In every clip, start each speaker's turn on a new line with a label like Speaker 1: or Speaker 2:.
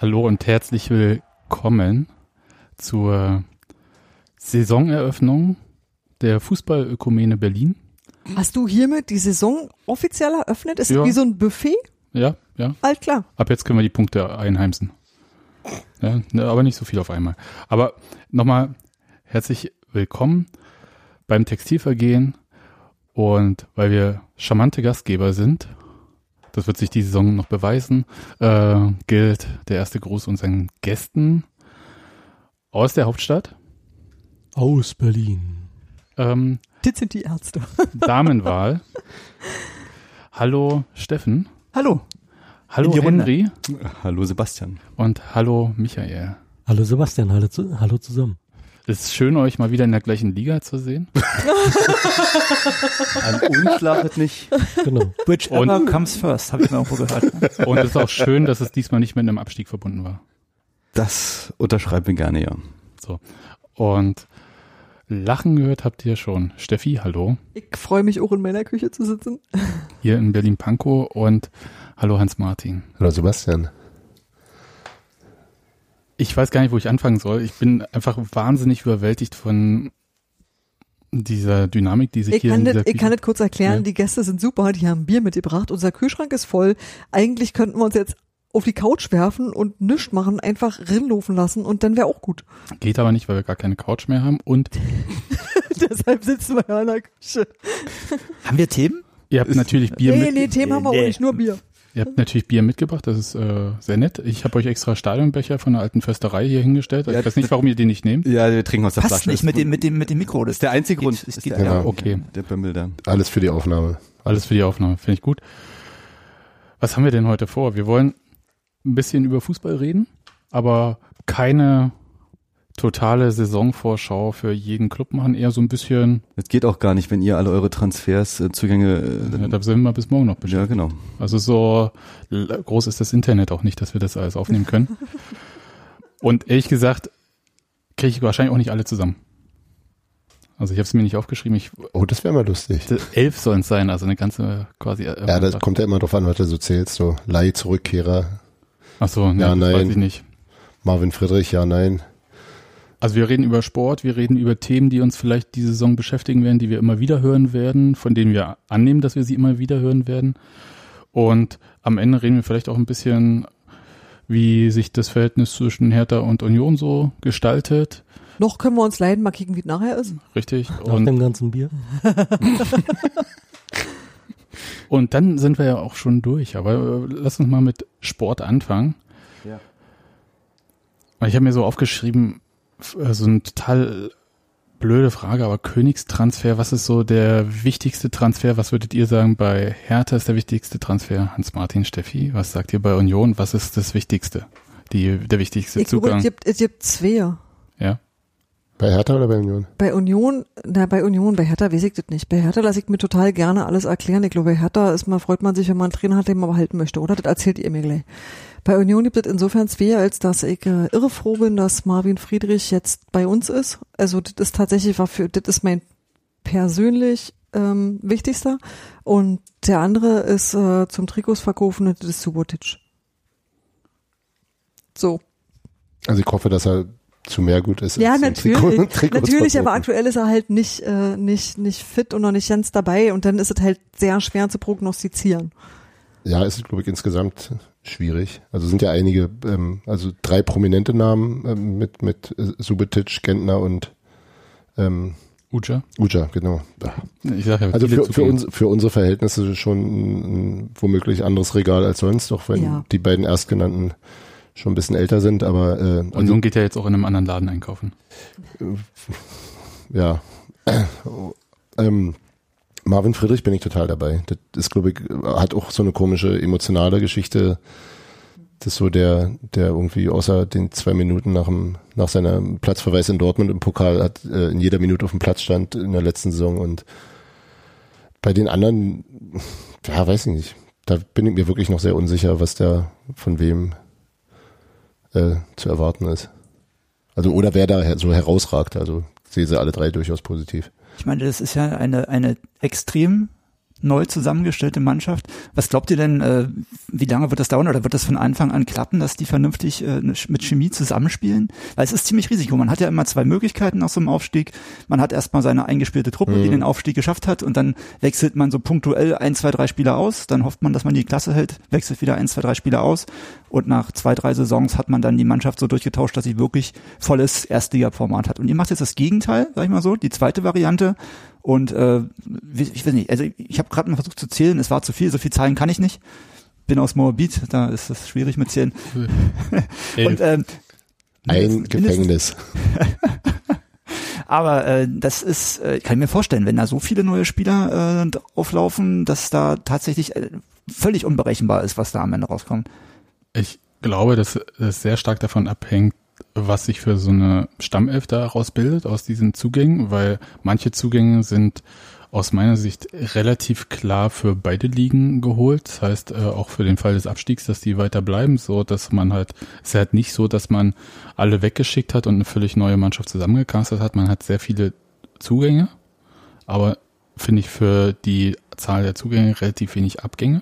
Speaker 1: Hallo und herzlich willkommen zur Saisoneröffnung der Fußballökumene Berlin.
Speaker 2: Hast du hiermit die Saison offiziell eröffnet? Ist
Speaker 1: Ja.
Speaker 2: wie so ein Buffet?
Speaker 1: Ja, ja.
Speaker 2: Alt klar.
Speaker 1: Ab jetzt können wir die Punkte einheimsen. Ja, ne, aber nicht so viel auf einmal. Aber nochmal herzlich willkommen beim Textilvergehen und weil wir charmante Gastgeber sind, das wird sich die Saison noch beweisen, äh, gilt der erste Gruß unseren Gästen aus der Hauptstadt.
Speaker 3: Aus Berlin.
Speaker 1: Ähm,
Speaker 2: Das sind die Ärzte.
Speaker 1: Damenwahl. hallo Steffen.
Speaker 2: Hallo.
Speaker 1: Hallo
Speaker 4: In die Runde.
Speaker 1: Henry
Speaker 4: Hallo Sebastian.
Speaker 1: und hallo Michael.
Speaker 3: Hallo Sebastian, hallo, zu, hallo zusammen.
Speaker 1: Es ist schön, euch mal wieder in der gleichen Liga zu sehen.
Speaker 4: An uns lagert nicht.
Speaker 3: Genau.
Speaker 4: Whichever comes first, habe ich mal irgendwo gehört.
Speaker 1: Und es ist auch schön, dass es diesmal nicht mit einem Abstieg verbunden war.
Speaker 4: Das unterschreiben wir gerne, ja.
Speaker 1: Und Lachen gehört habt ihr schon. Steffi, hallo.
Speaker 2: Ich freue mich auch in meiner Küche zu sitzen.
Speaker 1: Hier in Berlin-Pankow und hallo Hans-Martin.
Speaker 5: Hallo Sebastian.
Speaker 1: Ich weiß gar nicht, wo ich anfangen soll. Ich bin einfach wahnsinnig überwältigt von dieser Dynamik, die sich
Speaker 2: Ich
Speaker 1: hier
Speaker 2: kann,
Speaker 1: in
Speaker 2: das,
Speaker 1: dieser
Speaker 2: ich kann das kurz erklären.
Speaker 1: Ja.
Speaker 2: Die Gäste sind super. Die haben Bier mitgebracht. Unser Kühlschrank ist voll. Eigentlich könnten wir uns jetzt auf die Couch werfen und nichts machen, einfach rinlaufen lassen und dann wäre auch gut.
Speaker 1: Geht aber nicht, weil wir gar keine Couch mehr haben. Und
Speaker 2: Deshalb sitzen wir ja in der Küche.
Speaker 4: Haben wir Themen?
Speaker 1: ihr habt natürlich Bier
Speaker 2: Nee,
Speaker 1: mit,
Speaker 2: nee, Themen haben wir auch
Speaker 4: Nee.
Speaker 2: nicht, nur Bier.
Speaker 1: ihr habt natürlich Bier mitgebracht. Das ist äh, sehr nett. Ich habe euch extra Stadionbecher von der alten Försterei hier hingestellt. Ich
Speaker 4: Ja,
Speaker 1: weiß nicht, warum ihr den nicht nehmt.
Speaker 4: Ja, wir trinken aus der
Speaker 6: Passt
Speaker 4: Flasche.
Speaker 6: nicht mit dem, mit dem, mit dem Mikro.
Speaker 4: das ist der einzige Grund.
Speaker 6: Ist,
Speaker 4: Ist
Speaker 6: ist
Speaker 4: die,
Speaker 6: die,
Speaker 5: Ja.
Speaker 1: Okay.
Speaker 4: Der Bimmel da.
Speaker 5: Alles für die Aufnahme.
Speaker 1: Alles für die Aufnahme, finde ich gut. Was haben wir denn heute vor? Wir wollen ein bisschen über Fußball reden, aber keine totale Saisonvorschau für jeden Club machen, eher so ein bisschen,
Speaker 4: Das geht auch gar nicht, wenn ihr alle eure Transfers, äh, Zugänge. Äh,
Speaker 1: ja, da sind wir bis morgen noch beschäftigt.
Speaker 4: ja, genau.
Speaker 1: Also so l- groß ist das Internet auch nicht, dass wir das alles aufnehmen können. Und ehrlich gesagt, kriege ich wahrscheinlich auch nicht alle zusammen. Also ich habe es mir nicht aufgeschrieben, ich,
Speaker 5: Oh, das wäre mal lustig.
Speaker 1: elf sollen es sein, also eine ganze quasi. äh,
Speaker 5: Ja, das kommt ja immer drauf an, was du so zählst. So Leih, Zurückkehrer,
Speaker 1: Ach so, nee,
Speaker 5: Ja,
Speaker 1: das weiß
Speaker 5: nein.
Speaker 1: ich nicht.
Speaker 5: Marvin Friedrich, ja, nein.
Speaker 1: Also wir reden über Sport, wir reden über Themen, die uns vielleicht die Saison beschäftigen werden, die wir immer wieder hören werden, von denen wir annehmen, dass wir sie immer wieder hören werden. Und am Ende reden wir vielleicht auch ein bisschen, wie sich das Verhältnis zwischen Hertha und Union so gestaltet.
Speaker 2: Noch können wir uns leiden, mal gucken, wie es nachher ist.
Speaker 1: Richtig.
Speaker 3: Nach
Speaker 1: Und,
Speaker 3: dem ganzen Bier.
Speaker 1: und dann sind wir ja auch schon durch. Aber äh, lass uns mal mit Sport anfangen.
Speaker 4: Ja.
Speaker 1: Ich habe mir so aufgeschrieben, f- äh, so eine total blöde Frage, aber Königstransfer, was ist so der wichtigste Transfer? Was würdet ihr sagen bei Hertha ist der wichtigste Transfer? Hans-Martin, Steffi, was sagt ihr bei Union? Was ist das Wichtigste? Die, der wichtigste
Speaker 2: Ich glaube, es
Speaker 1: Zugang?
Speaker 2: gibt, es gibt zwei.
Speaker 1: Ja.
Speaker 5: Bei Hertha oder bei Union?
Speaker 2: Bei Union, na, bei Union, bei Hertha weiß ich das nicht. Bei Hertha lasse ich mir total gerne alles erklären. Ich glaube, bei Hertha ist man, freut man sich, wenn man einen Trainer hat, den man behalten möchte, oder? Das erzählt ihr mir gleich. Bei Union gibt es insofern zwei, als dass ich äh, irre froh bin, dass Marvin Friedrich jetzt bei uns ist. Also, das ist tatsächlich, war für, das ist mein persönlich ähm, wichtigster. Und der andere ist äh, zum Trikots verkaufen, und das ist Subotic. So.
Speaker 5: Also ich hoffe, dass er zu mehr gut ist.
Speaker 2: Ja,
Speaker 5: als zum
Speaker 2: natürlich.
Speaker 5: Trikot- Trikots
Speaker 2: Natürlich, aber
Speaker 5: verboten.
Speaker 2: aktuell ist er halt nicht, äh, nicht, nicht fit und noch nicht ganz dabei und dann ist es halt sehr schwer zu prognostizieren.
Speaker 5: Ja, es ist, glaube ich, insgesamt schwierig. Also sind ja einige, ähm, also drei prominente Namen ähm, mit, mit äh, Subotic, Gentner und ähm,
Speaker 1: Uja?
Speaker 5: Uja, genau. Ja.
Speaker 1: Ich sag ja,
Speaker 5: Also
Speaker 1: viele
Speaker 5: für, für,
Speaker 1: Zugänge.
Speaker 5: uns, für unsere Verhältnisse schon ein womöglich anderes Regal als sonst, auch wenn
Speaker 2: Ja.
Speaker 5: die beiden Erstgenannten schon ein bisschen älter sind, aber äh, also,
Speaker 1: Union geht ja jetzt auch in einem anderen Laden einkaufen.
Speaker 5: ja. ähm, Marvin Friedrich bin ich total dabei. Das ist, glaube ich, hat auch so eine komische emotionale Geschichte. Das ist so der, der irgendwie außer den zwei Minuten nach, dem, nach seinem Platzverweis in Dortmund im Pokal hat äh, in jeder Minute auf dem Platz stand in der letzten Saison und bei den anderen, ja, weiß ich nicht. Da bin ich mir wirklich noch sehr unsicher, was da von wem äh, zu erwarten ist. Also oder wer da her- so herausragt. Also ich sehe sie alle drei durchaus positiv.
Speaker 6: ich meine, das ist ja eine, eine extrem neu zusammengestellte Mannschaft. Was glaubt ihr denn, äh, wie lange wird das dauern oder wird das von Anfang an klappen, dass die vernünftig äh, mit Chemie zusammenspielen? Weil es ist ziemlich Risiko. Man hat ja immer zwei Möglichkeiten nach so einem Aufstieg. Man hat erstmal seine eingespielte Truppe, die den Aufstieg geschafft hat und dann wechselt man so punktuell ein, zwei, drei Spieler aus. Dann hofft man, dass man die Klasse hält, wechselt wieder ein, zwei, drei Spieler aus und nach zwei, drei Saisons hat man dann die Mannschaft so durchgetauscht, dass sie wirklich volles Erstliga-Format hat. Und ihr macht jetzt das Gegenteil, sag ich mal so, die zweite Variante. Und äh, ich ich weiß nicht, also ich habe gerade mal versucht zu zählen, es war zu viel, so viel Zahlen kann ich nicht. Bin aus Moabit, da ist es schwierig mit Zählen. Und ähm,
Speaker 5: Ein
Speaker 6: mindestens-
Speaker 5: Gefängnis.
Speaker 6: Aber äh, das ist, äh, ich kann mir vorstellen, wenn da so viele neue Spieler äh, auflaufen, dass da tatsächlich äh, völlig unberechenbar ist, was da am Ende rauskommt.
Speaker 1: Ich glaube, dass es sehr stark davon abhängt, was sich für so eine Stammelf daraus bildet, aus diesen Zugängen, weil manche Zugänge sind aus meiner Sicht relativ klar für beide Ligen geholt. Das heißt, äh, auch für den Fall des Abstiegs, dass die weiter bleiben, so dass man halt, es ist halt nicht so, dass man alle weggeschickt hat und eine völlig neue Mannschaft zusammengecastet hat. Man hat sehr viele Zugänge, aber finde ich für die Zahl der Zugänge relativ wenig Abgänge.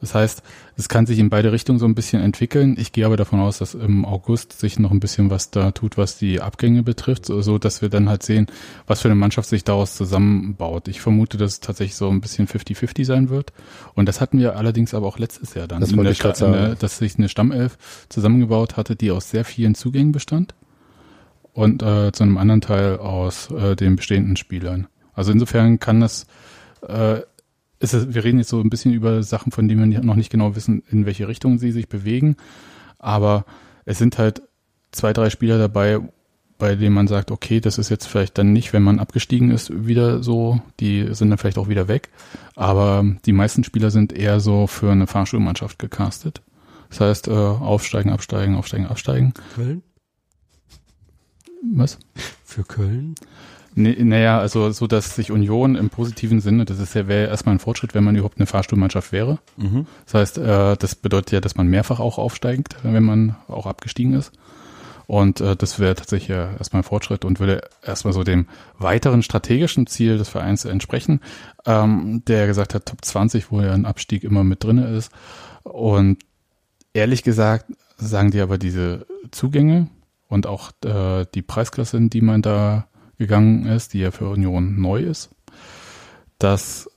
Speaker 1: Das heißt, es kann sich in beide Richtungen so ein bisschen entwickeln. Ich gehe aber davon aus, dass im August sich noch ein bisschen was da tut, was die Abgänge betrifft, so, so dass wir dann halt sehen, was für eine Mannschaft sich daraus zusammenbaut. Ich vermute, dass es tatsächlich so ein bisschen 50-50 sein wird. Und das hatten wir allerdings aber auch letztes Jahr dann,
Speaker 5: Das
Speaker 1: in
Speaker 5: wollte
Speaker 1: der,
Speaker 5: ich gerade
Speaker 1: Sta- in der,
Speaker 5: sagen.
Speaker 1: dass sich eine Stammelf zusammengebaut hatte, die aus sehr vielen Zugängen bestand und äh, zu einem anderen Teil aus äh, den bestehenden Spielern. Also insofern kann das äh, ist es, wir reden jetzt so ein bisschen über Sachen, von denen wir noch nicht genau wissen, in welche Richtung sie sich bewegen. Aber es sind halt zwei, drei Spieler dabei, bei denen man sagt, okay, das ist jetzt vielleicht dann nicht, wenn man abgestiegen ist, wieder so. Die sind dann vielleicht auch wieder weg. Aber die meisten Spieler sind eher so für eine Fahrschulmannschaft gecastet. Das heißt, äh, aufsteigen, absteigen, aufsteigen, absteigen.
Speaker 3: Köln?
Speaker 1: Was?
Speaker 3: Für Köln?
Speaker 1: Nee, naja, also so, dass sich Union im positiven Sinne, das ist ja wäre ja erstmal ein Fortschritt, wenn man überhaupt eine Fahrstuhlmannschaft wäre.
Speaker 4: Mhm.
Speaker 1: Das heißt, äh, das bedeutet ja, dass man mehrfach auch aufsteigt, wenn man auch abgestiegen ist. Und äh, das wäre tatsächlich äh, erstmal ein Fortschritt und würde erstmal so dem weiteren strategischen Ziel des Vereins entsprechen, ähm, der gesagt hat, Top 20, wo ja ein Abstieg immer mit drinne ist. Und ehrlich gesagt sagen die aber diese Zugänge und auch äh, die Preisklasse, in die man da gegangen ist, die ja für Union neu ist, dass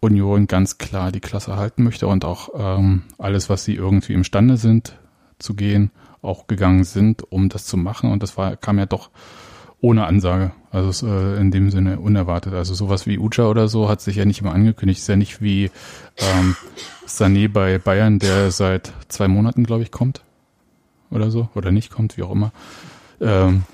Speaker 1: Union ganz klar die Klasse halten möchte und auch ähm, alles, was sie irgendwie imstande sind zu gehen, auch gegangen sind, um das zu machen. Und das war, kam ja doch ohne Ansage. Also es, äh, in dem Sinne unerwartet. Also sowas wie Ucha oder so hat sich ja nicht immer angekündigt. Ist ja nicht wie ähm, Sané bei Bayern, der seit zwei Monaten, glaube ich, kommt. Oder so. Oder nicht kommt, wie auch immer. Ähm,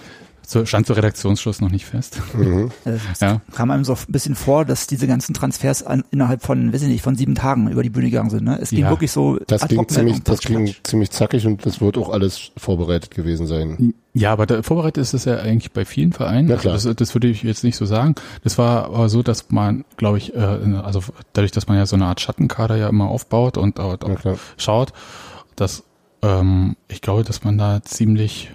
Speaker 1: so- stand zur Redaktionsschluss noch nicht fest.
Speaker 5: Mhm.
Speaker 6: Also es
Speaker 1: Ja.
Speaker 6: kam einem so ein bisschen vor, dass diese ganzen Transfers an, innerhalb von, weiß ich nicht, von sieben Tagen über die Bühne gegangen sind. Ne? Es ging
Speaker 1: Ja.
Speaker 6: wirklich so
Speaker 5: Das
Speaker 6: ad
Speaker 5: ging
Speaker 6: hoc
Speaker 5: ziemlich,
Speaker 6: Meldung,
Speaker 5: das
Speaker 6: platsch,
Speaker 5: ging
Speaker 6: platsch.
Speaker 5: ziemlich zackig und das wird auch alles vorbereitet gewesen sein.
Speaker 1: Ja, aber da, vorbereitet ist es ja eigentlich bei vielen Vereinen.
Speaker 5: Na klar.
Speaker 1: Also das, das würde ich jetzt nicht so sagen. Das war aber so, dass man, glaube ich, äh, also dadurch, dass man ja so eine Art Schattenkader ja immer aufbaut und auch,
Speaker 5: Na klar.
Speaker 1: schaut, dass ähm, ich glaube, dass man da ziemlich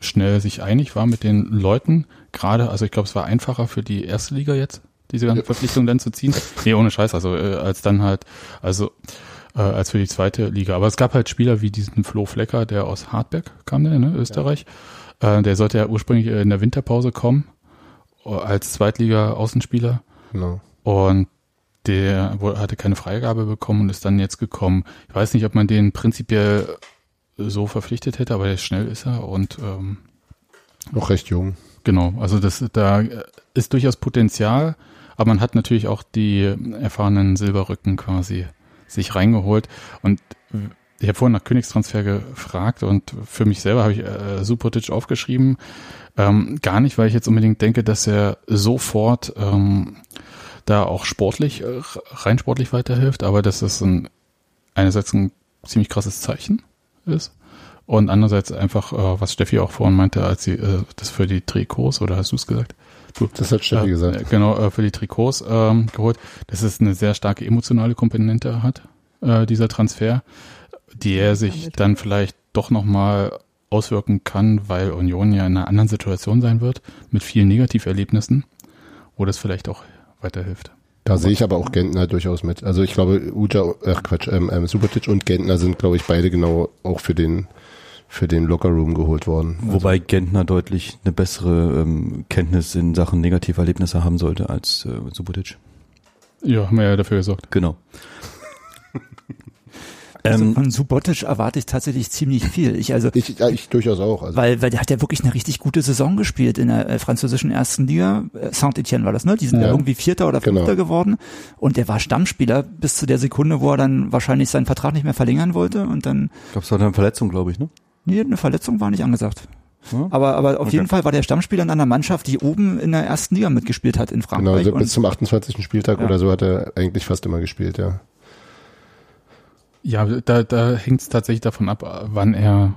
Speaker 1: schnell sich einig war mit den Leuten. Gerade, also ich glaube, es war einfacher für die erste Liga jetzt, diese ganze Verpflichtung dann zu ziehen. Nee, ohne Scheiß, also äh, als dann halt, also äh, als für die zweite Liga. Aber es gab halt Spieler wie diesen Flo Flecker, der aus Hartberg kam, der, ne, Österreich. Äh, der sollte ja ursprünglich äh, in der Winterpause kommen, äh, als Zweitliga-Außenspieler.
Speaker 5: Genau.
Speaker 1: Und der wo- hatte keine Freigabe bekommen und ist dann jetzt gekommen. Ich weiß nicht, ob man den prinzipiell so verpflichtet hätte, aber der schnell ist er und ähm,
Speaker 5: Noch recht jung.
Speaker 1: genau, also das da äh, ist durchaus Potenzial, aber man hat natürlich auch die äh, erfahrenen Silberrücken quasi sich reingeholt und ich habe vorhin nach Königstransfer gefragt und für mich selber habe ich äh, Subotic aufgeschrieben. Ähm, gar nicht, weil ich jetzt unbedingt denke, dass er sofort ähm, da auch sportlich, äh, rein sportlich weiterhilft, aber dass es ein, einerseits ein ziemlich krasses Zeichen ist und andererseits einfach, äh, was Steffi auch vorhin meinte, als sie äh, das für die Trikots, oder hast du es gesagt? Du,
Speaker 5: Das hat Steffi
Speaker 1: äh,
Speaker 5: gesagt.
Speaker 1: äh, Genau, äh, für die Trikots ähm, geholt, dass es eine sehr starke emotionale Komponente hat, äh, dieser Transfer, die er sich dann vielleicht doch nochmal auswirken kann, weil Union ja in einer anderen Situation sein wird, mit vielen Negativerlebnissen, wo das vielleicht auch weiterhilft.
Speaker 5: Da sehe ich aber auch Gentner durchaus mit. Also ich glaube, Uja, ach Quatsch, ähm, ähm, Supertic und Gentner sind, glaube ich, beide genau auch für den für den Lockerroom geholt worden. Also,
Speaker 4: Wobei Gentner deutlich eine bessere ähm, Kenntnis in Sachen negativer Erlebnisse haben sollte als äh, Subotic.
Speaker 1: Ja, haben wir ja dafür gesorgt.
Speaker 4: Genau.
Speaker 6: Also
Speaker 4: ähm,
Speaker 6: von Subotic erwarte ich tatsächlich ziemlich viel. Ich also,
Speaker 5: Ich, ja, ich durchaus auch. Also
Speaker 6: weil, weil der hat ja wirklich eine richtig gute Saison gespielt in der äh, französischen ersten Liga. Äh, Saint-Etienne war das, ne? Die sind ja,
Speaker 5: Ja.
Speaker 6: irgendwie Vierter oder
Speaker 5: Genau.
Speaker 6: Fünfter geworden. Und der war Stammspieler bis zu der Sekunde, wo er dann wahrscheinlich seinen Vertrag nicht mehr verlängern wollte. Und dann,
Speaker 4: Gab es da eine Verletzung, glaube ich, ne?
Speaker 6: nee, eine Verletzung war nicht angesagt.
Speaker 4: Ja.
Speaker 6: Aber, aber auf
Speaker 4: Okay.
Speaker 6: jeden Fall war der Stammspieler in einer Mannschaft, die oben in der ersten Liga mitgespielt hat in
Speaker 5: genau,
Speaker 6: Frankreich.
Speaker 5: also bis
Speaker 6: und
Speaker 5: zum 28. Spieltag
Speaker 6: Ja.
Speaker 5: oder so hat er eigentlich fast immer gespielt, ja.
Speaker 1: Ja, da, da hängt es tatsächlich davon ab, wann er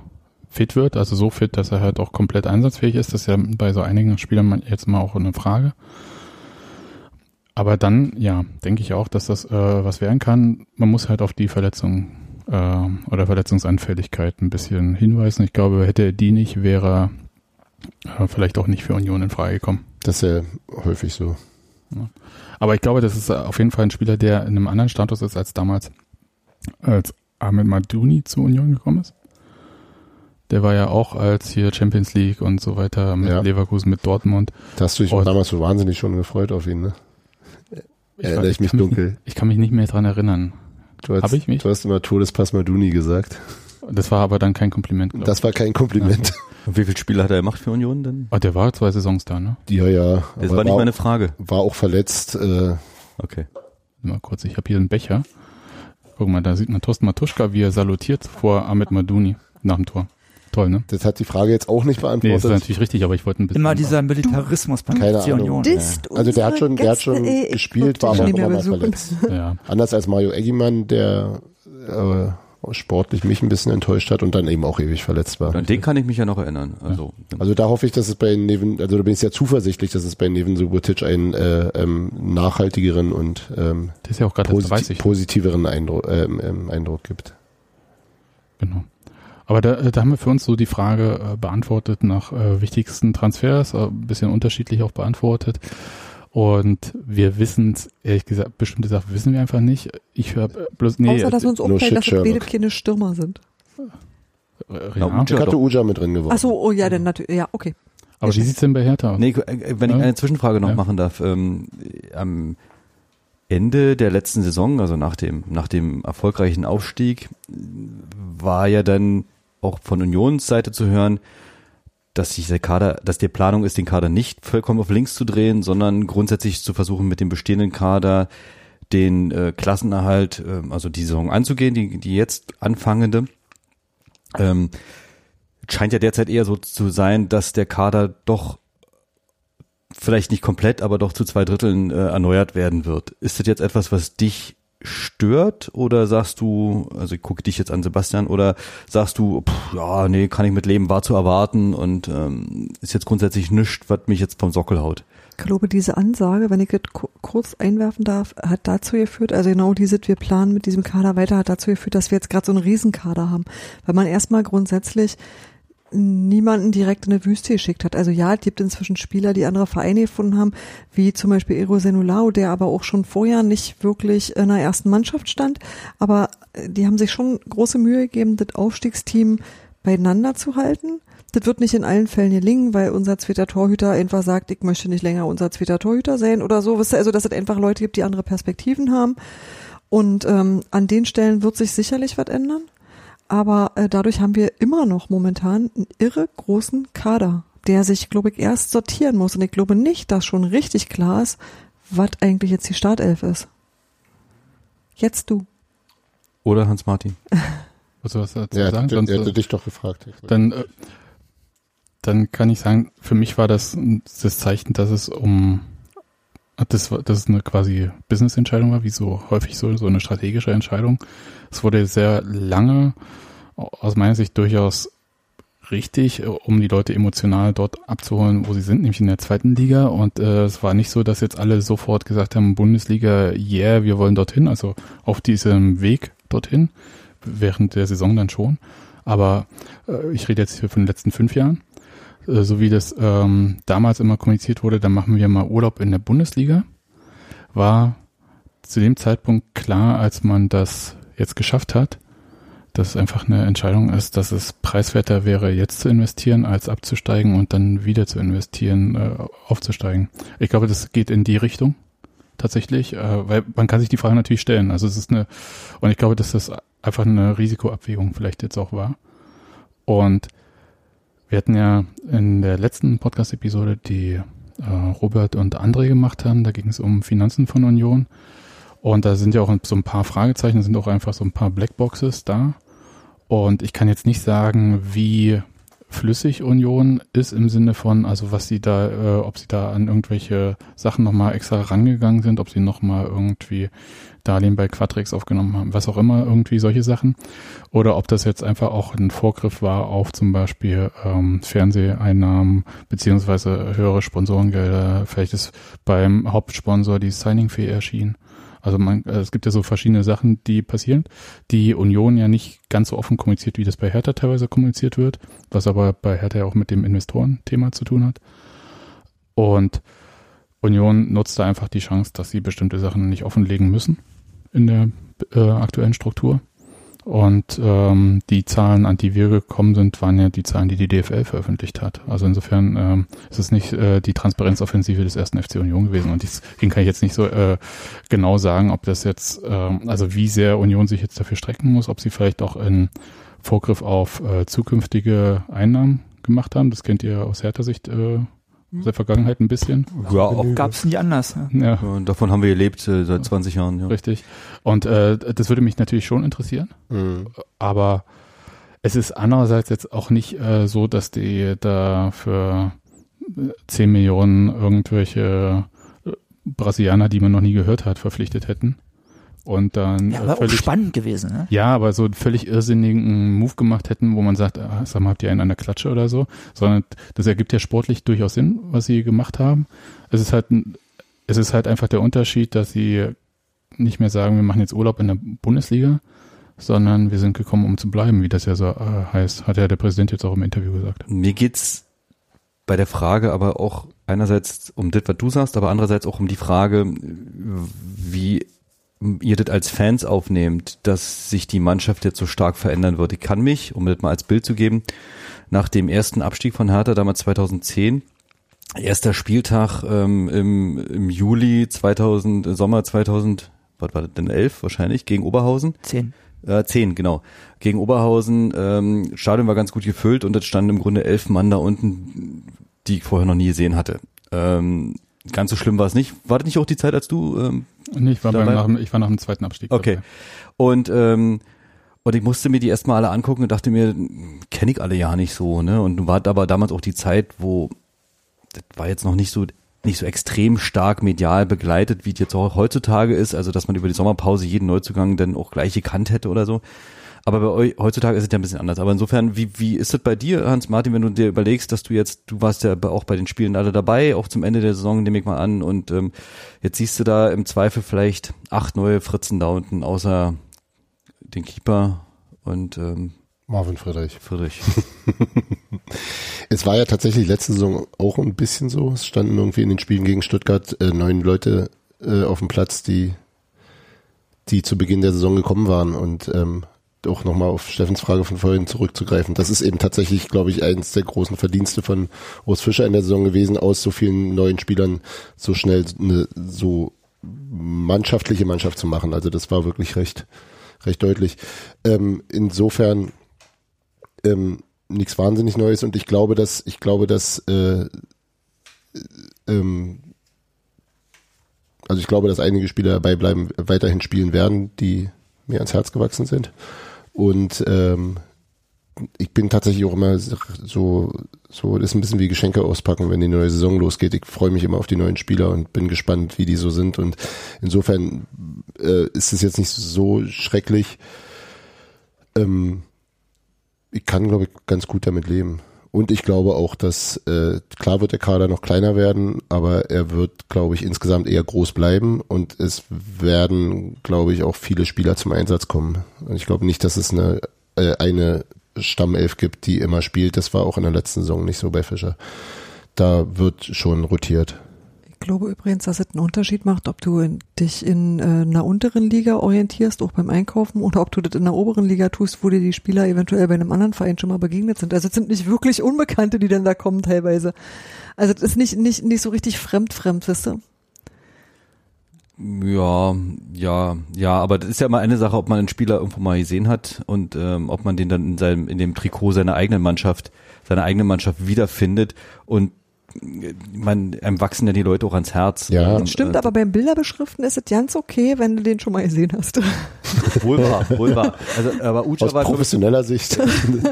Speaker 1: fit wird. Also so fit, dass er halt auch komplett einsatzfähig ist. Das ist ja bei so einigen Spielern man- jetzt mal auch eine Frage. Aber dann, ja, denke ich auch, dass das äh, was werden kann. Man muss halt auf die Verletzung äh, oder Verletzungsanfälligkeit ein bisschen hinweisen. Ich glaube, hätte er die nicht, wäre er äh, vielleicht auch nicht für Union in Frage gekommen.
Speaker 5: Das ist ja häufig so.
Speaker 1: Aber ich glaube, das ist äh, auf jeden Fall ein Spieler, der in einem anderen Status ist als damals, als Ahmed Madouni zur Union gekommen ist. Der war ja auch als hier Champions League und so weiter mit
Speaker 5: Ja.
Speaker 1: Leverkusen, mit Dortmund.
Speaker 5: Da hast du dich
Speaker 1: Und-
Speaker 5: damals so wahnsinnig schon gefreut auf ihn, ne?
Speaker 1: weiß,
Speaker 5: Erinnere ich mich
Speaker 1: kann
Speaker 5: dunkel.
Speaker 1: Ich kann mich nicht mehr dran erinnern.
Speaker 5: Du hast,
Speaker 1: Hab ich mich?
Speaker 5: Du hast immer Todespass Maduni gesagt.
Speaker 1: Das war aber dann kein Kompliment, glaube ich.
Speaker 5: Das war kein Kompliment.
Speaker 4: Und wie viele Spiele hat er gemacht für Union denn?
Speaker 1: Ah, der war zwei Saisons da, ne?
Speaker 5: Ja, ja.
Speaker 4: Das
Speaker 5: aber
Speaker 4: war nicht meine Frage.
Speaker 5: war auch verletzt. Äh,
Speaker 4: Okay.
Speaker 1: Mal kurz, ich habe hier einen Becher. Guck mal, da sieht man Torsten Matuschka, wie er salutiert vor Ahmed Madouni nach dem Tor. Toll, ne?
Speaker 5: das hat die Frage jetzt auch nicht
Speaker 1: Nee, das ist
Speaker 5: beantwortet.
Speaker 1: natürlich richtig, aber ich wollte ein bisschen.
Speaker 6: immer dieser Militarismus beim
Speaker 5: Keine
Speaker 6: FC
Speaker 5: Ahnung.
Speaker 6: Union.
Speaker 2: Disst
Speaker 5: Also der hat
Speaker 2: unsere
Speaker 5: schon- der hat schon
Speaker 2: Gäste, ey, ich
Speaker 5: gespielt,
Speaker 2: glaub,
Speaker 5: war
Speaker 2: den
Speaker 5: aber
Speaker 2: nicht
Speaker 5: auch
Speaker 2: mehr
Speaker 5: immer mal
Speaker 2: besuchen.
Speaker 5: verletzt.
Speaker 1: ja.
Speaker 5: Anders als Mario Eggimann, der äh, sportlich mich ein bisschen enttäuscht hat und dann eben auch ewig verletzt war.
Speaker 4: An den kann ich mich ja noch erinnern. Also,
Speaker 5: Also da hoffe ich, dass es bei Neven, also da bin ich sehr zuversichtlich, dass es bei Neven Subotic einen äh, ähm, nachhaltigeren und ähm,
Speaker 1: Der ist ja auch gerade erst
Speaker 5: posit
Speaker 1: 30.
Speaker 5: positiveren Eindruck, ähm, ähm, Eindruck gibt.
Speaker 1: Genau. Aber da, da haben wir für uns so die Frage äh, beantwortet nach äh, wichtigsten Transfers, äh, ein bisschen unterschiedlich auch beantwortet. Und wir wissen es, ehrlich gesagt, bestimmte Sachen wissen wir einfach nicht. Ich habe bloß, nee,
Speaker 2: Außer, dass uns
Speaker 5: no
Speaker 2: auffällt,
Speaker 5: shit,
Speaker 2: dass es beide
Speaker 5: Sherlock.
Speaker 2: keine Stürmer sind.
Speaker 1: äh,
Speaker 4: Na,
Speaker 1: Renat,
Speaker 4: Uja
Speaker 5: Ich hatte
Speaker 4: doch.
Speaker 5: Uja mit drin geworden.
Speaker 2: Ach so, oh ja, dann natürlich, ja, okay.
Speaker 1: aber wie sieht's denn bei Hertha aus?
Speaker 4: Nee, äh, wenn ich
Speaker 1: Ja.
Speaker 4: eine Zwischenfrage noch
Speaker 1: Ja.
Speaker 4: machen darf. Ähm, äh, am Ende der letzten Saison, also nach dem, nach dem erfolgreichen Aufstieg, äh, war ja dann auch von Unions Seite zu hören, dass sich der Kader, dass die Planung ist, den Kader nicht vollkommen auf links zu drehen, sondern grundsätzlich zu versuchen, mit dem bestehenden Kader den äh, Klassenerhalt, ähm, also die Saison anzugehen, die, die jetzt anfangende. Ähm, scheint ja derzeit eher so zu sein, dass der Kader doch vielleicht nicht komplett, aber doch zu zwei Dritteln äh, erneuert werden wird. Ist das jetzt etwas, was dich stört oder sagst du, also ich gucke dich jetzt an, Sebastian, oder sagst du, pff, ja, nee, kann ich mit leben, war zu erwarten und ähm, ist jetzt grundsätzlich nichts, was mich jetzt vom Sockel haut.
Speaker 2: Ich glaube, diese Ansage, wenn ich das ku- kurz einwerfen darf, hat dazu geführt, also genau dieses, wir planen mit diesem Kader weiter, hat dazu geführt, dass wir jetzt gerade so einen Riesenkader haben. Weil man erstmal grundsätzlich niemanden direkt in eine Wüste geschickt hat. Also ja, es gibt inzwischen Spieler, die andere Vereine gefunden haben, wie zum Beispiel Ero Senulau, der aber auch schon vorher nicht wirklich in der ersten Mannschaft stand. Aber äh, die haben sich schon große Mühe gegeben, das Aufstiegsteam beieinander zu halten. Das wird nicht in allen Fällen gelingen, weil unser zweiter Torhüter einfach sagt, ich möchte nicht länger unser zweiter Torhüter sein oder so. Wisst ihr, also dass es einfach Leute gibt, die andere Perspektiven haben. Und ähm, an den Stellen wird sich sicherlich was ändern. Aber äh, dadurch haben wir immer noch momentan einen irre großen Kader, der sich, glaube ich, erst sortieren muss. Und ich glaube nicht, dass schon richtig klar ist, was eigentlich jetzt die Startelf ist. Jetzt du.
Speaker 4: Oder Hans-Martin?
Speaker 1: Wolltest du was dazu
Speaker 5: Ja,
Speaker 1: sagen?
Speaker 5: er
Speaker 1: Sonst,
Speaker 5: hätte- er hätte
Speaker 1: äh,
Speaker 5: dich doch gefragt.
Speaker 1: dann, äh, dann kann ich sagen, für mich war das das Zeichen, dass es um das, war- dass es eine quasi Business-Entscheidung war, wie so häufig so, so eine strategische Entscheidung. Es wurde sehr lange, au- aus meiner Sicht durchaus richtig, äh, um die Leute emotional dort abzuholen, wo sie sind, nämlich in der zweiten Liga. Und äh, es war nicht so, dass jetzt alle sofort gesagt haben, Bundesliga, yeah, wir wollen dorthin, also auf diesem Weg dorthin, während der Saison dann schon. Aber äh, ich rede jetzt hier von den letzten fünf Jahren, äh, so wie das ähm, damals immer kommuniziert wurde, dann machen wir mal Urlaub in der Bundesliga, war zu dem Zeitpunkt klar, als man das jetzt geschafft hat, dass es einfach eine Entscheidung ist, dass es preiswerter wäre, jetzt zu investieren, als abzusteigen und dann wieder zu investieren, äh, aufzusteigen. Ich glaube, das geht in die Richtung tatsächlich, äh, weil man kann sich die Frage natürlich stellen. Also es ist eine, und ich glaube, dass das einfach eine Risikoabwägung vielleicht jetzt auch war. Und wir hatten ja in der letzten Podcast-Episode, die äh, Robert und André gemacht haben, da ging es um Finanzen von Union. Und da sind ja auch so ein paar Fragezeichen, sind auch einfach so ein paar Blackboxes da. Und ich kann jetzt nicht sagen, wie flüssig Union ist im Sinne von, also was sie da, äh, ob sie da an irgendwelche Sachen nochmal extra rangegangen sind, ob sie nochmal irgendwie Darlehen bei Quatrix aufgenommen haben, was auch immer, irgendwie solche Sachen. Oder ob das jetzt einfach auch ein Vorgriff war auf zum Beispiel ähm, Fernseheinnahmen beziehungsweise höhere Sponsorengelder. Vielleicht ist beim Hauptsponsor die Signing-Fee erschienen. Also man, äh, es gibt ja so verschiedene Sachen, die passieren, die Union ja nicht ganz so offen kommuniziert, wie das bei Hertha teilweise kommuniziert wird, was aber bei Hertha ja auch mit dem Investorenthema zu tun hat. Und Union nutzt da einfach die Chance, dass sie bestimmte Sachen nicht offenlegen müssen in der äh, aktuellen Struktur. Und ähm, die Zahlen, an die wir gekommen sind, waren ja die Zahlen, die die DFL veröffentlicht hat. Also insofern ähm, ist es nicht äh, die Transparenzoffensive des ersten FC Union gewesen. Und deswegen kann ich jetzt nicht so äh, genau sagen, ob das jetzt, ähm, also wie sehr Union sich jetzt dafür strecken muss, ob sie vielleicht auch in Vorgriff auf äh, zukünftige Einnahmen gemacht haben. Das kennt ihr aus härter Sicht äh, aus der Vergangenheit ein bisschen.
Speaker 4: Ja, auch.
Speaker 6: Gab's nie anders. Ja.
Speaker 1: Ja.
Speaker 4: Und davon haben wir gelebt äh, seit 20 Jahren. Ja.
Speaker 1: Richtig. Und äh, das würde mich natürlich schon interessieren,
Speaker 5: Mhm.
Speaker 1: aber es ist andererseits jetzt auch nicht äh, so, dass die da für äh, 10 Millionen irgendwelche äh, Brasilianer, die man noch nie gehört hat, verpflichtet hätten. Und dann
Speaker 6: Ja,
Speaker 1: äh,
Speaker 6: aber auch
Speaker 1: völlig,
Speaker 6: spannend gewesen. Ne?
Speaker 1: ja, aber so einen völlig irrsinnigen Move gemacht hätten, wo man sagt, ah, sag mal, habt ihr einen an der Klatsche oder so, sondern das ergibt ja sportlich durchaus Sinn, was sie gemacht haben. Es ist halt, ein- es ist halt einfach der Unterschied, dass sie nicht mehr sagen, wir machen jetzt Urlaub in der Bundesliga, sondern wir sind gekommen, um zu bleiben, wie das ja so äh, heißt, hat ja der Präsident jetzt auch im Interview gesagt.
Speaker 4: Mir geht's bei der Frage aber auch einerseits um das, was du sagst, aber andererseits auch um die Frage, wie ihr das als Fans aufnehmt, dass sich die Mannschaft jetzt so stark verändern wird. Ich kann mich, um das mal als Bild zu geben, nach dem ersten Abstieg von Hertha, damals 2010, erster Spieltag ähm, im, im Juli 2000, Sommer 2000, was war das denn, 11 wahrscheinlich, gegen Oberhausen.
Speaker 6: Zehn.
Speaker 4: Äh, zehn, genau. Gegen Oberhausen. Ähm, Stadion war ganz gut gefüllt und es standen im Grunde elf Mann da unten, die ich vorher noch nie gesehen hatte. Ähm, ganz so schlimm war es nicht. War das nicht auch die Zeit, als du ähm,
Speaker 1: Und ich war, beim,
Speaker 4: Dabei-
Speaker 1: nach, dem- ich war nach dem zweiten Abstieg.
Speaker 4: Okay. Und, ähm, und ich musste mir die erstmal alle angucken und dachte mir, kenne ich alle ja nicht so, ne? Und nun war aber damals auch die Zeit, wo das war jetzt noch nicht so nicht so extrem stark medial begleitet, wie es jetzt auch heutzutage ist, also dass man über die Sommerpause jeden Neuzugang dann auch gleich gekannt hätte oder so. Aber bei euch heutzutage ist es ja ein bisschen anders. Aber insofern, wie, wie ist es bei dir, Hans Martin, wenn du dir überlegst, dass du jetzt, du warst ja bei- auch bei den Spielen alle dabei, auch zum Ende der Saison, nehme ich mal an, und ähm, jetzt siehst du da im Zweifel vielleicht acht neue Fritzen da unten, außer den Keeper und ähm,
Speaker 5: Marvin Friedrich.
Speaker 4: Friedrich.
Speaker 5: Es war ja tatsächlich letzte Saison auch ein bisschen so. Es standen irgendwie in den Spielen gegen Stuttgart äh, neun Leute äh, auf dem Platz, die, die zu Beginn der Saison gekommen waren. Und ähm, auch nochmal auf Steffens Frage von vorhin zurückzugreifen. Das ist eben tatsächlich, glaube ich, eines der großen Verdienste von Urs Fischer in der Saison gewesen, aus so vielen neuen Spielern so schnell eine so mannschaftliche Mannschaft zu machen. Also das war wirklich recht, recht deutlich. Ähm, insofern ähm, nichts wahnsinnig Neues und ich glaube, dass ich glaube, dass äh, äh, ähm, also ich glaube, dass einige Spieler dabei bleiben, weiterhin spielen werden, die mir ans Herz gewachsen sind. Und ähm, ich bin tatsächlich auch immer so, so, das ist ein bisschen wie Geschenke auspacken, wenn die neue Saison losgeht. Ich freue mich immer auf die neuen Spieler und bin gespannt, wie die so sind. Und insofern äh, ist es jetzt nicht so schrecklich. Ähm, ich kann, glaube ich, ganz gut damit leben. Und ich glaube auch, dass äh, klar wird der Kader noch kleiner werden, aber er wird, glaube ich, insgesamt eher groß bleiben und es werden, glaube ich, auch viele Spieler zum Einsatz kommen. Und ich glaube nicht, dass es eine, äh, eine Stammelf gibt, die immer spielt. Das war auch in der letzten Saison nicht so bei Fischer. Da wird schon rotiert.
Speaker 2: Ich glaube übrigens, dass es einen Unterschied macht, ob du in, dich in äh, einer unteren Liga orientierst, auch beim Einkaufen, oder ob du das in der oberen Liga tust, wo dir die Spieler eventuell bei einem anderen Verein schon mal begegnet sind. Also es sind nicht wirklich Unbekannte, die dann da kommen teilweise. Also es ist nicht, nicht, nicht so richtig fremd, fremd, wisst ihr?
Speaker 4: Ja, ja, ja, aber das ist ja mal eine Sache, ob man einen Spieler irgendwo mal gesehen hat und ähm, ob man den dann in seinem, in dem Trikot seiner eigenen Mannschaft, seiner eigenen Mannschaft wiederfindet und äh, man, einem wachsen ja die Leute auch ans Herz.
Speaker 5: Ja.
Speaker 4: Und,
Speaker 2: Stimmt,
Speaker 4: äh,
Speaker 2: aber beim Bilderbeschriften ist es ganz okay, wenn du den schon mal gesehen hast.
Speaker 4: Wohl wahr, wohl wahr. Also, aber Uja
Speaker 5: Aus
Speaker 4: war, glaub ich,
Speaker 5: professioneller Sicht.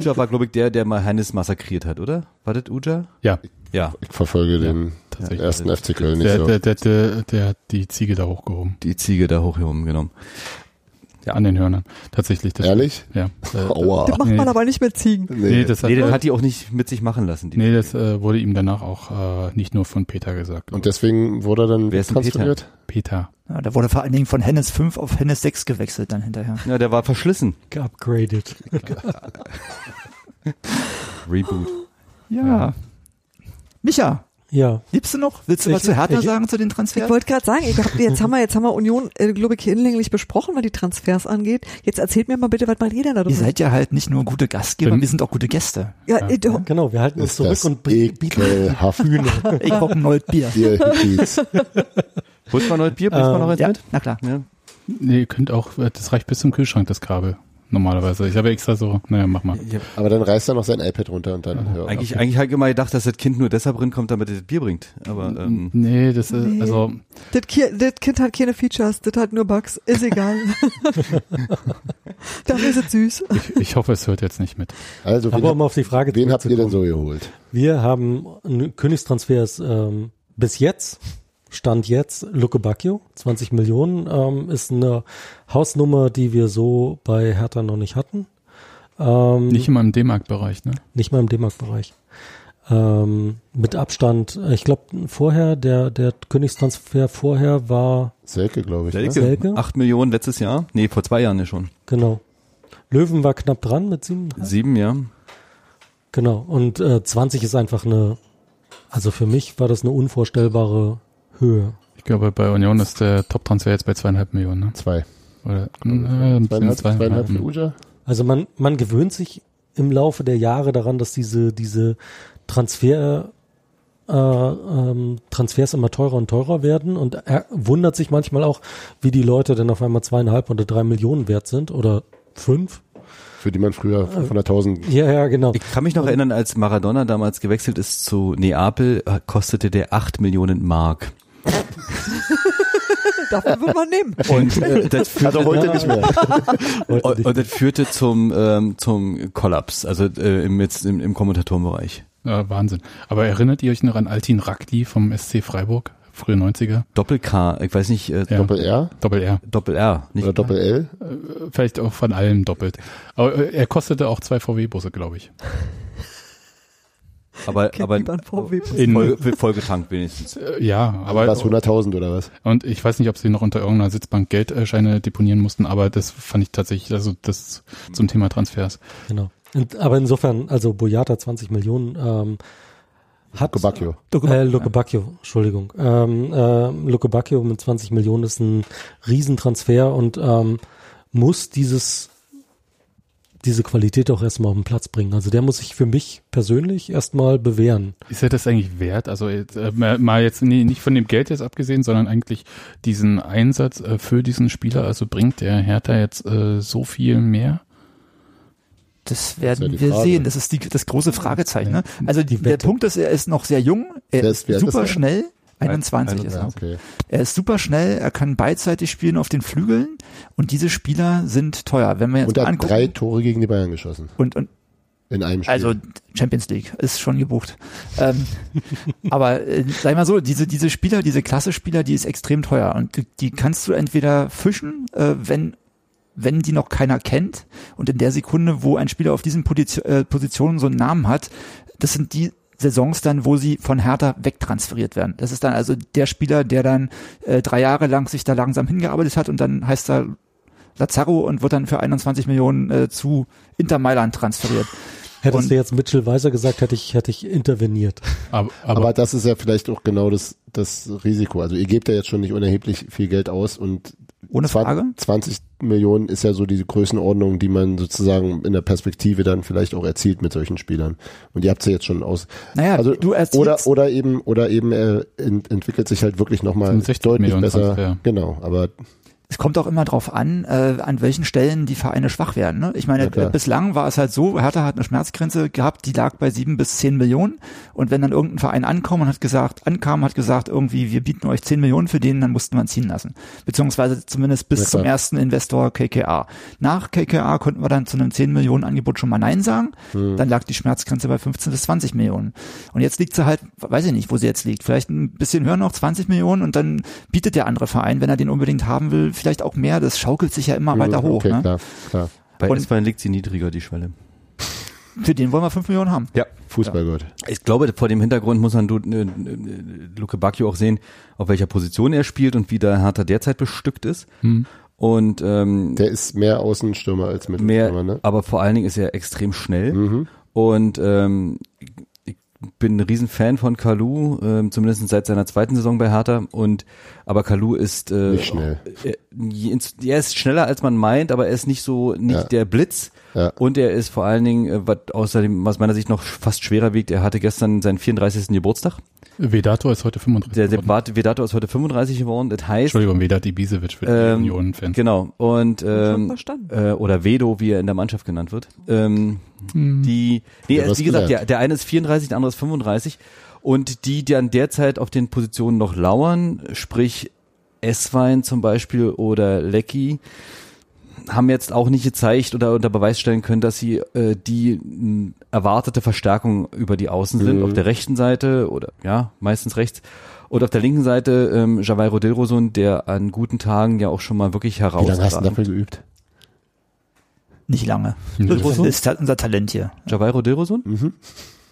Speaker 4: Uja war, glaube ich, der, der mal Hennes massakriert hat, oder? War das Uja?
Speaker 1: Ja,
Speaker 4: Ja.
Speaker 5: Ich verfolge den
Speaker 1: tatsächlich.
Speaker 5: ersten FC Köln nicht
Speaker 1: der,
Speaker 5: so.
Speaker 1: der, der, der, der hat die Ziege da hochgehoben.
Speaker 4: Die Ziege da hochgehoben genau. genommen.
Speaker 1: An den Hörnern. Tatsächlich. Das
Speaker 5: Ehrlich?
Speaker 1: Ja. Äh,
Speaker 5: Aua.
Speaker 2: Das macht man
Speaker 1: Nee.
Speaker 2: aber nicht mit Ziegen.
Speaker 1: nee, das hat,
Speaker 4: Nee, das hat die auch nicht mit sich machen lassen. Die
Speaker 1: nee, das äh, wurde ihm danach auch äh, nicht nur von Peter gesagt.
Speaker 5: Und deswegen wurde er dann
Speaker 4: Wer ist denn
Speaker 5: transferiert?
Speaker 1: Peter.
Speaker 6: Ja, da wurde vor allen Dingen von Hennes 5 auf Hennes 6 gewechselt dann hinterher.
Speaker 4: ja, der war verschlissen.
Speaker 3: Geupgradet.
Speaker 4: Reboot.
Speaker 6: Ja.
Speaker 1: Ja.
Speaker 6: Micha,
Speaker 3: Ja,
Speaker 6: liebst du noch? Willst du was
Speaker 3: Ich-
Speaker 6: zu Hertha
Speaker 3: ich-
Speaker 6: sagen zu den
Speaker 2: Ich
Speaker 6: Transfers?
Speaker 2: wollte gerade sagen, ich hab, jetzt haben wir jetzt haben wir Union, äh, glaube ich, hinlänglich besprochen, was die Transfers angeht. Jetzt erzählt mir mal bitte, was mal jeder da
Speaker 6: Ihr
Speaker 2: drin
Speaker 6: seid ja halt nicht nur gute Gastgeber,
Speaker 1: Bin-
Speaker 6: wir sind auch gute Gäste.
Speaker 2: Ja, ich- doch,
Speaker 3: genau, wir halten uns
Speaker 5: Ist
Speaker 3: zurück
Speaker 5: das
Speaker 3: und bi- bieten
Speaker 5: ekelhaft,
Speaker 3: Bühne.
Speaker 6: Ich brauche ein neues Bier.
Speaker 5: ihr Hippies.
Speaker 4: Holst mal noch ein Bier? Bringst mal
Speaker 3: Ähm,
Speaker 4: noch eins
Speaker 6: Ja,
Speaker 4: mit?
Speaker 6: na klar.
Speaker 4: Ja.
Speaker 1: Nee, ihr könnt auch, äh, das reicht bis zum Kühlschrank, das Kabel. Normalerweise. Ich habe extra so, naja, mach mal.
Speaker 5: Aber dann reißt er noch sein iPad runter und dann hört er.
Speaker 4: Eigentlich, eigentlich habe ich immer gedacht, dass das Kind nur deshalb rinkommt, damit es das Bier bringt. Aber ähm,
Speaker 1: Nee, das ist,
Speaker 2: Nee.
Speaker 1: also,
Speaker 2: das, Ki- das Kind hat keine Features, das hat nur Bugs, ist egal. Dafür ist es süß.
Speaker 1: ich, ich hoffe, es hört jetzt nicht mit.
Speaker 5: Also, wen,
Speaker 3: Aber um
Speaker 5: hab,
Speaker 3: auf die Frage
Speaker 5: wen habt ihr denn
Speaker 3: zurückzukommen.
Speaker 5: so geholt?
Speaker 3: Wir haben einen Königstransfers ähm, bis jetzt, Stand jetzt, Luke Bacchio, 20 Millionen, ähm, ist eine Hausnummer, die wir so bei Hertha noch nicht hatten. Ähm,
Speaker 5: Mhm.
Speaker 1: Nicht immer im D-Mark-Bereich, ne?
Speaker 3: Nicht mal im D-Mark-Bereich. Ähm, mit Abstand, äh, ich glaube, vorher, der, der Königstransfer vorher war,
Speaker 5: Selke, glaube ich.
Speaker 4: Selke,
Speaker 5: Ne?
Speaker 3: Selke?
Speaker 4: 8 Millionen letztes Jahr. Nee, vor zwei Jahren ja schon.
Speaker 3: genau, Löwen war knapp dran mit sieben.
Speaker 4: Sieben, ja.
Speaker 3: Genau, und äh, 20 ist einfach eine, also für mich war das eine unvorstellbare Höhe.
Speaker 1: Ich glaube, bei Union ist der Top-Transfer jetzt bei zweieinhalb Millionen, ne?
Speaker 5: Zwei.
Speaker 1: Oder, äh, ein bisschen
Speaker 5: Also Zweieinhalb, zweieinhalb für
Speaker 1: hm.
Speaker 5: Uja.
Speaker 3: Also man, man gewöhnt sich im Laufe der Jahre daran, dass diese, diese Transfer, äh, ähm, Transfers immer teurer und teurer werden und er wundert sich manchmal auch, wie die Leute dann auf einmal zweieinhalb oder drei Millionen wert sind oder fünf.
Speaker 5: Für die man früher von der 1000
Speaker 3: Ja, ja, genau.
Speaker 4: Ich kann mich noch erinnern, als Maradona damals gewechselt ist zu Neapel, äh, kostete der 8 Millionen Mark.
Speaker 2: Dafür wird man nehmen.
Speaker 4: Und äh, das führte
Speaker 5: Also heute nicht mehr.
Speaker 3: Heute
Speaker 4: Und,
Speaker 3: nicht.
Speaker 4: und das führte zum, ähm, zum Kollaps, also äh, im, jetzt im, im Kommentatorenbereich.
Speaker 1: Ja, Wahnsinn. Aber erinnert ihr euch noch an Altin Rakti vom SC Freiburg? Frühe 90er?
Speaker 4: Doppel-K, ich weiß nicht, äh,
Speaker 1: Ja.
Speaker 5: Doppel-R
Speaker 1: Doppel-R.
Speaker 4: Doppel-R. Nicht
Speaker 5: oder Doppel-L.
Speaker 1: Vielleicht auch von allem doppelt. Aber äh, er kostete auch zwei VW-Busse, glaube ich.
Speaker 4: aber,
Speaker 2: Kind
Speaker 4: aber äh,
Speaker 2: lieber ein VW -Bus.
Speaker 1: In-
Speaker 4: voll, voll getankt wenigstens.
Speaker 1: Äh, Ja, aber
Speaker 5: War es 100.000 oder was?
Speaker 1: und ich weiß nicht, ob sie noch unter irgendeiner Sitzbank Geldscheine deponieren mussten, aber das fand ich tatsächlich, also das zum Thema Transfers.
Speaker 3: genau. Und, aber insofern, also Boyata 20 Millionen ähm, hat
Speaker 5: Kobakio.
Speaker 3: Äh, Luke Bacchio, Entschuldigung. Ähm, äh, Luke Bacchio mit 20 Millionen ist ein Riesentransfer und ähm, muss dieses, diese Qualität auch erstmal auf den Platz bringen. Also der muss sich für mich persönlich erstmal bewähren.
Speaker 1: Ist er das eigentlich wert? Also jetzt, äh, mal- mal jetzt nee, nicht von dem Geld jetzt abgesehen, sondern eigentlich diesen Einsatz äh, für diesen Spieler, also bringt der Hertha jetzt äh, so viel mehr?
Speaker 6: Das
Speaker 5: Das
Speaker 6: werden
Speaker 5: ist ja die
Speaker 6: wir
Speaker 5: Frage.
Speaker 6: sehen. Das ist die, das große Fragezeichen. Ne? Also
Speaker 3: Die
Speaker 6: der
Speaker 3: Wette.
Speaker 6: Punkt ist, er ist noch sehr jung, er
Speaker 5: Der
Speaker 6: ist
Speaker 5: ist- wie alt ist
Speaker 6: super
Speaker 5: er?
Speaker 6: schnell. 21 ist
Speaker 5: Ja,
Speaker 6: er.
Speaker 5: okay.
Speaker 6: Er ist super schnell, er kann beidseitig spielen auf den Flügeln und diese Spieler sind teuer. Wenn wir jetzt
Speaker 5: Und
Speaker 6: mal
Speaker 5: er hat
Speaker 6: angucken
Speaker 5: drei Tore gegen die Bayern geschossen.
Speaker 6: und, und
Speaker 5: In einem Spiel.
Speaker 6: also Champions League ist schon gebucht. ähm, aber äh, sei mal so, diese, diese Spieler, diese Klasse-Spieler, die ist extrem teuer und die, die kannst du entweder fischen, äh, wenn wenn die noch keiner kennt und in der Sekunde, wo ein Spieler auf diesen Position, äh, Positionen so einen Namen hat, das sind die Saisons dann, wo sie von Hertha wegtransferiert werden. Das ist dann also der Spieler, der dann äh, drei Jahre lang sich da langsam hingearbeitet hat und dann heißt er Lazaro und wird dann für 21 Millionen äh, zu Inter Mailand transferiert.
Speaker 3: Hättest
Speaker 6: Und-
Speaker 3: du jetzt Mitchell Weiser gesagt, hätte ich, hätte ich interveniert.
Speaker 1: Aber,
Speaker 5: Aber,
Speaker 1: aber,
Speaker 5: das ist ja vielleicht auch genau das, das Risiko. Also ihr gebt ja jetzt schon nicht unerheblich viel Geld aus und
Speaker 6: Ohne
Speaker 5: zwan-
Speaker 6: Frage.
Speaker 5: 20 Millionen ist ja so die Größenordnung, die man sozusagen in der Perspektive dann vielleicht auch erzielt mit solchen Spielern. Und ihr habt sie jetzt schon aus.
Speaker 6: Naja,
Speaker 5: also
Speaker 6: du erzielst-
Speaker 5: oder oder eben oder eben äh, ent, entwickelt sich halt wirklich nochmal
Speaker 1: 65
Speaker 5: deutlich
Speaker 1: Millionen
Speaker 5: besser.
Speaker 1: Transfer.
Speaker 5: Genau, aber
Speaker 6: Es kommt auch immer drauf an, äh, an welchen Stellen die Vereine schwach werden. Ne? Ich meine,
Speaker 5: Ja, klar.
Speaker 6: äh, bislang war es halt so, Hertha hat eine Schmerzgrenze gehabt, die lag bei sieben bis zehn Millionen. Und wenn dann irgendein Verein ankam und hat gesagt, ankam, hat gesagt, irgendwie, wir bieten euch zehn Millionen für den, dann mussten wir ihn ziehen lassen. Beziehungsweise zumindest bis
Speaker 5: Ja,
Speaker 6: zum
Speaker 5: klar.
Speaker 6: ersten Investor KKA. Nach KKA konnten wir dann zu einem 10 Millionen Angebot schon mal Nein sagen.
Speaker 5: Mhm.
Speaker 6: Dann lag die Schmerzgrenze bei 15 bis 20 Millionen. Und jetzt liegt sie halt, weiß ich nicht, wo sie jetzt liegt. Vielleicht ein bisschen höher noch, 20 Millionen und dann bietet der andere Verein, wenn er den unbedingt haben will, vielleicht auch mehr. Das schaukelt sich ja immer weiter hoch.
Speaker 5: Mhm, okay,
Speaker 6: Ne?
Speaker 5: klar, klar.
Speaker 4: Bei
Speaker 6: Und-
Speaker 4: S-Bahn liegt sie niedriger, die Schwelle.
Speaker 6: Für den wollen wir 5 Millionen haben.
Speaker 4: Ja.
Speaker 5: Fußballgott.
Speaker 4: Ich glaube, vor dem Hintergrund muss man du- äh, äh, Luke Bacchio auch sehen, auf welcher Position er spielt und wie der Hertha derzeit bestückt ist.
Speaker 1: hm,
Speaker 4: Und ähm,
Speaker 5: Der ist mehr Außenstürmer als
Speaker 4: mehr,
Speaker 5: Mittelstürmer, ne?
Speaker 4: aber vor allen Dingen ist er extrem schnell.
Speaker 5: Mhm.
Speaker 4: Und ähm, ich ich bin ein Riesenfan von Kalu, ähm, zumindest seit seiner zweiten Saison bei Hertha. Und aber Kalu ist äh,
Speaker 5: Nicht schnell.
Speaker 4: Er, er ist schneller als man meint, aber er ist nicht so nicht
Speaker 5: Ja.
Speaker 4: der Blitz.
Speaker 5: Ja.
Speaker 4: Und er ist vor allen Dingen, äh, was außerdem, was meiner Sicht noch fast schwerer wiegt, er hatte gestern seinen 34. Geburtstag.
Speaker 1: Vedator ist heute 35
Speaker 4: Der, der
Speaker 1: geworden.
Speaker 4: Bart- Vedato ist heute 35 geworden. Das heißt,
Speaker 1: Entschuldigung, Vedat Ibisevic für die
Speaker 4: Ähm,
Speaker 1: Union-Fans.
Speaker 4: genau. Und
Speaker 2: Schon
Speaker 4: ähm,
Speaker 2: verstanden.
Speaker 4: äh, oder Vedo, wie er in der Mannschaft genannt wird. Ähm,
Speaker 1: Hm,
Speaker 4: Die, nee,
Speaker 5: Ja,
Speaker 4: also
Speaker 5: was
Speaker 4: wie gesagt,
Speaker 5: gelernt.
Speaker 4: der, der eine ist 34, der andere ist 35 und die, die dann derzeit auf den Positionen noch lauern, sprich Esswein zum Beispiel oder Lecky, haben jetzt auch nicht gezeigt oder unter Beweis stellen können, dass sie äh, die mh, erwartete Verstärkung über die Außen sind,
Speaker 5: Mhm.
Speaker 4: auf der rechten Seite oder ja, meistens rechts. Und auf der linken Seite ähm, Javairo Dilrosun, der an guten Tagen ja auch schon mal wirklich
Speaker 5: Wie lange hast du
Speaker 4: herausragend.
Speaker 5: dafür geübt?
Speaker 6: Nicht lange.
Speaker 1: Mhm.
Speaker 6: Das ist halt unser Talent hier.
Speaker 4: Javairo Dilrosun?
Speaker 5: Mhm.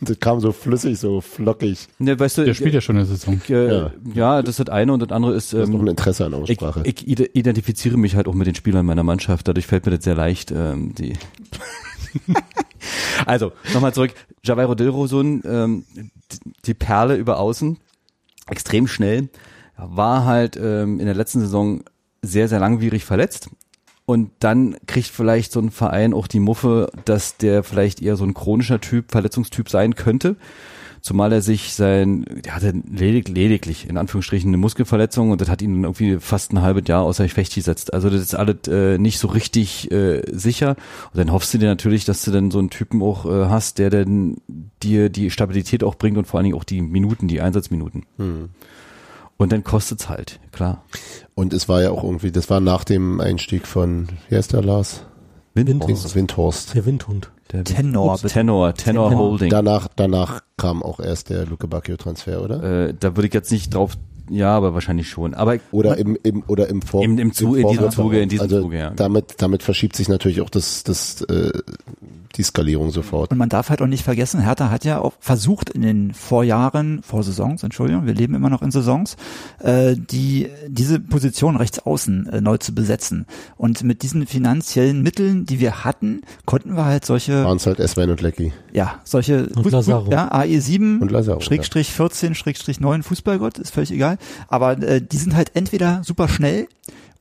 Speaker 5: Das kam so flüssig, so flockig.
Speaker 4: Ne, weißt du,
Speaker 1: Der spielt ja schon eine Saison.
Speaker 4: äh,
Speaker 5: Ja.
Speaker 4: ja. das ist das eine und das andere ist,
Speaker 5: Du hast noch ein
Speaker 4: ähm,
Speaker 5: Interesse an
Speaker 4: ich,
Speaker 5: Aussprache.
Speaker 4: ich ide- identifiziere mich halt auch mit den Spielern meiner Mannschaft, dadurch fällt mir das sehr leicht, ähm, die Also, nochmal zurück, Javairo Dilrosun, ähm, die- die Perle über außen, extrem schnell, war halt ähm, in der letzten Saison sehr, sehr langwierig verletzt. Und dann kriegt vielleicht so ein Verein auch die Muffe, dass der vielleicht eher so ein chronischer Typ, Verletzungstyp sein könnte. Zumal er sich sein, der hatte ledig, lediglich in Anführungsstrichen eine Muskelverletzung und das hat ihn irgendwie fast ein halbes Jahr außer Gefecht gesetzt. Also das ist alles äh, nicht so richtig äh, sicher. Und dann hoffst du dir natürlich, dass du dann so einen Typen auch äh, hast, der dann dir die Stabilität auch bringt und vor allen Dingen auch die Minuten, die Einsatzminuten.
Speaker 1: Hm.
Speaker 4: Und dann kostet's halt, klar.
Speaker 5: Und es war ja auch irgendwie, das war nach dem Einstieg von, wie heißt der Lars?
Speaker 4: Windhorst.
Speaker 5: Windhorst.
Speaker 3: Der Windhund.
Speaker 4: Der
Speaker 6: Tenor, bitte.
Speaker 4: Tenor, Tenor
Speaker 3: Tenor.
Speaker 4: Holding.
Speaker 5: Danach, danach kam auch erst der Luke Bacchio-Transfer, oder?
Speaker 4: Äh, da würde ich jetzt nicht drauf, ja, aber wahrscheinlich schon. Aber
Speaker 5: Oder im, im, oder im Vor
Speaker 4: hm? Im- im Zu- in diesem
Speaker 5: Vorwärts-
Speaker 4: Zuge, in diesem
Speaker 5: also
Speaker 4: Zuge, ja.
Speaker 5: Damit, damit verschiebt sich natürlich auch das, das, äh, die Skalierung sofort.
Speaker 6: Und man darf halt auch nicht vergessen, Hertha hat ja auch versucht in den Vorjahren, Vorsaisons, Entschuldigung, wir leben immer noch in Saisons, äh, die diese Position rechts außen äh, neu zu besetzen. Und mit diesen finanziellen Mitteln, die wir hatten, konnten wir halt solche,
Speaker 5: Waren es halt Eswein und Lecky.
Speaker 6: ja, solche
Speaker 3: Und Lazaro.
Speaker 6: ja, AE7
Speaker 5: Und Lazaro,
Speaker 6: Schrägstrich 14, Schrägstrich 9 Fußballgott, ist völlig egal. Aber äh, die sind halt entweder super schnell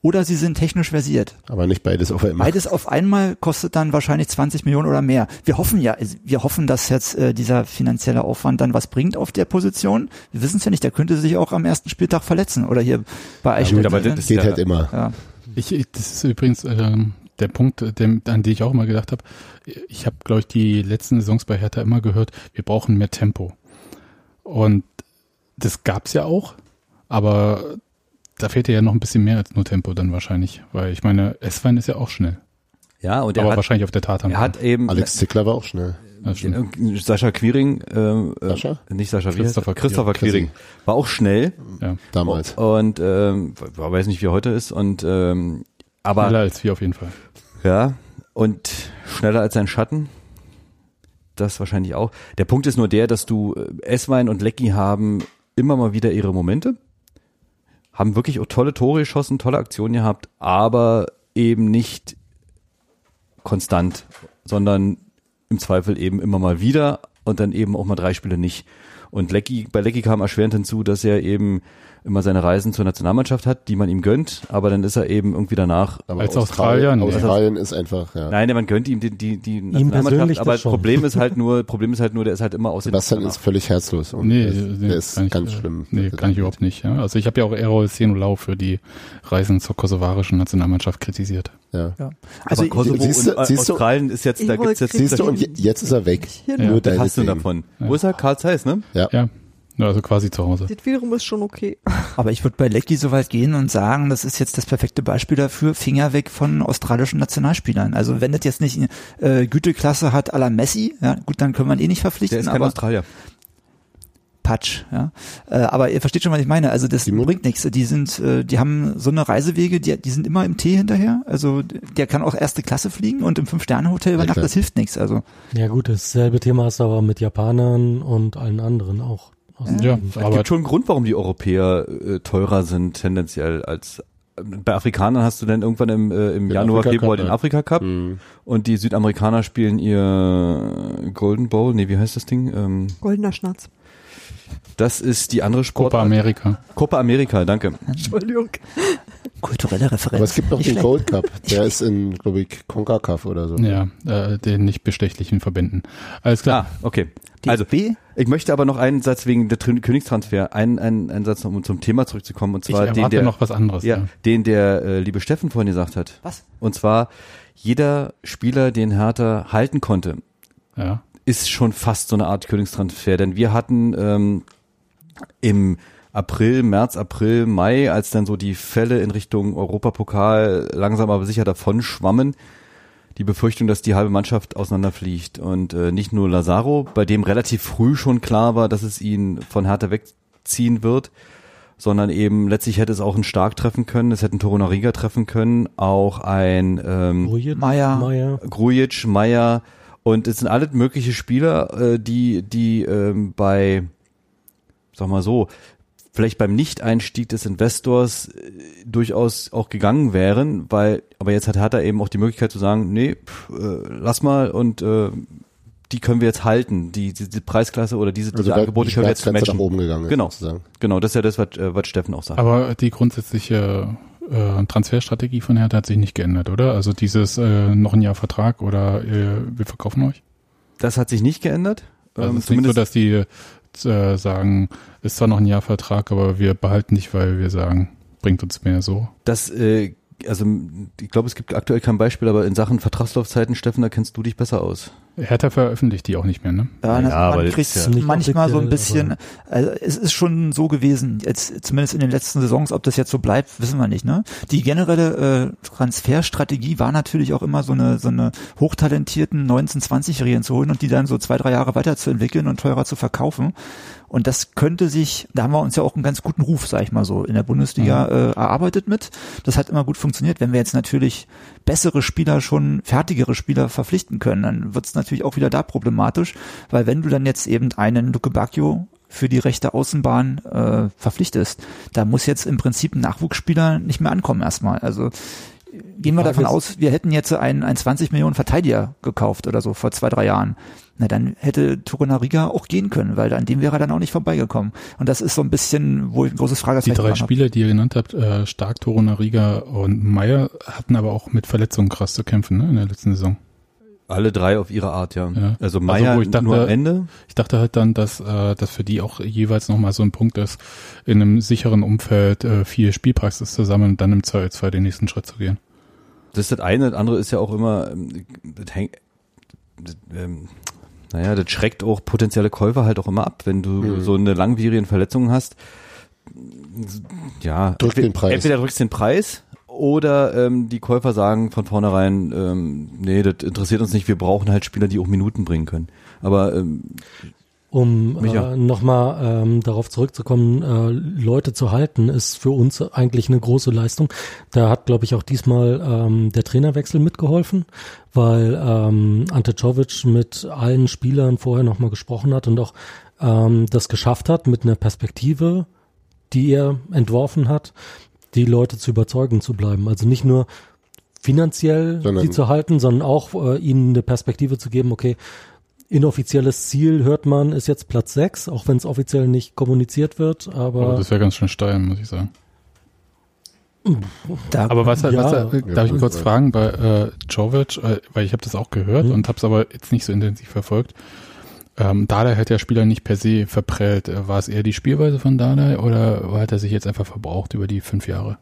Speaker 6: oder sie sind technisch versiert.
Speaker 5: Aber nicht beides auf einmal.
Speaker 6: Beides auf einmal kostet dann wahrscheinlich 20 Millionen oder mehr. Wir hoffen ja, also wir hoffen, dass jetzt äh, dieser finanzielle Aufwand dann was bringt auf der Position. Wir wissen es ja nicht, der könnte sich auch am ersten Spieltag verletzen oder hier bei Eichstätt.
Speaker 4: gut, aber das
Speaker 5: Das geht
Speaker 4: Ja. Hm,
Speaker 5: halt immer.
Speaker 6: ja.
Speaker 1: Ich, ich- das ist übrigens ähm, der Punkt, äh, dem, an den ich auch immer gedacht habe. Ich habe, glaube ich, die letzten Saisons bei Hertha immer gehört, wir brauchen mehr Tempo. Und das gab's ja auch, aber da fehlt ja noch ein bisschen mehr als nur Tempo dann wahrscheinlich. Weil ich meine, S-Wein ist ja auch schnell.
Speaker 4: ja, und er
Speaker 1: aber
Speaker 4: hat,
Speaker 1: wahrscheinlich auf der Tat haben.
Speaker 4: er hat eben
Speaker 5: Alex Zickler war auch schnell.
Speaker 1: Ja, stimmt.
Speaker 4: äh, Sascha Quiring, ähm, äh,
Speaker 5: Sascha?
Speaker 4: nicht Sascha, wie
Speaker 1: Christopher
Speaker 4: heißt er? Christopher
Speaker 5: Quiring.
Speaker 4: Quiring, war auch schnell
Speaker 1: ja.
Speaker 5: Damals.
Speaker 4: und ähm, weiß nicht, wie er heute ist und ähm, aber
Speaker 1: Schneller als wir auf jeden Fall.
Speaker 4: Ja, und schneller als sein Schatten. Das wahrscheinlich auch. Der Punkt ist nur der, dass du äh, Esswein und Lecky haben immer mal wieder ihre Momente, haben wirklich auch tolle Tore geschossen, tolle Aktionen gehabt, aber eben nicht konstant, sondern im Zweifel eben immer mal wieder und dann eben auch mal drei Spiele nicht. Und Lecky, bei Lecky kam erschwerend hinzu, dass er eben immer seine Reisen zur Nationalmannschaft hat, die man ihm gönnt, aber dann ist er eben irgendwie danach
Speaker 5: Aber
Speaker 1: Als Australier, ne? nee.
Speaker 5: Australien ist einfach, ja.
Speaker 4: oh. Nein, man gönnt ihm die, die, die
Speaker 3: persönlich
Speaker 4: Nationalmannschaft,
Speaker 3: das
Speaker 4: aber das
Speaker 3: schon.
Speaker 4: Problem ist halt nur, Problem ist halt nur, der ist halt immer aus den
Speaker 5: Sebastian ist völlig herzlos und
Speaker 1: Nee,
Speaker 5: der,
Speaker 1: den
Speaker 5: ist- der ist
Speaker 1: kann ich,
Speaker 5: ganz
Speaker 1: äh,
Speaker 5: schlimm.
Speaker 1: Nee, kann ich überhaupt nicht. Ja? Also ich habe ja auch Errol Senulau für die Reisen zur kosovarischen Nationalmannschaft kritisiert.
Speaker 5: Ja.
Speaker 4: Also
Speaker 6: Also
Speaker 4: aber Kosovo
Speaker 5: siehst du-
Speaker 4: und
Speaker 5: siehst du-
Speaker 4: Australien ist jetzt, da
Speaker 2: Ich wollte
Speaker 4: gibt's jetzt
Speaker 5: Siehst du, und je- jetzt ist er weg.
Speaker 2: Hier
Speaker 1: Ja.
Speaker 5: Nur
Speaker 4: da hast du davon.
Speaker 5: deinetwegen.
Speaker 4: Wo ist er? Karl Zeiss, ne?
Speaker 1: Ja, Ja, also quasi zu Hause.
Speaker 2: Das wiederum ist schon okay.
Speaker 6: Aber ich würde bei Lecky so weit gehen und sagen, das ist jetzt das perfekte Beispiel dafür, Finger weg von australischen Nationalspielern. Also wenn das jetzt nicht äh, Güteklasse hat à la Messi, ja, gut, dann können wir ihn eh nicht
Speaker 4: Der
Speaker 6: verpflichten,
Speaker 4: ist kein
Speaker 6: aber
Speaker 4: Australier.
Speaker 6: Patsch, ja. Äh, aber ihr versteht schon, was ich meine. Also das
Speaker 5: Die Mut-
Speaker 6: bringt nichts. Die sind, äh, die haben so eine Reisewege, die, die sind immer im Tee hinterher. Also der kann auch erste Klasse fliegen und im Fünf-Sterne-Hotel übernachten,
Speaker 5: klar.
Speaker 6: das hilft nichts. Also
Speaker 3: Ja gut, dasselbe Thema hast du aber mit Japanern und allen anderen auch. Aus dem-
Speaker 1: Ja,
Speaker 4: Es
Speaker 1: aber
Speaker 4: gibt schon einen Grund, warum die Europäer äh, teurer sind tendenziell als bei Afrikanern hast du dann irgendwann im, äh, im
Speaker 5: Den
Speaker 4: Januar,
Speaker 5: Afrika-Cup,
Speaker 4: Februar den
Speaker 5: ja.
Speaker 4: Afrika Cup und die Südamerikaner spielen ihr Golden Bowl, nee, wie heißt das Ding? Ähm,
Speaker 2: Goldener Schnatz.
Speaker 4: das ist die andere Sport.
Speaker 1: Copa America.
Speaker 4: Copa America, danke.
Speaker 2: Entschuldigung.
Speaker 6: kulturelle Referenz.
Speaker 5: Aber es gibt noch
Speaker 6: Nicht
Speaker 5: den
Speaker 6: schlecht.
Speaker 5: Gold Cup. Der ist in, glaube ich, CONCACAF oder so.
Speaker 1: Ja, äh, den nicht bestechlichen Verbänden. Alles
Speaker 4: Ah,
Speaker 1: klar.
Speaker 4: okay. Also
Speaker 6: DFB?
Speaker 4: Ich möchte aber noch einen Satz wegen der Trin- Königstransfer, einen, einen, einen Satz noch, um zum Thema zurückzukommen, und
Speaker 1: ich
Speaker 4: zwar den,
Speaker 1: erwarte
Speaker 4: der,
Speaker 1: noch was anderes.
Speaker 4: ja,
Speaker 1: ja.
Speaker 4: den der äh, liebe Steffen vorhin gesagt hat.
Speaker 6: Was?
Speaker 4: Und zwar, jeder Spieler, den Hertha halten konnte,
Speaker 1: Ja.
Speaker 4: ist schon fast so eine Art Königstransfer, denn wir hatten ähm, im April, März, April, Mai, als dann so die Fälle in Richtung Europapokal langsam aber sicher davon schwammen, die Befürchtung, dass die halbe Mannschaft auseinanderfliegt und äh, nicht nur Lazaro, bei dem relativ früh schon klar war, dass es ihn von Hertha wegziehen wird, sondern eben letztlich hätte es auch ein Stark treffen können, es hätte ein Torunariga treffen können, auch ein ähm,
Speaker 3: Grujic,
Speaker 6: Meier.
Speaker 3: Meier.
Speaker 4: Grujic, Meier und es sind alles mögliche Spieler, äh, die, die ähm, bei, sag mal so, vielleicht beim Nicht-Einstieg des Investors äh, durchaus auch gegangen wären, weil, aber jetzt hat Hertha eben auch die Möglichkeit zu sagen, nee, pff, äh, lass mal und äh, die können wir jetzt halten, die, die, die Preisklasse oder diese, diese
Speaker 5: Also da
Speaker 4: Angebote
Speaker 5: die
Speaker 4: können wir jetzt
Speaker 5: Schmerzgrenze nach
Speaker 4: matchen.
Speaker 5: oben gegangen ist,
Speaker 4: Genau.
Speaker 5: sozusagen.
Speaker 4: Genau, das ist ja das, was, äh, was Steffen auch sagt.
Speaker 1: Aber die grundsätzliche äh, Transferstrategie von Hertha hat sich nicht geändert, oder? Also dieses äh, noch ein Jahr Vertrag oder äh, wir verkaufen euch?
Speaker 4: das hat sich nicht geändert.
Speaker 1: Also
Speaker 4: Ähm,
Speaker 1: es ist nicht so, dass die äh, sagen, ist zwar noch ein Jahr Vertrag, aber wir behalten dich, weil wir sagen, bringt uns mehr so.
Speaker 4: Das, äh, also m, ich glaube, es gibt aktuell kein Beispiel, aber in Sachen Vertragslaufzeiten, Steffen, da kennst du dich besser aus.
Speaker 1: Hertha veröffentlicht die auch nicht mehr, ne?
Speaker 6: Ja,
Speaker 4: Ja,
Speaker 6: na,
Speaker 4: aber
Speaker 6: man
Speaker 4: das
Speaker 6: kriegt
Speaker 4: ist
Speaker 3: ja-
Speaker 6: manchmal so ein
Speaker 3: Nicht
Speaker 6: bisschen,
Speaker 3: offiziell,
Speaker 6: also es ist schon so gewesen, jetzt, zumindest in den letzten Saisons, ob das jetzt so bleibt, wissen wir nicht. Ne? Die generelle äh, Transferstrategie war natürlich auch immer so eine, so eine hochtalentierten 19-, 20-Jährigen zu holen und die dann so zwei, drei Jahre weiterzuentwickeln und teurer zu verkaufen. Und das könnte sich, da haben wir uns ja auch einen ganz guten Ruf, sag ich mal so, in der Bundesliga äh, erarbeitet mit. Das hat immer gut funktioniert. Wenn wir jetzt natürlich bessere Spieler schon, fertigere Spieler verpflichten können, dann wird es natürlich auch wieder da problematisch, weil wenn du dann jetzt eben einen Luke Bacchio für die rechte Außenbahn äh, verpflichtest, da muss jetzt im Prinzip ein Nachwuchsspieler nicht mehr ankommen erstmal. Also gehen wir
Speaker 3: Frage
Speaker 6: davon
Speaker 3: ist-
Speaker 6: aus, wir hätten jetzt einen, einen 20 Millionen Verteidiger gekauft oder so vor zwei, drei Jahren. Na, dann hätte Torunariga auch gehen können, weil an dem wäre er dann auch nicht vorbeigekommen. Und das ist so ein bisschen, wo ich ein großes
Speaker 1: Die
Speaker 6: Fragezeichen
Speaker 1: drei
Speaker 6: dran habe.
Speaker 1: Spieler, die ihr genannt habt, äh, Stark, Torunariga und Meier, hatten aber auch mit Verletzungen krass zu kämpfen ne, in der letzten Saison.
Speaker 4: Alle drei auf ihre Art, ja.
Speaker 1: Ja.
Speaker 4: Also
Speaker 1: Meier
Speaker 4: Meier
Speaker 1: wo ich dachte-
Speaker 4: nur
Speaker 1: nur
Speaker 4: am
Speaker 1: am
Speaker 4: Ende.
Speaker 1: Ich dachte halt dann, dass äh, das für die auch jeweils nochmal so ein Punkt ist, in einem sicheren Umfeld äh, viel Spielpraxis zu sammeln und dann im Zweifelsfall den nächsten Schritt zu gehen.
Speaker 4: Das ist das eine, das andere ist ja auch immer, ähm, das häng, das, ähm, naja, das schreckt auch potenzielle Käufer halt auch immer ab, wenn du
Speaker 5: Mhm.
Speaker 4: so eine langwierige Verletzung hast. Ja,
Speaker 5: Drückt
Speaker 4: entweder-
Speaker 5: den Preis.
Speaker 4: Entweder drückst den Preis oder ähm, die Käufer sagen von vornherein, ähm, nee, das interessiert uns nicht, wir brauchen halt Spieler, die auch Minuten bringen können. Aber ähm,
Speaker 3: Um
Speaker 4: Micha.
Speaker 3: äh, nochmal ähm, darauf zurückzukommen, äh, Leute zu halten, ist für uns eigentlich eine große Leistung. Da hat, glaube ich, auch diesmal ähm, der Trainerwechsel mitgeholfen, weil ähm, Ante Czovic mit allen Spielern vorher nochmal gesprochen hat und auch ähm, das geschafft hat, mit einer Perspektive, die er entworfen hat, die Leute zu überzeugen zu bleiben. Also nicht nur finanziell
Speaker 5: Sondern-
Speaker 3: die zu halten, sondern auch äh, ihnen eine Perspektive zu geben, okay, inoffizielles Ziel, hört man, ist jetzt Platz 6, auch wenn es offiziell nicht kommuniziert wird,
Speaker 1: Aber
Speaker 3: aber
Speaker 1: das wäre ganz schön steil, muss ich sagen.
Speaker 6: Da,
Speaker 1: Aber was, halt-
Speaker 3: Ja.
Speaker 1: was darf
Speaker 5: Ja,
Speaker 1: ich
Speaker 5: gut,
Speaker 1: kurz
Speaker 5: aber-
Speaker 1: fragen bei äh, Jovic, äh, weil ich habe das auch gehört
Speaker 3: Hm.
Speaker 1: und habe es aber jetzt nicht so intensiv verfolgt. Ähm, Dardai hat ja Spieler nicht per se verprellt. Äh, War es eher die Spielweise von Dardai oder hat er sich jetzt einfach verbraucht über die fünf Jahre?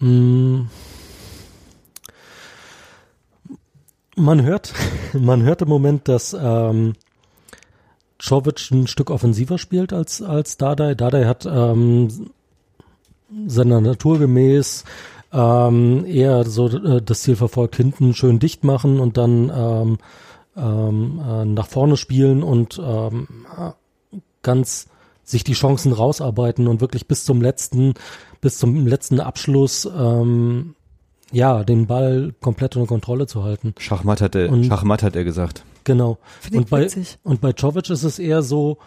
Speaker 3: Mm. Man hört, man hört im Moment, dass ähm, Jovic ein Stück offensiver spielt als, als Dardai. Dardai hat ähm, seiner Natur gemäß ähm, eher so äh, das Ziel verfolgt, hinten schön dicht machen und dann ähm, ähm, äh, nach vorne spielen und ähm, äh, ganz sich die Chancen rausarbeiten und wirklich bis zum letzten, bis zum letzten Abschluss ähm, ja, den Ball komplett unter Kontrolle zu halten.
Speaker 4: Schachmatt hat er,
Speaker 3: Und-
Speaker 4: Schachmatt hat er gesagt.
Speaker 3: Genau.
Speaker 2: Finde
Speaker 3: Und
Speaker 2: ich
Speaker 3: bei-
Speaker 2: witzig.
Speaker 3: Und bei Jovic ist es eher so,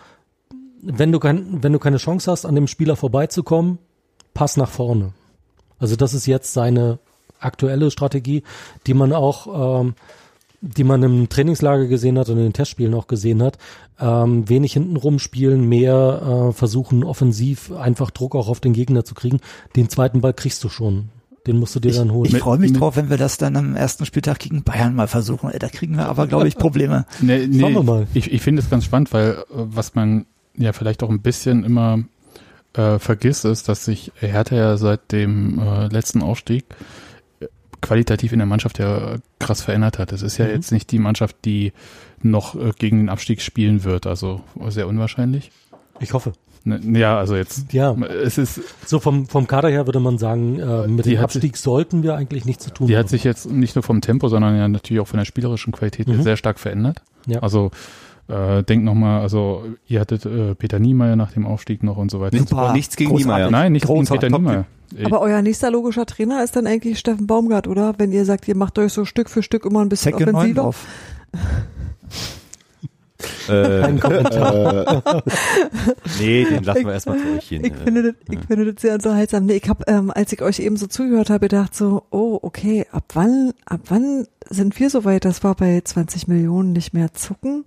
Speaker 3: wenn du, kein, wenn du keine Chance hast, an dem Spieler vorbeizukommen, pass nach vorne. Also das ist jetzt seine aktuelle Strategie, die man auch, ähm, die man im Trainingslager gesehen hat und in den Testspielen auch gesehen hat. Ähm, wenig hinten rumspielen, mehr äh, versuchen offensiv einfach Druck auch auf den Gegner zu kriegen. Den zweiten Ball kriegst du schon. Den musst du dir dann holen.
Speaker 6: ich freue mich
Speaker 1: mit-
Speaker 6: drauf, wenn wir das dann am ersten Spieltag gegen Bayern mal versuchen. Ey, Da kriegen wir aber, glaube ich, Probleme.
Speaker 1: Nee, nee,
Speaker 3: Schauen wir mal.
Speaker 1: Ich, ich finde es ganz spannend, weil äh, was man ja vielleicht auch ein bisschen immer äh, vergisst, ist, dass sich Hertha ja seit dem äh, letzten Aufstieg äh, qualitativ in der Mannschaft ja äh, krass verändert hat. Es ist ja
Speaker 3: Mhm.
Speaker 1: jetzt nicht die Mannschaft, die noch äh, gegen den Abstieg spielen wird, also sehr unwahrscheinlich.
Speaker 3: Ich hoffe.
Speaker 1: Ne, ja, also jetzt.
Speaker 3: Ja.
Speaker 1: Es ist,
Speaker 3: So vom, vom Kader her würde man sagen, äh, mit
Speaker 1: Die
Speaker 3: dem
Speaker 1: hat sich-
Speaker 3: Abstieg sollten wir eigentlich nichts zu tun
Speaker 1: die
Speaker 3: haben.
Speaker 1: hat sich jetzt nicht nur vom Tempo, sondern ja natürlich auch von der spielerischen Qualität
Speaker 3: Mhm.
Speaker 1: sehr stark verändert.
Speaker 3: Ja.
Speaker 1: Also äh, denk nochmal, also ihr hattet äh, Peter Niemeyer nach dem Aufstieg noch und so weiter.
Speaker 6: Super.
Speaker 4: Aber nichts gegen
Speaker 6: Großartig.
Speaker 4: Niemeyer.
Speaker 1: Nein, nicht gegen
Speaker 4: Großer
Speaker 1: Peter
Speaker 4: Top-
Speaker 1: Niemeyer.
Speaker 2: Aber euer nächster logischer Trainer ist dann eigentlich Steffen Baumgart, oder? Wenn ihr sagt, ihr macht euch so Stück für Stück immer ein bisschen
Speaker 6: Zecke
Speaker 2: offensiver.
Speaker 6: Neundorf.
Speaker 4: Äh,
Speaker 5: Äh,
Speaker 4: nee, den lassen
Speaker 2: Ich-
Speaker 4: wir erstmal für euch hin.
Speaker 2: Ich
Speaker 4: Äh,
Speaker 2: finde, das, ich finde das sehr unterhaltsam. Nee, ich habe, ähm, als ich euch eben so zugehört habe, gedacht so, oh, okay, ab wann, ab wann sind wir so weit, dass wir bei 20 Millionen nicht mehr zucken?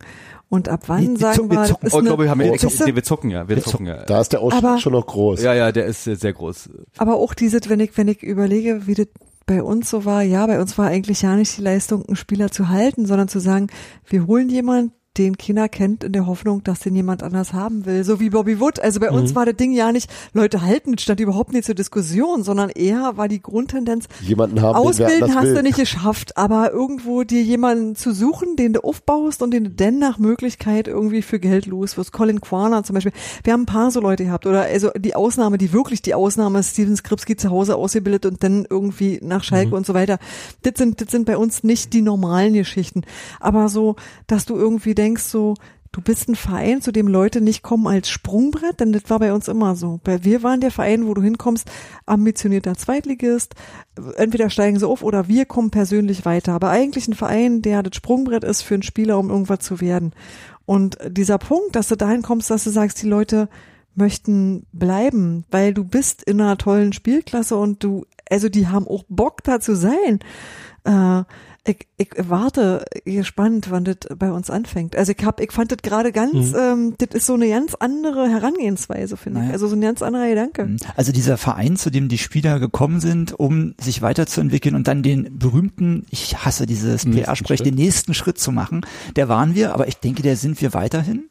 Speaker 2: Und ab wann
Speaker 6: Die- die
Speaker 2: sagen
Speaker 6: zucken- wir
Speaker 2: wir, das
Speaker 6: zucken-
Speaker 2: ist
Speaker 4: oh,
Speaker 2: eine,
Speaker 4: glaube ich, haben wir,
Speaker 2: Siehst du?
Speaker 4: wir zocken ja, wir zocken ja.
Speaker 5: da ist der Ausschnitt
Speaker 2: Aber-
Speaker 5: schon noch groß.
Speaker 4: Ja, ja, der ist äh, sehr groß.
Speaker 2: Aber auch dieses, wenn ich, wenn ich überlege, wie das bei uns so war, ja, bei uns war eigentlich ja nicht die Leistung, einen Spieler zu halten, sondern zu sagen, wir holen jemanden, den Kinder kennt, in der Hoffnung, dass den jemand anders haben will. So wie Bobby Wood. Also bei
Speaker 5: Mhm.
Speaker 2: uns war das Ding ja nicht, Leute halten, das stand überhaupt nicht zur Diskussion, sondern eher war die Grundtendenz,
Speaker 5: Jemanden haben, den wer
Speaker 2: Ausbilden
Speaker 5: anders
Speaker 2: hast
Speaker 5: will.
Speaker 2: du nicht geschafft, aber irgendwo dir jemanden zu suchen, den du aufbaust und den du dann nach Möglichkeit irgendwie für Geld los wirst. Colin Quaner zum Beispiel. Wir haben ein paar so Leute gehabt, oder also die Ausnahme, die wirklich die Ausnahme ist, Steven Skripski zu Hause ausgebildet und dann irgendwie nach Schalke und so weiter. Das sind, das sind bei uns nicht die normalen Geschichten. Aber so, dass du irgendwie denkst, so, Du bist ein Verein, zu dem Leute nicht kommen als Sprungbrett, denn das war bei uns immer so. Bei wir waren der Verein, wo du hinkommst, ambitionierter Zweitligist, entweder steigen sie auf oder wir kommen persönlich weiter. Aber eigentlich ein Verein, der das Sprungbrett ist für einen Spieler, um irgendwas zu werden. Und dieser Punkt, dass du dahin kommst, dass du sagst, die Leute möchten bleiben, weil du bist in einer tollen Spielklasse und du, also die haben auch Bock da zu sein. Äh, ich, ich warte gespannt, wann das bei uns anfängt. Also ich hab, ich fand das gerade ganz,
Speaker 1: Mhm.
Speaker 2: ähm, das ist so eine ganz andere Herangehensweise, finde
Speaker 6: Naja.
Speaker 2: ich. Also so ein ganz anderer Gedanke.
Speaker 1: Mhm.
Speaker 6: Also dieser Verein, zu dem die Spieler gekommen sind, um sich weiterzuentwickeln und dann den berühmten, ich hasse dieses
Speaker 1: Nächsten
Speaker 6: PR-Sprech,
Speaker 1: Schritt.
Speaker 6: den nächsten Schritt zu machen, der waren wir, aber ich denke, der sind wir weiterhin.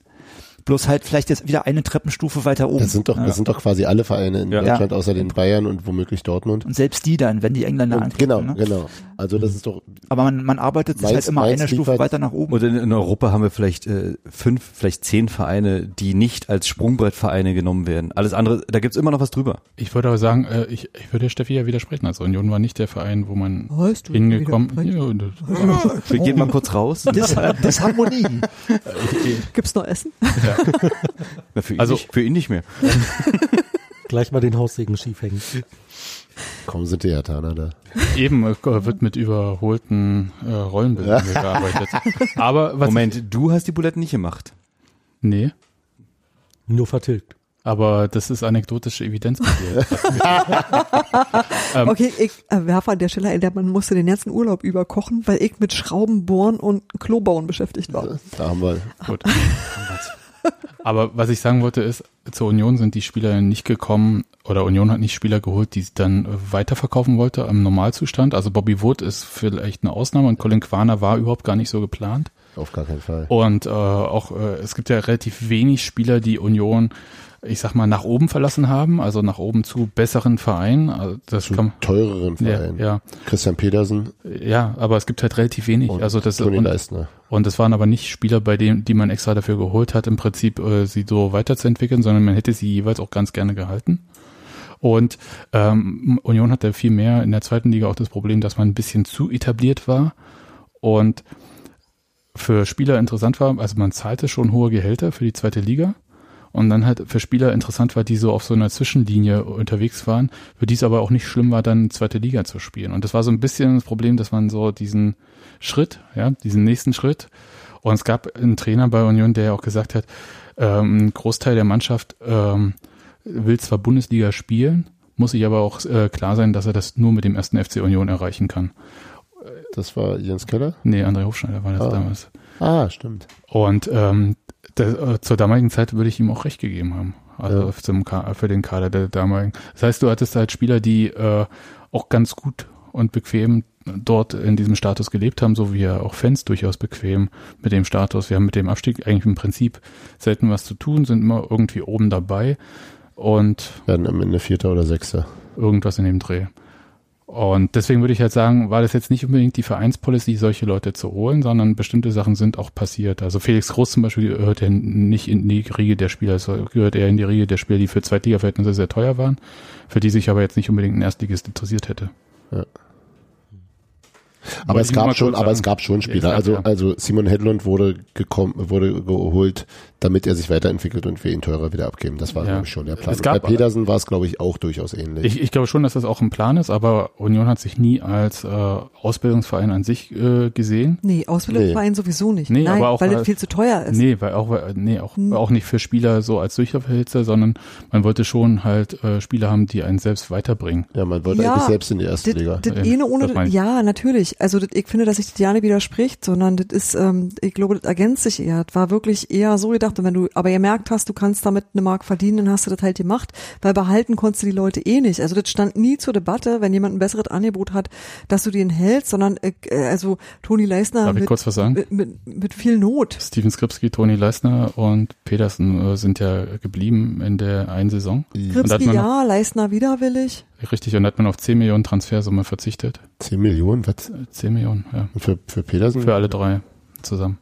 Speaker 6: Bloß halt vielleicht jetzt wieder eine Treppenstufe weiter oben.
Speaker 5: Das sind doch,
Speaker 6: Ja.
Speaker 5: das sind doch quasi alle Vereine in
Speaker 4: Ja.
Speaker 5: Deutschland, außer den Bayern und womöglich Dortmund.
Speaker 6: und selbst die dann, wenn die Engländer
Speaker 5: Und,
Speaker 6: antreten,
Speaker 5: genau,
Speaker 6: ne?
Speaker 5: genau. Also das ist doch,
Speaker 6: Aber man, man arbeitet sich
Speaker 5: Mainz-
Speaker 6: halt immer
Speaker 5: Mainz
Speaker 6: eine Stufe
Speaker 5: liefert-
Speaker 6: weiter nach oben.
Speaker 4: Und in, in Europa haben wir vielleicht äh, fünf, vielleicht zehn Vereine, die nicht als Sprungbrettvereine genommen werden. Alles andere, da gibt's immer noch was drüber.
Speaker 1: Ich würde aber sagen, äh, ich, ich würde Steffi ja widersprechen. Also Union war nicht der Verein, wo man
Speaker 2: Hast du
Speaker 1: hingekommen
Speaker 2: wieder-
Speaker 1: ja, und das-
Speaker 4: Wir gehen mal kurz raus.
Speaker 6: Dis Disharmonie.
Speaker 2: Gibt's noch Essen?
Speaker 4: Na, für, ihn
Speaker 1: Also-
Speaker 4: nicht, für ihn nicht mehr.
Speaker 3: Gleich mal den Haussegen schief hängen.
Speaker 5: komm, sind die Hertaner da.
Speaker 1: eben äh, wird mit überholten äh, Rollenbildern gearbeitet. Aber was
Speaker 4: Moment, du hast die Buletten nicht gemacht.
Speaker 1: Nee,
Speaker 3: Nur vertilgt.
Speaker 1: aber das ist anekdotische Evidenz. Ähm.
Speaker 2: okay, ich äh, werfe an der Stelle ein, der man musste den ganzen Urlaub überkochen, weil ich mit Schrauben, Bohren und Klo bauen beschäftigt war.
Speaker 5: Da haben wir.
Speaker 1: Gut. Aber was ich sagen wollte ist, zur Union sind die Spieler nicht gekommen oder Union hat nicht Spieler geholt, die sie dann äh, weiterverkaufen wollte im Normalzustand. Also Bobby Wood ist vielleicht eine Ausnahme und Colin Quaner war überhaupt gar nicht so geplant.
Speaker 5: Auf gar keinen Fall.
Speaker 1: Und äh, auch äh, es gibt ja relativ wenig Spieler, die Union, ich sag mal, nach oben verlassen haben, also nach oben zu besseren Vereinen. Also das
Speaker 5: Zu
Speaker 1: kann
Speaker 5: teureren
Speaker 1: ja,
Speaker 5: Verein.
Speaker 1: ja,
Speaker 5: Christian Pedersen
Speaker 1: ja, aber es gibt halt relativ wenig.
Speaker 5: und
Speaker 1: also das
Speaker 5: Toni
Speaker 1: und-
Speaker 5: Leistner.
Speaker 1: und das waren aber nicht Spieler, bei denen, die man extra dafür geholt hat, im Prinzip äh, sie so weiterzuentwickeln, sondern man hätte sie jeweils auch ganz gerne gehalten. Und ähm, Union hatte viel mehr in der zweiten Liga auch das Problem, dass man ein bisschen zu etabliert war und für Spieler interessant war, also man zahlte schon hohe Gehälter für die zweite Liga und dann halt für Spieler interessant war, die so auf so einer Zwischenlinie unterwegs waren, für die es aber auch nicht schlimm war, dann zweite Liga zu spielen. Und das war so ein bisschen das Problem, dass man so diesen Schritt, ja, diesen nächsten Schritt. Und es gab einen Trainer bei Union, der ja auch gesagt hat, ähm, ein Großteil der Mannschaft ähm, will zwar Bundesliga spielen, muss sich aber auch äh, klar sein, dass er das nur mit dem ersten FC Union erreichen kann.
Speaker 5: Das war Jens Keller.
Speaker 1: Nee, André Hofschneider war das
Speaker 5: Ah.
Speaker 1: damals.
Speaker 5: Ah, stimmt.
Speaker 1: Und ähm, das, äh, zur damaligen Zeit würde ich ihm auch recht gegeben haben. Also
Speaker 5: Ja.
Speaker 1: zum Ka- für den Kader der damaligen. Das heißt, du hattest halt Spieler, die äh, auch ganz gut und bequem dort in diesem Status gelebt haben, so wie ja auch Fans durchaus bequem mit dem Status. Wir haben mit dem Abstieg eigentlich im Prinzip selten was zu tun, sind immer irgendwie oben dabei und
Speaker 5: Werden am Ende Vierter oder Sechster.
Speaker 1: irgendwas in dem Dreh. Und deswegen würde ich halt sagen, war das jetzt nicht unbedingt die Vereinspolicy, solche Leute zu holen, sondern bestimmte Sachen sind auch passiert. Also Felix Groß zum Beispiel gehört ja nicht in die Riege der Spieler, es gehört eher in die Riege der Spieler, die für Zweitliga-Verhältnisse sehr teuer waren, für die sich aber jetzt nicht unbedingt ein Erstligist interessiert hätte.
Speaker 5: Aber
Speaker 1: Wollte
Speaker 5: es
Speaker 1: ich nur mal
Speaker 5: gab schon,
Speaker 1: kurz
Speaker 5: aber
Speaker 1: sagen.
Speaker 5: es gab schon Spieler.
Speaker 1: Ja,
Speaker 5: Also,
Speaker 1: ja.
Speaker 5: also Simon Hedlund wurde gekommen, wurde geholt, damit er sich weiterentwickelt und wir ihn teurer wieder abgeben. Das war,
Speaker 1: Ja.
Speaker 5: glaube ich, schon der Plan.
Speaker 1: Es gab-
Speaker 5: Bei Pedersen war es, glaube ich, auch durchaus ähnlich.
Speaker 1: Ich, ich glaube schon, dass das auch ein Plan ist, aber Union hat sich nie als äh, Ausbildungsverein an sich äh, gesehen.
Speaker 2: Nee, Ausbildungsverein sowieso nicht.
Speaker 1: Nee,
Speaker 2: Nein,
Speaker 1: aber auch,
Speaker 2: weil
Speaker 1: äh,
Speaker 2: das viel zu teuer ist.
Speaker 1: Nee, weil auch, weil- nee, auch,
Speaker 2: Hm.
Speaker 1: auch nicht für Spieler so als Durchhilfe, sondern man wollte schon halt äh, Spieler haben, die einen selbst weiterbringen.
Speaker 5: ja, man wollte
Speaker 2: Ja.
Speaker 5: eigentlich selbst in die erste
Speaker 2: Das,
Speaker 5: Liga.
Speaker 1: Ja,
Speaker 2: das eine ohne,
Speaker 1: das meine ich.
Speaker 2: ja, natürlich. Also das, ich finde, dass sich das ja nicht widerspricht, sondern das ist, ähm, ich glaube, das ergänzt sich eher. Das war wirklich eher so gedacht. Und wenn du aber gemerkt hast, du kannst damit eine Mark verdienen, dann hast du das halt gemacht, weil behalten konntest du die Leute eh nicht. Also das stand nie zur Debatte, wenn jemand ein besseres Angebot hat, dass du den hältst, sondern äh, also Toni Leisner
Speaker 1: Darf ich
Speaker 2: mit,
Speaker 1: kurz was sagen?
Speaker 2: mit, mit, mit viel Not.
Speaker 1: Steven Skripski, Toni Leisner und Pedersen äh, sind ja geblieben in der einen Saison. Und hat
Speaker 2: Kripski
Speaker 1: man noch-
Speaker 2: ja, Leisner widerwillig.
Speaker 1: Richtig, und da hat man auf 10 Millionen Transfersumme verzichtet.
Speaker 5: 10 Millionen, was?
Speaker 1: Äh, 10 Millionen, ja.
Speaker 5: Für, für Pedersen?
Speaker 1: Für alle drei zusammen.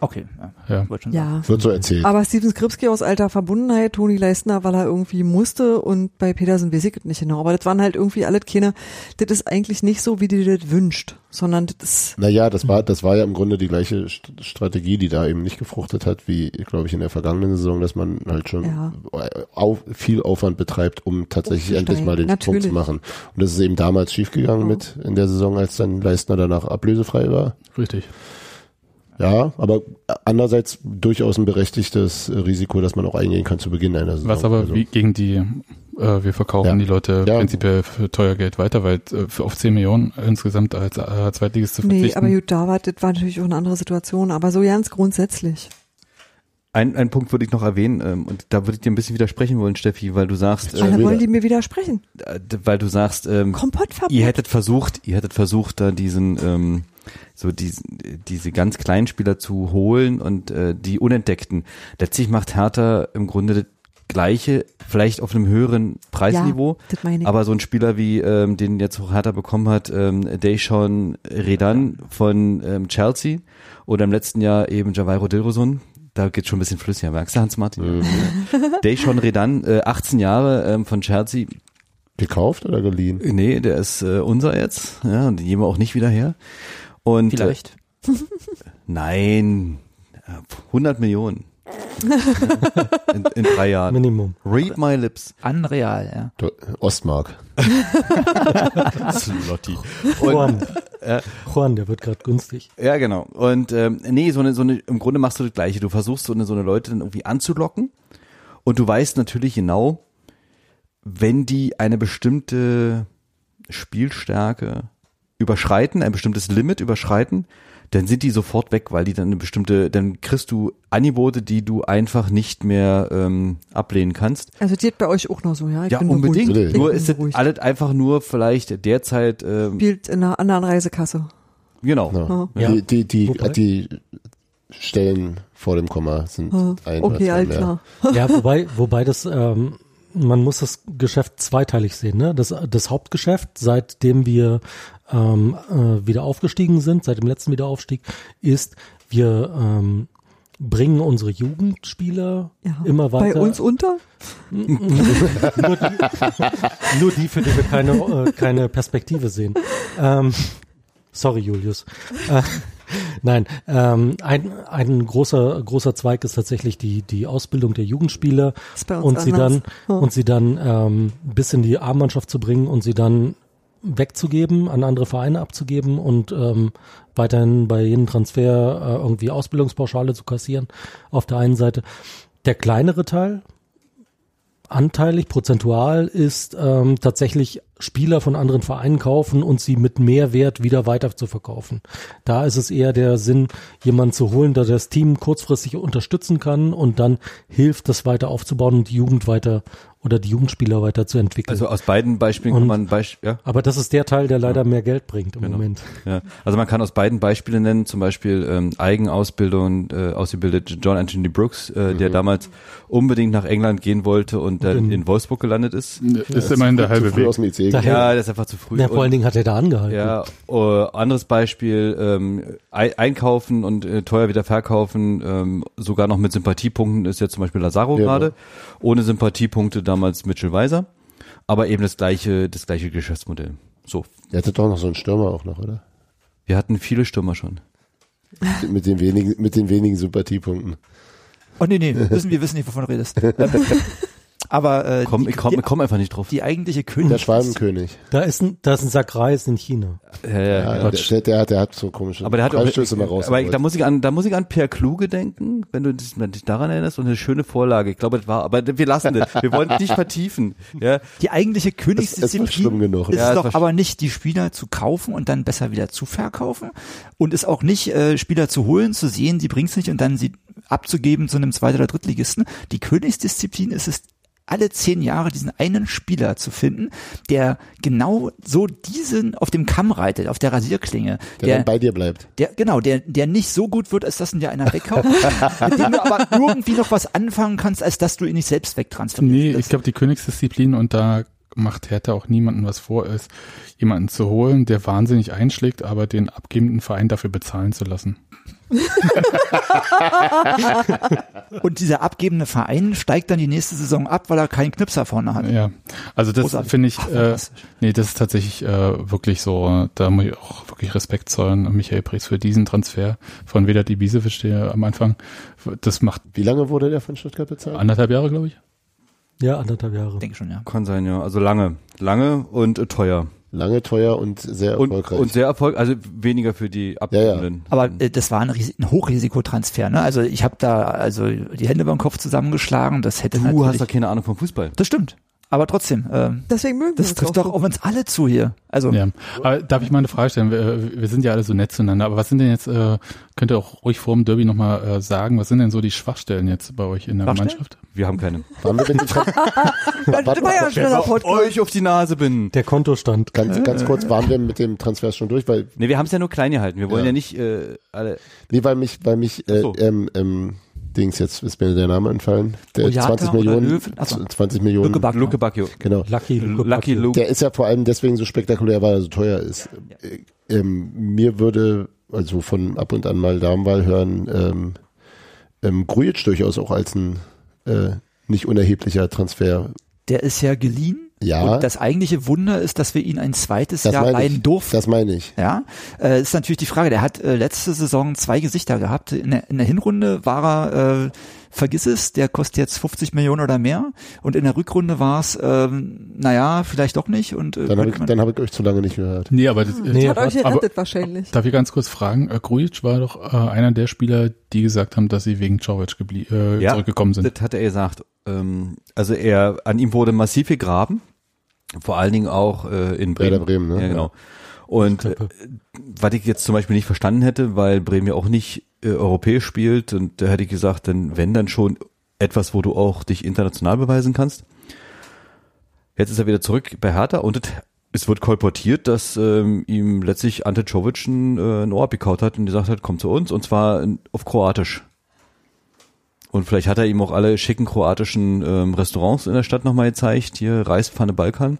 Speaker 6: Okay, ja.
Speaker 1: Ja.
Speaker 6: wollte schon sagen.
Speaker 2: Ja.
Speaker 5: Wird so erzählt.
Speaker 2: Aber Steven Skripski aus alter Verbundenheit, Toni Leistner, weil er irgendwie musste und bei Petersen weiß ich es nicht genau. Aber das waren halt irgendwie alle keine, das ist eigentlich nicht so, wie du dir das wünscht, sondern das ist,
Speaker 5: Naja, das
Speaker 2: Mhm.
Speaker 5: war, das war ja im Grunde die gleiche St- Strategie, die da eben nicht gefruchtet hat, wie, glaube ich, in der vergangenen Saison, dass man halt schon
Speaker 2: Ja.
Speaker 5: auf, viel Aufwand betreibt, um tatsächlich
Speaker 2: Umzusteigen,
Speaker 5: endlich mal den Punkt
Speaker 2: natürlich.
Speaker 5: zu machen. Und das ist eben damals schiefgegangen
Speaker 2: Ja.
Speaker 5: mit in der Saison, als dann Leistner danach ablösefrei war.
Speaker 1: Richtig.
Speaker 5: Ja, aber andererseits durchaus ein berechtigtes äh, Risiko, dass man auch eingehen kann zu Beginn einer Saison.
Speaker 1: Was aber
Speaker 5: Also,
Speaker 1: wie gegen die, äh, wir verkaufen
Speaker 5: Ja.
Speaker 1: die Leute
Speaker 5: Ja.
Speaker 1: prinzipiell für teuer Geld weiter, weil äh, für, auf 10 Millionen insgesamt als äh, Zweitligist zu
Speaker 2: nee,
Speaker 1: verzichten.
Speaker 2: aber gut, da war, das war natürlich auch eine andere Situation, aber so ganz grundsätzlich.
Speaker 4: Ein, ein Punkt würde ich noch erwähnen, ähm, und da würde ich dir ein bisschen widersprechen wollen, Steffi, weil du sagst, äh,
Speaker 2: Alle
Speaker 5: wieder.
Speaker 2: wollen die mir widersprechen.
Speaker 4: äh, weil du sagst, ähm,
Speaker 2: Kompottverbot.
Speaker 4: ihr hättet versucht, ihr hättet versucht, da diesen, ähm, so diesen, diese ganz kleinen Spieler zu holen und äh, die Unentdeckten. Letztlich macht Hertha im Grunde das Gleiche, vielleicht auf einem höheren Preisniveau.
Speaker 2: Ja, das meine ich.
Speaker 4: Aber so ein Spieler wie ähm, den jetzt auch Hertha bekommen hat, ähm, Dejan Redan von ähm, Chelsea oder im letzten Jahr eben Javairo Dilrosun, da geht schon ein bisschen flüssiger, merkst du,
Speaker 5: äh,
Speaker 4: Hans-Martin? Dejan Redan, äh, 18 Jahre ähm, von Chelsea,
Speaker 5: gekauft oder geliehen?
Speaker 4: Nee, der ist äh, unser jetzt. Ja, und den geben wir auch nicht wieder her. Und
Speaker 6: Vielleicht.
Speaker 4: Äh, nein, Äh, 100 Millionen. in, in drei Jahren.
Speaker 3: Minimum.
Speaker 4: Read my lips.
Speaker 6: Unreal, ja.
Speaker 5: Do- Ostmark.
Speaker 4: Slotty.
Speaker 3: Juan.
Speaker 4: äh,
Speaker 3: Juan, der wird gerade günstig.
Speaker 4: Ja, genau. Und ähm, nee, so eine, so eine, im Grunde machst du das Gleiche. Du versuchst so eine, so eine Leute dann irgendwie anzulocken Und du weißt natürlich genau, wenn die eine bestimmte Spielstärke überschreiten, ein bestimmtes Limit überschreiten, dann sind die sofort weg, weil die dann eine bestimmte, dann kriegst du Angebote, die du einfach nicht mehr ähm, ablehnen kannst.
Speaker 2: Also die hat bei euch auch noch so, ja? Ich
Speaker 4: ja,
Speaker 2: bin
Speaker 4: unbedingt.
Speaker 2: Beruhigt. Ich
Speaker 4: Nur
Speaker 2: bin
Speaker 4: ist es
Speaker 2: beruhigt.
Speaker 4: alles einfach nur vielleicht derzeit, ähm,
Speaker 2: Spielt in einer anderen Reisekasse.
Speaker 4: genau.
Speaker 2: ne?
Speaker 5: Ja.
Speaker 3: Ja.
Speaker 5: Die, die, die,
Speaker 3: Wobei-
Speaker 5: die Stellen vor dem Komma sind
Speaker 2: Hm.
Speaker 5: ein oder
Speaker 2: Okay,
Speaker 5: zwei
Speaker 2: all
Speaker 5: mehr.
Speaker 2: klar.
Speaker 3: Ja, wobei, wobei das, ähm, man muss das Geschäft zweiteilig sehen. Ne? Das, das Hauptgeschäft, seitdem wir ähm, äh, wieder aufgestiegen sind, seit dem letzten Wiederaufstieg, ist, wir ähm, bringen unsere Jugendspieler
Speaker 2: Ja.
Speaker 3: immer weiter.
Speaker 2: Bei uns unter?
Speaker 3: nur, die, nur die, für die wir keine, äh, keine Perspektive sehen. Ähm, sorry, Julius. Äh, nein, ähm, ein, ein großer, großer Zweig ist tatsächlich die, die Ausbildung der Jugendspieler
Speaker 2: Ist bei uns Hm.
Speaker 3: und sie
Speaker 2: anders.
Speaker 3: dann, und sie dann ähm, bis in die A-Mannschaft zu bringen und sie dann wegzugeben, an andere Vereine abzugeben und ähm, weiterhin bei jedem Transfer äh, irgendwie Ausbildungspauschale zu kassieren auf der einen Seite. Der kleinere Teil, anteilig, prozentual, ist ähm, tatsächlich Spieler von anderen Vereinen kaufen und sie mit Mehrwert wieder weiter zu verkaufen. Da ist es eher der Sinn, jemanden zu holen, der das Team kurzfristig unterstützen kann und dann hilft, das weiter aufzubauen und die Jugend weiter oder die Jugendspieler weiter zu entwickeln.
Speaker 4: Also aus beiden Beispielen kann
Speaker 3: Und-
Speaker 4: man Beisp ja,
Speaker 3: Aber das ist der Teil, der leider mehr Geld bringt
Speaker 4: Genau.
Speaker 3: im Moment.
Speaker 4: ja. Also man kann aus beiden Beispiele nennen, zum Beispiel ähm, Eigenausbildung, äh, ausgebildet John Anthony Brooks, äh, der damals unbedingt nach England gehen wollte und dann
Speaker 3: in-
Speaker 4: in Wolfsburg gelandet ist.
Speaker 1: Ist immerhin der halbe
Speaker 5: Zu früh
Speaker 1: Weg.
Speaker 5: aus dem E IC.
Speaker 3: Daher-
Speaker 4: Ja, das ist einfach zu früh.
Speaker 3: Ja, vor
Speaker 4: Und-
Speaker 3: allen Dingen hat er da angehalten.
Speaker 4: Ja, äh, anderes Beispiel, ähm, ei- einkaufen und äh, teuer wieder verkaufen, ähm, sogar noch mit Sympathiepunkten ist ja zum Beispiel Lazaro
Speaker 5: Ja.
Speaker 4: gerade, ohne Sympathiepunkte damals Mitchell Weiser, aber eben das gleiche, das gleiche Geschäftsmodell. So,
Speaker 5: Er hatte doch noch so einen Stürmer auch noch, oder?
Speaker 4: wir hatten viele Stürmer schon.
Speaker 5: Mit den wenigen, mit den wenigen Sympathiepunkten.
Speaker 6: Oh nee, nee, wissen, wir wissen nicht, wovon du redest. Ähm, Aber äh,
Speaker 4: Komm,
Speaker 6: die,
Speaker 4: ich komm,
Speaker 6: die,
Speaker 4: ich komm einfach nicht drauf.
Speaker 6: die eigentliche
Speaker 5: Der
Speaker 6: König.
Speaker 5: Schwalbenkönig.
Speaker 3: Da ist ein, da ist ein Sack Reis in China.
Speaker 4: Ja, ja,
Speaker 5: Ja, der,
Speaker 4: Quatsch.
Speaker 5: der, der, hat, der hat so komische
Speaker 4: aber der hat auch,
Speaker 5: Freistöße mal raus.
Speaker 4: aber ich- da muss ich an, da muss ich an Per Kluge denken, wenn du dich, wenn du dich daran erinnerst und eine schöne Vorlage. Ich glaube, das war, aber wir lassen das. Wir wollen dich vertiefen. Ja,
Speaker 6: Die eigentliche Königsdisziplin
Speaker 5: es war schlimm genug.
Speaker 6: ist
Speaker 5: Ja,
Speaker 4: es war
Speaker 6: doch aber nicht, die Spieler zu kaufen und dann besser wieder zu verkaufen und ist auch nicht, äh, Spieler zu holen, zu sehen, sie bringt's nicht und dann sie abzugeben zu einem Zweit- oder Drittligisten. Die Königsdisziplin ist es, alle zehn Jahre diesen einen Spieler zu finden, der genau so diesen auf dem Kamm reitet, auf der Rasierklinge,
Speaker 5: der dann bei dir bleibt.
Speaker 6: Der, genau, der, der nicht so gut wird, als dass ihn dir einer weghaut, mit dem du aber irgendwie noch was anfangen kannst, als dass du ihn nicht selbst wegtransferierst.
Speaker 1: Nee, ich glaube, die Königsdisziplin und da macht Hertha auch niemanden was vor, ist, jemanden zu holen, der wahnsinnig einschlägt, aber den abgebenden Verein dafür bezahlen zu lassen.
Speaker 6: Und dieser abgebende Verein steigt dann die nächste Saison ab, weil er keinen Knipser vorne hat.
Speaker 1: Ja, also das
Speaker 6: Großartig.
Speaker 1: finde ich, äh,
Speaker 6: fantastisch.
Speaker 1: nee, das ist tatsächlich äh, wirklich so, äh, da muss ich auch wirklich Respekt zollen an Michael Preetz für diesen Transfer von Vedat Ibisevic, der am Anfang, das macht
Speaker 5: Wie lange wurde der von Stuttgart bezahlt?
Speaker 1: anderthalb Jahre, glaube ich.
Speaker 3: Ja, anderthalb Jahre.
Speaker 6: Denke schon, ja.
Speaker 4: kann sein, ja. Also lange, lange und äh, teuer.
Speaker 5: Lange, teuer und sehr
Speaker 4: und,
Speaker 5: erfolgreich.
Speaker 4: und sehr erfolgreich, also weniger für die Abgebenden.
Speaker 6: Aber äh, das war ein, Ris- ein Hochrisikotransfer, ne? Also ich habe da also die Hände beim Kopf zusammengeschlagen. Das hätte
Speaker 4: du hast
Speaker 6: natürlich,
Speaker 4: doch keine Ahnung vom Fußball.
Speaker 6: das stimmt. Aber trotzdem, ähm,
Speaker 2: Deswegen mögen wir
Speaker 6: das
Speaker 2: uns
Speaker 6: trifft
Speaker 2: auch
Speaker 6: doch auf uns alle zu hier. Also
Speaker 1: Ja. Aber darf ich mal eine Frage stellen? Wir, wir sind ja alle so nett zueinander, aber was sind denn jetzt, äh, könnt ihr auch ruhig vor dem Derby nochmal äh, sagen, was sind denn so die Schwachstellen jetzt bei euch in der
Speaker 6: Schwachstellen?
Speaker 1: Mannschaft?
Speaker 4: Wir haben keine.
Speaker 5: Waren wir bitte dran?
Speaker 2: Das war ja ein schneller Podcast.
Speaker 4: euch auf die Nase bin.
Speaker 3: Der Kontostand.
Speaker 5: Ganz, ganz kurz, waren wir mit dem Transfer schon durch? Weil,
Speaker 4: Nee, wir haben es ja nur klein gehalten. Wir wollen ja,
Speaker 5: Ja.
Speaker 4: nicht äh, alle.
Speaker 5: nee, weil mich, weil mich, äh,
Speaker 4: so.
Speaker 5: ähm, ähm, Dings, jetzt ist mir der Name entfallen. Der
Speaker 6: Boyata
Speaker 5: 20
Speaker 6: oder
Speaker 5: Millionen,
Speaker 6: Löw? Ach so.
Speaker 5: 20 Millionen.
Speaker 6: Luke Bacchio.
Speaker 4: Luke Bacchio.
Speaker 5: Genau.
Speaker 3: Lucky Luke.
Speaker 4: Lucky Luke.
Speaker 5: Der ist ja vor allem deswegen so spektakulär, weil er so teuer ist. Äh, Ähm, mir würde, also von ab und an mal Darmwahl hören, ähm, ähm, Grujic durchaus auch als ein äh, nicht unerheblicher Transfer.
Speaker 6: der ist ja geliehen.
Speaker 5: Ja.
Speaker 6: Und das eigentliche Wunder ist, dass wir ihn ein zweites
Speaker 5: Das
Speaker 6: Jahr
Speaker 5: meine
Speaker 6: leihen
Speaker 5: ich.
Speaker 6: durften.
Speaker 5: Das meine ich.
Speaker 6: Ja, äh, ist natürlich die Frage. Der hat äh, letzte Saison zwei Gesichter gehabt. In der, in der Hinrunde war er, äh, vergiss es, der kostet jetzt 50 Millionen oder mehr. Und in der Rückrunde war es, ähm, naja, vielleicht doch nicht. Und äh,
Speaker 5: Dann habe
Speaker 6: könnte
Speaker 5: ich,
Speaker 6: man-
Speaker 5: dann habe ich euch zu lange nicht gehört.
Speaker 1: Nee, aber das,
Speaker 3: Nee,
Speaker 2: Hat euch
Speaker 3: warte,
Speaker 1: aber-
Speaker 2: gerettet wahrscheinlich.
Speaker 1: Darf ich ganz kurz fragen? Äh, Grujic war doch äh, einer der Spieler, die gesagt haben, dass sie wegen Czovic geblie- äh,
Speaker 4: Ja.
Speaker 1: zurückgekommen sind.
Speaker 4: Das hat er gesagt. Ähm, also er, an ihm wurde massiv gegraben, vor allen Dingen auch äh, in Bremen.
Speaker 5: Werder Bremen, ne?
Speaker 4: Ja, genau. Und äh, was ich jetzt zum Beispiel nicht verstanden hätte, weil Bremen ja auch nicht äh, europäisch spielt und da hätte ich gesagt, dann wenn dann schon etwas, wo du auch dich international beweisen kannst. Jetzt ist er wieder zurück bei Hertha und es- es wird kolportiert, dass ähm, ihm letztlich Ante Czovic ein, äh, ein Ohr abgekaut hat und gesagt hat, komm zu uns und zwar in, auf Kroatisch. Und vielleicht hat er ihm auch alle schicken kroatischen ähm, Restaurants in der Stadt nochmal gezeigt. Hier Reispfanne Balkan.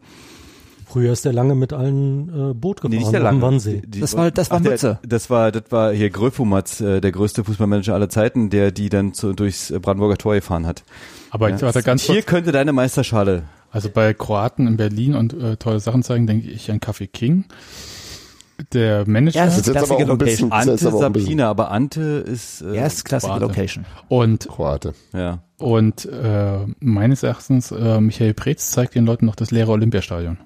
Speaker 3: Früher ist er lange mit allen äh, Boot gefahren am Wannsee.
Speaker 4: Die-
Speaker 6: Das war- das war
Speaker 4: Ach, der,
Speaker 6: Mütze.
Speaker 4: Das war, das war hier Gröfumatz, äh, der größte Fußballmanager aller Zeiten, der die dann zu, durchs Brandenburger Tor gefahren hat.
Speaker 1: Aber ich warte ganz
Speaker 4: Hier
Speaker 1: kurz,
Speaker 4: könnte deine Meisterschale.
Speaker 1: also bei Kroaten in Berlin und äh, tolle Sachen zeigen, denke ich an Kaffee King. Der Manager
Speaker 5: Das ist jetzt aber auch ein bisschen, das
Speaker 4: Ante
Speaker 5: ist aber auch ein bisschen
Speaker 4: Sabine, aber Ante ist äh,
Speaker 6: Ja, ist klassische
Speaker 1: Warte.
Speaker 6: Location.
Speaker 1: und
Speaker 5: Kroate.
Speaker 4: ja.
Speaker 1: und äh, meines Erachtens äh, Michael Preetz zeigt den Leuten noch das leere Olympiastadion.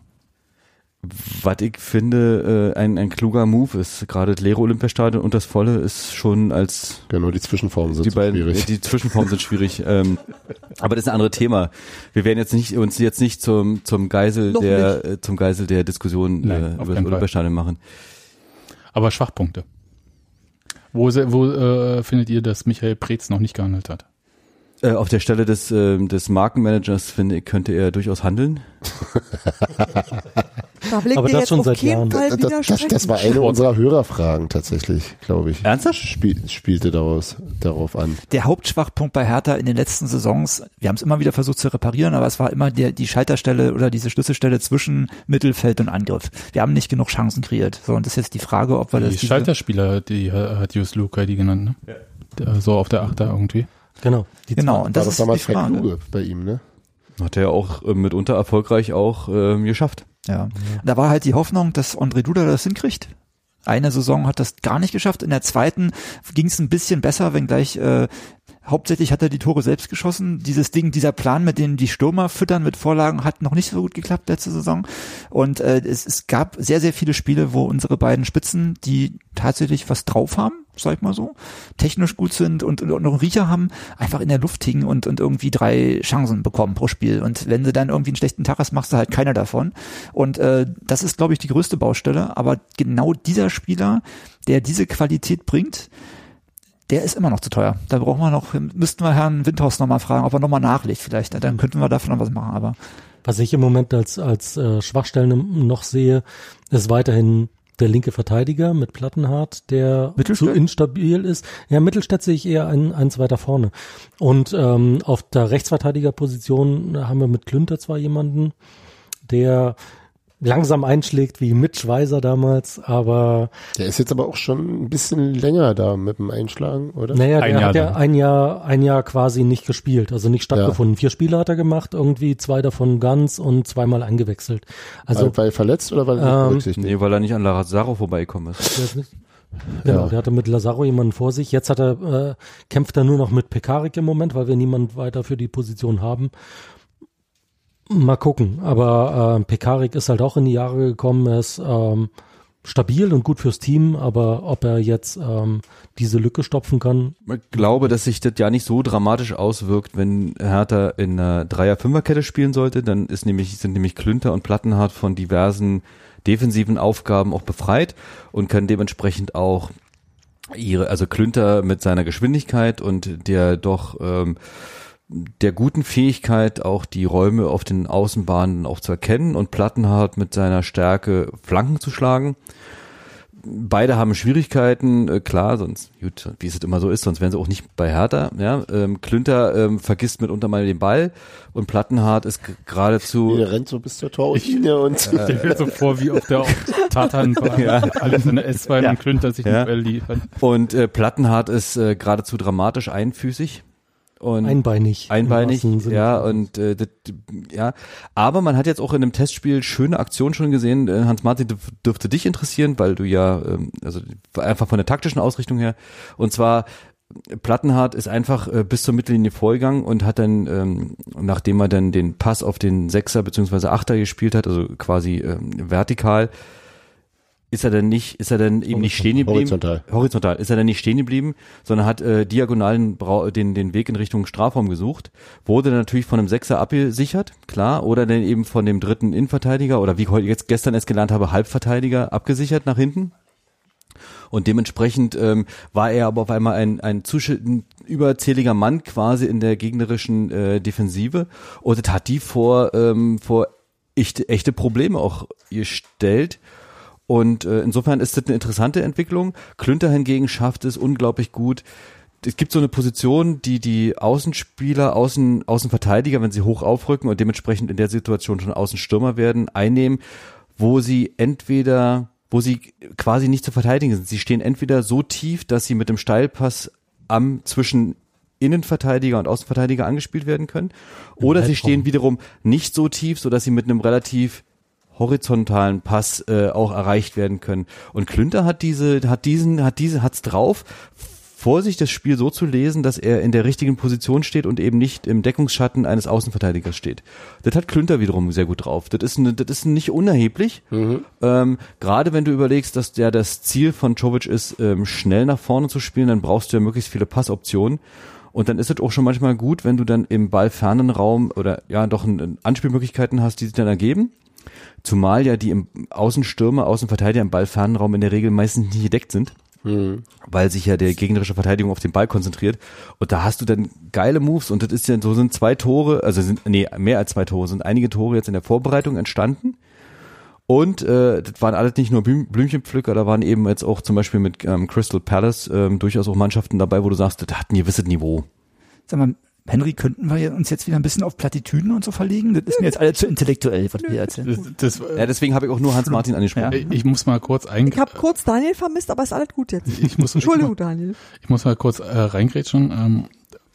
Speaker 4: Was ich finde, äh, ein, ein kluger Move ist. Gerade das leere Olympiastadion und das volle ist schon als
Speaker 5: Genau, die Zwischenformen sind
Speaker 4: die
Speaker 5: so
Speaker 4: beiden,
Speaker 5: schwierig.
Speaker 4: die Zwischenformen sind schwierig. ähm, aber das ist ein anderes Thema. Wir werden jetzt nicht uns jetzt nicht zum zum Geisel
Speaker 2: Noch
Speaker 4: der äh, zum Geisel der Diskussion
Speaker 1: Nein,
Speaker 4: äh,
Speaker 1: auf
Speaker 4: über das
Speaker 1: keinen Fall.
Speaker 4: Olympiastadion machen.
Speaker 1: Aber Schwachpunkte. Wo, se- wo äh, findet ihr, dass Michael Preetz noch nicht gehandelt hat?
Speaker 4: Äh, auf der Stelle des ähm, des Markenmanagers finde ich könnte er durchaus handeln.
Speaker 2: Da will ich
Speaker 3: Aber
Speaker 2: dir
Speaker 3: das
Speaker 2: jetzt
Speaker 3: schon
Speaker 2: auf
Speaker 3: seit
Speaker 2: keinen
Speaker 3: Jahren.
Speaker 2: Fall
Speaker 5: das, das, das,
Speaker 2: widersprechen.
Speaker 5: das war eine unserer Hörerfragen tatsächlich, glaube ich.
Speaker 4: Ernsthaft?
Speaker 5: Spiel, spielte daraus, darauf an.
Speaker 6: Der Hauptschwachpunkt bei Hertha in den letzten Saisons, wir haben es immer wieder versucht zu reparieren, aber es war immer der, die Schalterstelle oder diese Schlüsselstelle zwischen Mittelfeld und Angriff. Wir haben nicht genug Chancen kreiert. So, und das ist jetzt die Frage, ob wir das.
Speaker 1: Die
Speaker 6: diese-
Speaker 1: Schalterspieler, die äh, hat Jus Luca die genannt, ne? Ja. So auf der Achter irgendwie.
Speaker 3: Genau. Die
Speaker 6: Genau, und
Speaker 5: Das
Speaker 6: das,
Speaker 5: war das
Speaker 6: ist die
Speaker 5: damals Frank
Speaker 6: Frage.
Speaker 5: Kluge bei ihm, ne?
Speaker 4: Hat er auch äh, mitunter erfolgreich auch ähm, geschafft.
Speaker 6: Ja. Und Da war halt die Hoffnung, dass André Duda das hinkriegt. Eine Saison hat das gar nicht geschafft. In der zweiten ging es ein bisschen besser, wenngleich äh, hauptsächlich hat er die Tore selbst geschossen. Dieses Ding, dieser Plan, mit dem die Stürmer füttern mit Vorlagen, hat noch nicht so gut geklappt letzte Saison. Und äh, es, es gab sehr, sehr viele Spiele, wo unsere beiden Spitzen, die tatsächlich was drauf haben, sag ich mal so, technisch gut sind und, und, und noch einen Riecher haben, einfach in der Luft hingen und, und irgendwie drei Chancen bekommen pro Spiel. Und wenn du dann irgendwie einen schlechten Tag hast, machst du halt keiner davon. Und äh, das ist, glaube ich, die größte Baustelle. Aber genau dieser Spieler, der diese Qualität bringt, der ist immer noch zu teuer. Da brauchen wir noch, müssten wir Herrn Windhaus nochmal fragen, ob er nochmal nachlegt vielleicht. Dann könnten wir davon noch was machen. Aber
Speaker 3: Was ich im Moment als, als äh, Schwachstellen im- noch sehe, ist weiterhin der linke Verteidiger mit Plattenhardt, der
Speaker 6: Mittelstädt?
Speaker 3: zu instabil ist. Ja, Mittelstädt sehe ich eher ein, eins weiter vorne. Und ähm, auf der Rechtsverteidigerposition haben wir mit Klünter zwar jemanden, der langsam einschlägt wie mit Schweizer damals, aber
Speaker 5: Der ist jetzt aber auch schon ein bisschen länger da mit dem Einschlagen, oder?
Speaker 3: naja,
Speaker 1: ne? Ein
Speaker 3: der
Speaker 1: Jahr
Speaker 3: hat ja
Speaker 1: lang.
Speaker 3: ein Jahr, ein Jahr quasi nicht gespielt, also nicht stattgefunden. Vier Spiele hat er gemacht, irgendwie zwei davon ganz und zweimal eingewechselt. Also
Speaker 5: weil, weil verletzt oder weil er
Speaker 3: Ähm,
Speaker 5: nicht berücksichtigt?
Speaker 4: Nee, weil er nicht an Lazaro vorbeigekommen ist.
Speaker 3: Der ist nicht- Genau,
Speaker 5: Ja.
Speaker 3: der hatte mit Lazaro jemanden vor sich. Jetzt hat er, äh, kämpft er nur noch mit Pekarik im Moment, weil wir niemand weiter für die Position haben. Mal gucken. Aber äh, Pekarik ist halt auch in die Jahre gekommen. Er ist ähm, stabil und gut fürs Team, aber ob er jetzt ähm, diese Lücke stopfen kann,
Speaker 4: Ich glaube, dass sich das ja nicht so dramatisch auswirkt, wenn Hertha in einer Dreier-Fünfer-Kette spielen sollte. Dann ist nämlich, sind nämlich Klünter und Plattenhardt von diversen defensiven Aufgaben auch befreit und kann dementsprechend auch ihre, also Klünter mit seiner Geschwindigkeit und der doch ähm, der guten Fähigkeit, auch die Räume auf den Außenbahnen auch zu erkennen und Plattenhardt mit seiner Stärke Flanken zu schlagen. beide haben Schwierigkeiten, äh, klar, sonst, gut, wie es halt immer so ist, sonst wären sie auch nicht bei Hertha, ja. Ähm, Klünter ähm, vergisst mitunter mal den Ball und Plattenhardt ist g-
Speaker 5: Nee,
Speaker 4: geradezu,
Speaker 5: der rennt so bis zur Torlinie und
Speaker 1: Ich stelle mir so vor, wie auf der Tatanbahn ja. alle seine S-Bahn und Klünter sich
Speaker 4: Ja.
Speaker 1: ein Duell liefern.
Speaker 4: und äh, Plattenhardt ist äh, geradezu dramatisch einfüßig. Und
Speaker 3: einbeinig.
Speaker 4: Einbeinig,
Speaker 3: Im wahrsten Sinne.
Speaker 4: ja, und äh, das, ja. Aber man hat jetzt auch in einem Testspiel schöne Aktionen schon gesehen. Äh, Hans-Martin dürf- dürfte dich interessieren, weil du ja, ähm, also einfach von der taktischen Ausrichtung her. Und zwar Plattenhardt ist einfach äh, bis zur Mittellinie vorgegangen und hat dann, ähm, nachdem er dann den Pass auf den Sechser beziehungsweise Achter gespielt hat, also quasi ähm, vertikal, ist er denn nicht, ist er denn eben nicht stehen geblieben?
Speaker 5: Horizontal.
Speaker 4: Horizontal. Ist er denn nicht stehen geblieben, sondern hat äh, diagonal den, Brau- den, den Weg in Richtung Strafraum gesucht. Wurde dann natürlich von einem Sechser abgesichert, klar, oder dann eben von dem dritten Innenverteidiger oder wie ich heute jetzt gestern erst gelernt habe, Halbverteidiger abgesichert nach hinten. Und dementsprechend ähm, war er aber auf einmal ein, ein, zusch- ein überzähliger Mann quasi in der gegnerischen äh, Defensive und das hat die vor, ähm, vor echte, echte Probleme auch gestellt. Und äh, insofern ist das eine interessante Entwicklung. Klünter hingegen schafft es unglaublich gut. Es gibt so eine Position, die die Außenspieler, Außen, Außenverteidiger, wenn sie hoch aufrücken und dementsprechend in der Situation schon Außenstürmer werden, einnehmen, wo sie entweder, wo sie quasi nicht zu verteidigen sind. Sie stehen entweder so tief, dass sie mit dem Steilpass am zwischen Innenverteidiger und Außenverteidiger angespielt werden können, oder sie stehen wiederum nicht so tief, sodass sie mit einem relativ horizontalen Pass äh, auch erreicht werden können. Und Klünter hat diese, hat diesen, hat diese, hat's drauf, vor sich das Spiel so zu lesen, dass er in der richtigen Position steht und eben nicht im Deckungsschatten eines Außenverteidigers steht. Das hat Klünter wiederum sehr gut drauf. Das ist, ne, das ist nicht unerheblich. Ähm, Gerade wenn du überlegst, dass der das Ziel von Czovic ist, ähm, schnell nach vorne zu spielen, dann brauchst du ja möglichst viele Passoptionen. Und dann ist es auch schon manchmal gut, wenn du dann im ballfernen Raum oder ja doch ein, ein Anspielmöglichkeiten hast, die sich dann ergeben. Zumal ja die im Außenstürmer, Außenverteidiger im ballfernen Raum in der Regel meistens nicht gedeckt sind,
Speaker 5: Hm.
Speaker 4: weil sich ja der gegnerische Verteidigung auf den Ball konzentriert. Und da hast du dann geile Moves und das ist ja so sind zwei Tore, also sind, nee, mehr als zwei Tore, sind einige Tore jetzt in der Vorbereitung entstanden. Und äh, das waren alles nicht nur Blüm Blümchenpflücker, da waren eben jetzt auch zum Beispiel mit ähm, Crystal Palace ähm, durchaus auch Mannschaften dabei, wo du sagst, das hat ein gewisses Niveau.
Speaker 6: Sag mal, Henry, könnten wir uns jetzt wieder ein bisschen auf Plattitüden und so verlegen? Das ist mir jetzt alle zu intellektuell, was wir hier erzählen.
Speaker 1: Das, das, äh,
Speaker 4: Ja, deswegen habe ich auch nur Hans-Martin angesprochen.
Speaker 1: ich, ich muss mal kurz
Speaker 2: Ich habe
Speaker 1: eingreifen.
Speaker 2: kurz Daniel vermisst, aber ist alles gut jetzt.
Speaker 1: Ich muss, ich,
Speaker 2: Entschuldigung,
Speaker 1: muss-
Speaker 2: Daniel.
Speaker 1: ich muss mal kurz äh, reingrätschen. Ähm,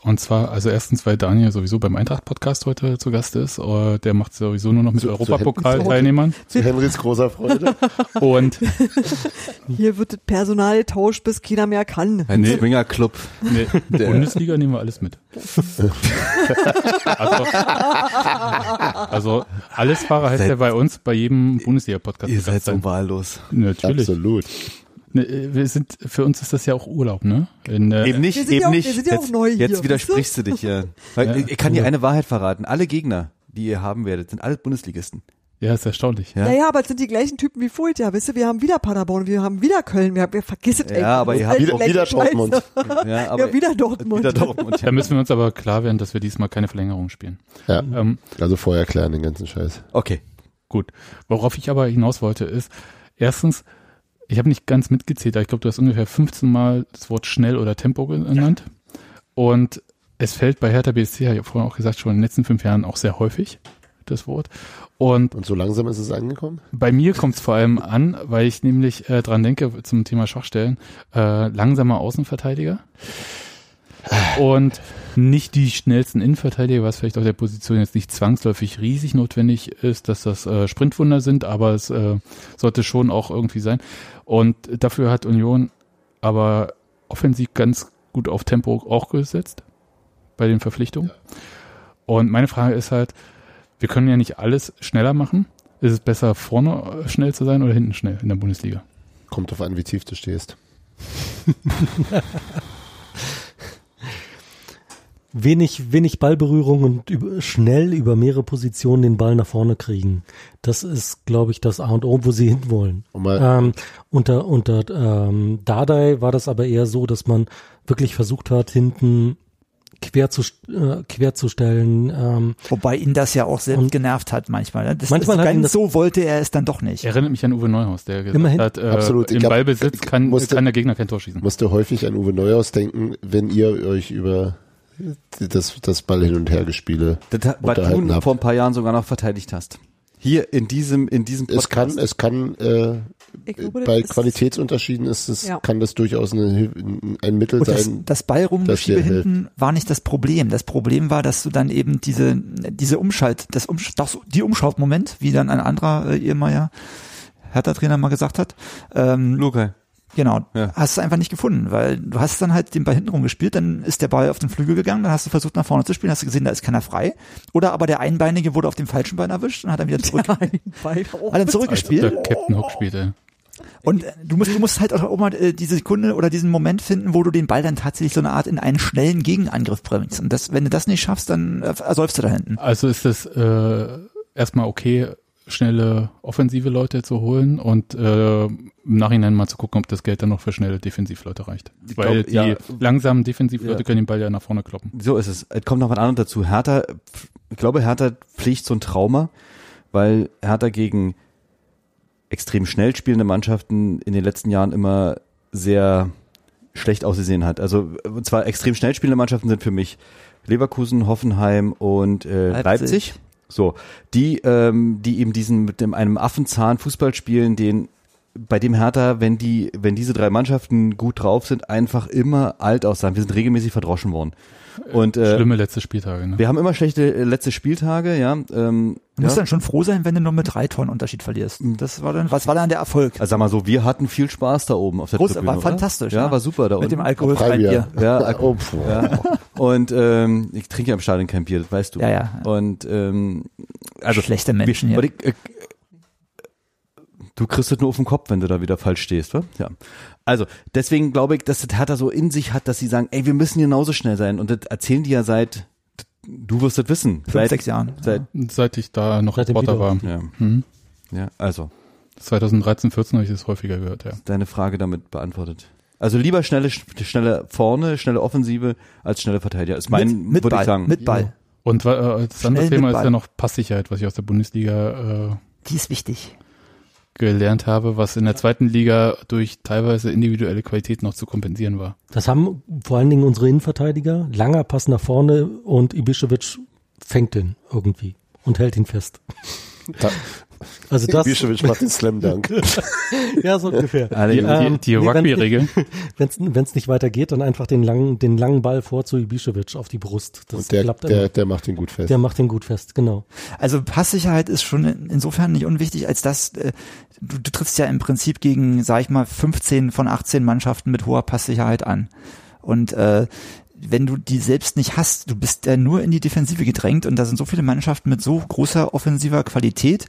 Speaker 1: und zwar, also erstens, weil Daniel sowieso beim Eintracht-Podcast heute zu Gast ist. Äh, der macht sowieso nur noch mit
Speaker 5: So- so
Speaker 1: Europapokal-Teilnehmern.
Speaker 5: Zu Henrys großer Freude.
Speaker 1: Und
Speaker 2: Hier wird das Personal getauscht, bis keiner mehr kann.
Speaker 4: Ein
Speaker 1: Nee.
Speaker 4: Swinger-Club.
Speaker 1: Nee,
Speaker 4: Der-
Speaker 1: Bundesliga nehmen wir alles mit. also, also Allesfahrer heißt
Speaker 4: Seid-
Speaker 1: ja bei uns bei jedem Bundesliga-Podcast.
Speaker 4: Ihr
Speaker 1: zu Gast
Speaker 4: seid so
Speaker 1: sein.
Speaker 4: wahllos.
Speaker 1: Natürlich.
Speaker 5: Absolut.
Speaker 1: Nee, äh, Wir sind, für uns ist das ja auch Urlaub, ne? In, äh,
Speaker 4: Eben nicht,
Speaker 2: Wir sind
Speaker 4: eben
Speaker 2: ja auch-
Speaker 4: nicht.
Speaker 2: wir sind ja auch
Speaker 4: jetzt,
Speaker 2: neu hier,
Speaker 4: jetzt widersprichst du dich hier. Weil,
Speaker 1: Ja.
Speaker 4: ich kann dir eine Wahrheit verraten. Alle Gegner, die ihr haben werdet, sind alle Bundesligisten.
Speaker 1: ja, ist erstaunlich.
Speaker 4: Ja.
Speaker 2: Naja, aber es sind die gleichen Typen wie vorher. Ja, wisst ihr, wir haben wieder Paderborn, wir haben wieder Köln, wir haben, wir vergiss es, ey.
Speaker 4: Ja, aber ihr habt
Speaker 5: Wieder, wieder Dortmund.
Speaker 4: Ja,
Speaker 2: Ja, wieder Dortmund.
Speaker 4: Wieder Dortmund.
Speaker 1: Da
Speaker 4: Ja.
Speaker 1: müssen wir uns aber klar werden, dass wir diesmal keine Verlängerung spielen.
Speaker 5: Ja,
Speaker 1: Ähm,
Speaker 5: also vorher klären den ganzen Scheiß.
Speaker 4: Okay.
Speaker 1: Gut. Worauf ich aber hinaus wollte, ist, erstens, ich habe nicht ganz mitgezählt, aber ich glaube, du hast ungefähr 15 Mal das Wort schnell oder Tempo genannt. Und es fällt bei Hertha BSC, habe ich ja vorhin auch gesagt, schon in den letzten fünf Jahren auch sehr häufig, das Wort. Und
Speaker 5: Und so langsam ist es angekommen?
Speaker 1: bei mir kommt es vor allem an, weil ich nämlich äh, dran denke zum Thema Schwachstellen, äh, langsamer Außenverteidiger und nicht die schnellsten Innenverteidiger, was vielleicht auf der Position jetzt nicht zwangsläufig riesig notwendig ist, dass das äh, Sprintwunder sind, aber es äh, sollte schon auch irgendwie sein. Und dafür hat Union aber offensiv ganz gut auf Tempo auch gesetzt bei den Verpflichtungen. Und meine Frage ist halt, wir können ja nicht alles schneller machen. Ist es besser, vorne äh, schnell zu sein oder hinten schnell in der Bundesliga?
Speaker 5: Kommt drauf an, wie tief du stehst.
Speaker 3: Wenig, wenig Ballberührung und über, schnell über mehrere Positionen den Ball nach vorne kriegen. Das ist, glaube ich, das A und O, wo sie hinwollen.
Speaker 5: Um mal,
Speaker 3: Ähm, unter unter ähm, Dardai war das aber eher so, dass man wirklich versucht hat, hinten quer zu, st- äh, quer zu stellen. Ähm,
Speaker 6: Wobei ihn das ja auch selbst
Speaker 3: Und-
Speaker 6: genervt hat manchmal. ne? Das
Speaker 3: Manchmal
Speaker 6: ist
Speaker 3: hat ihn
Speaker 6: ganz
Speaker 3: das-
Speaker 6: so wollte er es dann doch nicht.
Speaker 1: Erinnert mich an Uwe Neuhaus, der gesagt
Speaker 3: Immerhin.
Speaker 1: hat, äh,
Speaker 5: Absolut, ich
Speaker 1: im
Speaker 5: glaub,
Speaker 1: Ballbesitz
Speaker 5: ich
Speaker 1: kann,
Speaker 5: musste-
Speaker 1: kann der Gegner kein Tor schießen.
Speaker 5: musste häufig an Uwe Neuhaus denken, wenn ihr euch über das, das Ball hin und her gespiele.
Speaker 4: Das, hat- was
Speaker 5: Unterhalten
Speaker 4: du
Speaker 5: habt.
Speaker 4: vor ein paar Jahren sogar noch verteidigt hast. Hier in diesem, in diesem
Speaker 5: Es kann, es kann äh,
Speaker 2: Ich glaube, das
Speaker 5: bei
Speaker 2: ist-
Speaker 5: Qualitätsunterschieden ist es,
Speaker 2: Ja.
Speaker 5: kann das durchaus eine, Hil- ein Mittel
Speaker 6: Und das,
Speaker 5: sein.
Speaker 6: das Ball rumgeschiebe
Speaker 5: dass dir
Speaker 6: hinten war nicht das Problem. Das Problem war, dass du dann eben diese, diese Umschalt, das, Umsch das die Umschaltmoment, wie dann ein anderer äh, Ehemaliger Hertha-Trainer mal gesagt hat, ähm,
Speaker 4: Luca.
Speaker 6: Genau,
Speaker 4: Ja.
Speaker 6: hast es einfach nicht gefunden, weil du hast dann halt den Ball hinten rumgespielt, dann ist der Ball auf den Flügel gegangen, dann hast du versucht nach vorne zu spielen, hast du gesehen, da ist keiner frei. Oder aber der Einbeinige wurde auf dem falschen Bein erwischt und hat dann wieder zurück,
Speaker 2: Nein, beide auch. bezahlt.
Speaker 6: hat dann
Speaker 1: Als ob der
Speaker 6: zurückgespielt.
Speaker 1: Captain Hook spielte.
Speaker 6: Und äh, du musst, du musst halt auch mal äh, diese Sekunde oder diesen Moment finden, wo du den Ball dann tatsächlich so eine Art in einen schnellen Gegenangriff bringst. Und das, wenn du das nicht schaffst, dann äh, ersäufst du da hinten.
Speaker 1: Also ist es äh, erstmal okay, schnelle offensive Leute zu holen und äh, im Nachhinein mal zu gucken, ob das Geld dann noch für schnelle Defensivleute reicht.
Speaker 4: Ich
Speaker 1: Weil
Speaker 4: glaub,
Speaker 1: die
Speaker 4: ja.
Speaker 1: langsamen Defensivleute
Speaker 4: Ja.
Speaker 1: können den Ball ja nach vorne kloppen.
Speaker 4: So ist es. Es kommt noch was anderes dazu. Hertha, ich glaube, Hertha pflegt so ein Trauma, weil Hertha gegen extrem schnell spielende Mannschaften in den letzten Jahren immer sehr schlecht ausgesehen hat. Also, und zwar extrem schnell spielende Mannschaften sind für mich Leverkusen, Hoffenheim und äh, Leipzig. So, die, ähm, die eben diesen mit dem, einem Affenzahn Fußball spielen, den bei dem Hertha, wenn die, wenn diese drei Mannschaften gut drauf sind, einfach immer alt aussahen. Wir sind regelmäßig verdroschen worden. Und äh,
Speaker 1: Schlimme letzte Spieltage. Ne?
Speaker 4: wir haben immer schlechte äh, letzte Spieltage, ja. Ähm,
Speaker 6: Du musst
Speaker 4: ja. Mhm.
Speaker 6: dann schon froh sein, wenn du nur mit drei Toren Unterschied verlierst. Das war dann, was war dann der Erfolg?
Speaker 4: Also sag mal so, wir hatten viel Spaß da oben auf der
Speaker 6: Groß,
Speaker 4: Tribüne.
Speaker 6: war
Speaker 4: oder?
Speaker 6: fantastisch,
Speaker 4: Ja,
Speaker 6: ja.
Speaker 4: war super da
Speaker 6: mit dem
Speaker 4: unten.
Speaker 6: alkoholfreien
Speaker 5: Freibier.
Speaker 6: Bier.
Speaker 4: Ja, Alkohol.
Speaker 5: Oh, pff.
Speaker 4: Und ähm, ich trinke ja im Stadion kein Bier, das weißt du.
Speaker 6: Ja, ja.
Speaker 4: Und ähm, also
Speaker 6: Schlechte Menschen
Speaker 4: wir-
Speaker 6: hier.
Speaker 4: warte, äh, du kriegst es nur auf den Kopf, wenn du da wieder falsch stehst, wa? Ja. Also, deswegen glaube ich, dass das Hertha so in sich hat, dass sie sagen, ey, wir müssen genauso schnell sein. Und das erzählen die ja seit, du wirst das wissen.
Speaker 6: Fünf,
Speaker 4: seit,
Speaker 6: sechs Jahren.
Speaker 4: Seit,
Speaker 1: Seit ich da noch
Speaker 3: Seit dem
Speaker 1: Reporter war.
Speaker 4: ja.
Speaker 1: Mhm.
Speaker 4: ja, also,
Speaker 1: 2013, 14 habe ich das häufiger gehört, ja.
Speaker 4: deine Frage damit beantwortet. Also lieber schnelle, schnelle vorne, schnelle Offensive als schnelle Verteidiger. Ist mein,
Speaker 6: mit, mit
Speaker 4: würde
Speaker 6: Ball,
Speaker 4: ich sagen.
Speaker 6: mit Ball.
Speaker 1: Und äh, das andere
Speaker 6: Schnell
Speaker 1: Thema
Speaker 6: mit
Speaker 1: ist
Speaker 6: Ball.
Speaker 1: ja noch Passsicherheit, was ich aus der Bundesliga äh,
Speaker 6: Die ist wichtig.
Speaker 1: gelernt habe, was in der zweiten Liga durch teilweise individuelle Qualität noch zu kompensieren war.
Speaker 3: Das haben vor allen Dingen unsere Innenverteidiger. Langer Pass nach vorne und Ibišević fängt den irgendwie und hält ihn fest.
Speaker 5: Da-
Speaker 3: Also das,
Speaker 5: Bischewitsch macht den Slam Dunk.
Speaker 3: ja, so ungefähr.
Speaker 4: Alle
Speaker 1: Die,
Speaker 6: äh,
Speaker 3: Ähm,
Speaker 1: die, die
Speaker 3: nee, wenn-
Speaker 1: Rugby-Regeln.
Speaker 3: Wenn es nicht weitergeht, dann einfach den langen, den langen Ball vor zu Ibišević auf die Brust. Das
Speaker 5: Und der,
Speaker 3: klappt immer.
Speaker 5: der, der macht ihn gut fest.
Speaker 3: Der macht den gut fest, genau.
Speaker 6: Also Passsicherheit ist schon in- insofern nicht unwichtig, als dass äh, du, du trittst ja im Prinzip gegen, sag ich mal, 15 von 18 Mannschaften mit hoher Passsicherheit an. Und äh, wenn du die selbst nicht hast, du bist ja nur in die Defensive gedrängt und da sind so viele Mannschaften mit so großer offensiver Qualität,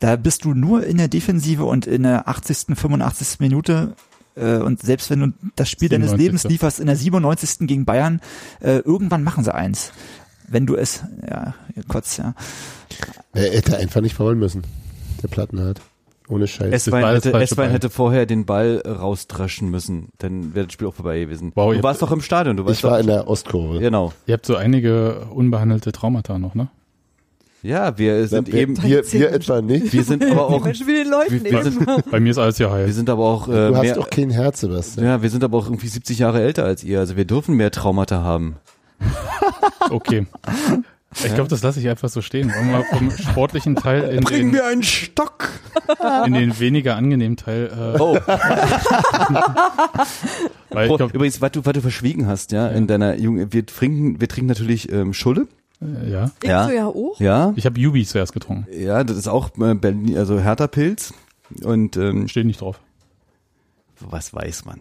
Speaker 6: da bist du nur in der Defensive und in der 80., 85. Minute äh, und selbst wenn du das Spiel deines
Speaker 1: 97..
Speaker 6: Lebens lieferst in der 97. gegen Bayern, äh, irgendwann machen sie eins. Wenn du es, ja, kurz, ja.
Speaker 5: Er hätte einfach nicht faulen müssen. Der Plattenhardt. Ohne Scheiß.
Speaker 1: war
Speaker 4: S-Wein
Speaker 1: das
Speaker 4: hätte,
Speaker 1: falsche
Speaker 4: S-Wein
Speaker 1: Bein.
Speaker 4: hätte vorher den Ball rausdraschen müssen, dann wäre das Spiel auch vorbei gewesen.
Speaker 1: Wow,
Speaker 4: du
Speaker 1: ihr-
Speaker 4: warst doch im Stadion, du warst
Speaker 5: Ich war in
Speaker 4: doch,
Speaker 5: der Ostkurve.
Speaker 4: genau.
Speaker 1: Ihr habt so einige unbehandelte Traumata noch, ne?
Speaker 4: Ja, wir sind
Speaker 5: wir,
Speaker 4: eben,
Speaker 5: wir, wir etwa nicht.
Speaker 4: wir sind aber auch, wir
Speaker 2: Menschen wie den Leuten
Speaker 4: wir
Speaker 2: eben.
Speaker 4: sind,
Speaker 1: Bei mir ist alles ja
Speaker 4: wir
Speaker 1: heiß.
Speaker 4: sind aber auch, äh,
Speaker 5: Du hast
Speaker 4: mehr,
Speaker 5: doch kein Herz, Sebastian.
Speaker 4: ja, wir sind aber auch irgendwie 70 Jahre älter als ihr, also wir dürfen mehr Traumata haben.
Speaker 1: Okay. Ich glaube, das lasse ich einfach so stehen. Wollen wir vom sportlichen Teil in den,
Speaker 4: einen Stock!
Speaker 1: in den weniger angenehmen Teil. Äh,
Speaker 4: Oh,
Speaker 1: weil ich
Speaker 4: Boah,
Speaker 1: glaub,
Speaker 4: übrigens, was du, was du verschwiegen hast, ja, in deiner Jugend, wir trinken, wir trinken natürlich, ähm, Schulle,
Speaker 1: äh, ja.
Speaker 2: Ich
Speaker 4: Ja.
Speaker 2: so ja oh, auch.
Speaker 4: ja,
Speaker 1: Ich habe Jubi zuerst getrunken.
Speaker 4: ja, das ist auch, äh, Berlin, also härter Pilz und, ähm,
Speaker 1: Steht nicht drauf.
Speaker 4: was weiß man.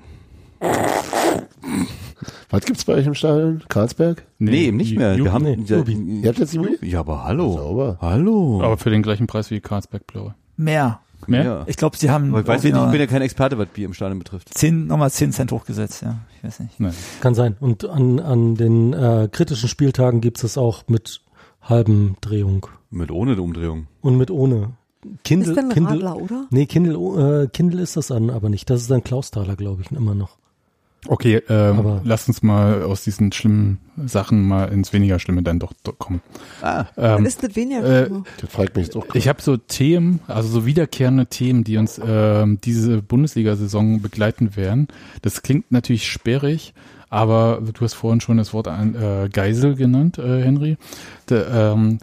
Speaker 5: Was gibt's bei euch im Stadion? Karlsberg?
Speaker 4: Nee, eben nicht mehr.
Speaker 1: Jubi.
Speaker 4: Wir haben,
Speaker 3: nee,
Speaker 4: ja,
Speaker 3: Jubi.
Speaker 5: Ihr habt jetzt Jubi?
Speaker 4: Ja, aber hallo.
Speaker 5: Sauber.
Speaker 4: Hallo.
Speaker 1: Aber für den gleichen Preis wie Karlsberg Blöre.
Speaker 6: Mehr.
Speaker 1: Mehr?
Speaker 4: Ja.
Speaker 6: Ich glaube, sie haben
Speaker 4: Aber ich weiß nicht,
Speaker 6: irgendwie
Speaker 4: ich bin
Speaker 6: noch
Speaker 4: ja kein Experte, was Bier im Stadion betrifft.
Speaker 6: zehn, nochmal 10 Cent hochgesetzt, ja. Ich weiß nicht.
Speaker 1: Nein.
Speaker 3: Kann sein. Und an, an den äh, kritischen Spieltagen gibt's das auch mit halben Drehung
Speaker 4: Mit ohne Umdrehung.
Speaker 3: und mit ohne. Kindle,
Speaker 2: Ist denn ein
Speaker 3: Kindle, Ähm,
Speaker 2: Radler, oder?
Speaker 3: nee, Kindle, äh, Kindle ist das an, aber nicht. Das ist dann Klausthaler, glaube ich, immer noch.
Speaker 1: Okay, ähm,
Speaker 3: Aber-
Speaker 1: lasst uns mal aus diesen schlimmen Sachen mal ins weniger Schlimme dann doch, doch kommen.
Speaker 4: Ah.
Speaker 1: Ähm,
Speaker 2: Dann ist das weniger.
Speaker 1: äh,
Speaker 2: schlimm.
Speaker 5: Das fragt mich doch.
Speaker 1: Ich habe so Themen, also so wiederkehrende Themen, die uns ähm, diese Bundesliga-Saison begleiten werden. Das klingt natürlich sperrig, aber du hast vorhin schon das Wort an, äh, Geisel genannt, äh, Henry. Da, ähm,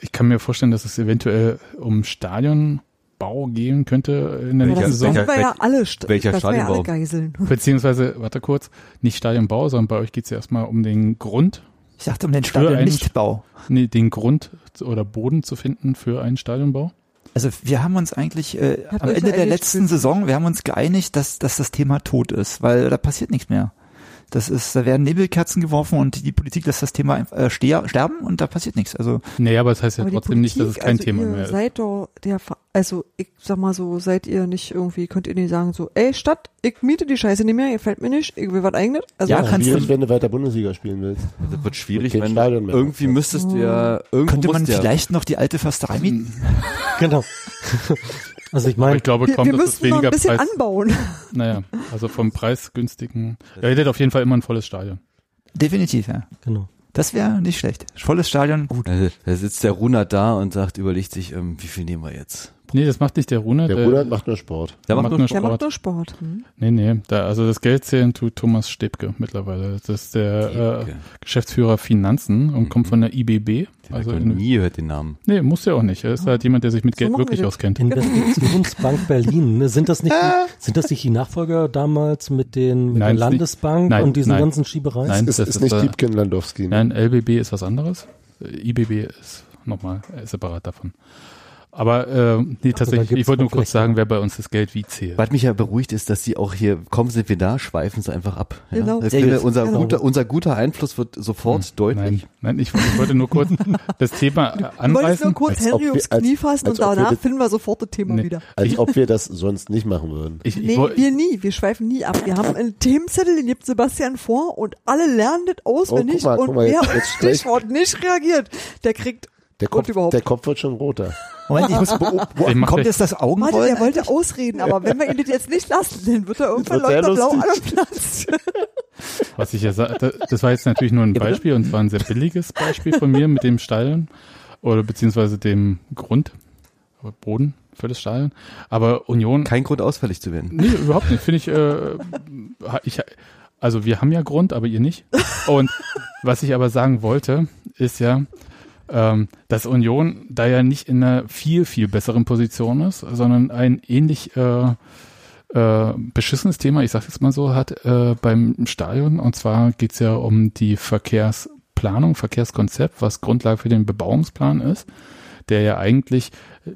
Speaker 1: ich kann mir vorstellen, dass es eventuell um Stadionbau gehen könnte in der
Speaker 2: Ja,
Speaker 4: welcher-
Speaker 1: nächsten
Speaker 2: das
Speaker 1: Saison.
Speaker 2: sind wir ja
Speaker 4: welcher-
Speaker 2: alle, st-
Speaker 4: welcher
Speaker 2: das sind wir ja alle
Speaker 4: Stadionbau?
Speaker 2: Geiseln.
Speaker 1: Beziehungsweise, warte kurz, nicht Stadionbau, sondern bei euch geht es ja erstmal um den Grund,
Speaker 6: Ich dachte um den
Speaker 1: Für
Speaker 6: Stadion
Speaker 1: einen-
Speaker 6: Nichtbau.
Speaker 1: nee, den Grund zu- oder Boden zu finden für einen Stadionbau.
Speaker 6: Also wir haben uns eigentlich äh,
Speaker 2: Habt
Speaker 6: am
Speaker 2: ihr
Speaker 6: Ende
Speaker 2: schon
Speaker 6: der
Speaker 2: erlebt,
Speaker 6: letzten Saison, wir haben uns geeinigt, dass, dass das Thema tot ist, weil da passiert nichts mehr. Das ist, da werden Nebelkerzen geworfen und die Politik lässt das Thema äh, ste- sterben und da passiert nichts. Also
Speaker 1: Nee, aber das heißt ja
Speaker 2: Aber die
Speaker 1: trotzdem nicht, dass es
Speaker 2: Politik,
Speaker 1: kein
Speaker 2: also
Speaker 1: Thema
Speaker 2: ihr
Speaker 1: mehr ist.
Speaker 2: Seid doch der, Ver- also ich sag mal so, seid ihr nicht irgendwie, könnt ihr nicht sagen so, ey Stadt, ich miete die Scheiße nicht mehr, ihr fällt mir nicht, ich will was eigenes. Also
Speaker 6: Ja,
Speaker 2: ja,
Speaker 6: kannst
Speaker 5: schwierig,
Speaker 6: du,
Speaker 5: wenn du weiter Bundesliga spielen willst.
Speaker 4: Das wird schwierig,
Speaker 5: Kein
Speaker 4: wenn
Speaker 5: Stadion mehr.
Speaker 4: irgendwie müsstest du ja, irgendwo
Speaker 6: könnte man
Speaker 4: musst du ja, Mhm.
Speaker 6: vielleicht noch die alte Försterei mieten?
Speaker 3: Genau. Also ich
Speaker 1: Aber
Speaker 3: meine,
Speaker 1: ich glaube
Speaker 2: wir,
Speaker 1: kaum,
Speaker 2: wir
Speaker 1: dass es
Speaker 2: müssen noch
Speaker 1: weniger
Speaker 2: ein bisschen
Speaker 1: Preis.
Speaker 2: anbauen.
Speaker 1: Naja, also vom preisgünstigen. Ja, ihr hättet auf jeden Fall immer ein volles Stadion.
Speaker 6: Definitiv, ja.
Speaker 3: genau.
Speaker 6: Das wäre nicht schlecht. Volles Stadion, gut.
Speaker 4: Äh, Da sitzt der Runert da und sagt, überlegt sich, ähm, wie viel nehmen wir jetzt?
Speaker 1: Nee, das macht nicht der Rune.
Speaker 5: Der Bruder macht nur Sport.
Speaker 4: Der macht nur
Speaker 2: Der macht
Speaker 1: Sport.
Speaker 2: nur Sport. Hm?
Speaker 1: Nee, nee. Da, also das Geld zählen tut Thomas Stebke mittlerweile. Das ist der äh,
Speaker 4: Stebke.
Speaker 1: Geschäftsführer Finanzen und kommt von der IBB.
Speaker 4: Den
Speaker 1: Also
Speaker 4: also
Speaker 1: in-
Speaker 4: nie gehört den Namen.
Speaker 1: Nee, muss ja auch nicht. Er ist halt jemand, der sich mit
Speaker 2: Ah. So
Speaker 1: Geld
Speaker 2: machen wir
Speaker 1: wirklich
Speaker 2: das.
Speaker 1: auskennt.
Speaker 3: Investitionsbank Berlin. Ne? Sind das nicht, die, sind das nicht die Nachfolger damals mit den mit
Speaker 1: Nein,
Speaker 3: der
Speaker 1: ist nicht-
Speaker 3: Landesbank
Speaker 1: nein,
Speaker 3: und diesen
Speaker 1: nein.
Speaker 3: ganzen Schiebereien?
Speaker 1: Nein,
Speaker 5: Es
Speaker 1: das
Speaker 5: ist
Speaker 1: ist,
Speaker 5: nicht
Speaker 1: äh,
Speaker 5: Diebken Landowski. ne?
Speaker 1: Nein, LBB ist was anderes. Äh, IBB ist nochmal äh, separat davon. Aber äh, nee, tatsächlich,
Speaker 3: gibt's
Speaker 1: ich wollte nur
Speaker 3: noch
Speaker 1: kurz
Speaker 3: vielleicht-
Speaker 1: sagen, wer bei uns das Geld wie zählt.
Speaker 4: Was mich ja beruhigt ist, dass sie auch hier, kommen sind wir da, schweifen sie einfach ab. Ja?
Speaker 2: Genau.
Speaker 4: Ich
Speaker 2: Sehr
Speaker 4: finde,
Speaker 6: gut.
Speaker 4: unser,
Speaker 2: Genau.
Speaker 4: guter, unser guter Einfluss wird sofort deutlich.
Speaker 1: Hm. Nein, nein, ich, ich wollte nur kurz das Thema äh,
Speaker 2: Du wolltest nur
Speaker 1: anreißen.
Speaker 2: kurz
Speaker 5: Als ob
Speaker 2: Henry
Speaker 5: wir-
Speaker 2: ums
Speaker 5: als-
Speaker 2: Knie fassen
Speaker 5: als
Speaker 2: und
Speaker 5: ob wir
Speaker 2: danach
Speaker 5: das- Also
Speaker 2: finden wir sofort das Thema
Speaker 1: Nee.
Speaker 2: wieder.
Speaker 5: Als ob wir das sonst nicht machen würden.
Speaker 1: Ich, ich,
Speaker 2: Nee,
Speaker 1: woll-
Speaker 2: wir nie. Wir schweifen nie ab. Wir haben einen Themenzettel, den gibt Sebastian vor und alle lernen das auswendig.
Speaker 5: guck mal,
Speaker 2: und
Speaker 5: guck mal,
Speaker 2: wer
Speaker 5: jetzt-
Speaker 2: auf
Speaker 5: jetzt
Speaker 2: das
Speaker 5: gleich-
Speaker 2: Stichwort nicht reagiert, der kriegt
Speaker 5: Der Kopf,
Speaker 2: überhaupt.
Speaker 5: der Kopf wird schon roter.
Speaker 6: Moment, ich muss
Speaker 1: Ich
Speaker 6: beobachten.
Speaker 1: mach
Speaker 6: Kommt
Speaker 1: gleich-
Speaker 6: jetzt das
Speaker 2: Martin,
Speaker 6: Augenrollen?
Speaker 2: der wollte ausreden, aber wenn wir ihn das jetzt nicht lassen, dann wird er irgendwann
Speaker 5: wird sehr
Speaker 2: läuft er blau an und
Speaker 5: lustig.
Speaker 2: platzt.
Speaker 1: Was ich ja sagte, das war jetzt natürlich nur ein Beispiel und zwar ein sehr billiges Beispiel von mir mit dem Stadion oder beziehungsweise dem Grund, Boden für das Stadion. Aber Union,
Speaker 4: Kein Grund ausfällig zu werden.
Speaker 1: nee, überhaupt nicht. Finde ich, äh, ich, also wir haben ja Grund, aber ihr nicht. Und was ich aber sagen wollte, ist ja, ähm, dass Union da ja nicht in einer viel, viel besseren Position ist, sondern ein ähnlich äh, äh, beschissenes Thema, ich sage jetzt mal so, hat äh, beim Stadion. Und zwar geht's ja um die Verkehrsplanung, Verkehrskonzept, was Grundlage für den Bebauungsplan ist, der ja eigentlich äh,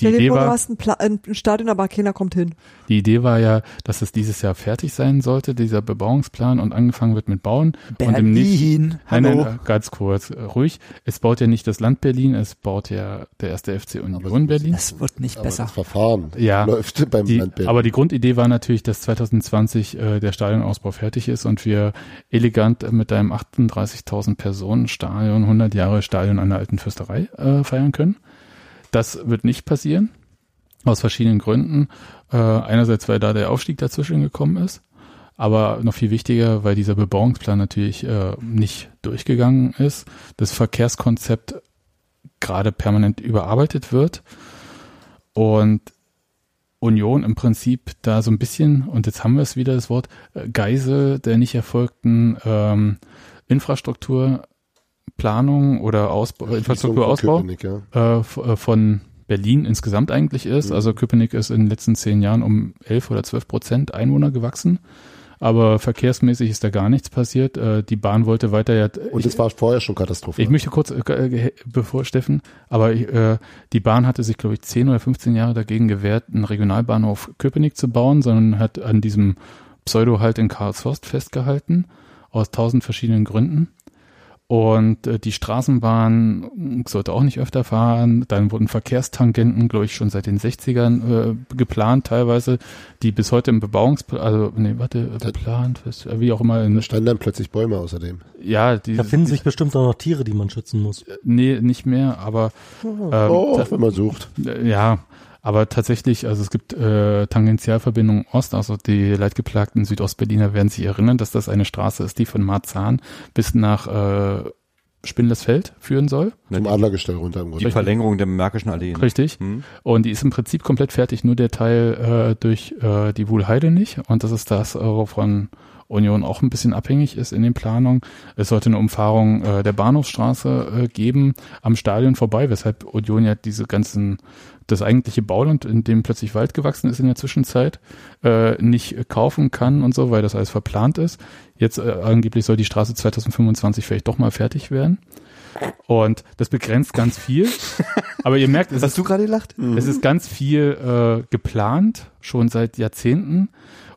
Speaker 1: die
Speaker 2: Stell dir
Speaker 1: Idee
Speaker 2: vor, du
Speaker 1: war,
Speaker 2: hast ein, Pla ein Stadion, aber keiner kommt hin.
Speaker 1: die Idee war ja, dass es dieses Jahr fertig sein sollte, dieser Bebauungsplan und angefangen wird mit Bauen. Und im nächsten,
Speaker 6: Berlin,
Speaker 1: Nein,
Speaker 6: hallo.
Speaker 1: nein, äh, ganz kurz, äh, ruhig. Es baut ja nicht das Land Berlin, es baut ja der erste FC Union Berlin.
Speaker 6: Das wird nicht
Speaker 5: Aber
Speaker 6: besser.
Speaker 5: das Verfahren
Speaker 1: Ja.
Speaker 5: läuft beim
Speaker 1: Die,
Speaker 5: Land Berlin.
Speaker 1: aber die Grundidee war natürlich, dass 2020 äh, der Stadionausbau fertig ist und wir elegant äh, mit einem 38.000 Personen Stadion, 100 Jahre Stadion an der alten Fürsterei äh, feiern können. Das wird nicht passieren, aus verschiedenen Gründen. Äh, einerseits, weil da der Aufstieg dazwischen gekommen ist, aber noch viel wichtiger, weil dieser Bebauungsplan natürlich äh, nicht durchgegangen ist, das Verkehrskonzept gerade permanent überarbeitet wird und Union im Prinzip da so ein bisschen, und jetzt haben wir es wieder, das Wort äh, Geisel der nicht erfolgten ähm, Infrastrukturplanung oder Ausbau, Infrastrukturausbau
Speaker 5: Köpenick, ja.
Speaker 1: äh, f- äh, von Berlin insgesamt eigentlich ist.
Speaker 5: Mhm.
Speaker 1: Also Köpenick ist in den letzten zehn Jahren um 11 oder 12 Prozent Einwohner gewachsen. Aber verkehrsmäßig ist da gar nichts passiert. Äh, Die Bahn wollte weiter ja.
Speaker 5: Und das war vorher schon Katastrophe.
Speaker 1: Ich möchte kurz, äh, äh, bevor Steffen, aber ich, äh, die Bahn hatte sich, glaube ich, 10 oder 15 Jahre dagegen gewehrt, einen Regionalbahnhof Köpenick zu bauen, sondern hat an diesem Pseudo-Halt in Karlshorst festgehalten, aus tausend verschiedenen Gründen. Und äh, die Straßenbahn mh, sollte auch nicht öfter fahren. Dann wurden Verkehrstangenten, glaube ich, schon seit den 60ern äh, geplant teilweise, die bis heute im Bebauungsplan, also, nee, warte, äh,
Speaker 5: Da-
Speaker 1: geplant, was- äh, wie auch immer. In,
Speaker 5: da standen dann plötzlich Bäume außerdem.
Speaker 1: ja, die,
Speaker 3: Da finden sich bestimmt auch noch Tiere, die man schützen muss.
Speaker 1: nee, nicht mehr, aber ähm,
Speaker 5: oh,
Speaker 1: ta-
Speaker 5: wenn man sucht.
Speaker 1: Äh, Ja, aber tatsächlich, also es gibt äh, Tangentialverbindung Ost, also die leidgeplagten Südostberliner werden sich erinnern, dass das eine Straße ist, die von Marzahn bis nach äh, Spindlersfeld führen soll.
Speaker 5: Zum Adlergestell runter im
Speaker 4: Die
Speaker 5: Grunde.
Speaker 4: Verlängerung der Märkischen Allee. ne?
Speaker 1: Richtig.
Speaker 4: Hm?
Speaker 1: Und die ist im Prinzip komplett fertig, nur der Teil äh, durch äh, die Wuhlheide nicht. Und das ist das, äh, wovon Union auch ein bisschen abhängig ist in den Planungen. Es sollte eine Umfahrung äh, der Bahnhofsstraße äh, geben, am Stadion vorbei, weshalb Union ja diese ganzen, das eigentliche Bauland, in dem plötzlich Wald gewachsen ist in der Zwischenzeit, äh, nicht kaufen kann und so, weil das alles verplant ist. Jetzt äh, angeblich soll die Straße 2025 vielleicht doch mal fertig werden. Und das begrenzt ganz viel. Aber ihr merkt, es
Speaker 4: Hast
Speaker 1: ist
Speaker 4: du gerade gelacht?
Speaker 1: es ist ganz viel äh, geplant, schon seit Jahrzehnten.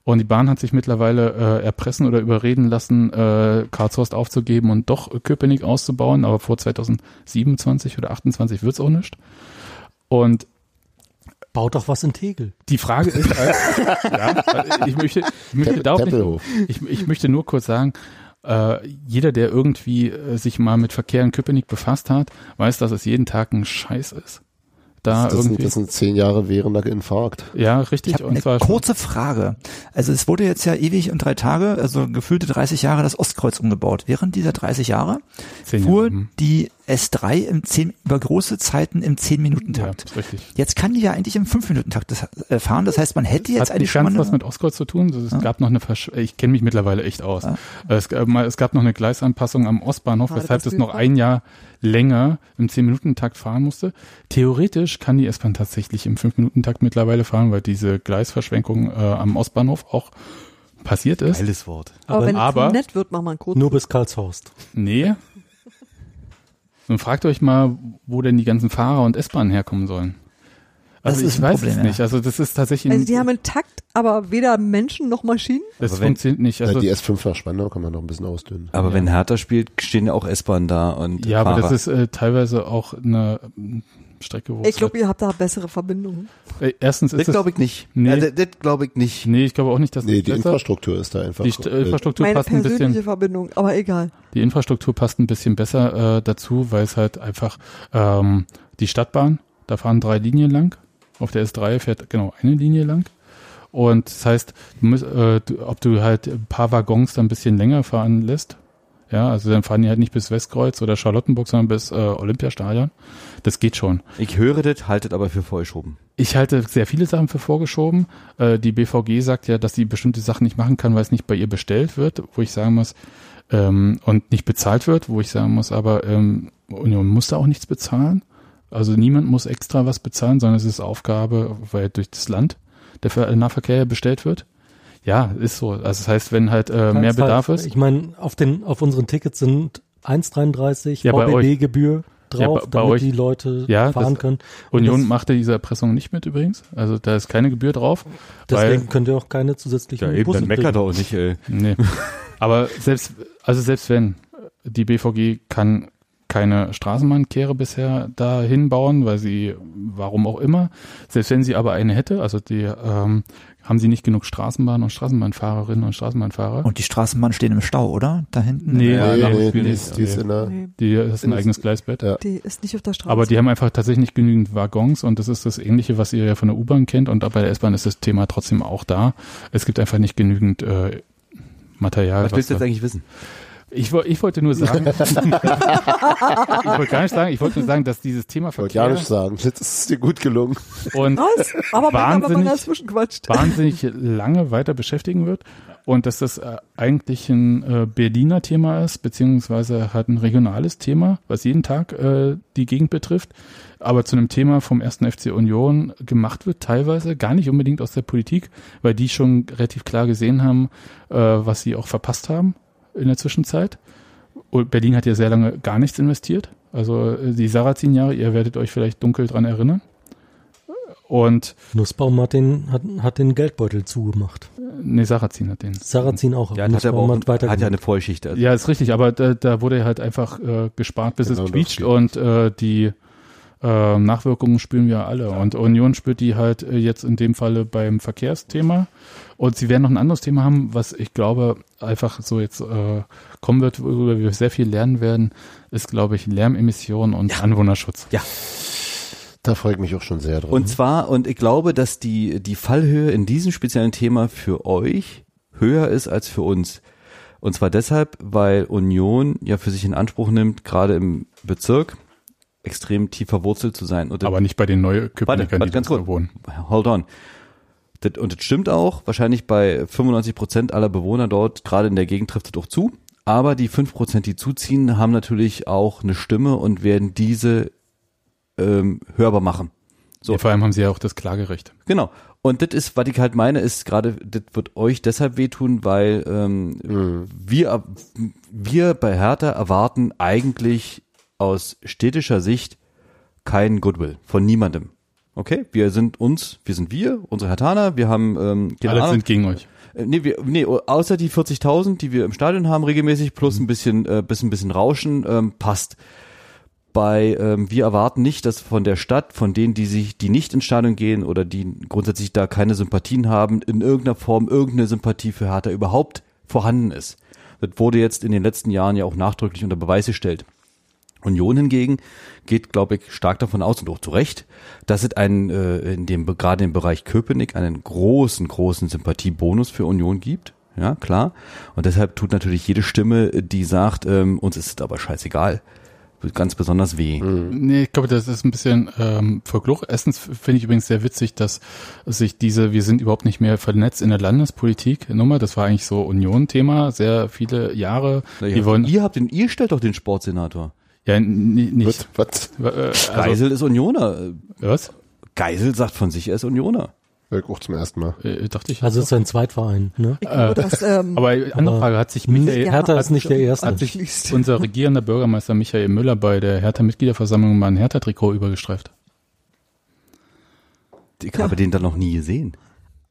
Speaker 1: Und die Bahn hat sich mittlerweile äh, erpressen oder überreden lassen, äh, Karlshorst aufzugeben und doch Köpenick auszubauen, aber vor 2027 oder 28 wird's auch nicht. Und
Speaker 3: Baut doch was in Tegel.
Speaker 1: die Frage ist, äh, ja, ich möchte, ich möchte da auch nicht,
Speaker 5: Tempelhof.
Speaker 1: ich, ich möchte nur kurz sagen, äh, jeder, der irgendwie äh, sich mal mit Verkehr in Köpenick befasst hat, weiß, dass es jeden Tag ein Scheiß ist. Da
Speaker 5: Das sind,
Speaker 1: irgendwie,
Speaker 5: das sind zehn Jahre währender Infarkt.
Speaker 1: ja,
Speaker 6: Ich
Speaker 1: richtig.
Speaker 6: habe eine
Speaker 1: zwar schon-
Speaker 6: kurze Frage. Also es wurde jetzt ja ewig und drei Tage, also gefühlte 30 Jahre, das Ostkreuz umgebaut. Während dieser 30 Jahre
Speaker 1: Zehn
Speaker 6: fuhr
Speaker 1: Jahre, hm.
Speaker 6: die S3 im 10, über große Zeiten im
Speaker 1: ja,
Speaker 6: 10-Minuten-Takt.
Speaker 1: ist richtig.
Speaker 6: Jetzt kann die ja eigentlich im 5-Minuten-Takt das, äh, fahren. Das heißt, man hätte jetzt
Speaker 1: Hat
Speaker 6: eigentlich
Speaker 1: nicht
Speaker 6: schon mal
Speaker 1: ganz was
Speaker 6: eine,
Speaker 1: mit Ostkreuz zu tun. Es
Speaker 6: Ja.
Speaker 1: gab noch eine Versch Ich kenne mich mittlerweile echt aus. Äh,
Speaker 6: Ja. Ah,
Speaker 1: Es, gab mal- es gab noch eine Gleisanpassung am Ostbahnhof,
Speaker 2: Gerade
Speaker 1: weshalb
Speaker 2: das
Speaker 1: es noch
Speaker 2: Bild-
Speaker 1: ein Jahr länger im 10-Minuten-Takt fahren musste. Theoretisch kann die S-Bahn tatsächlich im 5-Minuten-Takt mittlerweile fahren, weil diese Gleisverschwenkung äh, am Ostbahnhof auch passiert ist.
Speaker 4: Geiles Wort.
Speaker 2: Aber wenn
Speaker 1: aber-
Speaker 2: es nett wird, machen wir einen kurzen.
Speaker 3: Nur bis Karlshorst.
Speaker 1: Nee. Nun fragt euch mal, wo denn die ganzen Fahrer und S-Bahnen herkommen sollen.
Speaker 6: Das
Speaker 1: Also
Speaker 6: ist
Speaker 1: ich
Speaker 6: ein
Speaker 1: weiß
Speaker 6: Problem,
Speaker 1: es
Speaker 6: ja.
Speaker 1: nicht. Also das ist tatsächlich,
Speaker 2: Also die haben einen Takt, aber weder Menschen noch Maschinen.
Speaker 1: das
Speaker 4: Aber wenn-
Speaker 1: funktioniert nicht. Also,
Speaker 5: Äh, die S5 nach Spandau kann man noch ein bisschen ausdünnen.
Speaker 4: Aber wenn Hertha spielt, stehen ja auch S-Bahn da und
Speaker 1: ja,
Speaker 4: Fahrer.
Speaker 1: aber das ist äh, teilweise auch eine ähm, Strecke, wo
Speaker 2: Ich
Speaker 1: es
Speaker 2: glaube, ihr habt da bessere Verbindungen.
Speaker 1: halt, äh, erstens
Speaker 4: das
Speaker 1: ist es,
Speaker 4: glaube ich nicht.
Speaker 1: Nee.
Speaker 4: Ja, das das glaube ich nicht.
Speaker 1: nee, ich glaube auch nicht, dass
Speaker 5: nee,
Speaker 1: es
Speaker 5: die
Speaker 1: besser-
Speaker 5: Infrastruktur ist da einfach.
Speaker 1: die St- äh, Infrastruktur
Speaker 2: Meine
Speaker 1: passt ein
Speaker 2: persönliche
Speaker 1: bisschen,
Speaker 2: Verbindung, aber egal.
Speaker 1: die Infrastruktur passt ein bisschen besser äh, dazu, weil es halt einfach ähm, die Stadtbahn, da fahren drei Linien lang, auf der S3 fährt genau eine Linie lang. Und das heißt, du müsst, äh, du, ob du halt ein paar Waggons dann ein bisschen länger fahren lässt, ja, also dann fahren die halt nicht bis Westkreuz oder Charlottenburg, sondern bis äh, Olympiastadion. Das geht schon.
Speaker 4: Ich höre das, haltet aber für vorgeschoben.
Speaker 1: Ich halte sehr viele Sachen für vorgeschoben. Äh, die BVG sagt ja, dass sie bestimmte Sachen nicht machen kann, weil es nicht bei ihr bestellt wird, wo ich sagen muss, ähm, und nicht bezahlt wird, wo ich sagen muss, aber ähm, Union muss da auch nichts bezahlen. Also niemand muss extra was bezahlen, sondern es ist Aufgabe, weil durch das Land der Ver Nahverkehr ja bestellt wird. Ja, ist so. Also das heißt, wenn halt äh, mehr
Speaker 3: Teils,
Speaker 1: Bedarf
Speaker 3: teils.
Speaker 1: ist.
Speaker 3: Ich meine, auf den, auf unseren Tickets sind 1,33
Speaker 1: Ja, bei
Speaker 3: VBB-Gebühr
Speaker 1: Ja,
Speaker 3: drauf,
Speaker 1: bei- bei
Speaker 3: damit
Speaker 1: euch.
Speaker 3: die Leute
Speaker 1: Ja,
Speaker 3: fahren
Speaker 1: das-
Speaker 3: können.
Speaker 1: Union
Speaker 3: das-
Speaker 1: machte diese Erpressung nicht mit übrigens. Also da ist keine Gebühr drauf. weil-
Speaker 3: Deswegen könnt ihr auch keine zusätzlichen Busse kriegen.
Speaker 4: auch nicht, ey.
Speaker 1: Nee. Aber selbst, also selbst wenn, die BVG kann keine Straßenbahnkehre bisher dahin bauen, weil sie, warum auch immer, selbst wenn sie aber eine hätte, also die ähm, haben sie nicht genug Straßenbahn und Straßenbahnfahrerinnen und Straßenbahnfahrer.
Speaker 6: und die Straßenbahnen stehen im Stau, oder? Da hinten?
Speaker 1: Nee.
Speaker 5: ja,
Speaker 1: Ja,
Speaker 5: nee,
Speaker 1: nach dem
Speaker 5: nee,
Speaker 1: Spiel
Speaker 5: die,
Speaker 1: nicht.
Speaker 5: ist, die ist in der,
Speaker 2: Nee,
Speaker 1: Die ist ein
Speaker 5: Das-
Speaker 1: eigenes Gleisbett.
Speaker 2: die ist nicht auf der Straße.
Speaker 1: Aber die haben einfach tatsächlich nicht genügend Waggons und das ist das Ähnliche, was ihr ja von der U-Bahn kennt und bei der S-Bahn ist das Thema trotzdem auch da. Es gibt einfach nicht genügend äh, Material.
Speaker 4: Was willst du
Speaker 1: da-
Speaker 4: jetzt eigentlich wissen?
Speaker 1: Ich, woll- ich wollte nur sagen, ich wollte gar nicht sagen, ich wollte nur sagen, dass dieses Thema
Speaker 5: wollte ja
Speaker 1: Verkehr
Speaker 5: nicht sagen. Das ist dir gut gelungen.
Speaker 1: und
Speaker 2: Was? Aber wenn man
Speaker 1: Wahnsinnig.
Speaker 2: dazwischen quatscht.
Speaker 1: wahnsinnig lange weiter beschäftigen wird und dass das äh, eigentlich ein äh, Berliner Thema ist, beziehungsweise halt ein regionales Thema, was jeden Tag äh, die Gegend betrifft, aber zu einem Thema vom ersten FC Union gemacht wird, teilweise gar nicht unbedingt aus der Politik, weil die schon relativ klar gesehen haben, äh, was sie auch verpasst haben in der Zwischenzeit. Und Berlin hat ja sehr lange gar nichts investiert. Also äh, die Sarrazin-Jahre, ihr werdet euch vielleicht dunkel dran erinnern. Und
Speaker 3: Nussbaum hat den, hat, hat den Geldbeutel zugemacht.
Speaker 1: äh, nee, Sarrazin hat den.
Speaker 3: Sarrazin auch.
Speaker 4: Ja, das hat, ja
Speaker 3: Nussbaum
Speaker 4: aber
Speaker 3: hat
Speaker 4: auch, hat ja
Speaker 3: weitergemacht.
Speaker 4: eine Vollschicht. Also.
Speaker 1: Ja, ist richtig, aber da, da wurde halt einfach äh, gespart, bis
Speaker 5: Genau,
Speaker 1: es
Speaker 5: das
Speaker 1: quietscht
Speaker 5: geht.
Speaker 1: und äh, die äh, Nachwirkungen spüren wir alle. Und Union spürt die halt äh, jetzt in dem Falle beim Verkehrsthema. Und sie werden noch ein anderes Thema haben, was ich glaube einfach so jetzt äh, kommen wird, worüber wir sehr viel lernen werden, ist, glaube ich, Lärmemissionen und Anwohnerschutz.
Speaker 5: Da freue ich mich auch schon sehr drauf.
Speaker 4: Und zwar, und ich glaube, dass die, die Fallhöhe in diesem speziellen Thema für euch höher ist als für uns. Und zwar deshalb, weil Union ja für sich in Anspruch nimmt, gerade im Bezirk extrem tief verwurzelt zu sein. Und das-
Speaker 1: Aber nicht bei den
Speaker 4: Warte,
Speaker 1: Neuköpenickern,
Speaker 4: warte,
Speaker 1: die
Speaker 4: ganz
Speaker 1: da
Speaker 4: kurz.
Speaker 1: wohnen.
Speaker 4: hold on. Das, und das stimmt auch, wahrscheinlich bei 95 Prozent aller Bewohner dort, gerade in der Gegend trifft es doch zu. Aber die 5 Prozent, die zuziehen, haben natürlich auch eine Stimme und werden diese ähm, hörbar machen. So.
Speaker 1: Ja, vor allem haben sie ja auch das Klagerecht.
Speaker 4: Genau. Und das ist, was ich halt meine, ist gerade, das wird euch deshalb wehtun, weil ähm, wir, wir bei Hertha erwarten eigentlich aus städtischer Sicht kein Goodwill von niemandem. okay, wir sind uns, wir sind wir, unsere Hatana, wir haben, ähm, keine
Speaker 1: Alle
Speaker 4: Ahnung.
Speaker 1: sind gegen euch.
Speaker 4: Äh, Nee, wir, nee, außer die 40.000, die wir im Stadion haben regelmäßig, plus ein bisschen, äh, bis ein bisschen Rauschen, ähm, passt. Bei, ähm, wir erwarten nicht, dass von der Stadt, von denen, die sich, die nicht ins Stadion gehen oder die grundsätzlich da keine Sympathien haben, in irgendeiner Form irgendeine Sympathie für Hertha überhaupt vorhanden ist. Das wurde jetzt in den letzten Jahren ja auch nachdrücklich unter Beweis gestellt. Union hingegen geht, glaube ich, stark davon aus und auch zu Recht, dass es einen, äh, in dem, gerade im Bereich Köpenick einen großen, großen Sympathiebonus für Union gibt. Ja, klar. Und deshalb tut natürlich jede Stimme, die sagt, ähm, uns ist es aber scheißegal, wird ganz besonders weh.
Speaker 1: Nee, ich glaube, das ist ein bisschen ähm, Folklore. Erstens f- finde ich übrigens sehr witzig, dass sich diese, wir sind überhaupt nicht mehr vernetzt in der Landespolitik Nummer, das war eigentlich so Union-Thema, sehr viele Jahre. Die wollen,
Speaker 4: ihr habt den, ihr stellt doch den Sportsenator.
Speaker 1: ja, n- n- nicht.
Speaker 5: Wird, was?
Speaker 1: Äh, Also,
Speaker 4: Geisel ist Unioner.
Speaker 1: was?
Speaker 4: Geisel sagt von sich, er ist Unioner.
Speaker 5: Hör ich auch zum ersten Mal.
Speaker 1: Äh, dachte ich.
Speaker 3: Also ist ein Zweitverein, ne?
Speaker 2: glaube, dass, ähm,
Speaker 1: äh, aber andere
Speaker 3: aber-
Speaker 1: Frage, hat sich
Speaker 3: Nee,
Speaker 1: Michael,
Speaker 3: Hertha ist nicht der Erste.
Speaker 1: hat sich unser regierender Bürgermeister Michael Müller bei der Hertha-Mitgliederversammlung mal ein Hertha-Trikot übergestreift?
Speaker 4: Ich habe den dann noch nie gesehen.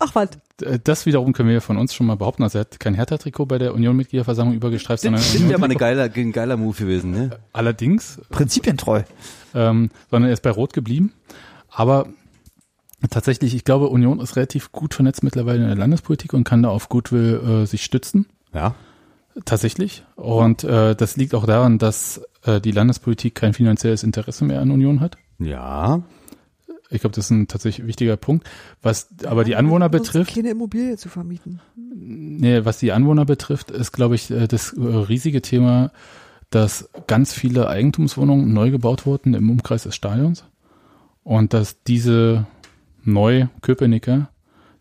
Speaker 2: ach was,
Speaker 1: D- Das wiederum können wir von uns schon mal behaupten. Also er hat kein Hertha-Trikot bei der Union-Mitgliederversammlung übergestreift, sondern
Speaker 4: Das wäre mal eine geiler, ein geiler Move gewesen, ne?
Speaker 1: allerdings
Speaker 6: Prinzipientreu.
Speaker 1: ähm, sondern er ist bei Rot geblieben. Aber tatsächlich, ich glaube, Union ist relativ gut vernetzt mittlerweile in der Landespolitik und kann da auf Goodwill äh, sich stützen.
Speaker 4: Ja.
Speaker 1: Tatsächlich. Und äh, das liegt auch daran, dass äh, die Landespolitik kein finanzielles Interesse mehr an Union hat.
Speaker 4: Ja.
Speaker 1: Ich glaube, das ist ein tatsächlich wichtiger Punkt. Was aber die Anwohner
Speaker 2: uns
Speaker 1: betrifft,
Speaker 2: Äh, Keine Immobilie zu vermieten.
Speaker 1: nee, was die Anwohner betrifft, ist, glaube ich, äh, das äh, riesige Thema, dass ganz viele Eigentumswohnungen neu gebaut wurden im Umkreis des Stadions und dass diese Neu-Köpenicker,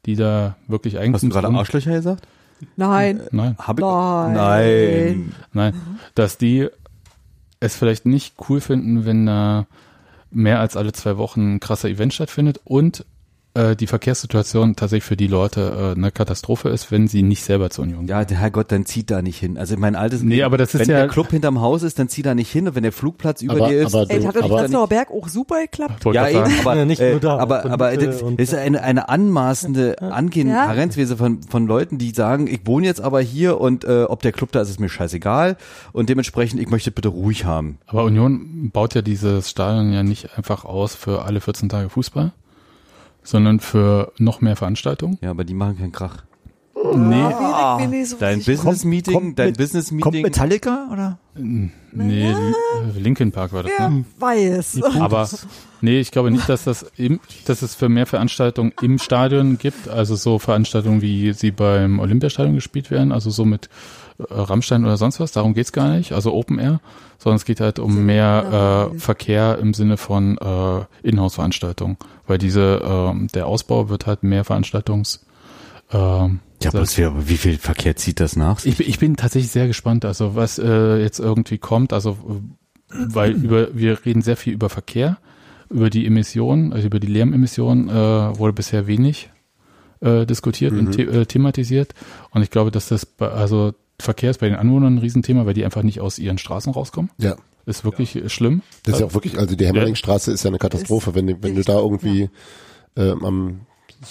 Speaker 1: die da wirklich
Speaker 4: Hast du gerade
Speaker 1: Eigentumswohnungen,
Speaker 4: Arschlöcher gesagt?
Speaker 2: Nein.
Speaker 1: nein,
Speaker 4: Hab
Speaker 2: Äh, Nein.
Speaker 4: Nein.
Speaker 1: nein, dass die es vielleicht nicht cool finden, wenn da mehr als alle zwei Wochen ein krasser Event stattfindet und äh, die Verkehrssituation tatsächlich für die Leute äh, eine Katastrophe ist, wenn sie nicht selber zur Union gehen.
Speaker 4: Ja, der Herrgott, dann zieht da nicht hin. Also mein altes.
Speaker 1: Nee, aber das ist
Speaker 4: wenn
Speaker 1: ja-
Speaker 4: der Club hinterm Haus ist, dann zieht da nicht hin. Und wenn der Flugplatz über
Speaker 5: Aber-
Speaker 4: dir ist,
Speaker 5: aber
Speaker 2: Ey, das hat doch die
Speaker 5: Aber-
Speaker 2: Prenzlauer Berg auch super geklappt.
Speaker 1: Wollte
Speaker 4: ja,
Speaker 1: gerade sagen.
Speaker 4: eben, aber,
Speaker 3: Ja, nicht
Speaker 4: äh,
Speaker 3: nur da,
Speaker 4: aber,
Speaker 3: auch
Speaker 4: aber
Speaker 3: Mitte
Speaker 4: das
Speaker 3: und-
Speaker 4: ist eine, eine anmaßende angehende
Speaker 2: Ja.
Speaker 4: Herangehensweise von, von Leuten, die sagen, ich wohne jetzt aber hier und äh, ob der Club da ist, ist mir scheißegal und dementsprechend, ich möchte bitte ruhig haben.
Speaker 1: Aber Union baut ja dieses Stadion ja nicht einfach aus für alle 14 Tage Fußball, sondern für noch mehr Veranstaltungen.
Speaker 4: Ja, aber die machen keinen Krach.
Speaker 1: Nee,
Speaker 2: Ah, wenig, wenig, so
Speaker 4: Dein
Speaker 2: richtig-
Speaker 4: Business Meeting,
Speaker 6: kommt
Speaker 4: dein
Speaker 6: mit-
Speaker 4: Business
Speaker 6: Kommt
Speaker 4: Meeting.
Speaker 6: Metallica oder?
Speaker 1: nee Li- Linkin Park war das,
Speaker 2: Wer
Speaker 1: ne?
Speaker 2: weiß.
Speaker 1: Aber nee, ich glaube nicht, dass das im, dass es für mehr Veranstaltungen im Stadion gibt, also so Veranstaltungen, wie sie beim Olympiastadion gespielt werden, also so mit äh, Rammstein oder sonst was, darum geht's gar nicht, also Open Air, sondern es geht halt um mehr äh, Verkehr im Sinne von äh, Inhouse-Veranstaltungen, weil diese, ähm, der Ausbau wird halt mehr Veranstaltungs... ähm,
Speaker 4: Ja, bloß wie, wie viel Verkehr zieht das nach?
Speaker 1: ich, bin- ich bin tatsächlich sehr gespannt, also was äh, jetzt irgendwie kommt. Also äh, weil über wir reden sehr viel über Verkehr, über die Emissionen, also über die Lärmemissionen äh, wurde bisher wenig äh, diskutiert
Speaker 5: Mhm.
Speaker 1: und the äh, thematisiert. Und ich glaube, dass das bei, also Verkehr ist bei den Anwohnern ein Riesenthema, weil die einfach nicht aus ihren Straßen rauskommen.
Speaker 5: Ja.
Speaker 1: Ist wirklich äh, schlimm.
Speaker 5: Das ist ja auch wirklich, also die Hemmerlingstraße ist ja eine Katastrophe, wenn, du- wenn du da irgendwie ähm, am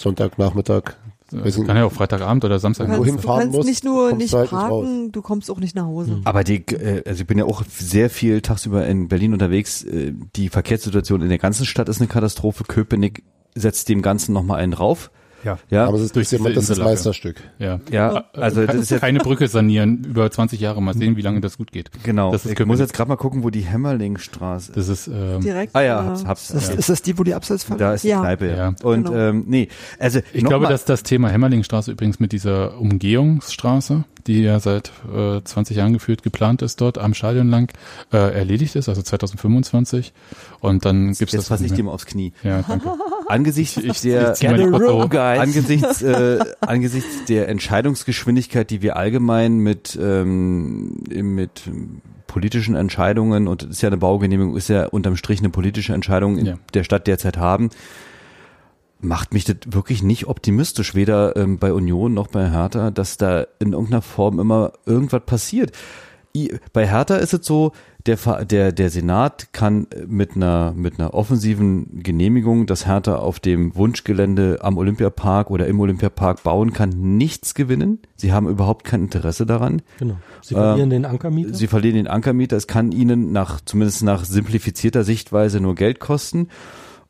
Speaker 5: Sonntagnachmittag, weiß
Speaker 1: Kann ja auch Freitagabend oder
Speaker 2: Du
Speaker 1: Samstag.
Speaker 2: kannst,
Speaker 5: wohin
Speaker 2: du
Speaker 5: fahren
Speaker 2: kannst
Speaker 5: musst,
Speaker 2: nicht nur
Speaker 5: kommst
Speaker 2: nicht
Speaker 5: du halt nicht
Speaker 2: parken, du kommst auch nicht nach
Speaker 1: Hm.
Speaker 2: Hause.
Speaker 4: Aber die, äh, also ich bin ja auch sehr viel tagsüber in Berlin unterwegs. Äh, Die Verkehrssituation in der ganzen Stadt ist eine Katastrophe. Köpenick setzt dem Ganzen nochmal einen drauf.
Speaker 1: Ja.
Speaker 4: Ja,
Speaker 5: aber es ist
Speaker 1: Durch
Speaker 5: durch jemand, das ist
Speaker 1: diese
Speaker 5: das
Speaker 1: Insellage.
Speaker 5: Meisterstück.
Speaker 1: Ja.
Speaker 4: ja also das ist jetzt
Speaker 1: keine Brücke sanieren über 20 Jahre. Mal sehen, wie lange das gut geht.
Speaker 4: genau.
Speaker 1: Das ist
Speaker 4: ich muss
Speaker 1: Köpenick.
Speaker 4: jetzt gerade mal gucken, wo die Hämmerlingstraße ist.
Speaker 1: Das ist ähm,
Speaker 2: Direkt.
Speaker 4: Ah ja,
Speaker 2: äh,
Speaker 4: hab's, hab's.
Speaker 6: Ist,
Speaker 4: ja.
Speaker 6: ist Genau. das die, wo die Abseitsfalle?
Speaker 4: Da ist die
Speaker 2: Ja.
Speaker 4: Kneipe. Ja.
Speaker 1: Ja.
Speaker 4: Und
Speaker 2: Genau.
Speaker 4: ähm, nee, also
Speaker 1: Ich
Speaker 4: noch
Speaker 1: glaube,
Speaker 4: mal,
Speaker 1: dass das Thema Hämmerlingstraße übrigens mit dieser Umgehungsstraße, die ja seit äh, 20 Jahren geführt geplant ist, dort am Stadion lang äh, erledigt ist, also 2025. Und dann gibt's
Speaker 4: jetzt
Speaker 1: das
Speaker 4: fasse ich
Speaker 1: nicht
Speaker 4: dir
Speaker 1: mehr.
Speaker 4: mal aufs Knie.
Speaker 1: Ja, danke.
Speaker 4: Angesichts
Speaker 1: Ich-
Speaker 4: der
Speaker 1: ich zieh meine Kotze hoch.
Speaker 4: Angesichts, äh, angesichts der Entscheidungsgeschwindigkeit, die wir allgemein mit, ähm, mit ähm, politischen Entscheidungen und es ist ja eine Baugenehmigung, ist ja unterm Strich eine politische Entscheidung in
Speaker 1: Ja.
Speaker 4: der Stadt derzeit haben, macht mich das wirklich nicht optimistisch, weder ähm, bei Union noch bei Hertha, dass da in irgendeiner Form immer irgendwas passiert. I- bei Hertha ist es so, der, Ver- der, der Senat kann mit einer, mit einer offensiven Genehmigung, dass Hertha auf dem Wunschgelände am Olympiapark oder im Olympiapark bauen kann, nichts gewinnen. Sie haben überhaupt kein Interesse daran.
Speaker 3: Genau. Sie verlieren
Speaker 1: Ähm,
Speaker 3: den Ankermieter.
Speaker 4: Sie verlieren den Ankermieter. Es kann ihnen nach, zumindest nach simplifizierter Sichtweise nur Geld kosten.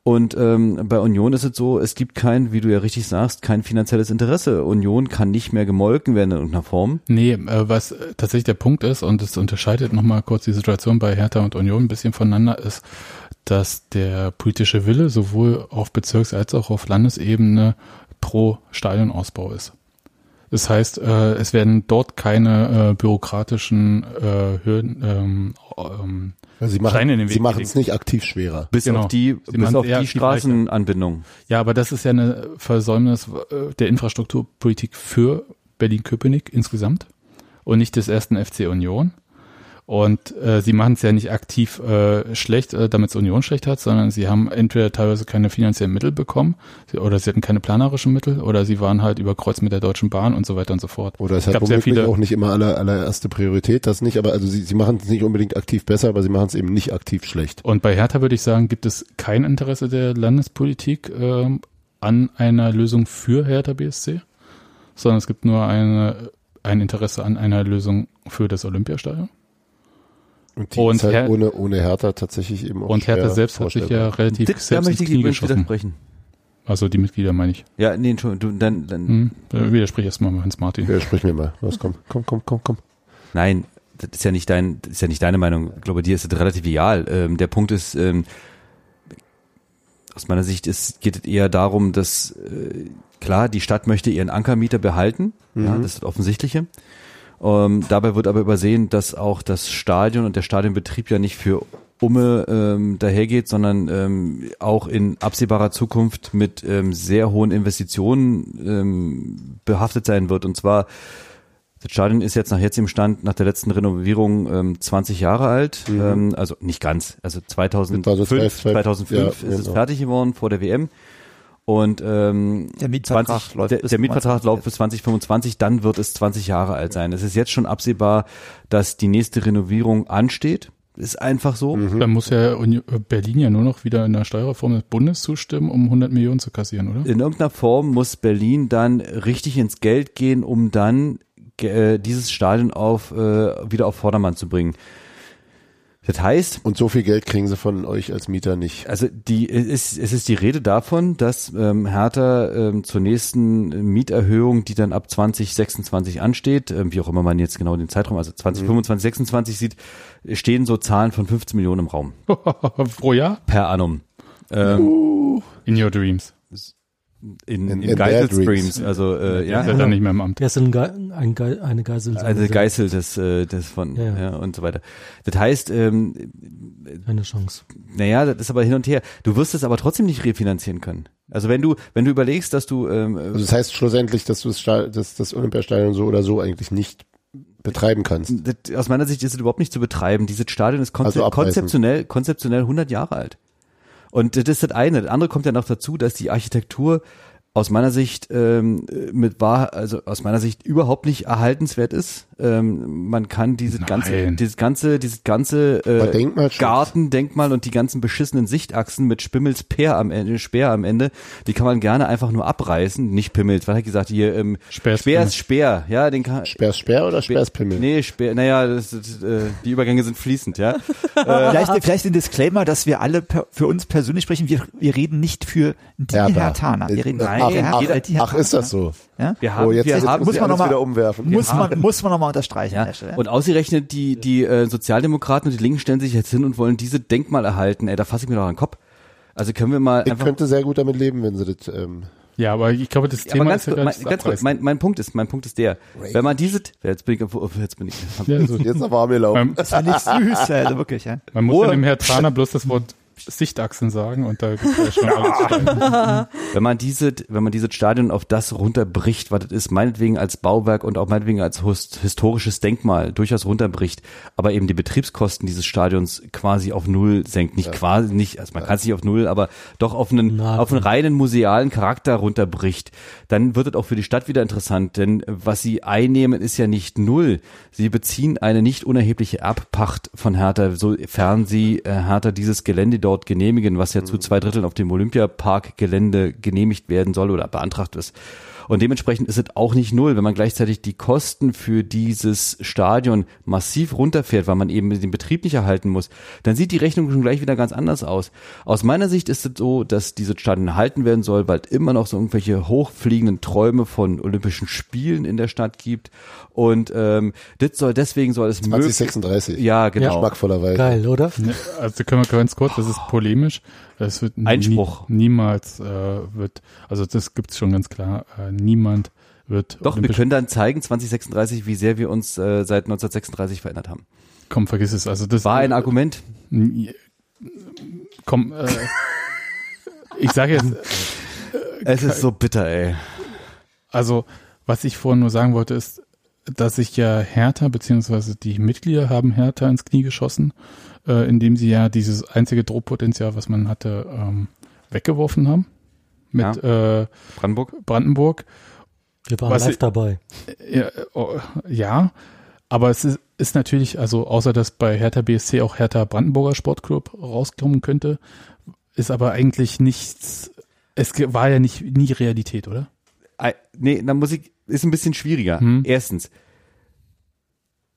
Speaker 4: Und ähm, bei Union ist es so, es gibt kein, wie du ja richtig sagst, kein finanzielles Interesse. Union kann nicht mehr gemolken werden in irgendeiner Form.
Speaker 1: Nee, äh, was äh, tatsächlich der Punkt ist, und es unterscheidet nochmal kurz die Situation bei Hertha und Union ein bisschen voneinander, ist, dass der politische Wille sowohl auf Bezirks- als auch auf Landesebene pro Stadionausbau ist. Das heißt, äh, es werden dort keine äh, bürokratischen äh, Hürden, ähm, ähm,
Speaker 5: Also sie
Speaker 1: Steine in den
Speaker 5: machen,
Speaker 1: Weg
Speaker 5: sie machen es
Speaker 1: gelegt.
Speaker 5: nicht aktiv schwerer.
Speaker 4: Bis
Speaker 1: Genau.
Speaker 4: auf die,
Speaker 1: Sie
Speaker 4: bis
Speaker 1: machen
Speaker 4: auf
Speaker 1: eher
Speaker 4: die
Speaker 1: die Breite.
Speaker 4: Straßenanbindung.
Speaker 1: Ja, aber das ist ja eine Versäumnis äh, der Infrastrukturpolitik für Berlin-Köpenick insgesamt und nicht des ersten FC Union. Und äh, sie machen es ja nicht aktiv äh, schlecht, äh, damit es Union schlecht hat, sondern sie haben entweder teilweise keine finanziellen Mittel bekommen sie, oder sie hatten keine planerischen Mittel oder sie waren halt überkreuzt mit der Deutschen Bahn und so weiter und so fort.
Speaker 5: Oder
Speaker 1: Ich
Speaker 5: es hat
Speaker 1: glaub, sehr
Speaker 5: womöglich
Speaker 1: viele-
Speaker 5: auch nicht immer aller, allererste Priorität, das nicht, aber also sie, sie machen es nicht unbedingt aktiv besser, aber sie machen es eben nicht aktiv schlecht.
Speaker 1: Und bei Hertha würde ich sagen, gibt es kein Interesse der Landespolitik ähm, an einer Lösung für Hertha BSC, sondern es gibt nur eine, ein Interesse an einer Lösung für das Olympiastadion.
Speaker 5: Und
Speaker 1: Und
Speaker 5: ist halt
Speaker 1: Her-
Speaker 5: ohne, ohne Hertha tatsächlich eben auch
Speaker 1: Und Hertha
Speaker 5: schwer
Speaker 1: selbst hat sich ja
Speaker 5: vorstellbar.
Speaker 1: relativ
Speaker 4: Das- Da
Speaker 1: selbst
Speaker 4: möchte
Speaker 1: ins
Speaker 4: ich
Speaker 1: Knie
Speaker 4: übrigens
Speaker 1: geschossen.
Speaker 4: widersprechen.
Speaker 1: Also die Mitglieder meine ich.
Speaker 4: Ja, nee, Entschuldigung, du, dann, dann,
Speaker 1: Hm?
Speaker 4: Mhm.
Speaker 1: Äh, Widersprich erstmal mal Hans Martin.
Speaker 5: Ja, sprich mir mal. Was, komm, komm, komm, komm, komm.
Speaker 4: Nein, das ist ja nicht dein, das ist ja nicht deine Meinung. Ich glaube, dir ist das relativ egal. Ähm, der Punkt ist, ähm, aus meiner Sicht ist, geht es eher darum, dass äh, klar, die Stadt möchte ihren Ankermieter behalten. Ja, das ist das Offensichtliche. Ähm, dabei wird aber übersehen, dass auch das Stadion und der Stadionbetrieb ja nicht für Umme ähm, dahergeht, sondern ähm, auch in absehbarer Zukunft mit ähm, sehr hohen Investitionen ähm, behaftet sein wird. Und zwar das Stadion ist jetzt nach jetzigem Stand, nach der letzten Renovierung, ähm, 20 Jahre alt. Ähm, also nicht ganz. Also 2005,
Speaker 5: Das war so zwei- zwei-
Speaker 4: 2005
Speaker 5: ja,
Speaker 4: ist es
Speaker 5: genau.
Speaker 4: fertig geworden vor der WM. Und ähm,
Speaker 6: Der Mietvertrag
Speaker 4: 20,
Speaker 6: läuft
Speaker 4: der,
Speaker 6: bis
Speaker 4: der Mietvertrag
Speaker 6: 2025.
Speaker 4: läuft bis 2025, dann wird es 20 Jahre alt sein. Es ist jetzt schon absehbar, dass die nächste Renovierung ansteht. Ist einfach so.
Speaker 5: Mhm.
Speaker 1: Dann muss ja Uni- äh, Berlin ja nur noch wieder in der Steuerreform des Bundes zustimmen, um 100 Millionen zu kassieren, oder?
Speaker 4: In irgendeiner Form muss Berlin dann richtig ins Geld gehen, um dann äh, dieses Stadion auf, äh, wieder auf Vordermann zu bringen. Das heißt,
Speaker 5: Und so viel Geld kriegen sie von euch als Mieter nicht.
Speaker 4: Also die es ist, es ist die Rede davon, dass ähm, Hertha ähm, zur nächsten Mieterhöhung, die dann ab 2026 ansteht, ähm, wie auch immer man jetzt genau den Zeitraum, also 2025, 26 sieht, stehen so Zahlen von 15 Millionen im Raum
Speaker 1: Pro Jahr?
Speaker 4: per annum. Ähm,
Speaker 1: In your dreams.
Speaker 4: in in,
Speaker 5: In-
Speaker 4: in
Speaker 5: in
Speaker 4: Guided
Speaker 5: Bad Dreams.
Speaker 4: Dreams, also äh,
Speaker 1: Ja,
Speaker 4: ja,
Speaker 1: ist ja dann nicht mehr im Amt.
Speaker 3: Er ist ein Ge ein Ge eine Geisel.
Speaker 4: also Geißel des äh, des von
Speaker 3: Ja,
Speaker 4: ja.
Speaker 3: ja.
Speaker 4: und so weiter. Das heißt, ähm,
Speaker 3: Eine Chance.
Speaker 4: Naja, das ist aber hin und her. Du wirst es aber trotzdem nicht refinanzieren können. Also wenn du, wenn du überlegst, dass du ähm,
Speaker 5: Also das heißt schlussendlich, dass du das, Sta- dass das Olympiastadion so oder so eigentlich nicht betreiben kannst.
Speaker 4: das, aus meiner Sicht ist es überhaupt nicht zu betreiben. Dieses Stadion ist konze
Speaker 5: Also abreißen.
Speaker 4: konzeptionell, konzeptionell 100 Jahre alt. Und das ist das eine. Das andere kommt ja noch dazu, dass die Architektur aus meiner Sicht ähm, mit war, also aus meiner Sicht überhaupt nicht erhaltenswert ist. Ähm, man kann dieses
Speaker 1: Nein.
Speaker 4: ganze, dieses ganze, dieses ganze
Speaker 5: Bei
Speaker 4: äh,
Speaker 5: Denkmalschutz.
Speaker 4: Gartendenkmal und die ganzen beschissenen Sichtachsen mit Spimmels Peer am Ende, Speer am Ende, die kann man gerne einfach nur abreißen. Nicht Pimmels, was hat er gesagt? Hier ähm,
Speaker 1: Speer ist
Speaker 4: Speer ist Speer, ja, den kann
Speaker 5: Sperrs Sperr oder Sperrs Pimmel?
Speaker 4: Nee, Speer, naja, das, das, äh, die Übergänge sind fließend, ja. Äh,
Speaker 6: vielleicht, vielleicht ein Disclaimer, dass wir alle per, für uns persönlich sprechen. Wir, wir reden nicht für die
Speaker 5: Hertha. Äh,
Speaker 6: Hertaner. Wir reden
Speaker 5: ach,
Speaker 6: für
Speaker 5: ach,
Speaker 6: Hertha- die
Speaker 5: ach, ist das so?
Speaker 6: Ja?
Speaker 4: Wir haben,
Speaker 5: Oh, jetzt,
Speaker 4: wir
Speaker 5: jetzt
Speaker 4: haben,
Speaker 5: muss
Speaker 6: muss
Speaker 5: ich
Speaker 6: man
Speaker 5: alles
Speaker 6: noch mal-
Speaker 5: wieder umwerfen.
Speaker 6: Muss man, muss man nochmal unterstreichen. an
Speaker 4: ja.
Speaker 6: der Stelle.
Speaker 4: Und ausgerechnet die, die äh, Sozialdemokraten und die Linken stellen sich jetzt hin und wollen diese Denkmal erhalten. Ey, da fasse ich mir doch an den Kopf. Also können wir mal
Speaker 5: Ich
Speaker 4: einfach.
Speaker 5: könnte sehr gut damit leben, wenn sie das... Ähm,
Speaker 1: Ja, aber ich glaube, das
Speaker 4: aber
Speaker 1: Thema
Speaker 4: ganz,
Speaker 1: ist ja
Speaker 4: kurz,
Speaker 1: gar
Speaker 4: mein,
Speaker 1: nicht
Speaker 4: ganz kurz, mein, mein Punkt ist, mein Punkt ist der. Wenn man diese, jetzt bin ich, oh, jetzt bin ich,
Speaker 1: ja, so.
Speaker 5: jetzt aber warm gelaufen.
Speaker 4: Ähm,
Speaker 1: man,
Speaker 6: das finde ich süß, also wirklich. Ja.
Speaker 1: man muss ja dem Herrn Zahner bloß das Wort Sichtachsen sagen und da gibt's ja schon alles
Speaker 4: Wenn man diese, wenn man dieses Stadion auf das runterbricht, was es ist, meinetwegen als Bauwerk und auch meinetwegen als hus- historisches Denkmal durchaus runterbricht, aber eben die Betriebskosten dieses Stadions quasi auf Null senkt, nicht quasi, nicht, also man kann es nicht auf Null, aber doch auf einen,
Speaker 3: Na,
Speaker 4: auf einen reinen musealen Charakter runterbricht, dann wird es auch für die Stadt wieder interessant, denn was sie einnehmen ist ja nicht Null. Sie beziehen eine nicht unerhebliche Erbpacht von Hertha, sofern sie äh, Hertha dieses Gelände dort genehmigen, was ja zu zwei Dritteln auf dem Olympiapark-Gelände genehmigt werden soll oder beantragt ist. Und dementsprechend ist es auch nicht null, wenn man gleichzeitig die Kosten für dieses Stadion massiv runterfährt, weil man eben den Betrieb nicht erhalten muss, dann sieht die Rechnung schon gleich wieder ganz anders aus. Aus meiner Sicht ist es so, dass dieses Stadion erhalten werden soll, weil es immer noch so irgendwelche hochfliegenden Träume von Olympischen Spielen in der Stadt gibt. Und ähm, das soll, deswegen soll es möglich.
Speaker 5: 2036.
Speaker 4: Ja, genau.
Speaker 5: Geschmackvollerweise.
Speaker 3: Geil, oder?
Speaker 1: Ne, Also können wir ganz kurz, das ist polemisch. Es wird nie-
Speaker 4: Einspruch.
Speaker 1: niemals äh, wird, also das gibt's schon ganz klar, äh, niemand wird
Speaker 4: Doch, wir
Speaker 1: olympisch-
Speaker 4: können dann zeigen, 2036, wie sehr wir uns äh, seit 1936 verändert haben.
Speaker 1: komm, vergiss es. Also das
Speaker 4: War ein Argument.
Speaker 1: N- Komm, äh, ich sage jetzt,
Speaker 4: Es ist so bitter, ey.
Speaker 1: also was ich vorhin nur sagen wollte, ist, dass sich ja Hertha, beziehungsweise die Mitglieder haben Hertha ins Knie geschossen, äh, indem sie ja dieses einzige Drohpotenzial, was man hatte, ähm, weggeworfen haben mit äh,
Speaker 4: Brandenburg?
Speaker 1: Brandenburg.
Speaker 3: Wir waren
Speaker 1: Was
Speaker 3: live
Speaker 1: ich-
Speaker 3: dabei.
Speaker 1: Ja, äh, oh, ja, aber es ist, ist natürlich, also außer dass bei Hertha BSC auch Hertha Brandenburger Sportclub rauskommen könnte, ist aber eigentlich nichts, es ge- war ja nicht nie Realität, oder?
Speaker 4: Ei- Nee, dann muss ich, ist ein bisschen schwieriger.
Speaker 1: Hm.
Speaker 4: Erstens,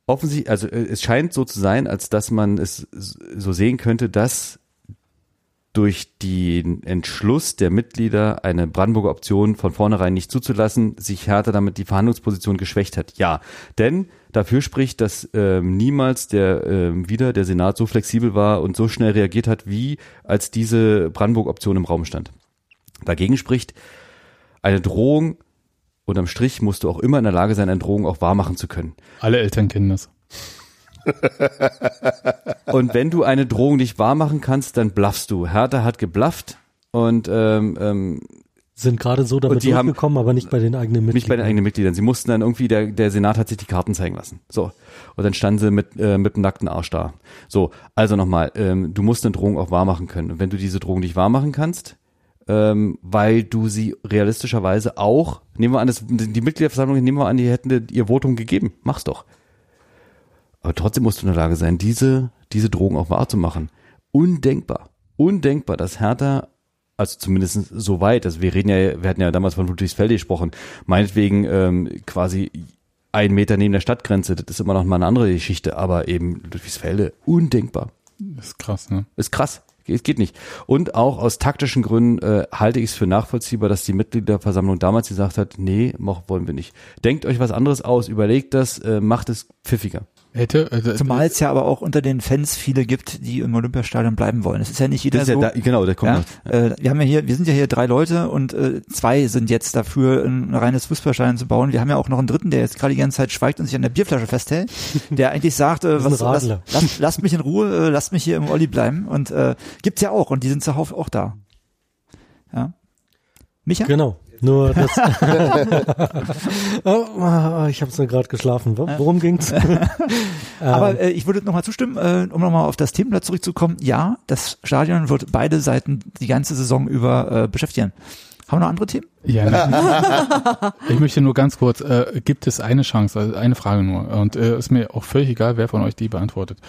Speaker 4: offensichtlich, also äh, es scheint so zu sein, als dass man es s- so sehen könnte, dass durch den Entschluss der Mitglieder, eine Brandenburger Option von vornherein nicht zuzulassen, sich Hertha damit die Verhandlungsposition geschwächt hat. Ja, denn dafür spricht, dass ähm, niemals der ähm, wieder der Senat so flexibel war und so schnell reagiert hat, wie als diese Brandenburg-Option im Raum stand. Dagegen spricht, eine Drohung, unterm Strich musst du auch immer in der Lage sein, eine Drohung auch wahrmachen zu können.
Speaker 1: Alle Eltern kennen das.
Speaker 4: Und wenn du eine Drohung nicht wahrmachen kannst, dann bluffst du. Hertha hat geblufft und ähm, ähm,
Speaker 3: Sind gerade so damit
Speaker 4: Und die haben-
Speaker 3: durchgekommen, aber nicht bei den eigenen Mitgliedern.
Speaker 4: nicht bei den eigenen Mitgliedern. Sie mussten dann irgendwie, der, der Senat hat sich die Karten zeigen lassen. So. Und dann standen sie mit, äh, mit dem nackten Arsch da. So, also nochmal, ähm, du musst eine Drohung auch wahrmachen können. Und wenn du diese Drohung nicht wahrmachen kannst, ähm, weil du sie realistischerweise auch, nehmen wir an, das, die Mitgliederversammlung, nehmen wir an, die hätten ihr Votum gegeben. Mach's doch. Aber trotzdem musst du in der Lage sein, diese, diese Drogen auch wahrzumachen. Undenkbar. Undenkbar, dass Hertha, also zumindest so weit, also wir reden ja, wir hatten ja damals von Ludwigsfelde gesprochen, meinetwegen ähm, quasi ein Meter neben der Stadtgrenze, das ist immer noch mal eine andere Geschichte, aber eben Ludwigsfelde, undenkbar.
Speaker 1: Das ist krass, ne?
Speaker 4: Ist krass. Geht, geht nicht. Und auch aus taktischen Gründen äh, halte ich es für nachvollziehbar, dass die Mitgliederversammlung damals gesagt hat, nee, mo- wollen wir nicht. Denkt euch was anderes aus, überlegt das, äh, macht es pfiffiger.
Speaker 1: Hätte, äh,
Speaker 6: Zumal es ja aber auch unter den Fans viele gibt, die im Olympiastadion bleiben wollen. Es ist ja nicht jeder
Speaker 4: Das ist ja
Speaker 6: so.
Speaker 4: da, genau, da kommt
Speaker 6: ja,
Speaker 4: noch.
Speaker 6: äh, wir haben ja hier, wir sind ja hier drei Leute und äh, zwei sind jetzt dafür, ein reines Fußballstadion zu bauen. Wir haben ja auch noch einen dritten, der jetzt gerade die ganze Zeit schweigt und sich an der Bierflasche festhält, der eigentlich sagt, äh,
Speaker 3: Das
Speaker 6: was,
Speaker 3: ist ein
Speaker 6: lasst,
Speaker 3: Radler.
Speaker 6: lasst, lasst mich in Ruhe, äh, lasst mich hier im Olli bleiben. Und äh, gibt's ja auch und die sind zuhauf auch da. Ja. Micha?
Speaker 3: Genau. Nur das. oh, ah, ich hab's nur gerade geschlafen. Wo- Worum ging's? Ähm,
Speaker 6: Aber äh, ich würde nochmal zustimmen, äh, um nochmal auf das Themenblatt zurückzukommen. Ja, das Stadion wird beide Seiten die ganze Saison über äh, beschäftigen. Haben wir noch andere Themen?
Speaker 1: Ja, nein. ich möchte nur ganz kurz, äh, gibt es eine Chance, also eine Frage nur, und äh, ist mir auch völlig egal, wer von euch die beantwortet.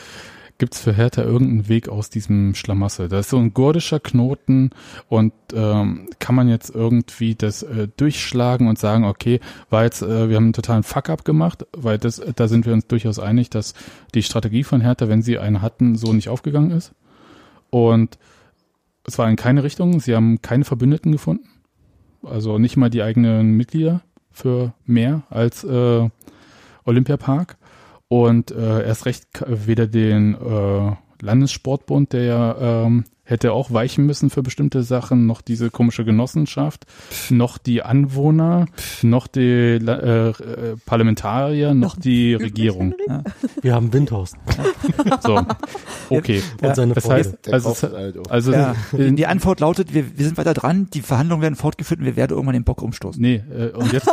Speaker 1: Gibt es für Hertha irgendeinen Weg aus diesem Schlamassel? Da ist so ein gordischer Knoten und ähm, kann man jetzt irgendwie das äh, durchschlagen und sagen, okay, war jetzt, äh, wir haben einen totalen Fuck-up gemacht, weil das, da sind wir uns durchaus einig, dass die Strategie von Hertha, wenn sie eine hatten, so nicht aufgegangen ist. Und es war in keine Richtung, sie haben keine Verbündeten gefunden. Also nicht mal die eigenen Mitglieder für mehr als äh, Olympiapark. Und äh, erst recht k- weder den äh, Landessportbund, der ja ähm, hätte auch weichen müssen für bestimmte Sachen, noch diese komische Genossenschaft, noch die Anwohner, noch die La- äh, äh, Parlamentarier, noch
Speaker 2: Noch
Speaker 1: die
Speaker 2: übrig
Speaker 1: Regierung.
Speaker 3: Wir haben Windhorst
Speaker 1: So. Okay.
Speaker 3: und seine
Speaker 1: Das
Speaker 3: Freunde.
Speaker 1: heißt,
Speaker 5: Der
Speaker 1: also,
Speaker 5: kauft das halt auch.
Speaker 1: also
Speaker 6: Ja.
Speaker 1: in,
Speaker 6: Die Antwort lautet, wir, wir sind weiter dran, die Verhandlungen werden fortgeführt und wir werden irgendwann den Bock umstoßen.
Speaker 1: nee, äh, und jetzt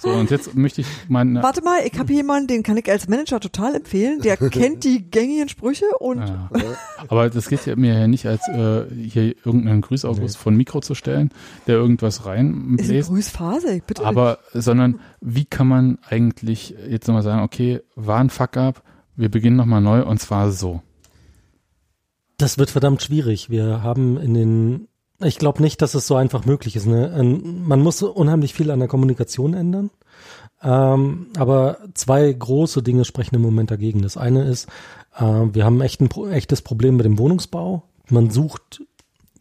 Speaker 1: so und jetzt möchte ich meine
Speaker 2: Warte mal, ich habe jemanden, den kann ich als Manager total empfehlen. Der kennt die gängigen Sprüche und
Speaker 1: Ja. Ah. Aber das geht ja mir ja nicht als äh, hier irgendeinen Grüßaugust von Mikro zu stellen, der irgendwas
Speaker 2: ist eine
Speaker 1: reinbläst.
Speaker 2: Grüßphase. ich Bitte.
Speaker 1: Aber, sondern wie kann man eigentlich jetzt nochmal sagen, okay, war ein Fuck-up, wir beginnen nochmal neu und zwar so.
Speaker 3: Das wird verdammt schwierig. Wir haben in den, ich glaube nicht, dass es so einfach möglich ist. Ne? Ähm, Man muss unheimlich viel an der Kommunikation ändern. Ähm, aber zwei große Dinge sprechen im Moment dagegen. Das eine ist, äh, wir haben echt ein Pro- echtes Problem mit dem Wohnungsbau. Man sucht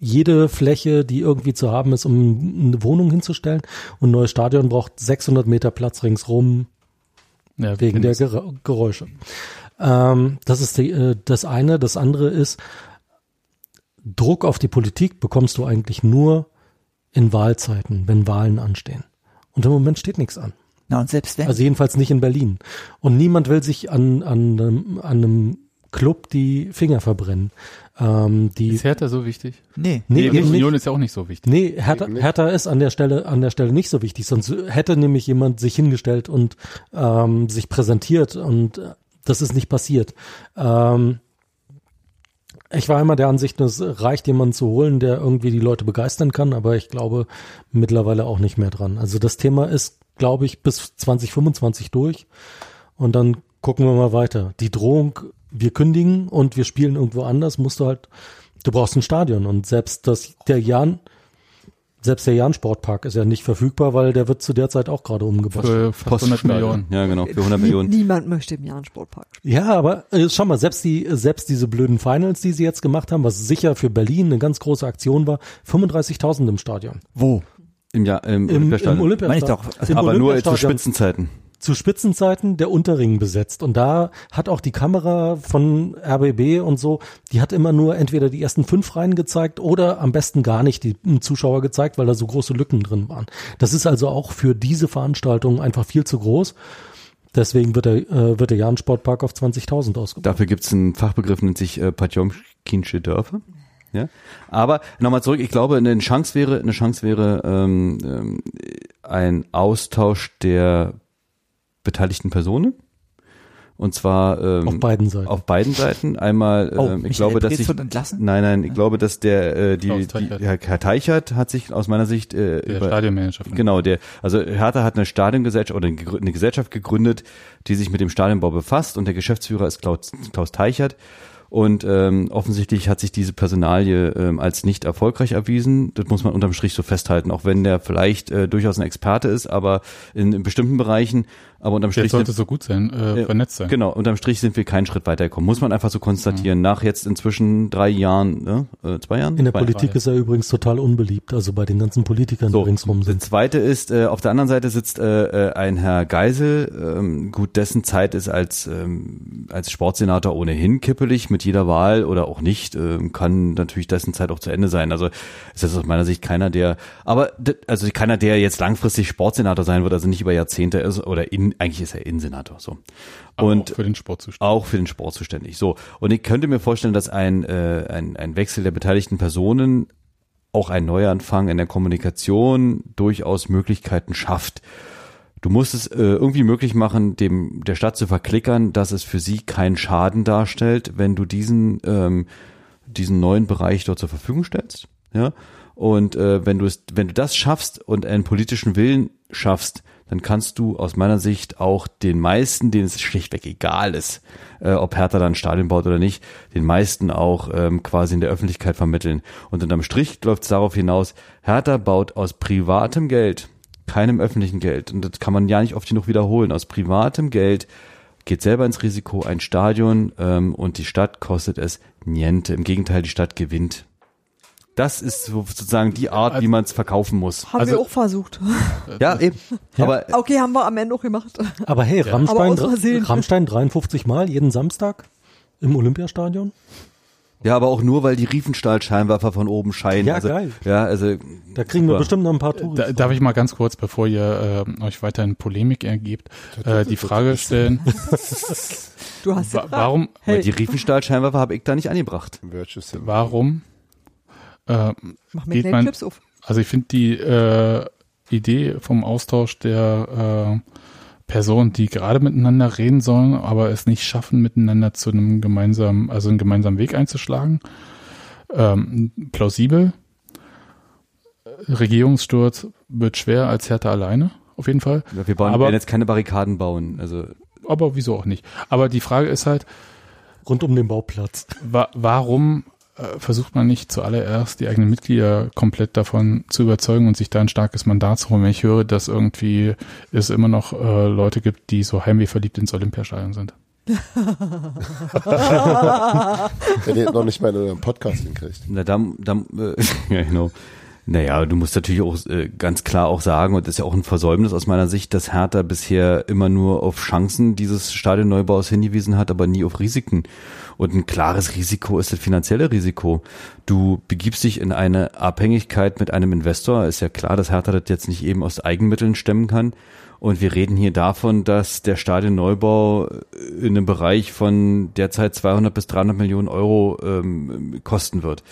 Speaker 3: jede Fläche, die irgendwie zu haben ist, um eine Wohnung hinzustellen. Und ein neues Stadion braucht 600 Meter Platz ringsrum,
Speaker 1: Ja, wir
Speaker 3: wegen
Speaker 1: kennen
Speaker 3: der
Speaker 1: das.
Speaker 3: Ger Geräusche. Ähm, das ist die, äh, das eine. Das andere ist, Druck auf die Politik bekommst du eigentlich nur in Wahlzeiten, wenn Wahlen anstehen. Und im Moment steht nichts an.
Speaker 6: Na und selbst wenn,
Speaker 3: Also jedenfalls nicht in Berlin. Und niemand will sich an, an, einem- an einem Club die Finger verbrennen. Ähm, die,
Speaker 1: ist Hertha so wichtig?
Speaker 6: nee.
Speaker 1: Nee,
Speaker 3: nee, eben nicht.
Speaker 1: Union ist ja auch nicht so wichtig.
Speaker 3: Nee, Hertha,
Speaker 5: Eben nicht.
Speaker 3: Hertha ist an der Stelle an der Stelle nicht so wichtig, sonst hätte nämlich jemand sich hingestellt und ähm, sich präsentiert und äh, das ist nicht passiert. Ähm, ich war immer der Ansicht, es reicht jemanden zu holen, der irgendwie die Leute begeistern kann, aber ich glaube mittlerweile auch nicht mehr dran. Also das Thema ist, glaube ich, bis 2025 durch und dann gucken wir mal weiter. Die Drohung, wir kündigen und wir spielen irgendwo anders, musst du halt, du brauchst ein Stadion und selbst das, der Jan, selbst der Jan Sportpark ist ja nicht verfügbar, weil der wird zu der Zeit auch gerade umgebaut.
Speaker 1: Für fast 100 Millionen.
Speaker 4: Ja, genau, für 100
Speaker 2: Nie,
Speaker 4: Millionen.
Speaker 2: niemand möchte im Jahr einen Sportpark.
Speaker 3: Ja, aber äh, schau mal, selbst die, selbst diese blöden Finals, die sie jetzt gemacht haben, was sicher für Berlin eine ganz große Aktion war, 35.000 im Stadion.
Speaker 6: Wo?
Speaker 4: Im Jahr, im,
Speaker 3: Im, im
Speaker 4: Olympiastadion.
Speaker 3: Olympiastadion.
Speaker 6: Meine ich doch. Also,
Speaker 3: Im
Speaker 4: Aber nur zu
Speaker 3: Olympiastadion.
Speaker 4: Spitzenzeiten.
Speaker 3: zu Spitzenzeiten der Unterring besetzt. Und da hat auch die Kamera von RBB und so, die hat immer nur entweder die ersten fünf Reihen gezeigt oder am besten gar nicht die m, Zuschauer gezeigt, weil da so große Lücken drin waren. Das ist also auch für diese Veranstaltung einfach viel zu groß. Deswegen wird der, äh, wird der Jahn Sportpark auf 20.000 ausgebaut.
Speaker 4: Dafür gibt's einen Fachbegriff, nennt sich äh, Patjomkinsche Dörfer. Ja. Aber nochmal zurück, ich glaube, eine Chance wäre, eine Chance wäre ähm, ähm, ein Austausch der beteiligten Personen. Und zwar ähm,
Speaker 3: Auf beiden Seiten.
Speaker 4: auf beiden Seiten. Einmal,
Speaker 6: Oh,
Speaker 4: ähm, ich
Speaker 6: Michael
Speaker 4: glaube, dass
Speaker 6: Preetz
Speaker 4: sich
Speaker 6: wird entlassen?
Speaker 4: Nein, nein, ich glaube, dass der äh, die,
Speaker 1: Klaus
Speaker 4: die
Speaker 1: Teichert.
Speaker 4: Herr Herr Teichert hat sich aus meiner Sicht äh,
Speaker 1: Der
Speaker 4: über,
Speaker 1: Stadionmanager. von-
Speaker 4: Genau, der, also Hertha hat eine Stadiongesellschaft oder eine gegrü- eine Gesellschaft gegründet, die sich mit dem Stadionbau befasst und der Geschäftsführer ist Klaus, Klaus Teichert. Und ähm, offensichtlich hat sich diese Personalie ähm, als nicht erfolgreich erwiesen. Das muss man unterm Strich so festhalten, auch wenn der vielleicht äh, durchaus ein Experte ist, aber in, in bestimmten Bereichen, aber unterm
Speaker 1: Der
Speaker 4: Strich.
Speaker 1: sollte so gut sein, äh,
Speaker 4: Ja,
Speaker 1: vernetzt sein.
Speaker 4: Genau, unterm Strich sind wir keinen Schritt weitergekommen. Muss man einfach so
Speaker 1: Hm.
Speaker 4: konstatieren. Nach jetzt inzwischen drei Jahren, ne? äh, zwei Jahren?
Speaker 3: In der
Speaker 4: Zwei-
Speaker 3: Politik ist er übrigens total unbeliebt, also bei den ganzen Politikern,
Speaker 4: So,
Speaker 3: die ringsrum
Speaker 4: das
Speaker 3: sind.
Speaker 4: zweite ist, äh, auf der anderen Seite sitzt äh, äh, ein Herr Geisel, ähm, gut, dessen Zeit ist als, ähm, als Sportsenator ohnehin kippelig mit jeder Wahl oder auch nicht, ähm, kann natürlich dessen Zeit auch zu Ende sein. Also ist das aus meiner Sicht keiner, der, aber d- also keiner, der jetzt langfristig Sportsenator sein wird, also nicht über Jahrzehnte ist oder in, eigentlich ist er Innensenator so.
Speaker 1: Aber
Speaker 4: Und
Speaker 1: auch für den Sport zuständig.
Speaker 4: auch für den Sport zuständig. So. Und ich könnte mir vorstellen, dass ein, äh, ein, ein Wechsel der beteiligten Personen auch ein Neuanfang in der Kommunikation durchaus Möglichkeiten schafft. Du musst es äh, irgendwie möglich machen, dem der Stadt zu verklickern, dass es für sie keinen Schaden darstellt, wenn du diesen ähm, diesen neuen Bereich dort zur Verfügung stellst. Ja? Und äh, wenn du es, wenn du das schaffst und einen politischen Willen schaffst, dann kannst du aus meiner Sicht auch den meisten, denen es schlichtweg egal ist, äh, ob Hertha dann ein Stadion baut oder nicht, den meisten auch ähm, quasi in der Öffentlichkeit vermitteln. Und unterm Strich läuft es darauf hinaus, Hertha baut aus privatem Geld, keinem öffentlichen Geld, und das kann man ja nicht oft genug wiederholen, aus privatem Geld geht selber ins Risiko, ein Stadion ähm, und die Stadt kostet es niente. Im Gegenteil, die Stadt gewinnt. Das ist so- sozusagen die Art, wie man es verkaufen muss.
Speaker 2: Haben
Speaker 1: Also-
Speaker 2: wir auch versucht.
Speaker 4: Ja, eben. Aber
Speaker 2: Okay, haben wir am Ende auch gemacht.
Speaker 3: Aber hey,
Speaker 2: Aber
Speaker 3: Rammstein,
Speaker 2: aus Versehen.
Speaker 3: Rammstein 53 Mal jeden Samstag im Olympiastadion.
Speaker 4: Ja, aber auch nur, weil die Riefenstahl-Scheinwerfer von oben scheinen.
Speaker 3: Ja,
Speaker 4: also,
Speaker 3: geil.
Speaker 4: Ja, also
Speaker 3: Da kriegen wir
Speaker 4: Super.
Speaker 3: bestimmt noch ein paar Touris.
Speaker 1: Da, darf ich mal ganz kurz, bevor ihr äh, euch weiter in Polemik ergebt, äh, die Frage stellen,
Speaker 2: Du hast
Speaker 1: wa
Speaker 2: ja
Speaker 1: warum,
Speaker 4: weil die Riefenstahl-Scheinwerfer habe ich da nicht angebracht.
Speaker 5: Virtue Signal.
Speaker 1: warum, äh,
Speaker 2: mach
Speaker 1: geht man-
Speaker 2: mir gleich Clips auf.
Speaker 1: also ich finde die äh, Idee vom Austausch der äh, Personen, die gerade miteinander reden sollen, aber es nicht schaffen, miteinander zu einem gemeinsamen, also einen gemeinsamen Weg einzuschlagen, ähm, plausibel. Regierungssturz wird schwer als Hertha alleine, auf jeden Fall.
Speaker 4: Ja, Wir bauen,
Speaker 1: Aber-
Speaker 4: werden jetzt keine Barrikaden bauen. Also
Speaker 1: Aber wieso auch nicht? Aber die Frage ist halt,
Speaker 3: Rund um den Bauplatz.
Speaker 1: wa warum äh, versucht man nicht zuallererst die eigenen Mitglieder komplett davon zu überzeugen und sich da ein starkes Mandat zu holen, wenn ich höre, dass irgendwie es immer noch äh, Leute gibt, die so heimwehverliebt ins Olympiastadion sind.
Speaker 5: Wenn ihr noch nicht mal in eurem Podcast hinkriegt.
Speaker 4: Na, da, da, äh, ja, genau. Naja, du musst natürlich auch äh, ganz klar auch sagen, und das ist ja auch ein Versäumnis aus meiner Sicht, dass Hertha bisher immer nur auf Chancen dieses Stadionneubaus hingewiesen hat, aber nie auf Risiken. Und ein klares Risiko ist das finanzielle Risiko. Du begibst dich in eine Abhängigkeit mit einem Investor. Ist ja klar, dass Hertha das jetzt nicht eben aus Eigenmitteln stemmen kann. Und wir reden hier davon, dass der Stadionneubau äh, in einem Bereich von derzeit 200 bis 300 Millionen Euro ähm, kosten wird.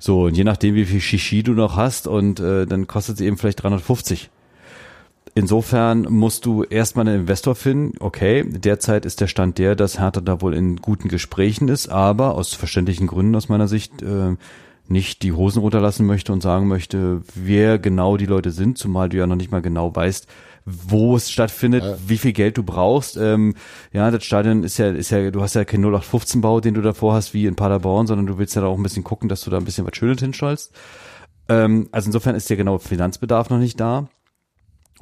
Speaker 4: So, und je nachdem, wie viel Shishi du noch hast, und äh, dann kostet sie eben vielleicht 350. Insofern musst du erstmal einen Investor finden. Okay, derzeit ist der Stand der, dass Hertha da wohl in guten Gesprächen ist, aber aus verständlichen Gründen aus meiner Sicht äh, nicht die Hosen runterlassen möchte und sagen möchte, wer genau die Leute sind, zumal du ja noch nicht mal genau weißt, wo es stattfindet, wie viel Geld du brauchst. Ähm, ja, das Stadion ist ja, ist ja, du hast ja keinen 0815-Bau, den du davor hast, wie in Paderborn, sondern du willst ja da auch ein bisschen gucken, dass du da ein bisschen was Schönes hinschallst. Ähm, also insofern ist der genaue Finanzbedarf noch nicht da.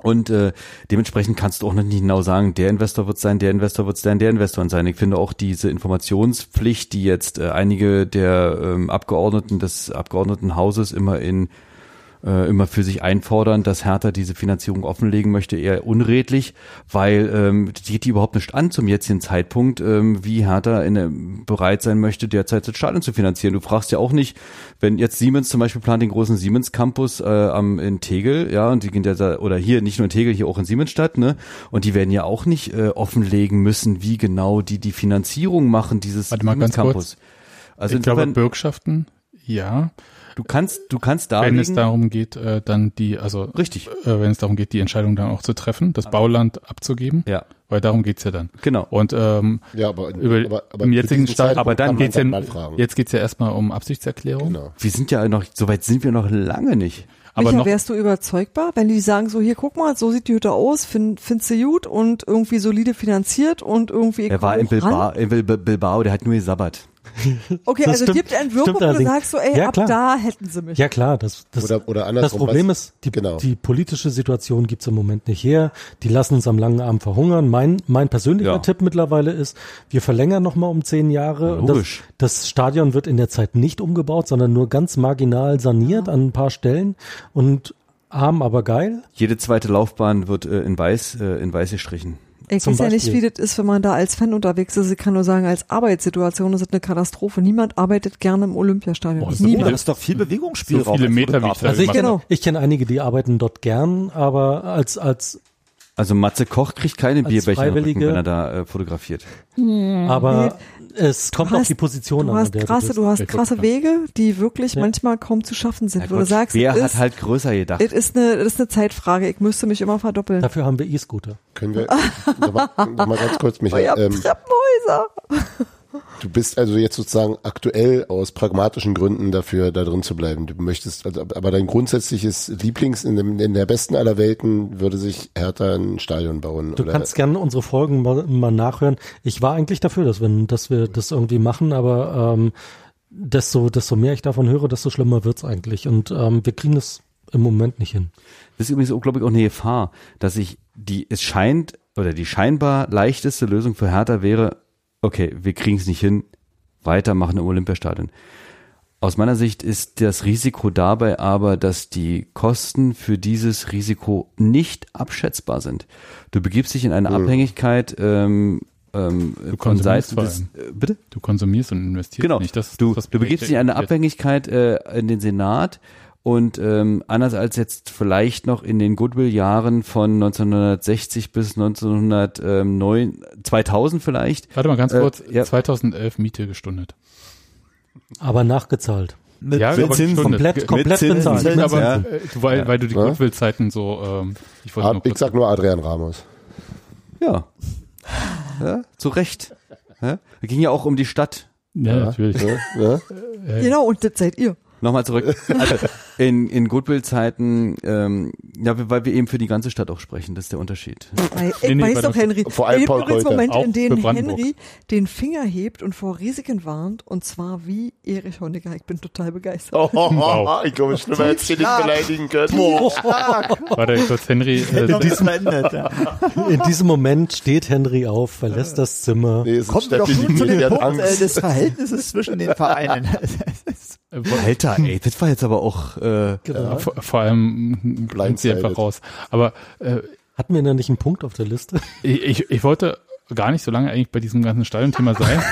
Speaker 4: Und äh, dementsprechend kannst du auch noch nicht genau sagen, der Investor wird sein, der Investor wird sein, der Investor sein. Ich finde auch diese Informationspflicht, die jetzt äh, einige der ähm, Abgeordneten des Abgeordnetenhauses immer in äh, immer für sich einfordern, dass Hertha diese Finanzierung offenlegen möchte, eher unredlich, weil ähm, das geht die überhaupt nicht an zum jetzigen Zeitpunkt, ähm, wie Hertha in, ähm, bereit sein möchte, derzeit das Stadion zu finanzieren. Du fragst ja auch nicht, wenn jetzt Siemens zum Beispiel plant den großen Siemens Campus äh, am in Tegel, ja, und die gehen ja da, oder hier nicht nur in Tegel, hier auch in Siemensstadt, ne? Und die werden ja auch nicht äh, offenlegen müssen, wie genau die die Finanzierung machen dieses
Speaker 1: Warte mal
Speaker 4: Siemens
Speaker 1: ganz kurz.
Speaker 4: Campus. Also
Speaker 1: ich glaube,
Speaker 4: insofern,
Speaker 1: Bürgschaften, ja.
Speaker 4: du kannst du kannst
Speaker 1: Wenn es
Speaker 4: darlegen,
Speaker 1: darum geht, äh, dann die, also
Speaker 4: richtig,
Speaker 1: äh, wenn es darum geht, die Entscheidung dann auch zu treffen, das Bauland abzugeben,
Speaker 4: ja,
Speaker 1: weil darum geht's ja dann.
Speaker 4: genau.
Speaker 1: Und ähm,
Speaker 5: Ja, aber,
Speaker 1: Über- im jetzigen Stand-
Speaker 4: aber dann
Speaker 5: geht's
Speaker 1: geht's ja-
Speaker 5: mal fragen.
Speaker 1: jetzt geht's ja erstmal um Absichtserklärung.
Speaker 5: Genau.
Speaker 4: Wir sind ja noch, so weit sind wir noch lange nicht.
Speaker 1: Aber
Speaker 2: Micha,
Speaker 1: noch,
Speaker 2: wärst du überzeugbar, wenn die sagen, so hier, guck mal, so sieht die Hütte aus, find, findest du gut und irgendwie solide finanziert und irgendwie ich
Speaker 4: Er war
Speaker 2: komm
Speaker 4: in
Speaker 2: auch ran?
Speaker 4: Bilbao, in Bil- Bil- Bilbao, der hat nur gesabbert.
Speaker 2: Okay,
Speaker 3: Das
Speaker 2: also
Speaker 3: stimmt-
Speaker 2: gibt Entwürfe,
Speaker 3: stimmt
Speaker 2: wo du
Speaker 3: allerdings.
Speaker 2: sagst so, ey,
Speaker 3: Ja,
Speaker 2: ab
Speaker 3: klar.
Speaker 2: da hätten sie mich.
Speaker 3: Ja klar, das, das,
Speaker 5: Oder, oder
Speaker 3: das
Speaker 5: andersrum.
Speaker 3: Problem
Speaker 5: was-
Speaker 3: ist, die,
Speaker 5: genau.
Speaker 3: die politische Situation gibt's im Moment nicht her. Die lassen uns am langen Arm verhungern. Mein, mein persönlicher
Speaker 4: Ja.
Speaker 3: Tipp mittlerweile ist, wir verlängern nochmal um zehn Jahre.
Speaker 4: Ja,
Speaker 3: Und das,
Speaker 4: logisch.
Speaker 3: das Stadion wird in der Zeit nicht umgebaut, sondern nur ganz marginal saniert an ein paar Stellen und arm, aber geil.
Speaker 4: Jede zweite Laufbahn wird äh, in weiß, äh, in weiß gestrichen.
Speaker 6: Oh,
Speaker 2: Ich
Speaker 3: Zum
Speaker 2: weiß ja nicht,
Speaker 3: Beispiel.
Speaker 2: wie das ist, wenn man da als Fan unterwegs ist. Ich kann nur sagen, als Arbeitssituation ist das eine Katastrophe. Niemand arbeitet gerne im Olympiastadion.
Speaker 1: Boah, das ist
Speaker 2: Niemand.
Speaker 1: viele-
Speaker 6: das ist doch viel Bewegungsspielraum.
Speaker 1: so viele
Speaker 6: als
Speaker 1: Meter, wie ich
Speaker 6: Fotograf.
Speaker 1: da
Speaker 3: Also ich
Speaker 1: gemacht
Speaker 3: kenne
Speaker 2: Genau.
Speaker 3: ich kenn einige, die arbeiten dort gern, aber als, als,
Speaker 4: Also Matze Koch kriegt keine
Speaker 3: Als
Speaker 4: Bierbecher im Rücken,
Speaker 3: Freiwillige-
Speaker 4: wenn er da äh, fotografiert.
Speaker 3: aber es kommt auf die Position
Speaker 2: Mhm. du
Speaker 3: an.
Speaker 2: hast
Speaker 3: in der
Speaker 2: krasse,
Speaker 3: bist.
Speaker 2: du hast
Speaker 1: Ich guck
Speaker 2: krasse
Speaker 1: mal.
Speaker 2: Wege, die wirklich
Speaker 3: Ja.
Speaker 2: manchmal kaum zu schaffen sind.
Speaker 4: Ja,
Speaker 2: wo du
Speaker 4: Gott,
Speaker 2: sagst,
Speaker 4: wer
Speaker 2: es
Speaker 4: hat
Speaker 2: ist,
Speaker 4: halt größer gedacht?
Speaker 2: es ist eine, es ist eine Zeitfrage. Ich müsste mich immer verdoppeln.
Speaker 3: Dafür haben wir E-Scooter.
Speaker 5: Können wir nochmal noch mal ganz kurz,
Speaker 2: Euer
Speaker 6: Oh
Speaker 5: Michael. Ähm,
Speaker 2: Oh, Treppenhäuser.
Speaker 5: du bist also jetzt sozusagen aktuell aus pragmatischen Gründen dafür, da drin zu bleiben. Du möchtest, also, aber dein grundsätzliches Lieblings in, dem, in der besten aller Welten würde sich Hertha ein Stadion bauen.
Speaker 3: Du
Speaker 5: oder Ah,
Speaker 3: kannst gerne unsere Folgen mal, mal nachhören. Ich war eigentlich dafür, dass wir, dass wir das irgendwie machen, aber ähm, desto, desto mehr ich davon höre, desto schlimmer wird's eigentlich. Und ähm, wir kriegen es im Moment nicht hin.
Speaker 4: Das ist übrigens, auch, glaube ich, auch eine Gefahr, dass ich die, es scheint, oder die scheinbar leichteste Lösung für Hertha wäre, okay, wir kriegen es nicht hin, weitermachen im Olympiastadion. Aus meiner Sicht ist das Risiko dabei aber, dass die Kosten für dieses Risiko nicht abschätzbar sind. Du begibst dich in eine Abhängigkeit, ähm, ähm, von
Speaker 1: konsumierst
Speaker 4: Seiten
Speaker 1: vor
Speaker 4: des,
Speaker 1: allem.
Speaker 4: äh, bitte?
Speaker 1: Du konsumierst und investierst
Speaker 4: Genau.
Speaker 1: nicht. Das,
Speaker 4: Du,
Speaker 1: das
Speaker 4: du begibst dich in eine
Speaker 1: Projekt-
Speaker 4: Abhängigkeit äh, in den Senat und ähm, anders als jetzt vielleicht noch in den Goodwill-Jahren von 1960 bis 1909, 2000 vielleicht.
Speaker 1: Warte mal ganz
Speaker 4: Äh,
Speaker 1: kurz.
Speaker 4: ja.
Speaker 1: 2011 Miete gestundet.
Speaker 3: aber nachgezahlt.
Speaker 6: Mit,
Speaker 1: Ja, aber
Speaker 4: Zinsen.
Speaker 1: gestundet.
Speaker 3: Komplett,
Speaker 1: Ge-
Speaker 3: komplett
Speaker 4: Zinsen,
Speaker 3: bezahlt.
Speaker 4: Zinsen,
Speaker 1: aber,
Speaker 4: ja.
Speaker 1: äh, weil, weil du die
Speaker 5: Ja.
Speaker 1: Goodwill-Zeiten so, ähm, ich wollte
Speaker 5: Ad,
Speaker 1: nur
Speaker 5: ich
Speaker 1: kurz,
Speaker 5: sag nur Adrian Ramos.
Speaker 4: Ja. ja zu Recht. Ja? Ging ja auch um die Stadt.
Speaker 1: ja, natürlich.
Speaker 5: Ja, ja.
Speaker 2: Genau, und das seid ihr.
Speaker 4: Nochmal zurück. Also in, in Goodwill-Zeiten, ähm, ja, weil wir eben für die ganze Stadt auch sprechen, das ist der Unterschied.
Speaker 2: Weil, ich
Speaker 1: Nee, nee,
Speaker 2: weiß
Speaker 1: bei
Speaker 2: doch,
Speaker 1: der-
Speaker 2: Henry.
Speaker 5: vor allem
Speaker 2: es gibt
Speaker 5: Paul
Speaker 2: übrigens
Speaker 5: Kolter,
Speaker 2: Momente,
Speaker 1: auch für
Speaker 2: in denen
Speaker 1: Brandenburg.
Speaker 2: Henry den Finger hebt und vor Risiken warnt, und zwar wie Erich Honecker. Ich bin total begeistert.
Speaker 5: Oh, oh,
Speaker 1: Wow.
Speaker 5: Ich glaube, schlimmer hätte ich nicht beleidigen können. Oh.
Speaker 1: Warte kurz, Henry.
Speaker 6: Hätte
Speaker 1: Äh,
Speaker 6: dies beendet, ja.
Speaker 3: In diesem Moment steht Henry auf, verlässt das Zimmer.
Speaker 5: Nee, es
Speaker 6: Kommen wir doch nun zu dem Punkt äh, des Verhältnisses zwischen den Vereinen.
Speaker 4: Alter, ey, das war jetzt aber auch äh,
Speaker 1: äh, Ja, vor, vor allem bleibt sie
Speaker 5: Blindsided.
Speaker 1: einfach raus. Aber äh,
Speaker 3: Hatten wir da nicht einen Punkt auf der Liste?
Speaker 1: ich, ich, ich wollte gar nicht so lange eigentlich bei diesem ganzen Stadionthema sein.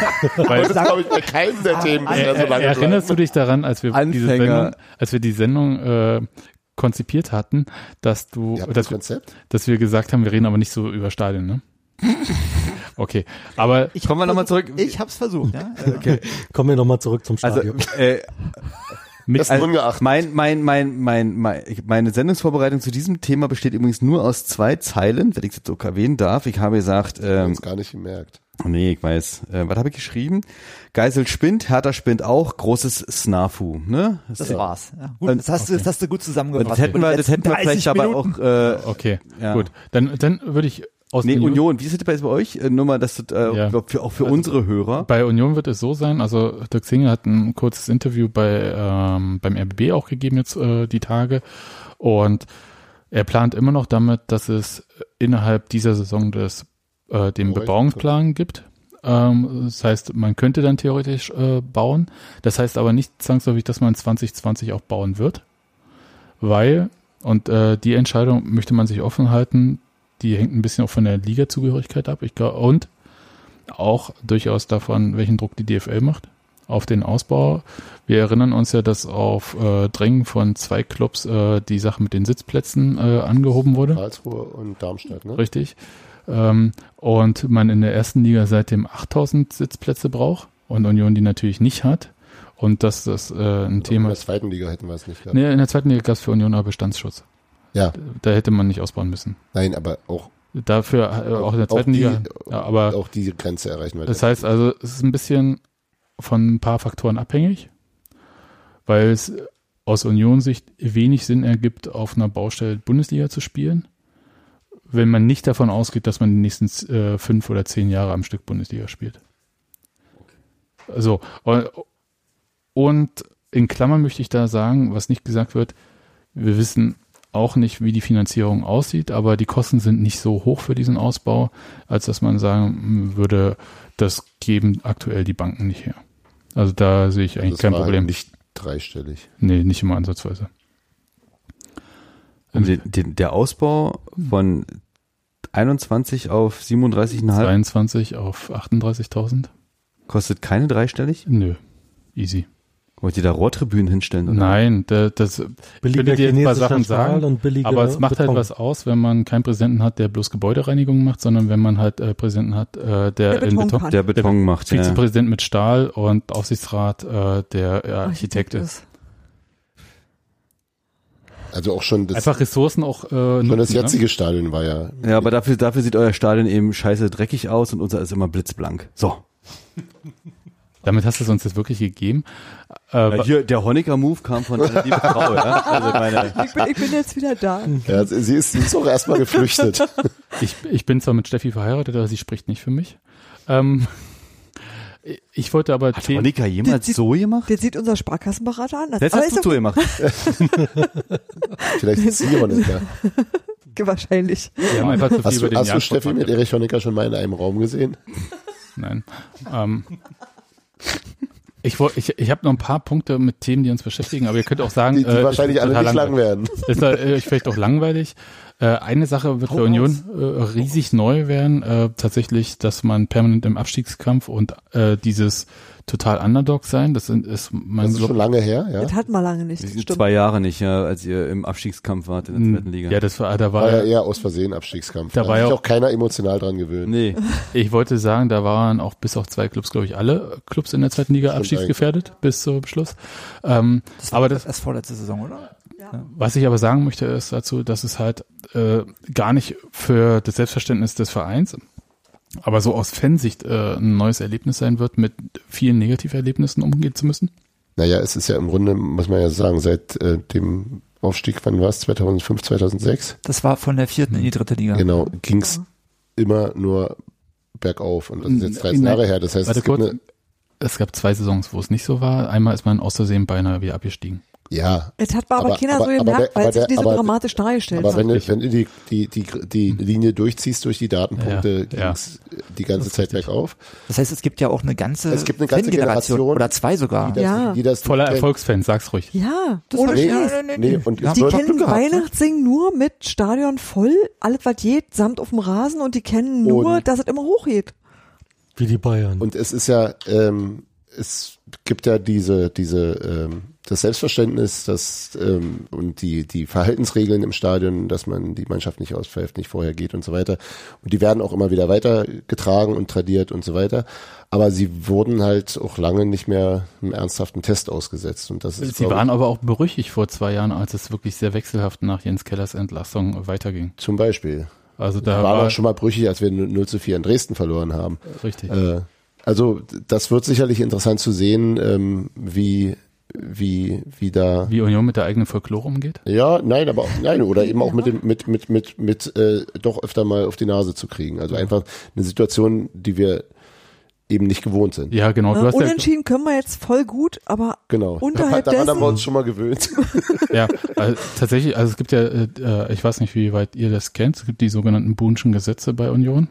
Speaker 1: weil,
Speaker 5: glaube ich, bei keinem
Speaker 6: Ah,
Speaker 5: der Themen
Speaker 1: er,
Speaker 5: bisher so lange
Speaker 1: Äh, erinnerst du dich daran, als wir diese
Speaker 4: Anfänger.
Speaker 1: Sendung, als wir die Sendung äh, konzipiert hatten, dass du,
Speaker 5: Ihr habt das
Speaker 1: dass, wir,
Speaker 5: Konzept?
Speaker 1: dass wir gesagt haben, wir reden aber nicht so über Stadien, ne? Okay, aber
Speaker 6: Ich
Speaker 4: Kommen wir nochmal zurück.
Speaker 6: Ich hab's versucht, ja. Also,
Speaker 3: Kommen wir nochmal zurück zum
Speaker 4: also
Speaker 3: Stadion.
Speaker 4: äh,
Speaker 1: mit,
Speaker 5: Das ungeachtet.
Speaker 4: Mein, mein, mein, mein, mein, meine Sendungsvorbereitung zu diesem Thema besteht übrigens nur aus zwei Zeilen, wenn ich das so erwähnen darf. Ich habe gesagt,
Speaker 5: Ich
Speaker 4: ähm, oh
Speaker 5: hab's gar nicht gemerkt.
Speaker 4: nee, ich weiß, äh, was habe ich geschrieben? Geisel spinnt, Hertha spinnt auch, großes Snafu, ne?
Speaker 6: das
Speaker 4: Ja.
Speaker 6: war's. Ja. Gut, das, hast du, das hast du gut
Speaker 4: Und
Speaker 6: zusammengefasst.
Speaker 4: das hätten wir, das hätten wir vielleicht aber auch, äh,
Speaker 1: okay,
Speaker 4: Ja.
Speaker 1: gut. Dann, dann würde ich aus
Speaker 4: nee,
Speaker 1: Union-
Speaker 4: Union, wie ist das bei bei euch? Äh, Nur mal, dass das, äh,
Speaker 1: Ja.
Speaker 4: glaub, für, auch für unsere Hörer.
Speaker 1: Bei Union wird es so sein, also Dirk Singer hat ein kurzes Interview bei, ähm, beim RBB auch gegeben jetzt äh, die Tage und er plant immer noch damit, dass es innerhalb dieser Saison des, äh, den
Speaker 5: Korrekt.
Speaker 1: Bebauungsplan gibt. Ähm, das heißt, man könnte dann theoretisch äh, bauen. Das heißt aber nicht zwangsläufig, dass man 2020 auch bauen wird, weil, und äh, die Entscheidung möchte man sich offen halten, die hängt ein bisschen auch von der Liga-Zugehörigkeit ab. Ich glaub, und auch durchaus davon, welchen Druck die DFL macht auf den Ausbau. Wir erinnern uns ja, dass auf äh, Drängen von zwei Clubs äh, die Sache mit den Sitzplätzen äh, angehoben wurde.
Speaker 5: Karlsruhe und Darmstadt, ne?
Speaker 1: Richtig. Ähm, und man in der ersten Liga seitdem 8000 Sitzplätze braucht und Union die natürlich nicht hat. Und dass das äh, ein
Speaker 5: Also In
Speaker 1: Thema
Speaker 5: der
Speaker 1: ist.
Speaker 5: zweiten Liga hätten wir es nicht gehabt.
Speaker 1: Nee, in der zweiten Liga gab es für Union aber Bestandsschutz.
Speaker 5: Ja,
Speaker 1: Da hätte man nicht ausbauen müssen.
Speaker 5: nein, aber auch,
Speaker 1: Dafür äh, auch in der
Speaker 5: Auch
Speaker 1: zweiten
Speaker 5: die-
Speaker 1: Liga. Ja, aber
Speaker 5: auch die Grenze erreichen wir.
Speaker 1: Das heißt also, es ist ein bisschen von ein paar Faktoren abhängig, weil es aus Union-Sicht wenig Sinn ergibt, auf einer Baustelle Bundesliga zu spielen, wenn man nicht davon ausgeht, dass man die nächsten äh, fünf oder zehn Jahre am Stück Bundesliga spielt. So, und- und in Klammern möchte ich da sagen, was nicht gesagt wird, wir wissen auch nicht, wie die Finanzierung aussieht, aber die Kosten sind nicht so hoch für diesen Ausbau, als dass man sagen würde, das geben aktuell die Banken nicht her. Also da sehe ich eigentlich
Speaker 5: Das
Speaker 1: kein
Speaker 5: war halt
Speaker 1: Problem.
Speaker 5: nicht dreistellig.
Speaker 1: nee, nicht immer ansatzweise. Ähm,
Speaker 4: Also den, den, der Ausbau von 21 auf 37,5
Speaker 1: 22 auf 38.000?
Speaker 4: kostet keine dreistellig.
Speaker 1: Nö. Easy.
Speaker 4: Wollt ihr da Rohrtribünen hinstellen? Oder?
Speaker 1: Nein, da- das, ich
Speaker 3: Billiger
Speaker 1: würde dir jetzt mal
Speaker 3: chinesischer
Speaker 1: Sachen
Speaker 3: Stahl
Speaker 1: sagen,
Speaker 3: und billiger
Speaker 1: aber es macht
Speaker 3: Beton.
Speaker 1: halt was aus, wenn man keinen Präsidenten hat, der bloß Gebäudereinigung macht, sondern wenn man halt äh, Präsidenten hat, äh, der, in Beton,
Speaker 2: Betonpfand.
Speaker 4: Der Beton macht, ja.
Speaker 1: Vizepräsident mit Stahl und Aufsichtsrat, äh, der äh, Architekt ist.
Speaker 5: Also auch schon das,
Speaker 1: Einfach Ressourcen auch äh,
Speaker 5: schon das
Speaker 1: nutzen, ne?
Speaker 5: jetzige Stadion war ja.
Speaker 4: Ja, aber dafür, dafür sieht euer Stadion eben scheiße dreckig aus und unser ist immer blitzblank. So.
Speaker 1: Damit hast du es uns jetzt wirklich gegeben. Äh,
Speaker 4: hier, der Honecker-Move kam von einer lieben Frau, ja. Also meine,
Speaker 5: Ah,
Speaker 2: Ich bin, ich bin jetzt wieder da.
Speaker 5: ja sie, ist, sie ist auch erstmal geflüchtet.
Speaker 1: ich, ich bin zwar mit Steffi verheiratet, aber sie spricht nicht für mich. Ähm, ich wollte aber
Speaker 4: hat
Speaker 1: Themen-
Speaker 4: Honecker jemals so gemacht?
Speaker 2: Das sieht unser Sparkassenberater anders.
Speaker 4: Das
Speaker 2: Aber
Speaker 4: hast
Speaker 2: ist
Speaker 4: du so gemacht.
Speaker 5: Vielleicht ist sie aber nicht mehr.
Speaker 2: doch wahrscheinlich.
Speaker 1: wir haben einfach zu viel
Speaker 5: Hast
Speaker 1: über
Speaker 5: du,
Speaker 1: den
Speaker 5: hast du
Speaker 1: Jahresvertrag
Speaker 5: Steffi mit
Speaker 1: geredet.
Speaker 5: Erich Honecker schon mal in einem Raum gesehen?
Speaker 1: Nein. Ähm, ich woll- ich, ich habe noch ein paar Punkte mit Themen, die uns beschäftigen, aber ihr könnt auch sagen,
Speaker 5: Die, die
Speaker 1: äh,
Speaker 5: wahrscheinlich
Speaker 1: ist
Speaker 5: alle
Speaker 1: total
Speaker 5: nicht lang
Speaker 1: langweilig.
Speaker 5: werden.
Speaker 1: Ist da, äh, vielleicht auch langweilig. Äh, eine Sache wird
Speaker 3: Hau
Speaker 1: für Union
Speaker 3: raus.
Speaker 1: äh, riesig neu werden, äh, tatsächlich, dass man permanent im Abstiegskampf und äh, dieses total Underdog sein, das sind, ist
Speaker 5: Das
Speaker 1: mein
Speaker 5: ist schon
Speaker 1: Lob-
Speaker 5: lange her, ja.
Speaker 2: Das hat man lange nicht.
Speaker 4: Die
Speaker 2: das
Speaker 4: sind
Speaker 2: Stimmt.
Speaker 4: zwei Jahre nicht, ja, als ihr im Abstiegskampf wart in der zweiten Liga.
Speaker 1: Ja, das war, da war,
Speaker 5: War Ah, ja eher aus Versehen Abstiegskampf.
Speaker 1: Da
Speaker 5: Da,
Speaker 1: war
Speaker 5: war
Speaker 1: ja
Speaker 5: sich
Speaker 1: auch-
Speaker 5: auch keiner emotional dran gewöhnt.
Speaker 4: Nee,
Speaker 1: ich wollte sagen, da waren auch bis auf zwei Clubs, glaube ich, alle Clubs in der zweiten Liga
Speaker 5: Stimmt
Speaker 1: abstiegsgefährdet bis zum Schluss. Ähm,
Speaker 6: Das
Speaker 1: Aber das-
Speaker 6: erst vorletzte Saison, oder?
Speaker 1: Was ich aber sagen möchte, ist dazu, dass es halt äh, gar nicht für das Selbstverständnis des Vereins, aber so aus Fansicht äh, ein neues Erlebnis sein wird, mit vielen Negativerlebnissen umgehen zu müssen.
Speaker 5: Naja, es ist ja im Grunde, muss man ja sagen, seit äh, dem Aufstieg, wann war es? 2005, 2006?
Speaker 6: Das war von der vierten in die dritte Liga.
Speaker 5: Genau, ging es immer nur bergauf. Und das ist jetzt 13 Jahre her. Das heißt,
Speaker 1: Warte
Speaker 5: es gibt
Speaker 1: kurz.
Speaker 5: eine,
Speaker 1: Es gab zwei Saisons, wo es nicht so war. Einmal ist man aus Versehen beinahe wieder abgestiegen.
Speaker 5: ja,
Speaker 2: Das hat man aber,
Speaker 5: Aber-
Speaker 2: keiner
Speaker 5: aber-
Speaker 2: so
Speaker 5: aber
Speaker 2: gemerkt,
Speaker 5: der-
Speaker 2: weil
Speaker 5: aber
Speaker 2: sich
Speaker 5: der-
Speaker 2: die so
Speaker 5: aber-
Speaker 2: dramatisch dargestellt
Speaker 5: Aber
Speaker 2: haben.
Speaker 5: wenn du, wenn du die, die, die, die Linie durchziehst durch die Datenpunkte,
Speaker 1: Hm. Ja, ja.
Speaker 5: ging's die ganze
Speaker 1: Das ist
Speaker 5: Zeit
Speaker 1: richtig.
Speaker 5: bergauf.
Speaker 6: Das heißt, es gibt ja auch eine ganze,
Speaker 5: Es gibt eine ganze
Speaker 6: Fangeneration
Speaker 5: Generation,
Speaker 6: oder zwei sogar.
Speaker 5: dass
Speaker 2: Ja.
Speaker 5: die- die das-
Speaker 1: Voller Erfolgsfans, sag's ruch.
Speaker 2: Ja, das
Speaker 6: Ohne
Speaker 5: Nee,
Speaker 2: verstehe ich.
Speaker 5: nee, nee, und
Speaker 6: Die
Speaker 5: es
Speaker 2: Die
Speaker 5: wird,
Speaker 6: Glück
Speaker 2: kennen
Speaker 6: gehabt, ne?
Speaker 2: Weihnachtssingen nur mit Stadion voll, alles was geht, samt auf dem Rasen und die kennen nur,
Speaker 5: Und-
Speaker 2: dass es immer hochgeht.
Speaker 3: Wie die Bayern.
Speaker 1: äh,
Speaker 5: und es ist ja, ähm, es gibt ja diese, diese, ähm, das Selbstverständnis, dass ähm, und die, die Verhaltensregeln im Stadion, dass man die Mannschaft nicht auspfeift, nicht vorher geht und so weiter. Und die werden auch immer wieder weitergetragen und tradiert und so weiter. Aber sie wurden halt auch lange nicht mehr einem ernsthaften Test ausgesetzt. Und das ist
Speaker 1: Sie
Speaker 5: glaub ich,
Speaker 1: waren aber auch berüchtigt vor zwei Jahren, als es wirklich sehr wechselhaft nach Jens Kellers Entlassung weiterging.
Speaker 5: zum Beispiel.
Speaker 1: Also da
Speaker 5: war
Speaker 1: war
Speaker 5: doch schon mal brüchig, als wir 0 zu 4 in Dresden verloren haben.
Speaker 1: richtig.
Speaker 5: Äh, also d- das wird sicherlich interessant zu sehen, ähm, wie, wie, wie da.
Speaker 1: wie Union mit der eigenen Folklore umgeht.
Speaker 5: Ja, nein, aber auch, nein, oder eben auch mit dem, mit, mit, mit, mit äh, doch öfter mal auf die Nase zu kriegen. Also einfach eine Situation, die wir eben nicht gewohnt sind.
Speaker 1: Ja, genau.
Speaker 2: Ne?
Speaker 1: Du hast ja,
Speaker 2: Unentschieden können wir jetzt voll gut, aber
Speaker 5: Genau.
Speaker 2: Unterhalb
Speaker 5: Daran haben
Speaker 2: dessen-
Speaker 5: wir uns schon mal gewöhnt.
Speaker 1: Ja, also tatsächlich, also es gibt ja, äh, äh, ich weiß nicht, wie weit ihr das kennt, es gibt die sogenannten Boonschen Gesetze bei Union.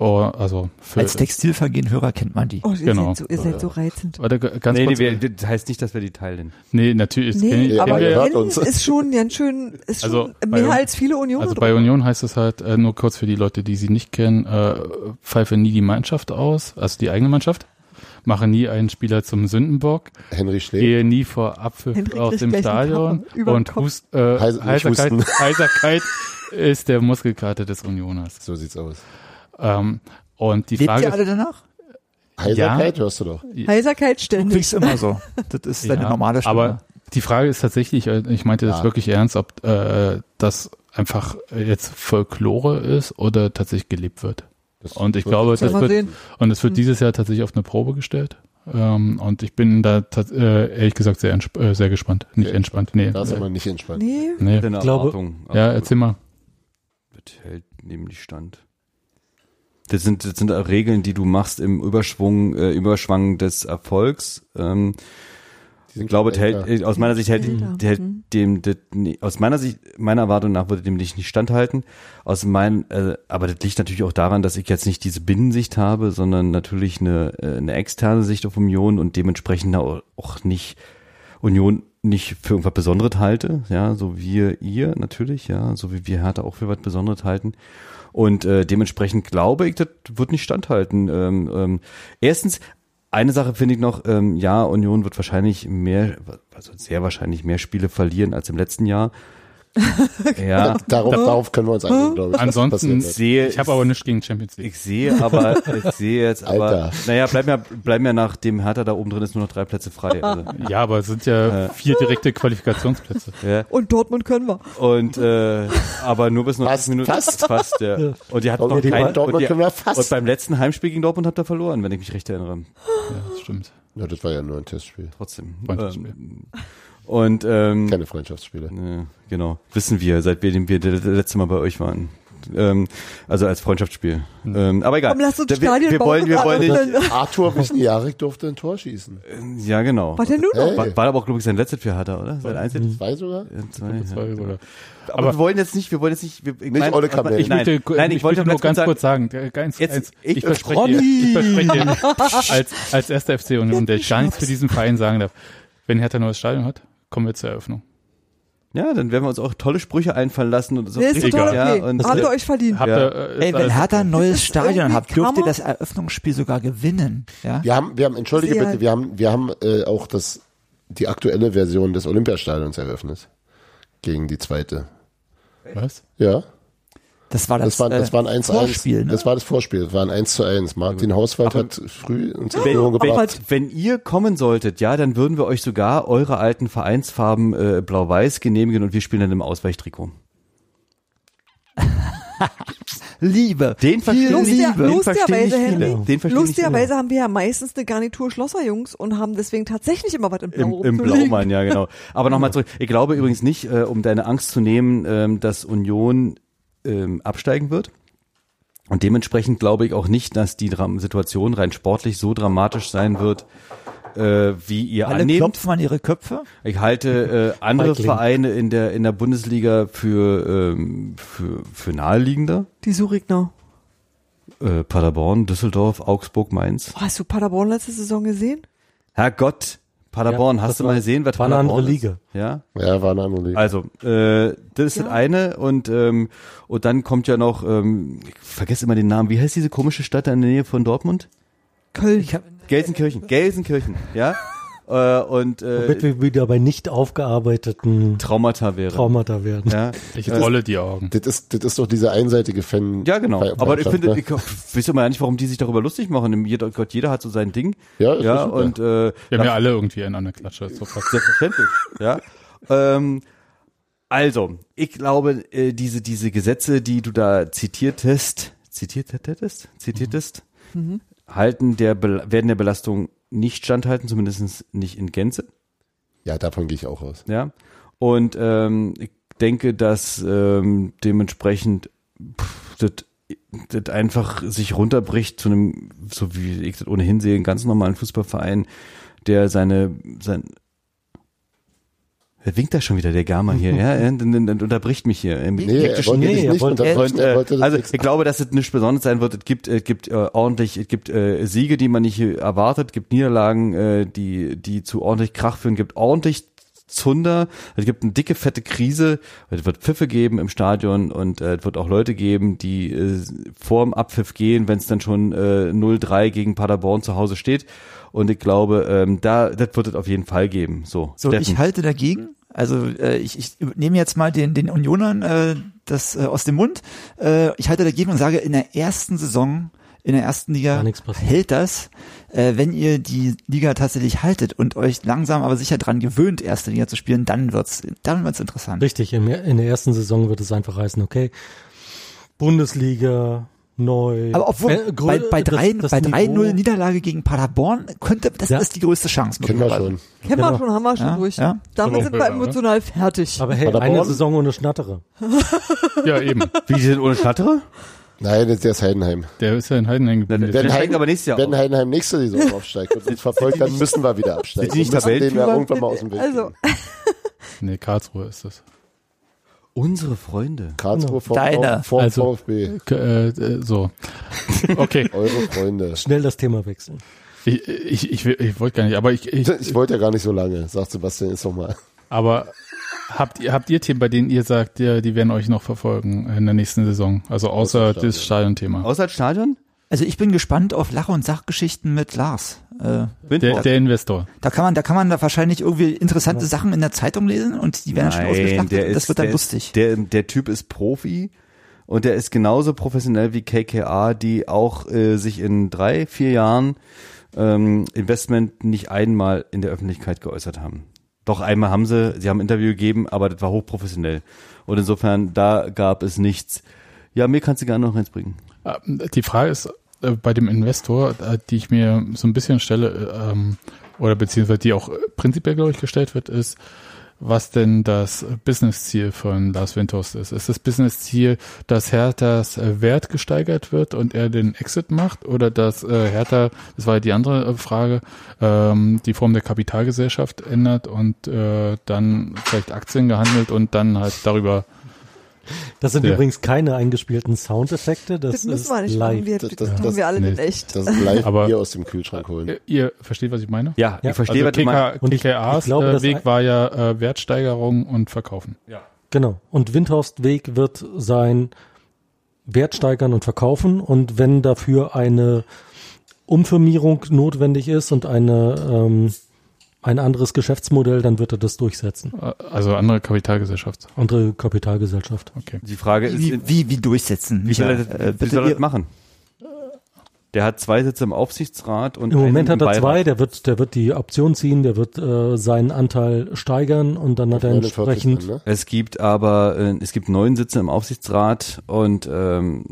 Speaker 1: Oh, also für,
Speaker 6: Als Textilvergehen-Hörer kennt man die.
Speaker 2: oh, ihr,
Speaker 1: Genau.
Speaker 2: seid so, ihr seid so reizend.
Speaker 1: warte, g- ganz
Speaker 4: nee, nee
Speaker 1: kurz,
Speaker 4: wir, das heißt nicht, dass wir die teilen.
Speaker 1: nee, natürlich, das kenn ich-
Speaker 2: Nee,
Speaker 1: kennen
Speaker 2: aber
Speaker 1: wir, ja.
Speaker 5: hört
Speaker 2: kennen
Speaker 5: uns.
Speaker 2: ist schon ganz schön, ist
Speaker 1: Also
Speaker 2: schon
Speaker 1: bei
Speaker 2: mehr
Speaker 1: uns-
Speaker 2: als viele Unionen.
Speaker 1: also bei Union heißt es halt, äh, nur kurz für die Leute, die sie nicht kennen, äh, pfeife nie die Mannschaft aus, also die eigene Mannschaft, mache nie einen Spieler zum Sündenbock,
Speaker 5: Henry Schlee.
Speaker 1: gehe nie vor Abpfiff
Speaker 2: Hendrik
Speaker 1: aus
Speaker 2: kriegt
Speaker 1: dem
Speaker 2: gleich einen
Speaker 1: Stadion
Speaker 2: Karren über den
Speaker 1: und
Speaker 2: Kopf.
Speaker 1: Hust, äh,
Speaker 5: Heis- nicht
Speaker 1: Heiserkeit,
Speaker 5: husten.
Speaker 1: Heiserkeit ist der Muskelkater des Unioners.
Speaker 5: So sieht's aus.
Speaker 1: Ähm, und die
Speaker 6: Lebt
Speaker 1: Frage
Speaker 6: ihr
Speaker 1: ist,
Speaker 6: alle danach?
Speaker 5: Heiserkeit hörst du doch.
Speaker 2: Heiserkeit ständig.
Speaker 6: Kriegst immer so. Das ist deine
Speaker 1: Ja,
Speaker 6: normale Stimme.
Speaker 1: Aber die Frage ist tatsächlich, äh, ich meinte das
Speaker 6: Ah.
Speaker 5: Ja.
Speaker 1: wirklich ernst, ob äh, das einfach äh, jetzt Folklore ist oder tatsächlich gelebt wird.
Speaker 5: Das
Speaker 1: Und ich
Speaker 5: wird-
Speaker 1: glaube,
Speaker 2: Soll
Speaker 1: das
Speaker 2: man
Speaker 1: wird,
Speaker 2: sehen.
Speaker 1: und
Speaker 6: Hm.
Speaker 1: es wird dieses Jahr tatsächlich auf eine Probe gestellt. Ähm, und ich bin da tats- äh, ehrlich gesagt sehr, entsp äh, sehr gespannt. Nicht
Speaker 5: Sehr
Speaker 1: entspannt, nee.
Speaker 5: Da ist
Speaker 1: Äh,
Speaker 5: man nicht entspannt.
Speaker 2: Nee,
Speaker 1: nee.
Speaker 4: Deine
Speaker 3: glaube-
Speaker 4: Erwartung.
Speaker 1: Ja, erzähl mal.
Speaker 4: Das hält nämlich stand. Das sind, das sind Regeln, die du machst im Überschwung, äh, Überschwang des Erfolgs. Ähm,
Speaker 5: Die sind
Speaker 4: ich glaube, das hält,
Speaker 5: älter.
Speaker 4: äh, aus meiner Sicht hält,
Speaker 2: Älter.
Speaker 4: hält
Speaker 2: Mhm.
Speaker 4: dem, das, nie- aus meiner Sicht, meiner Erwartung nach würde dem nicht nicht standhalten. Aus mein, äh, aber das liegt natürlich auch daran, dass ich jetzt nicht diese Binnensicht habe, sondern natürlich eine, äh, eine externe Sicht auf Union und dementsprechend auch auch nicht Union nicht für irgendwas Besonderes halte, ja, so wie ihr natürlich, ja, so wie wir Hertha auch für was Besonderes halten. Und äh, dementsprechend glaube ich, das wird nicht standhalten. Ähm, ähm, erstens, eine Sache finde ich noch, ähm, ja, Union wird wahrscheinlich mehr, also sehr wahrscheinlich mehr Spiele verlieren als im letzten Jahr. ja,
Speaker 5: Darauf, darauf können wir uns einigen, glaube ich. was
Speaker 1: Ansonsten
Speaker 5: passiert wird.
Speaker 4: sehe
Speaker 1: Ich habe aber nichts gegen Champions League.
Speaker 4: ich sehe aber, ich sehe jetzt aber,
Speaker 5: Alter.
Speaker 4: naja, bleiben ja, bleiben ja nach dem Hertha da oben drin ist nur noch drei Plätze frei. Also,
Speaker 1: Ja, aber es sind ja vier direkte Qualifikationsplätze.
Speaker 4: ja.
Speaker 2: und Dortmund können wir.
Speaker 4: Und äh, aber nur bis 90
Speaker 5: Fast,
Speaker 4: Minuten.
Speaker 5: fast.
Speaker 4: fast ja. Und die hatten
Speaker 5: Dortmund-
Speaker 4: noch
Speaker 5: die
Speaker 4: keinen,
Speaker 5: beiden Dortmund
Speaker 4: und,
Speaker 5: können wir
Speaker 4: die,
Speaker 5: fast.
Speaker 4: und beim letzten Heimspiel gegen Dortmund habt ihr verloren, wenn ich mich recht erinnere.
Speaker 1: Ja, das stimmt.
Speaker 5: Ja, das war ja nur ein Testspiel.
Speaker 4: Trotzdem.
Speaker 1: Freundschaftsspiel.
Speaker 4: Ähm, und ähm,
Speaker 5: Keine Freundschaftsspiele.
Speaker 4: äh, genau, wissen wir, seit wir, wir das letzte Mal bei euch waren. Ähm, also als Freundschaftsspiel.
Speaker 1: Hm.
Speaker 4: Ähm, aber egal.
Speaker 2: Komm, lass uns
Speaker 4: Da- wir,
Speaker 2: Stadion
Speaker 4: wir
Speaker 2: bauen
Speaker 4: wollen, wir
Speaker 2: und
Speaker 4: wollen
Speaker 2: alle
Speaker 4: nicht,
Speaker 5: Arthur Wichniarek durfte ein Tor schießen.
Speaker 4: ja genau.
Speaker 2: Was denn nun noch?
Speaker 5: Hey.
Speaker 1: Also
Speaker 4: War, war aber auch, glaube ich, sein letztes für Hertha, oder? Sein einziges?
Speaker 2: Mhm.
Speaker 5: Zwei sogar?
Speaker 4: Ja, zwei, ja.
Speaker 1: Zwei oder-
Speaker 4: Aber, wir wollen jetzt nicht, wir wollen jetzt nicht. Wir, ich
Speaker 5: Olle Kamel.
Speaker 1: Ich
Speaker 4: nein,
Speaker 1: möchte,
Speaker 4: nein, ich, wollte
Speaker 1: möchte nur
Speaker 4: ganz
Speaker 1: ganz
Speaker 4: kurz sagen,
Speaker 1: kurz sagen, äh, ganz,
Speaker 4: Jetzt-
Speaker 1: eins,
Speaker 4: ich-
Speaker 1: ich, verspreche
Speaker 4: Ronny!
Speaker 1: dir, ich verspreche dir, als, als erster FC Union, der ich gar nichts für diesen Verein sagen darf, wenn Hertha neues Stadion hat, kommen wir zur Eröffnung.
Speaker 4: Ja, dann werden wir uns auch tolle Sprüche einfallen lassen und so.
Speaker 2: Nee, ist
Speaker 1: Egal.
Speaker 2: total okay.
Speaker 4: Ja, und-
Speaker 2: Habt ihr euch verdient.
Speaker 1: Habt
Speaker 4: Ja.
Speaker 1: ihr, äh,
Speaker 6: Ey, wenn
Speaker 1: das-
Speaker 6: Hertha ein neues
Speaker 2: ist
Speaker 6: Stadion
Speaker 2: irgendwie
Speaker 6: hat, dürft ihr
Speaker 2: Kammer-
Speaker 6: das Eröffnungsspiel sogar gewinnen. Ja?
Speaker 5: Wir haben, wir haben, entschuldige
Speaker 2: Sie
Speaker 5: bitte,
Speaker 2: halt-
Speaker 5: wir haben, wir haben äh, auch das, die aktuelle Version des Olympiastadions eröffnet. Gegen die zweite.
Speaker 1: was?
Speaker 5: Ja,
Speaker 6: Das war das,
Speaker 5: das, war, das
Speaker 6: äh,
Speaker 5: war ein 1-1.
Speaker 6: Vorspiel, ne?
Speaker 5: Das war das Vorspiel, das war ein 1 zu 1. Martin Hauswald hat früh uns in Führung
Speaker 4: Wenn, wenn,
Speaker 5: gebracht.
Speaker 4: wenn ihr kommen solltet, ja, dann würden wir euch sogar eure alten Vereinsfarben äh, blau-weiß genehmigen und wir spielen dann im Ausweichtrikot.
Speaker 6: Liebe.
Speaker 4: Den verstehen
Speaker 2: Lust
Speaker 4: nicht
Speaker 2: der-
Speaker 4: viele. Den
Speaker 2: Lust der
Speaker 4: verstehen nicht
Speaker 2: Weise,
Speaker 4: viele.
Speaker 2: Henry.
Speaker 4: Den verstehen nicht viele.
Speaker 2: Lustigerweise haben wir ja meistens eine Garnitur Schlosserjungs und haben deswegen tatsächlich immer was im Blau
Speaker 4: Im, Im
Speaker 2: rumzuliegen.
Speaker 4: Blaumann, ja, genau. Aber nochmal zurück. Ich glaube übrigens nicht, äh, um deine Angst zu nehmen, ähm, dass Union ähm, absteigen wird. Und dementsprechend glaube ich auch nicht, dass die Dram Situation rein sportlich so dramatisch sein wird, äh, wie ihr
Speaker 6: Alle
Speaker 4: annehmt.
Speaker 6: klopfen an ihre Köpfe.
Speaker 4: Ich halte äh, andere
Speaker 3: Feigling.
Speaker 4: Vereine in der in der Bundesliga für ähm, für, für naheliegender.
Speaker 2: Die ne? Surigner.
Speaker 4: Äh, Paderborn, Düsseldorf, Augsburg, Mainz.
Speaker 2: Oh, hast du Paderborn letzte Saison gesehen?
Speaker 4: Herrgott, Paderborn,
Speaker 3: Ja, das
Speaker 4: hast du
Speaker 3: war-
Speaker 4: mal gesehen, was
Speaker 3: war eine
Speaker 4: Paderborn
Speaker 3: andere
Speaker 4: ist?
Speaker 3: Liga.
Speaker 4: Ja,
Speaker 5: Ja, war eine andere Liga.
Speaker 4: also äh, das ist
Speaker 2: Ja.
Speaker 4: das eine und ähm, und dann kommt ja noch, ähm, ich vergesse immer den Namen. Wie heißt diese komische Stadt da in der Nähe von Dortmund?
Speaker 2: Köln.
Speaker 4: Gelsenkirchen, Gelsenkirchen, ja. Äh, und
Speaker 3: Damit
Speaker 4: äh,
Speaker 3: wir wieder bei nicht aufgearbeiteten
Speaker 4: Traumata wäre.
Speaker 3: Traumata werden.
Speaker 4: Ja.
Speaker 1: Ich rolle die Augen.
Speaker 5: Das ist, das ist doch diese einseitige Fan.
Speaker 4: Ja, genau.
Speaker 5: Fe-
Speaker 4: Aber ich
Speaker 5: Mannschaft,
Speaker 4: finde,
Speaker 5: ne?
Speaker 4: ich weiß immer ja nicht, warum die sich darüber lustig machen. Jeder, Gott, jeder hat so sein Ding.
Speaker 5: ne? Ja, ist
Speaker 4: ja
Speaker 5: doch super.
Speaker 4: und äh,
Speaker 1: Wir haben ja
Speaker 4: na,
Speaker 1: alle irgendwie einen an der Klatsche. Ist So fast.
Speaker 4: selbstverständlich. ja. Ähm, also, ich glaube, äh, diese diese Gesetze, die du da zitiertest, zitiertest, zitiertest,
Speaker 1: Mhm.
Speaker 4: halten der Bel- werden der Belastung nicht standhalten, zumindest nicht in Gänze.
Speaker 5: ja, davon gehe ich auch aus.
Speaker 4: Ja. Und ähm, ich denke, dass ähm, dementsprechend pff, das das einfach sich runterbricht zu einem, so wie ich das ohnehin sehe, einen ganz normalen Fußballverein, der seine, sein, er winkt da schon wieder, der Gamer hier, ja, er- dann, dann, dann unterbricht mich hier. Ähm,
Speaker 5: Nee, er
Speaker 4: hektisch-
Speaker 5: wollte
Speaker 3: nee,
Speaker 5: das
Speaker 3: er
Speaker 5: nicht.
Speaker 3: wollte-
Speaker 5: er wollte,
Speaker 4: und, äh,
Speaker 5: er wollte das
Speaker 4: also
Speaker 5: nicht.
Speaker 4: ich glaube, dass es nichts Besonderes sein wird. Es gibt, es gibt äh, ordentlich, es gibt äh, Siege, die man nicht äh, erwartet, gibt Niederlagen, äh, die, die zu ordentlich Krach führen, gibt ordentlich Zunder, es gibt eine dicke, fette Krise, es wird Pfiffe geben im Stadion und äh, es wird auch Leute geben, die äh, vor dem Abpfiff gehen, wenn es dann schon äh, 0-3 gegen Paderborn zu Hause steht. Und ich glaube, ähm, da, das wird es auf jeden Fall geben. So,
Speaker 6: So,
Speaker 4: Steffen.
Speaker 6: ich halte dagegen. Also äh, ich, ich nehme jetzt mal den, den Unionern äh, das äh, aus dem Mund. Äh, ich halte dagegen und sage, in der ersten Saison, in der ersten Liga
Speaker 3: Gar nichts passiert.
Speaker 6: hält das, äh, wenn ihr die Liga tatsächlich haltet und euch langsam aber sicher dran gewöhnt, erste Liga zu spielen, dann wird's, dann wird's interessant.
Speaker 3: Richtig, in, in der ersten Saison wird es einfach heißen, okay, Bundesliga, neu.
Speaker 6: Aber obwohl
Speaker 3: Äh, grö-
Speaker 6: bei, bei
Speaker 3: das-
Speaker 6: 3
Speaker 3: das
Speaker 6: bei 3
Speaker 3: Niveau-
Speaker 6: 0 Niederlage gegen Paderborn könnte das
Speaker 3: Ja.
Speaker 6: ist die größte Chance
Speaker 5: Kennen wir
Speaker 6: möglicherweise.
Speaker 5: schon.
Speaker 2: Kennen wir schon, haben wir schon
Speaker 6: Ja,
Speaker 2: durch.
Speaker 6: ja.
Speaker 1: Aber
Speaker 2: Damit sind wir
Speaker 5: ne?
Speaker 1: Bilder, oder?
Speaker 2: emotional fertig.
Speaker 3: Aber hey,
Speaker 5: Paderborn-
Speaker 3: eine Saison ohne Schnattere.
Speaker 1: Ja, eben.
Speaker 4: Wie die sind ohne Schattere?
Speaker 5: Nein, das- der ist Heidenheim.
Speaker 1: Der ist ja in Heidenheim hängen geblieben.
Speaker 4: Wenn
Speaker 1: Der-
Speaker 5: Wenn,
Speaker 4: steigen
Speaker 5: Heiden,
Speaker 4: aber nächstes Jahr
Speaker 5: wenn
Speaker 4: auf.
Speaker 5: Heidenheim nächste Saison aufsteigt und uns verfolgt, dann müssen wir wieder absteigen.
Speaker 4: Sind die nicht
Speaker 5: Wir müssen denen ja
Speaker 4: Tabellenführer?
Speaker 5: irgendwann mal aus dem Weg.
Speaker 2: Also,
Speaker 5: gehen.
Speaker 1: Nee, Karlsruhe ist das.
Speaker 4: Unsere Freunde.
Speaker 5: Karlsruhe vor,
Speaker 6: Deine.
Speaker 5: vor
Speaker 1: Also-
Speaker 5: VfB.
Speaker 1: K äh, äh, so. Okay.
Speaker 5: Eure Freunde.
Speaker 3: Schnell das Thema wechseln.
Speaker 1: Ich, ich, ich, will- ich wollte gar nicht, aber ich, ich
Speaker 5: Ich wollte ja gar nicht so lange, sagt Sebastian jetzt nochmal.
Speaker 1: aber habt ihr, habt ihr Themen, bei denen ihr sagt, ja, die werden euch noch verfolgen in der nächsten Saison? Also außer
Speaker 5: Außer Stadion.
Speaker 1: das Stadionthema.
Speaker 4: Außer das Stadion?
Speaker 6: Also ich bin gespannt auf Lach- und Sachgeschichten mit Lars. Äh,
Speaker 1: Der,
Speaker 4: Windhoek.
Speaker 1: der Investor.
Speaker 6: Da kann man, da kann man da wahrscheinlich irgendwie interessante Sachen in der Zeitung lesen und die werden schon ausgeschlachtet und das wird dann
Speaker 4: der
Speaker 6: lustig.
Speaker 4: Ist, der, der Typ ist Profi und der ist genauso professionell wie KKA, die auch äh, sich in drei, vier Jahren ähm, Investment nicht einmal in der Öffentlichkeit geäußert haben. Doch einmal haben sie, sie haben ein Interview gegeben, aber das war hochprofessionell. Und insofern, da gab es nichts. Ja, mir kannst du gerne noch eins bringen.
Speaker 1: Ähm, Die Frage ist äh, bei dem Investor, äh, die ich mir so ein bisschen stelle, äh, ähm, oder beziehungsweise die auch äh, prinzipiell, glaube ich, gestellt wird, ist, was denn das äh, Businessziel von Lars Windhorst ist. Ist das Businessziel, dass Herthas äh, Wert gesteigert wird und er den Exit macht? Oder dass äh, Hertha, das war ja die andere äh, Frage, ähm, die Form der Kapitalgesellschaft ändert und äh, dann vielleicht Aktien gehandelt und dann halt darüber
Speaker 3: Das sind
Speaker 1: Ja.
Speaker 3: übrigens keine eingespielten Soundeffekte. Das,
Speaker 2: Das, müssen wir
Speaker 3: ist
Speaker 2: nicht machen.
Speaker 3: live.
Speaker 2: Wir,
Speaker 5: Das-
Speaker 2: das,
Speaker 5: das-
Speaker 2: tun wir alle
Speaker 1: nee.
Speaker 2: nicht echt.
Speaker 5: Das ist live
Speaker 1: Aber- äh,
Speaker 5: Bier aus dem Kühlschrank holen.
Speaker 1: Ihr, ihr versteht, was ich meine?
Speaker 4: Ja,
Speaker 3: Ja.
Speaker 4: ich verstehe, was
Speaker 1: also
Speaker 4: du meinst.
Speaker 1: TK,
Speaker 3: Und ich-
Speaker 1: TKAs
Speaker 3: ich glaube,
Speaker 1: äh,
Speaker 3: das
Speaker 1: Weg
Speaker 3: ein-
Speaker 1: war ja äh, Wertsteigerung und Verkaufen.
Speaker 3: Genau. Und Windhorstweg wird sein Wert steigern und verkaufen. Und wenn dafür eine Umfirmierung notwendig ist und eine, ähm, ein anderes Geschäftsmodell, dann wird er das durchsetzen.
Speaker 1: Äh, Also andere Kapitalgesellschaft.
Speaker 3: Andere Kapitalgesellschaft.
Speaker 4: Die Frage ist,
Speaker 6: Wie, wie, wie durchsetzen?
Speaker 4: wie soll er das,
Speaker 6: Lieber, äh,
Speaker 4: wie
Speaker 6: bitte
Speaker 4: soll er das
Speaker 6: ihr,
Speaker 4: machen? Der hat zwei Sitze im Aufsichtsrat und
Speaker 3: Im
Speaker 4: einen
Speaker 3: Moment hat er
Speaker 4: Beirat.
Speaker 3: zwei, der wird, der wird die Option ziehen, der wird äh, seinen Anteil steigern und dann hat er
Speaker 5: 49
Speaker 3: entsprechend.
Speaker 5: dann, ne?
Speaker 4: Es gibt aber, äh, es gibt neun Sitze im Aufsichtsrat und ähm,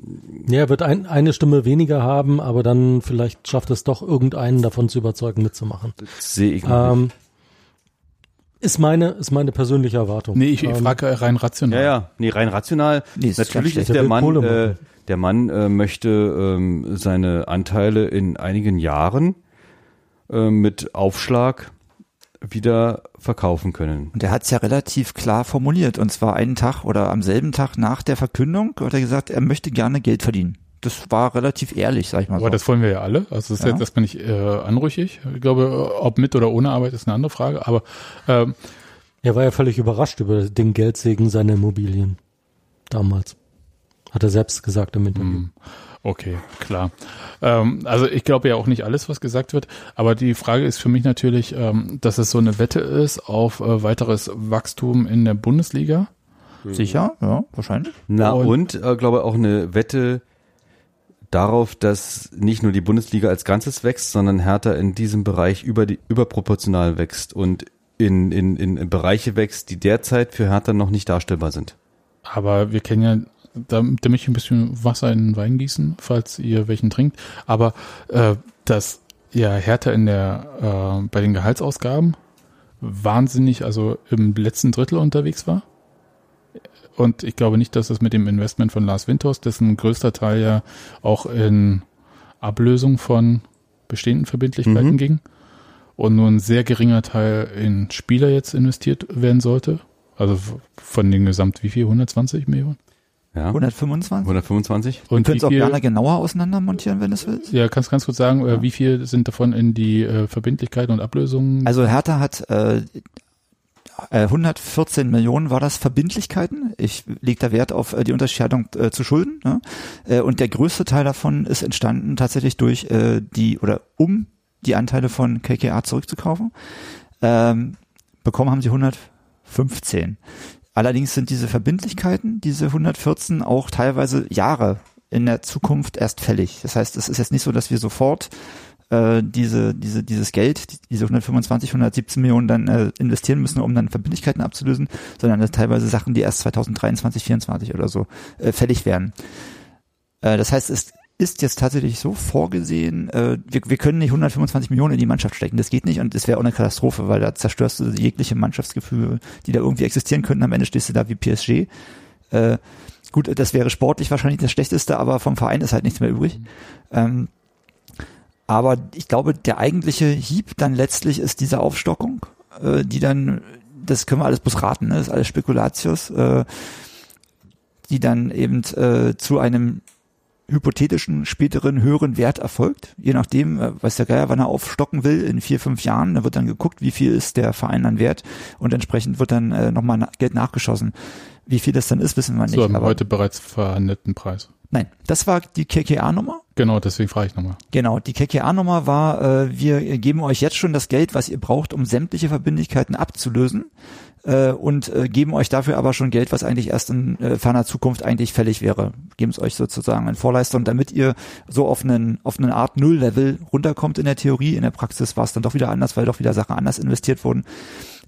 Speaker 3: Ja, er wird ein, eine Stimme weniger haben, aber dann vielleicht schafft es doch irgendeinen davon zu überzeugen, mitzumachen.
Speaker 4: das sehe ich noch nicht.
Speaker 3: Ähm, ist meine, ist meine persönliche Erwartung.
Speaker 1: Nee, ich, ich
Speaker 3: ähm,
Speaker 1: frage äh, rein
Speaker 4: Ja,
Speaker 1: rational.
Speaker 4: ja, nee, rein rational.
Speaker 6: Nee, ist
Speaker 4: Natürlich
Speaker 6: ganz
Speaker 4: ist
Speaker 3: schlecht.
Speaker 4: der
Speaker 3: Der will
Speaker 4: Mann,
Speaker 3: Kohle
Speaker 4: äh,
Speaker 3: machen.
Speaker 4: der Mann äh, möchte ähm, seine Anteile in einigen Jahren äh, mit Aufschlag wieder verkaufen können.
Speaker 6: und er hat es ja relativ klar formuliert. Und zwar einen Tag oder am selben Tag nach der Verkündung hat er gesagt, er möchte gerne Geld verdienen. Das war relativ ehrlich, sag ich mal
Speaker 1: Aber
Speaker 6: so.
Speaker 1: das wollen wir ja alle. Also das ist
Speaker 6: Ja.
Speaker 1: jetzt erstmal nicht äh, anrüchig. Ich glaube, äh, ob mit oder ohne Arbeit ist eine andere Frage. Aber ähm,
Speaker 3: Er war ja völlig überrascht über den Geldsegen seiner Immobilien. Damals. Hat er selbst gesagt im Interview.
Speaker 1: Okay, klar. Ähm, also ich glaube ja auch nicht alles, was gesagt wird, aber die Frage ist für mich natürlich, ähm, dass es so eine Wette ist auf äh, weiteres Wachstum in der Bundesliga.
Speaker 6: Sicher, ja, wahrscheinlich.
Speaker 4: Na
Speaker 1: Und-
Speaker 4: und, äh, glaube auch eine Wette darauf, dass nicht nur die Bundesliga als Ganzes wächst, sondern Hertha in diesem Bereich über die, überproportional wächst und in, in, in Bereiche wächst, die derzeit für Hertha noch nicht darstellbar sind.
Speaker 1: Aber wir kennen ja, da, da möchte ich ein bisschen Wasser in den Wein gießen, falls ihr welchen trinkt. Aber äh, dass ja Hertha in der äh, bei den Gehaltsausgaben wahnsinnig, also im letzten Drittel unterwegs war. Und ich glaube nicht, dass das mit dem Investment von Lars Winters, dessen größter Teil ja auch in Ablösung von bestehenden Verbindlichkeiten
Speaker 4: Mhm.
Speaker 1: ging und nur ein sehr geringer Teil in Spieler jetzt investiert werden sollte. Also von den gesamt wie viel? 120 Millionen?
Speaker 4: Ja?
Speaker 6: 125.
Speaker 4: 125?
Speaker 6: Du
Speaker 1: Und wie
Speaker 6: könntest auch
Speaker 1: viel,
Speaker 6: gerne genauer auseinander montieren, wenn du es willst.
Speaker 1: ja, kannst ganz kurz sagen, äh,
Speaker 6: Ja.
Speaker 1: wie viel sind davon in die äh, Verbindlichkeiten und Ablösungen?
Speaker 6: Also Hertha hat äh, äh, 114 Millionen war das Verbindlichkeiten. Ich lege da Wert auf äh, die Unterscheidung äh, zu Schulden. Ne? Äh, und der größte Teil davon ist entstanden tatsächlich durch äh, die oder um die Anteile von KKA zurückzukaufen. Ähm, bekommen haben sie 115. Allerdings sind diese Verbindlichkeiten, diese 114 auch teilweise Jahre in der Zukunft erst fällig. Das heißt, es ist jetzt nicht so, dass wir sofort äh, diese, diese, dieses Geld, die- diese 125, 117 Millionen dann äh, investieren müssen, um dann Verbindlichkeiten abzulösen, sondern das teilweise Sachen, die erst 2023, 2024 oder so äh, fällig werden. Äh, das heißt, es ist jetzt tatsächlich so vorgesehen, äh, wir, wir können nicht 125 Millionen in die Mannschaft stecken. Das geht nicht und das wäre auch eine Katastrophe, weil da zerstörst du jegliche Mannschaftsgefühle, die da irgendwie existieren könnten. Am Ende stehst du da wie PSG. Äh, gut, das wäre sportlich wahrscheinlich das Schlechteste, aber vom Verein ist halt nichts mehr übrig. Ähm, aber ich glaube, der eigentliche Hieb dann letztlich ist diese Aufstockung, äh, die dann, das können wir alles bloß raten, ne? das ist alles Spekulatius, äh, die dann eben äh, zu einem hypothetischen, späteren, höheren Wert erfolgt. Je nachdem, äh, weiß der Geier, wann er aufstocken will, in vier, fünf Jahren, da wird dann geguckt, wie viel ist der Verein dann wert und entsprechend wird dann äh, nochmal na Geld nachgeschossen. Wie viel das dann ist, wissen wir nicht.
Speaker 1: zu einem
Speaker 6: aber-
Speaker 1: ähm, heute bereits verhandelten Preis.
Speaker 6: Nein, das war die KKA-Nummer.
Speaker 1: Genau, deswegen frage ich nochmal.
Speaker 6: Genau, die KKA-Nummer war, äh, wir geben euch jetzt schon das Geld, was ihr braucht, um sämtliche Verbindlichkeiten abzulösen äh, und äh, geben euch dafür aber schon Geld, was eigentlich erst in äh, ferner Zukunft eigentlich fällig wäre. Geben es euch sozusagen in Vorleistung, damit ihr so auf einen, auf einen Art Null-Level runterkommt in der Theorie. In der Praxis war es dann doch wieder anders, weil doch wieder Sachen anders investiert wurden.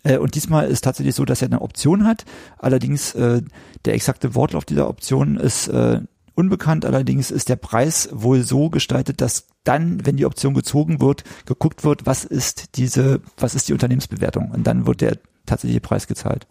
Speaker 6: Äh, Und diesmal ist tatsächlich so, dass er eine Option hat. Allerdings äh, der exakte Wortlauf dieser Option ist äh, unbekannt. Allerdings ist der Preis wohl so gestaltet, dass dann, wenn die Option gezogen wird, geguckt wird, was ist diese, was ist die Unternehmensbewertung und dann wird der tatsächliche Preis gezahlt.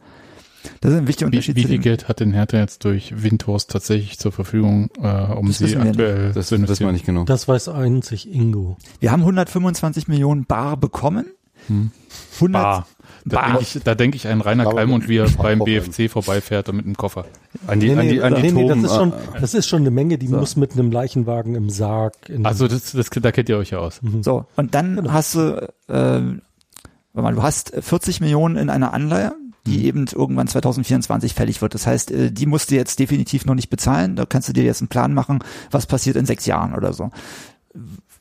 Speaker 6: Das ist ein wichtiger
Speaker 1: Wie,
Speaker 6: Unterschied
Speaker 1: wie
Speaker 6: zu
Speaker 1: viel
Speaker 6: dem-
Speaker 1: Geld hat denn Hertha jetzt durch Windhorst tatsächlich zur Verfügung, äh, um
Speaker 6: Das
Speaker 1: sie
Speaker 6: wissen wir
Speaker 1: aktuell
Speaker 4: Das
Speaker 1: zu
Speaker 4: wissen wir
Speaker 1: investieren?
Speaker 4: nicht genau.
Speaker 3: Das weiß einzig Ingo.
Speaker 6: Wir haben 125 Millionen Bar bekommen. 100,
Speaker 1: Hm. Bar. Da denke ich, da denk ich an Rainer
Speaker 5: Aber-
Speaker 1: Kallmund, wie er beim
Speaker 5: Auch wenn-
Speaker 1: BFC vorbeifährt und mit dem Koffer.
Speaker 4: An die, an die, an die
Speaker 3: nee, nee, das
Speaker 4: Toben,
Speaker 3: ist
Speaker 4: äh,
Speaker 3: schon, das ist schon eine Menge, die
Speaker 4: So.
Speaker 3: muss mit einem Leichenwagen im Sarg.
Speaker 6: Mhm.
Speaker 3: In
Speaker 1: Also das, das, da kennt ihr euch ja aus.
Speaker 6: So, und dann hast du, äh, warte mal, du hast 40 Millionen in einer Anleihe, die eben irgendwann 2024 fällig wird. Das heißt, äh, die musst du jetzt definitiv noch nicht bezahlen. Da kannst du dir jetzt einen Plan machen, was passiert in sechs Jahren oder so.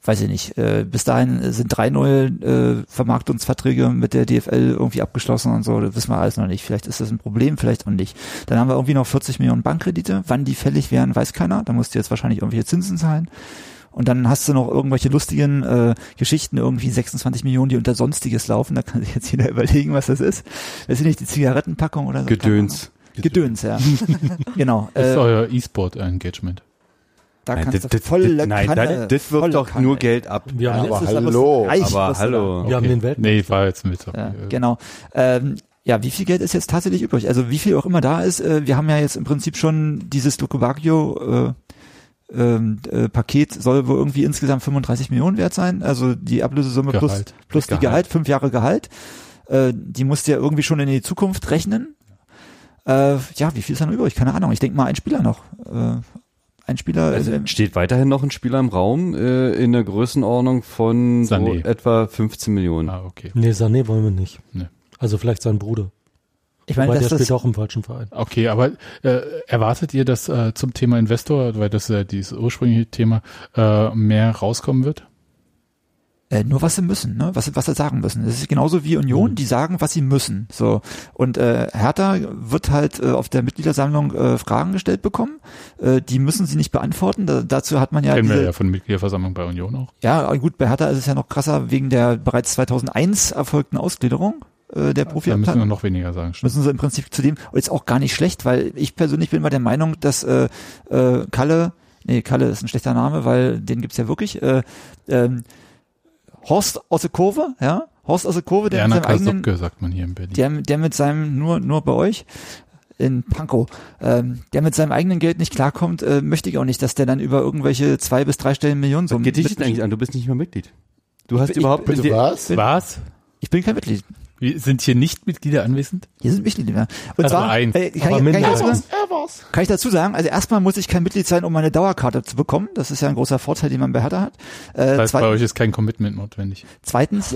Speaker 6: Weiß ich nicht. Äh, bis dahin äh, sind drei neue äh, Vermarktungsverträge mit der DFL irgendwie abgeschlossen und so. Das wissen wir alles noch nicht. Vielleicht ist das ein Problem, vielleicht auch nicht. Dann haben wir irgendwie noch 40 Millionen Bankkredite. Wann die fällig wären, weiß keiner. Da musst du jetzt wahrscheinlich irgendwelche Zinsen zahlen. Und dann hast du noch irgendwelche lustigen äh, Geschichten, irgendwie 26 Millionen, die unter Sonstiges laufen. Da kann sich jetzt jeder überlegen, was das ist. Weiß ich nicht, die Zigarettenpackung oder so.
Speaker 4: äh, Gedöns.
Speaker 6: Gedöns, ja. genau.
Speaker 1: Das ist
Speaker 6: Äh,
Speaker 1: euer E-Sport-Engagement.
Speaker 6: da
Speaker 4: Nein,
Speaker 6: kannst
Speaker 4: das-
Speaker 6: du
Speaker 4: das-
Speaker 6: volle
Speaker 4: das- nein,
Speaker 6: Kanne.
Speaker 4: das, das wirft
Speaker 6: volle
Speaker 4: doch
Speaker 6: Kanne.
Speaker 4: nur Geld ab.
Speaker 3: wir haben
Speaker 5: Aber
Speaker 3: letztes,
Speaker 5: hallo.
Speaker 6: reicht,
Speaker 4: aber
Speaker 6: was du
Speaker 4: hallo.
Speaker 3: Wir haben den Weltmeister.
Speaker 1: Nee, war jetzt ein Witz.
Speaker 6: da- Ja,
Speaker 1: Äh,
Speaker 6: genau. Ähm, ja, wie viel Geld ist jetzt tatsächlich übrig? Also wie viel auch immer da ist, äh, wir haben ja jetzt im Prinzip schon dieses Lucobagio äh, ähm, äh, Paket soll wohl irgendwie insgesamt 35 Millionen wert sein. Also die Ablösesumme plus
Speaker 1: Gehalt.
Speaker 6: plus die Gehalt, fünf Jahre Gehalt. Äh, die musst du ja irgendwie schon in die Zukunft rechnen. Äh, ja, wie viel ist dann übrig? Keine Ahnung. Ich denke mal, ein Spieler noch. Äh, ein Spieler.
Speaker 4: Also
Speaker 6: äh,
Speaker 4: steht weiterhin noch ein Spieler im Raum äh, in der Größenordnung von so
Speaker 1: Sané.
Speaker 4: etwa 15 Millionen.
Speaker 1: Ah, okay.
Speaker 3: Nee, Sané wollen wir nicht.
Speaker 1: Nee.
Speaker 3: Also vielleicht sein Bruder.
Speaker 6: ich
Speaker 3: Weil
Speaker 6: meine,
Speaker 3: der
Speaker 6: dass das
Speaker 3: spielt auch im falschen Verein.
Speaker 1: Okay, aber äh, erwartet ihr, dass äh, zum Thema Investor, weil das ja dieses ursprüngliche Thema, äh, mehr rauskommen wird?
Speaker 6: Äh, nur was sie müssen, ne? was, was sie sagen müssen. Das ist genauso wie Union,
Speaker 1: Mhm.
Speaker 6: die sagen, was sie müssen. So Und äh, Hertha wird halt äh, auf der Mitgliedersammlung äh, Fragen gestellt bekommen. Äh, die müssen sie nicht beantworten. Da, dazu hat man ja
Speaker 1: Kennen wir
Speaker 6: diese,
Speaker 1: ja von Mitgliederversammlung bei Union auch.
Speaker 6: Ja, gut, bei Hertha ist es ja noch krasser wegen der bereits 2001 erfolgten Ausgliederung äh, der
Speaker 1: da müssen wir
Speaker 6: Profiabteilung.
Speaker 1: noch weniger sagen. stimmt.
Speaker 6: Müssen sie im Prinzip zu dem, und ist auch gar nicht schlecht, weil ich persönlich bin immer der Meinung, dass äh, äh, Kalle, nee, Kalle ist ein schlechter Name, weil den gibt's ja wirklich, äh, ähm, Horst aus der Kurve, ja, Horst aus der Kurve, der,
Speaker 1: Werner
Speaker 6: mit seinem eigenen,
Speaker 1: Kasubke, sagt man hier in Berlin.
Speaker 6: der, der mit seinem, nur, nur bei euch, in Pankow, ähm, der mit seinem eigenen Geld nicht klarkommt, äh, möchte ich auch nicht, dass der dann über irgendwelche zwei bis drei Stellen Millionen so
Speaker 4: Geht dich das eigentlich an? Du bist nicht mehr Mitglied. Du hast
Speaker 6: Ich-
Speaker 4: überhaupt
Speaker 5: Bitte
Speaker 4: die-
Speaker 5: was?
Speaker 1: Was?
Speaker 6: Ich bin kein Mitglied.
Speaker 1: Wir sind hier nicht Mitglieder anwesend?
Speaker 6: Hier sind Mitglieder mehr. Und
Speaker 1: Also
Speaker 6: zwar,
Speaker 1: eins,
Speaker 6: äh, kann,
Speaker 3: aber
Speaker 6: ich, kann, ich
Speaker 3: Minderheit.
Speaker 6: dazu sagen, kann ich dazu sagen, also erstmal muss ich kein Mitglied sein, um meine Dauerkarte zu bekommen. Das ist ja ein großer Vorteil, den man bei Hertha hat. Äh,
Speaker 1: Das heißt, bei
Speaker 6: zweit,
Speaker 1: euch ist kein Commitment notwendig.
Speaker 6: zweitens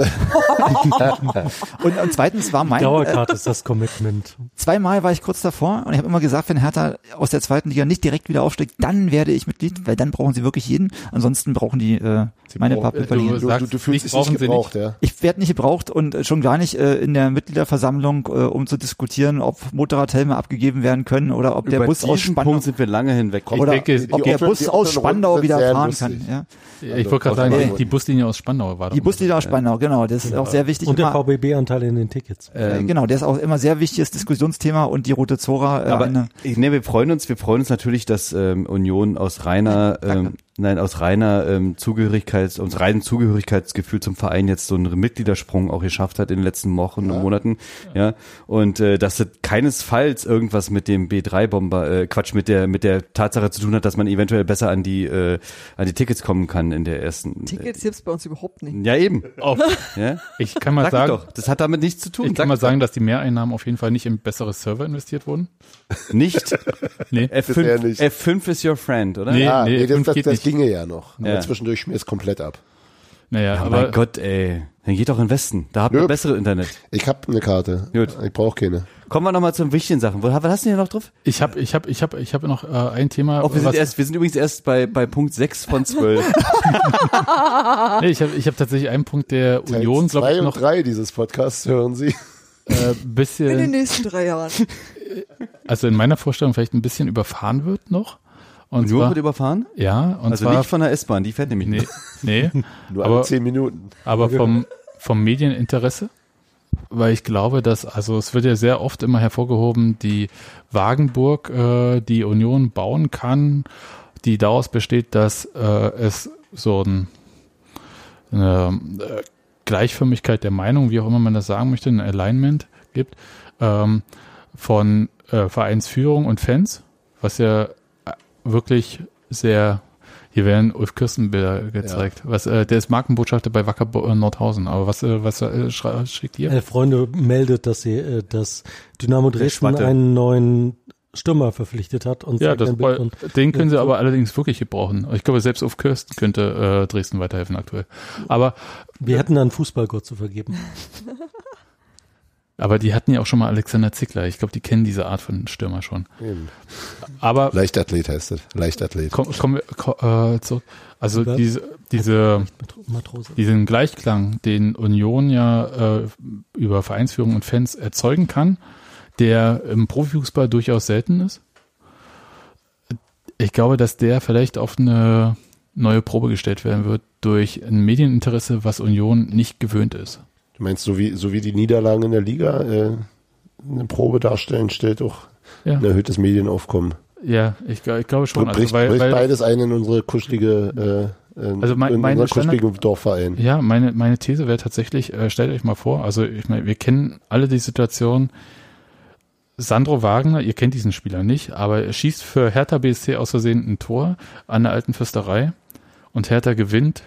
Speaker 6: und, und zweitens war mein äh,
Speaker 3: Dauerkarte ist das Commitment.
Speaker 6: zweimal war ich kurz davor und ich habe immer gesagt, wenn Hertha aus der zweiten Liga nicht direkt wieder aufsteigt, dann werde ich Mitglied, weil dann brauchen sie wirklich jeden. Ansonsten brauchen die äh, meine
Speaker 5: brauchen-
Speaker 6: Pappe.
Speaker 1: äh, du-
Speaker 5: Du, du,
Speaker 1: Sagst,
Speaker 5: du
Speaker 1: mich
Speaker 5: fühlst dich
Speaker 1: brauchen
Speaker 5: nicht
Speaker 1: sie
Speaker 5: gebraucht, ja.
Speaker 6: Ich werde nicht gebraucht und äh, schon gar nicht äh, in der Mitgliederversammlung, äh, um zu diskutieren, ob Motorradhelme abgegeben werden können oder ob der
Speaker 4: Über
Speaker 6: Bus
Speaker 4: diesen
Speaker 6: aus Spandau,
Speaker 4: Punkt sind wir lange hinweg.
Speaker 5: Komm,
Speaker 6: Oder-
Speaker 1: denke,
Speaker 5: die
Speaker 6: ob der
Speaker 5: offenen-
Speaker 6: Bus
Speaker 5: die
Speaker 6: aus
Speaker 5: offenen
Speaker 6: Spandau
Speaker 5: Runden sind
Speaker 6: wieder
Speaker 5: sehr
Speaker 6: fahren
Speaker 5: lustig.
Speaker 6: kann. Ja.
Speaker 1: ich wollte gerade sagen,
Speaker 6: Nee.
Speaker 1: die, die Buslinie aus Spandau war da.
Speaker 6: Die Buslinie aus Spandau, genau, das ist auch sehr wichtig.
Speaker 3: Und der
Speaker 6: Immer-
Speaker 3: VBB-Anteil in den Tickets.
Speaker 6: äh, genau, der ist auch immer sehr wichtiges Diskussionsthema und die rote Zora. Äh,
Speaker 4: Aber
Speaker 6: eine,
Speaker 4: ich, nee, wir freuen uns, wir freuen uns natürlich, dass ähm, Union aus reiner, ähm, nein, aus reiner ähm, Zugehörigkeits, aus reinem Zugehörigkeitsgefühl zum Verein jetzt so einen Mitgliedersprung auch geschafft hat in den letzten Wochen und Monaten, ja. Und äh, dass das keinesfalls irgendwas mit dem B3-Bomber, äh, Quatsch, mit der mit der Tatsache zu tun hat, dass man eventuell besser an die äh, an die Tickets kommen kann in der ersten.
Speaker 2: Tickets gibt's bei uns überhaupt nicht.
Speaker 4: Ja eben.
Speaker 1: Oh,
Speaker 4: Ja?
Speaker 1: ich kann mal
Speaker 4: Sag
Speaker 1: sagen,
Speaker 4: doch, das hat damit nichts zu tun.
Speaker 1: ich kann
Speaker 4: Sag
Speaker 1: mal
Speaker 4: doch.
Speaker 1: sagen, dass die Mehreinnahmen auf jeden Fall nicht in bessere Server investiert wurden.
Speaker 4: nicht.
Speaker 1: Nee.
Speaker 5: Bisher
Speaker 4: F5,
Speaker 5: nicht.
Speaker 4: F5 is your friend, oder?
Speaker 1: Nee.
Speaker 5: Ah, nee, das,
Speaker 1: fünf
Speaker 5: das,
Speaker 1: geht
Speaker 5: das
Speaker 1: nicht.
Speaker 5: ginge ja noch. Aber
Speaker 4: Ja.
Speaker 5: zwischendurch schmiert es komplett ab.
Speaker 1: Naja,
Speaker 4: Ja,
Speaker 1: aber
Speaker 4: mein Gott, ey. Dann geht doch in den Westen. Da habt ihr
Speaker 5: Nö.
Speaker 4: bessere Internet.
Speaker 5: Ich habe eine Karte.
Speaker 4: Gut.
Speaker 5: Ich brauche keine.
Speaker 4: Kommen wir nochmal zu wichtigen Sachen. Wo- Was hast du denn hier noch drauf?
Speaker 1: ich habe ich hab, ich hab, ich hab noch äh, ein Thema.
Speaker 4: Auch wir sind
Speaker 1: was-
Speaker 4: erst, wir sind übrigens erst bei, bei Punkt 6 von 12.
Speaker 1: nee, ich habe ich hab tatsächlich einen Punkt, der
Speaker 5: Teil
Speaker 1: Union, glaube
Speaker 5: zwei
Speaker 1: ich,
Speaker 5: und
Speaker 1: noch
Speaker 5: drei dieses Podcasts hören Sie.
Speaker 1: äh,
Speaker 2: In den
Speaker 1: bisschen,
Speaker 2: nächsten drei Jahren.
Speaker 1: also in meiner Vorstellung vielleicht ein bisschen überfahren wird noch. Und
Speaker 4: Union
Speaker 1: zwar,
Speaker 4: wird überfahren?
Speaker 1: ja, und
Speaker 4: Also
Speaker 1: zwar
Speaker 4: nicht von der S-Bahn, die fährt nämlich
Speaker 1: nee,
Speaker 4: nicht.
Speaker 1: nee,
Speaker 5: Nur
Speaker 1: Aber-
Speaker 5: alle zehn Minuten.
Speaker 1: aber vom, vom Medieninteresse, weil ich glaube, dass, also es wird ja sehr oft immer hervorgehoben, die Wagenburg, äh, die Union bauen kann, die daraus besteht, dass äh, es so ein, eine äh, Gleichförmigkeit der Meinung, wie auch immer man das sagen möchte, ein Alignment gibt ähm, von äh, Vereinsführung und Fans, was ja äh, wirklich sehr Hier werden Ulf Kirstenbilder gezeigt. Was, äh, der ist Markenbotschafter bei Wacker Bo- äh, Nordhausen. Aber was, äh, was äh, schra- schickt ihr?
Speaker 3: Äh, Freunde meldet, dass sie, äh, dass Dynamo Dresden
Speaker 4: Schwatte.
Speaker 3: einen neuen Stürmer verpflichtet hat und
Speaker 1: Ja,
Speaker 3: zeigt
Speaker 1: das,
Speaker 3: ein Bild und
Speaker 1: den können sie
Speaker 3: Ja, so.
Speaker 1: aber allerdings wirklich gebrauchen. Ich glaube, selbst auf Kirsten könnte äh, Dresden weiterhelfen aktuell. Aber,
Speaker 3: wir hätten dann Fußballgott zu vergeben.
Speaker 1: aber die hatten ja auch schon mal Alexander Zickler. Ich glaube, die kennen diese Art von Stürmer schon. Aber
Speaker 5: Leichtathlet heißt das. Leichtathlet.
Speaker 1: komm- kommen wir ko- äh, zurück. Also
Speaker 3: Ja.
Speaker 1: diese, diese,
Speaker 3: Matro- Matrose.
Speaker 1: diesen Gleichklang, den Union ja äh, über Vereinsführung und Fans erzeugen kann, der im Profifußball durchaus selten ist. Ich glaube, dass der vielleicht auf eine neue Probe gestellt werden wird durch ein Medieninteresse, was Union nicht gewöhnt ist.
Speaker 5: Du meinst, so wie, so wie die Niederlagen in der Liga äh, eine Probe darstellen, stellt auch
Speaker 1: Ja.
Speaker 5: ein erhöhtes Medienaufkommen.
Speaker 1: Ja, ich, glaub- ich glaube schon.
Speaker 5: bricht
Speaker 1: Also, weil,
Speaker 5: bricht
Speaker 1: weil,
Speaker 5: beides ein in unsere kuschelige, äh, in,
Speaker 1: Also mein-
Speaker 5: in
Speaker 1: meine
Speaker 5: unseren
Speaker 1: Standard-
Speaker 5: kuscheligen Dorfverein.
Speaker 1: ja, meine, meine These wäre tatsächlich, äh, stellt euch mal vor, also ich meine, wir kennen alle die Situation, Sandro Wagner, ihr kennt diesen Spieler nicht, aber er schießt für Hertha BSC aus Versehen ein Tor an der alten Fürsterei und Hertha gewinnt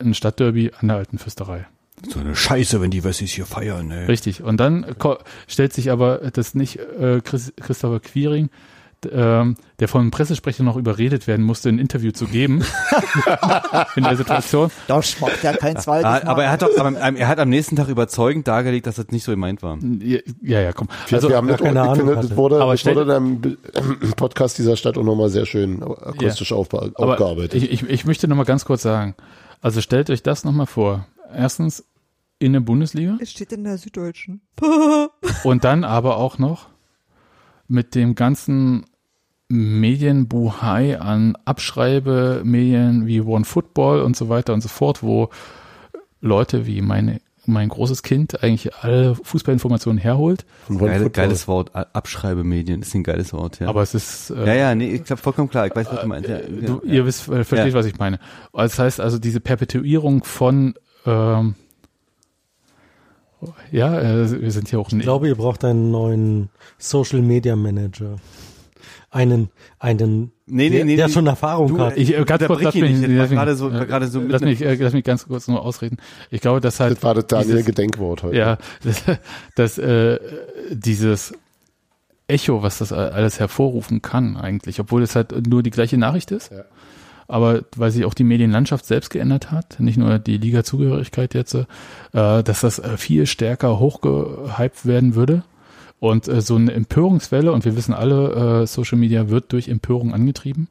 Speaker 1: ein Stadtderby an der alten Fürsterei.
Speaker 4: So eine Scheiße, wenn die Wessis hier feiern, ey.
Speaker 1: Richtig. Und dann ko- stellt sich aber das nicht äh, Chris, Christopher Quiring, d- ähm, der von einem Pressesprecher noch überredet werden musste, ein Interview zu geben in der Situation.
Speaker 7: Das macht ja kein zweites
Speaker 4: Ah,
Speaker 7: Mal.
Speaker 4: aber er hat doch, aber er hat am nächsten Tag überzeugend dargelegt, dass das nicht so gemeint war.
Speaker 1: Ja, Also, ja, komm.
Speaker 5: Wir, wir haben das,
Speaker 3: keine
Speaker 5: ich
Speaker 3: Ahnung
Speaker 5: finde,
Speaker 3: hatte.
Speaker 5: das wurde,
Speaker 1: Aber
Speaker 5: das
Speaker 1: stell-
Speaker 5: wurde dann im Podcast dieser Stadt auch nochmal sehr schön akustisch aufbe-
Speaker 1: Aber
Speaker 5: aufgearbeitet.
Speaker 1: ich, ich, ich möchte noch mal ganz kurz sagen, also stellt euch das noch mal vor. Erstens in der Bundesliga
Speaker 2: Es steht in der Süddeutschen.
Speaker 1: und dann aber auch noch mit dem ganzen Medienbuhai an Abschreibemedien wie One Football und so weiter und so fort, wo Leute wie meine, mein großes Kind eigentlich alle Fußballinformationen herholt,
Speaker 5: Von One
Speaker 4: Geile,
Speaker 5: Football.
Speaker 4: geiles Wort. A- Abschreibemedien ist ein geiles Wort, ja.
Speaker 1: aber es ist äh,
Speaker 4: ja, ja, nee, ich glaub, vollkommen klar. Ich weiß, was du meinst. Ja,
Speaker 1: du,
Speaker 4: ja,
Speaker 1: ihr wisst, äh, versteht,
Speaker 4: Ja.
Speaker 1: was ich meine. Das heißt also, diese Perpetuierung von, ähm, ja, äh, wir sind hier auch
Speaker 3: Ich glaube, ihr braucht einen neuen Social Media Manager. Einen, einen,
Speaker 4: Nee, nee,
Speaker 3: der,
Speaker 4: nee,
Speaker 3: der
Speaker 4: nee.
Speaker 3: schon Erfahrung
Speaker 4: Du,
Speaker 3: hat.
Speaker 1: ich, äh, ganz
Speaker 4: Unterbrich
Speaker 1: kurz, lass
Speaker 4: ihn
Speaker 1: mich,
Speaker 4: nicht,
Speaker 1: lass
Speaker 4: jetzt war
Speaker 1: mich,
Speaker 4: gerade so-
Speaker 1: äh,
Speaker 4: gerade so
Speaker 1: lass
Speaker 4: mitten-
Speaker 1: mich, äh, lass mich ganz kurz nur ausreden. Ich glaube, dass halt
Speaker 5: Das war das Daniel
Speaker 1: dieses-
Speaker 5: Gedenkwort heute.
Speaker 1: Ja, das, das äh, dieses Echo, was das alles hervorrufen kann eigentlich, obwohl es halt nur die gleiche Nachricht ist.
Speaker 5: Ja.
Speaker 1: Aber weil sich auch die Medienlandschaft selbst geändert hat, nicht nur die Liga-Zugehörigkeit jetzt, äh, dass das äh, viel stärker hochgehypt werden würde. Und äh, so eine Empörungswelle, und wir wissen alle, äh, Social Media wird durch Empörung angetrieben,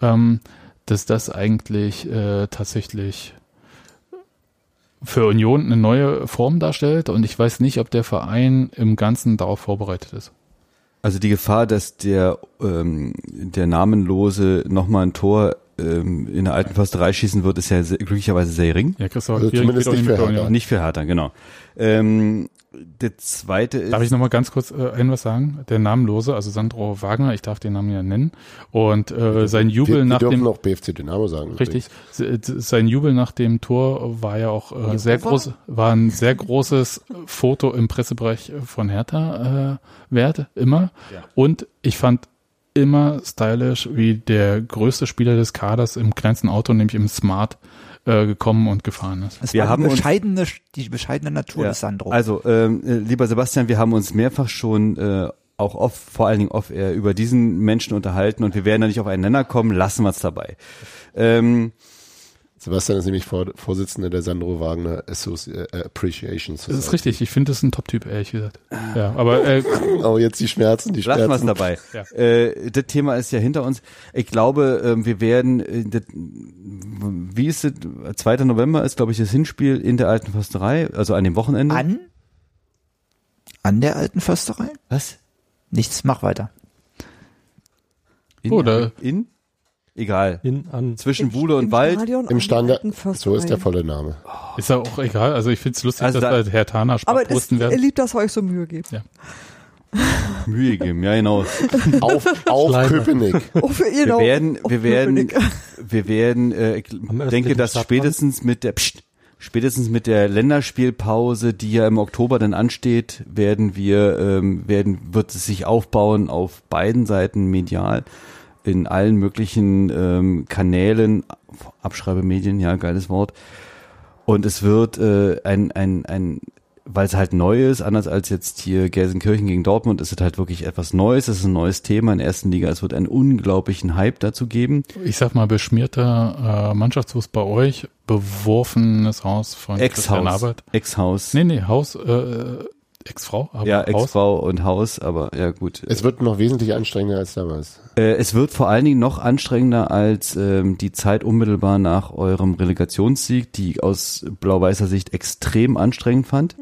Speaker 1: ähm, dass das eigentlich äh, tatsächlich für Union eine neue Form darstellt und ich weiß nicht, ob der Verein im Ganzen darauf vorbereitet ist.
Speaker 4: Also die Gefahr, dass der, ähm, der Namenlose nochmal ein Tor ähm, in der alten Försterei schießen wird, ist ja sehr, glücklicherweise sehr gering.
Speaker 1: Ja, Christoph,
Speaker 5: Also
Speaker 1: Quiring
Speaker 5: zumindest
Speaker 1: geht auch
Speaker 5: nicht
Speaker 1: mit
Speaker 5: für
Speaker 1: Union.
Speaker 5: Hertha.
Speaker 4: Nicht für Hertha, genau. Ähm, der zweite ist.
Speaker 1: Darf ich nochmal ganz kurz äh, ein was sagen? Der Namenlose, also Sandro Wagner, ich darf den Namen ja nennen, und äh, sein
Speaker 5: Wir,
Speaker 1: Jubel
Speaker 5: wir
Speaker 1: nach
Speaker 5: dürfen
Speaker 1: dem
Speaker 5: auch BFC Dynamo sagen.
Speaker 1: richtig, se- sein Jubel nach dem Tor war ja auch äh, sehr groß, war ein sehr großes Foto im Pressebereich von Hertha äh, wert, immer. Und ich fand immer stylisch, wie der größte Spieler des Kaders im kleinsten Auto, nämlich im Smart, äh, gekommen und gefahren ist.
Speaker 6: Das
Speaker 4: Wir
Speaker 6: war
Speaker 4: haben
Speaker 6: die
Speaker 4: uns-
Speaker 6: bescheidene, die bescheidene Natur des Sandro.
Speaker 4: Also, ähm, äh, lieber Sebastian, wir haben uns mehrfach schon äh, auch off, vor allen Dingen off-air, über diesen Menschen unterhalten und wir werden da nicht auf einen Nenner kommen, lassen wir es dabei. Ähm,
Speaker 5: Sebastian ist nämlich Vor Vorsitzender der Sandro Wagner Associ äh, Appreciation Society.
Speaker 1: Das ist richtig, ich finde, das ist ein Top-Typ, ehrlich gesagt. Ja, aber äh,
Speaker 5: Oh, jetzt die Schmerzen, die
Speaker 4: lassen wir es
Speaker 5: Schmerzen.
Speaker 4: dabei.
Speaker 1: Ja.
Speaker 4: Äh, das Thema ist ja hinter uns. Ich glaube, ähm, wir werden, äh, das, wie ist das, 2. November ist, glaube ich, das Hinspiel in der alten Försterei, also an dem Wochenende.
Speaker 6: an? An der alten Försterei?
Speaker 4: Was?
Speaker 6: Nichts, mach weiter.
Speaker 4: In,
Speaker 1: Oder-
Speaker 4: in? Egal.
Speaker 3: In, an,
Speaker 4: Zwischen Wuhle und Wald.
Speaker 2: Stadion
Speaker 5: Im
Speaker 2: am
Speaker 5: Standard,
Speaker 2: alten Försterei.
Speaker 5: so ist der volle Name.
Speaker 1: ist ja auch egal. Also ich finde es lustig,
Speaker 4: Also
Speaker 1: dass
Speaker 4: da-
Speaker 1: da, Herr Tana
Speaker 2: Aber es ist
Speaker 1: Spartbrüsten werden.
Speaker 2: lieb, dass ihr euch so Mühe gebt.
Speaker 4: Mühe geben, ja genau.
Speaker 5: Auf, auf
Speaker 3: Schleimer.
Speaker 5: Köpenick.
Speaker 2: Oh, für ihr
Speaker 4: Wir
Speaker 2: Lauf-
Speaker 4: werden,
Speaker 2: oh,
Speaker 4: wir werden,
Speaker 2: Köpenick.
Speaker 4: wir werden, äh, ich
Speaker 3: Am
Speaker 4: denke,
Speaker 3: östlichen
Speaker 4: dass
Speaker 3: Stadtrand.
Speaker 4: spätestens mit der, pst, spätestens mit der Länderspielpause, die ja im Oktober dann ansteht, werden wir, ähm, werden, wird es sich aufbauen auf beiden Seiten medial. in allen möglichen ähm, Kanälen, Abschreibemedien, ja, geiles Wort. Und es wird äh, ein, ein, ein, weil es halt neu ist, anders als jetzt hier Gelsenkirchen gegen Dortmund, ist es halt wirklich etwas Neues, es ist ein neues Thema in der ersten Liga. Es wird einen unglaublichen Hype dazu geben.
Speaker 1: Ich sag mal, beschmierter äh, Mannschaftsbus bei euch, beworfenes Haus von Christian
Speaker 4: Ex-Haus.
Speaker 1: Arbeit.
Speaker 4: Ex-Haus.
Speaker 1: Nee, nee, Haus, äh, Ex-Frau, aber
Speaker 4: ja,
Speaker 1: Haus.
Speaker 4: Ex-Frau und Haus, aber ja gut.
Speaker 5: Es wird noch wesentlich anstrengender als damals.
Speaker 4: Äh, es wird vor allen Dingen noch anstrengender als ähm, die Zeit unmittelbar nach eurem Relegationssieg, die ich aus blau-weißer Sicht extrem anstrengend fand.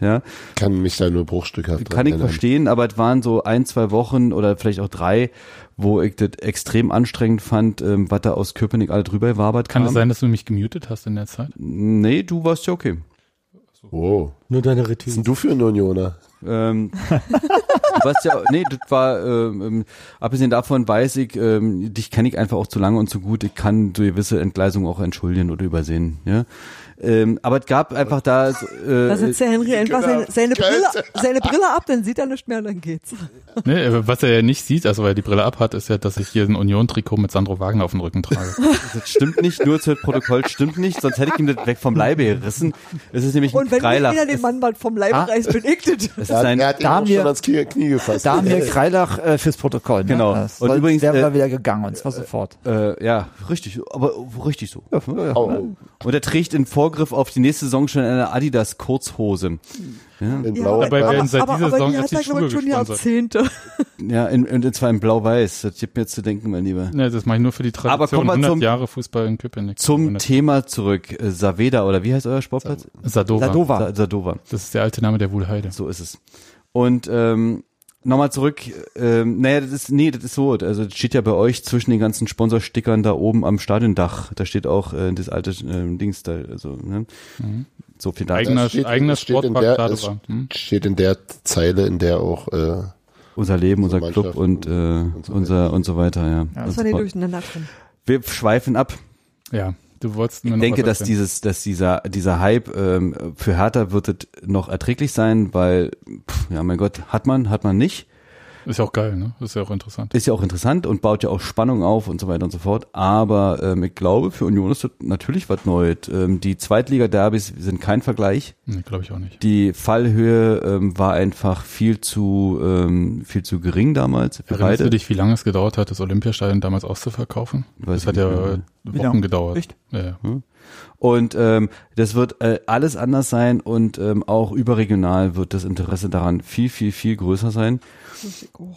Speaker 4: Ja,
Speaker 5: Kann mich da nur bruchstückhaft
Speaker 4: kann ich verstehen, aber es waren so ein, zwei Wochen oder vielleicht auch drei, wo ich das extrem anstrengend fand, ähm, was da aus Köpenick alle drüber wabert
Speaker 1: Kann
Speaker 4: kam.
Speaker 1: es sein, dass du mich gemutet hast in der Zeit?
Speaker 4: Nee, du warst ja okay.
Speaker 5: Wow.
Speaker 3: Nur deine
Speaker 5: Was
Speaker 3: Retüse.
Speaker 5: sind du für ein Unioner?
Speaker 4: Ähm, du warst ja, nee, das war, ähm, ähm, abgesehen davon weiß ich, ähm, dich kenne ich einfach auch zu lange und zu gut. Ich kann so gewisse Entgleisungen auch entschuldigen oder übersehen. Ja? Ähm, aber es gab einfach da. so, Äh,
Speaker 2: Da setzt der Henry einfach
Speaker 5: Genau.
Speaker 2: seine, seine,
Speaker 5: Geil.
Speaker 2: Brille, seine Brille ab, dann sieht er nicht mehr und dann geht's.
Speaker 1: Nee, äh, was er ja nicht sieht, also weil er die Brille abhat, ist ja, dass ich hier ein Union-Trikot mit Sandro Wagner auf dem Rücken trage.
Speaker 4: Das stimmt nicht, nur zu Protokoll stimmt nicht, sonst hätte ich ihm das weg vom Leibe gerissen. Es ist nämlich ein
Speaker 2: Und wenn mir
Speaker 4: Kreilach.
Speaker 2: wieder den
Speaker 4: Es,
Speaker 2: Mann bald vom Leib
Speaker 4: Ah.
Speaker 2: reißt, bin ich das.
Speaker 4: es ist
Speaker 5: Er,
Speaker 4: ein,
Speaker 5: er hat ihn
Speaker 6: da
Speaker 5: auch
Speaker 6: mir-
Speaker 5: schon ans Knie, Knie gefasst.
Speaker 6: Damir Kreilach äh, fürs Protokoll. Ne?
Speaker 4: Genau.
Speaker 6: Das
Speaker 4: Und
Speaker 6: war,
Speaker 4: übrigens,
Speaker 6: der
Speaker 4: äh,
Speaker 6: war wieder gegangen und zwar sofort.
Speaker 4: äh, ja, richtig, aber richtig so. Ja,
Speaker 5: Au,
Speaker 4: Und er trägt in Vorgriff auf die nächste Saison schon eine Adidas Kurzhose.
Speaker 5: in
Speaker 2: Ja,
Speaker 5: blau.
Speaker 1: Dabei werden seit dieser Saison
Speaker 2: die
Speaker 1: erst
Speaker 2: hat
Speaker 1: die
Speaker 2: er, glaube
Speaker 1: Schuhe
Speaker 2: ich, schon die
Speaker 1: gesponsert.
Speaker 2: Jahrzehnte.
Speaker 4: Ja, in, in, und zwar in Blau-Weiß. Das gibt mir zu denken, mein Lieber.
Speaker 1: nee, das mache ich nur für die
Speaker 4: Aber
Speaker 1: Tradition.
Speaker 4: kommen wir
Speaker 1: 100
Speaker 4: zum-
Speaker 1: Jahre Fußball in Köpenick.
Speaker 4: Zum
Speaker 1: 100
Speaker 4: Thema zurück. Äh, Saveda oder wie heißt euer Sportplatz?
Speaker 1: Sadova.
Speaker 6: Sadova.
Speaker 4: Sa- Sadova.
Speaker 1: Das ist der alte Name der Wuhlheide.
Speaker 4: So ist es. Und ähm, nochmal zurück. Ähm, naja, das ist, nee, das ist so. Also das steht ja bei euch zwischen den ganzen Sponsorstickern da oben am Stadiondach. Da steht auch äh, das alte ähm, Dings da. Also, ne? So viel Dank.
Speaker 1: Eigener,
Speaker 5: Es steht-
Speaker 1: eigener
Speaker 5: es steht in
Speaker 1: Sportpark
Speaker 5: der-
Speaker 1: Sadova. Hm?
Speaker 5: Steht in der Zeile, in der auch äh,
Speaker 4: Unser Leben, unser
Speaker 5: Mannschaft
Speaker 4: Club und, äh,
Speaker 5: und so
Speaker 4: unser und so weiter. Ja. Und
Speaker 2: Das
Speaker 4: so
Speaker 2: war nicht
Speaker 4: fort.
Speaker 2: durcheinander drin.
Speaker 4: Wir schweifen ab.
Speaker 1: Ja, du wolltest
Speaker 4: Ich
Speaker 1: nur noch
Speaker 4: denke,
Speaker 1: was
Speaker 4: dass
Speaker 1: erzählen.
Speaker 4: dieses, dass dieser, dieser Hype ähm, für Hertha wird es noch erträglich sein, weil, pff, ja mein Gott, hat man, hat man nicht.
Speaker 1: Ist ja auch geil, ne? Ist ja auch interessant.
Speaker 4: Ist ja auch interessant und baut ja auch Spannung auf und so weiter und so fort. Aber ähm, ich glaube, für Union ist das natürlich was Neues. Ähm, die Zweitliga-Derbys sind kein Vergleich.
Speaker 1: Nee, glaube ich auch nicht.
Speaker 4: Die Fallhöhe ähm, war einfach viel zu, ähm, viel zu gering damals. Für
Speaker 1: Erinnerst du
Speaker 4: beide.
Speaker 1: dich, wie lange es gedauert hat, das Olympiastadion damals auszuverkaufen?
Speaker 4: Weiß
Speaker 1: das hat
Speaker 4: ich
Speaker 1: ja
Speaker 4: nicht mehr.
Speaker 1: äh,
Speaker 6: Wie lange?
Speaker 1: Wochen gedauert.
Speaker 6: Echt?
Speaker 1: Ja, ja.
Speaker 4: Und ähm, das wird äh, alles anders sein und ähm, auch überregional wird das Interesse daran viel, viel, viel größer sein.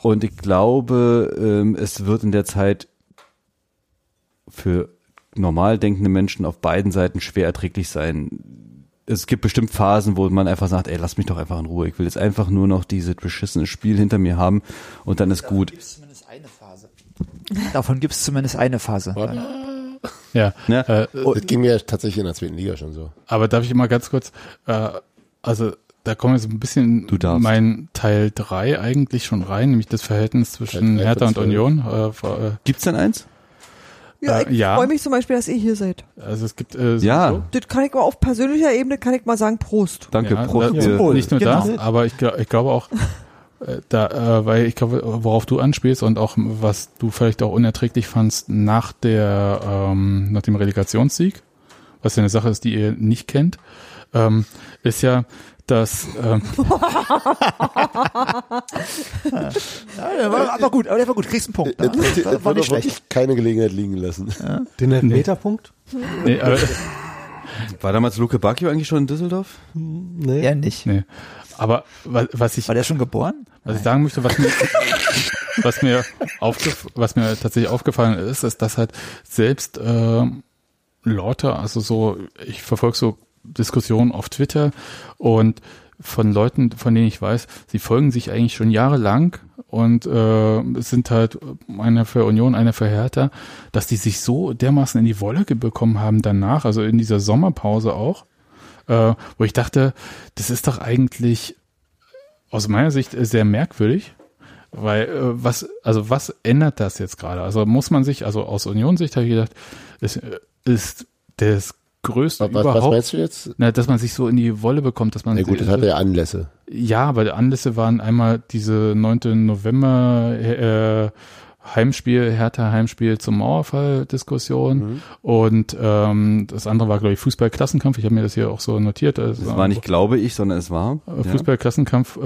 Speaker 4: Und ich glaube, ähm, es wird in der Zeit für normal denkende Menschen auf beiden Seiten schwer erträglich sein. Es gibt bestimmt Phasen, wo man einfach sagt, ey, lass mich doch einfach in Ruhe. Ich will jetzt einfach nur noch dieses beschissene Spiel hinter mir haben und dann ist gut.
Speaker 6: zumindest eine Phase. Davon gibt es zumindest eine Phase.
Speaker 1: ja.
Speaker 4: Ne?
Speaker 1: Äh,
Speaker 5: Das ging mir tatsächlich in der zweiten Liga schon so.
Speaker 1: aber darf ich mal ganz kurz, äh, also da kommen jetzt ein bisschen
Speaker 4: Du darfst.
Speaker 1: mein Teil drei eigentlich schon rein, nämlich das Verhältnis zwischen
Speaker 5: Teil drei
Speaker 1: Hertha und
Speaker 5: von zwölf.
Speaker 1: Union. Äh, vor- äh,
Speaker 4: Gibt's denn eins?
Speaker 2: Ja, ich
Speaker 1: Äh, ja.
Speaker 2: freue mich zum Beispiel, dass ihr hier seid.
Speaker 1: also es gibt äh,
Speaker 4: Ja,
Speaker 2: Das kann ich aber auf persönlicher Ebene kann ich mal sagen, Prost.
Speaker 4: danke.
Speaker 1: Ja,
Speaker 4: Prost.
Speaker 1: da-
Speaker 4: Ihr-
Speaker 1: zum- Nicht nur
Speaker 6: Genau.
Speaker 1: das, aber ich, gla- ich glaube auch, äh, da, äh, weil ich glaube, worauf du anspielst und auch was du vielleicht auch unerträglich fandst nach der, ähm, nach dem Relegationssieg, was ja eine Sache ist, die ihr nicht kennt, ähm, ist ja, dass ähm,
Speaker 6: Ja, der war, aber gut, aber der war gut. Kriegst einen Punkt.
Speaker 4: Äh,
Speaker 5: Das, das,
Speaker 6: Ja, Oh, war, war
Speaker 5: wird
Speaker 6: nicht
Speaker 5: auch
Speaker 6: schlecht.
Speaker 5: wirklich keine Gelegenheit liegen lassen.
Speaker 3: Den Elfmeterpunkt?
Speaker 1: nee, äh,
Speaker 4: War damals Luke Bacchio eigentlich schon in Düsseldorf?
Speaker 3: Nee.
Speaker 6: Er nicht.
Speaker 1: nee, aber wa- was ich
Speaker 6: War der schon geboren?
Speaker 1: Was ich sagen möchte, was mir, was mir, aufgef was mir tatsächlich aufgefallen ist, ist, dass halt selbst äh, Leute, also so, ich verfolge so Diskussionen auf Twitter und von Leuten, von denen ich weiß, sie folgen sich eigentlich schon jahrelang und äh, es sind halt einer für Union, einer für Hertha, dass die sich so dermaßen in die Wolle ge- bekommen haben danach, also in dieser Sommerpause auch, äh, wo ich dachte, das ist doch eigentlich aus meiner Sicht äh, sehr merkwürdig, weil äh, was, also was ändert das jetzt gerade? Also muss man sich, also aus Union-Sicht habe ich gedacht, es äh, ist das größte
Speaker 5: Was, was
Speaker 1: überhaupt.
Speaker 5: meinst du jetzt?
Speaker 1: Na, dass man sich so in die Wolle bekommt, dass man
Speaker 5: Na gut, das hatte ja Anlässe.
Speaker 1: ja, aber die Anlässe waren einmal diese 9. November äh, Heimspiel, Hertha Heimspiel zum Mauerfall-Diskussion.
Speaker 4: Mhm.
Speaker 1: Und ähm, das andere war, glaube ich, Fußball-Klassenkampf. Ich habe mir das hier auch so notiert. Also,
Speaker 4: Das war nicht glaube ich, sondern es war.
Speaker 1: äh, Fußball-Klassenkampf, äh,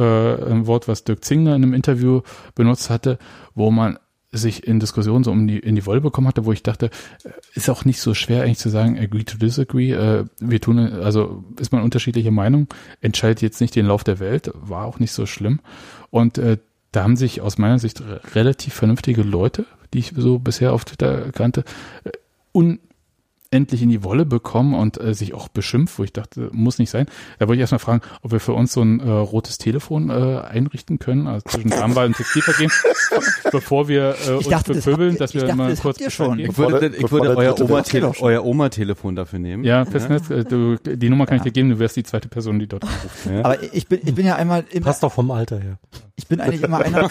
Speaker 1: ein Wort, was Dirk Zingler in einem Interview benutzt hatte, wo man sich in Diskussionen so um die, in die Wolle bekommen hatte, wo ich dachte, äh, ist auch nicht so schwer eigentlich zu sagen, agree to disagree, äh, wir tun, also ist man unterschiedliche Meinung, entscheidet jetzt nicht den Lauf der Welt, war auch nicht so schlimm. Und äh, da haben sich aus meiner Sicht re- relativ vernünftige Leute, die ich so bisher auf Twitter kannte, äh, unendlich in die Wolle bekommen und äh, sich auch beschimpft, wo ich dachte, muss nicht sein. Da wollte ich erstmal fragen, ob wir für uns so ein äh, rotes Telefon äh, einrichten können, also zwischen Darmwahl und Textilvergehen, bevor wir äh, uns
Speaker 6: dachte, das
Speaker 1: bepöbeln,
Speaker 6: habt ihr-
Speaker 1: dass
Speaker 6: ich
Speaker 1: wir
Speaker 6: dachte,
Speaker 1: mal
Speaker 6: das
Speaker 1: kurz
Speaker 6: habt ihr
Speaker 1: Bescheid
Speaker 6: schon.
Speaker 1: geben.
Speaker 4: Ich würde,
Speaker 5: Bevor-
Speaker 4: ich würde
Speaker 5: bevor der
Speaker 4: euer,
Speaker 5: dritte-
Speaker 4: Oma
Speaker 6: Doch, doch.
Speaker 4: euer Oma-Telefon dafür nehmen.
Speaker 1: Ja, Festnetz, äh, du, die Nummer kann ich dir geben, du wärst die zweite Person, die dort anruft.
Speaker 6: Aber ich bin, ich bin ja einmal, immer,
Speaker 3: Passt auch vom Alter her.
Speaker 6: ich bin eigentlich immer einer,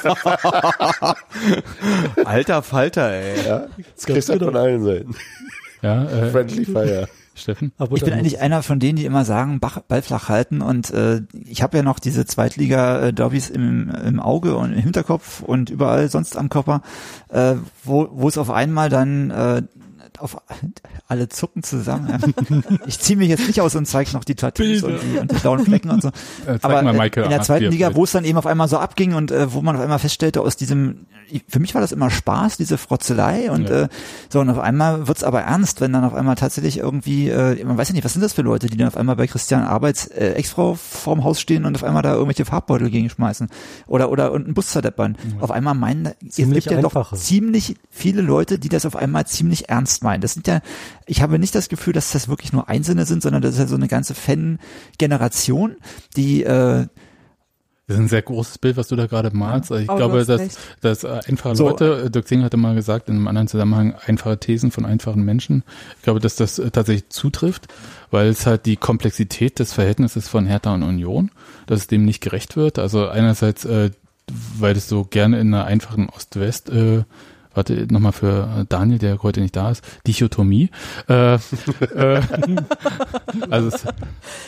Speaker 4: Alter Falter, ey.
Speaker 5: Ja, das kriegst du von allen Seiten.
Speaker 1: Ja, äh,
Speaker 5: Friendly Fire.
Speaker 1: Steffen?
Speaker 3: Aber
Speaker 6: Ich bin
Speaker 3: dann-
Speaker 6: eigentlich einer von denen, die immer sagen, Bach, Ball flach halten und äh, ich habe ja noch diese Zweitliga-Derbys im, im Auge und im Hinterkopf und überall sonst am Körper, äh, wo wo es auf einmal dann äh, auf alle zucken zusammen. ja. ich ziehe mich jetzt nicht aus und zeige noch die Tattoos
Speaker 1: Bilder.
Speaker 6: und die, und die blauen Flecken und so.
Speaker 1: Äh, zeig
Speaker 6: Aber
Speaker 1: mal,
Speaker 6: äh,
Speaker 1: Maike,
Speaker 6: in der
Speaker 1: ah,
Speaker 6: zweiten
Speaker 1: hier,
Speaker 6: Liga,
Speaker 1: bitte.
Speaker 6: wo es dann eben auf einmal so abging und äh, wo man auf einmal feststellte, aus diesem, für mich war das immer Spaß, diese Frotzelei und
Speaker 1: Ja.
Speaker 6: äh, so und auf einmal wird's aber ernst, wenn dann auf einmal tatsächlich irgendwie, äh, man weiß ja nicht, was sind das für Leute, die dann auf einmal bei Christian Arbeits äh, Ex-Frau vorm Haus stehen und auf einmal da irgendwelche Farbbeutel gegenschmeißen oder oder und einen Bus zerdeppern. Auf einmal meinen, es
Speaker 3: Ziemlich
Speaker 6: gibt ja doch
Speaker 3: einfache.
Speaker 6: ziemlich viele Leute, die das auf einmal ziemlich ernst meinen. Das sind ja, ich habe nicht das Gefühl, dass das wirklich nur Einzelne sind, sondern das ist ja so eine ganze Fan-Generation, die äh,
Speaker 1: Das ist ein sehr großes Bild, was du da gerade malst. Also ich
Speaker 2: Aber Oh, du
Speaker 1: glaube,
Speaker 2: hast
Speaker 1: dass,
Speaker 2: recht.
Speaker 1: dass äh, einfache
Speaker 6: So.
Speaker 1: Leute, äh, Dirk Zingler hatte mal gesagt, in einem anderen Zusammenhang, einfache Thesen von einfachen Menschen. Ich glaube, dass das äh, tatsächlich zutrifft, weil es halt die Komplexität des Verhältnisses von Hertha und Union, dass es dem nicht gerecht wird. Also einerseits, äh, weil es so gerne in einer einfachen Ost-West, äh, warte, nochmal für äh, Daniel, der heute nicht da ist, Dichotomie. Äh, äh, also es,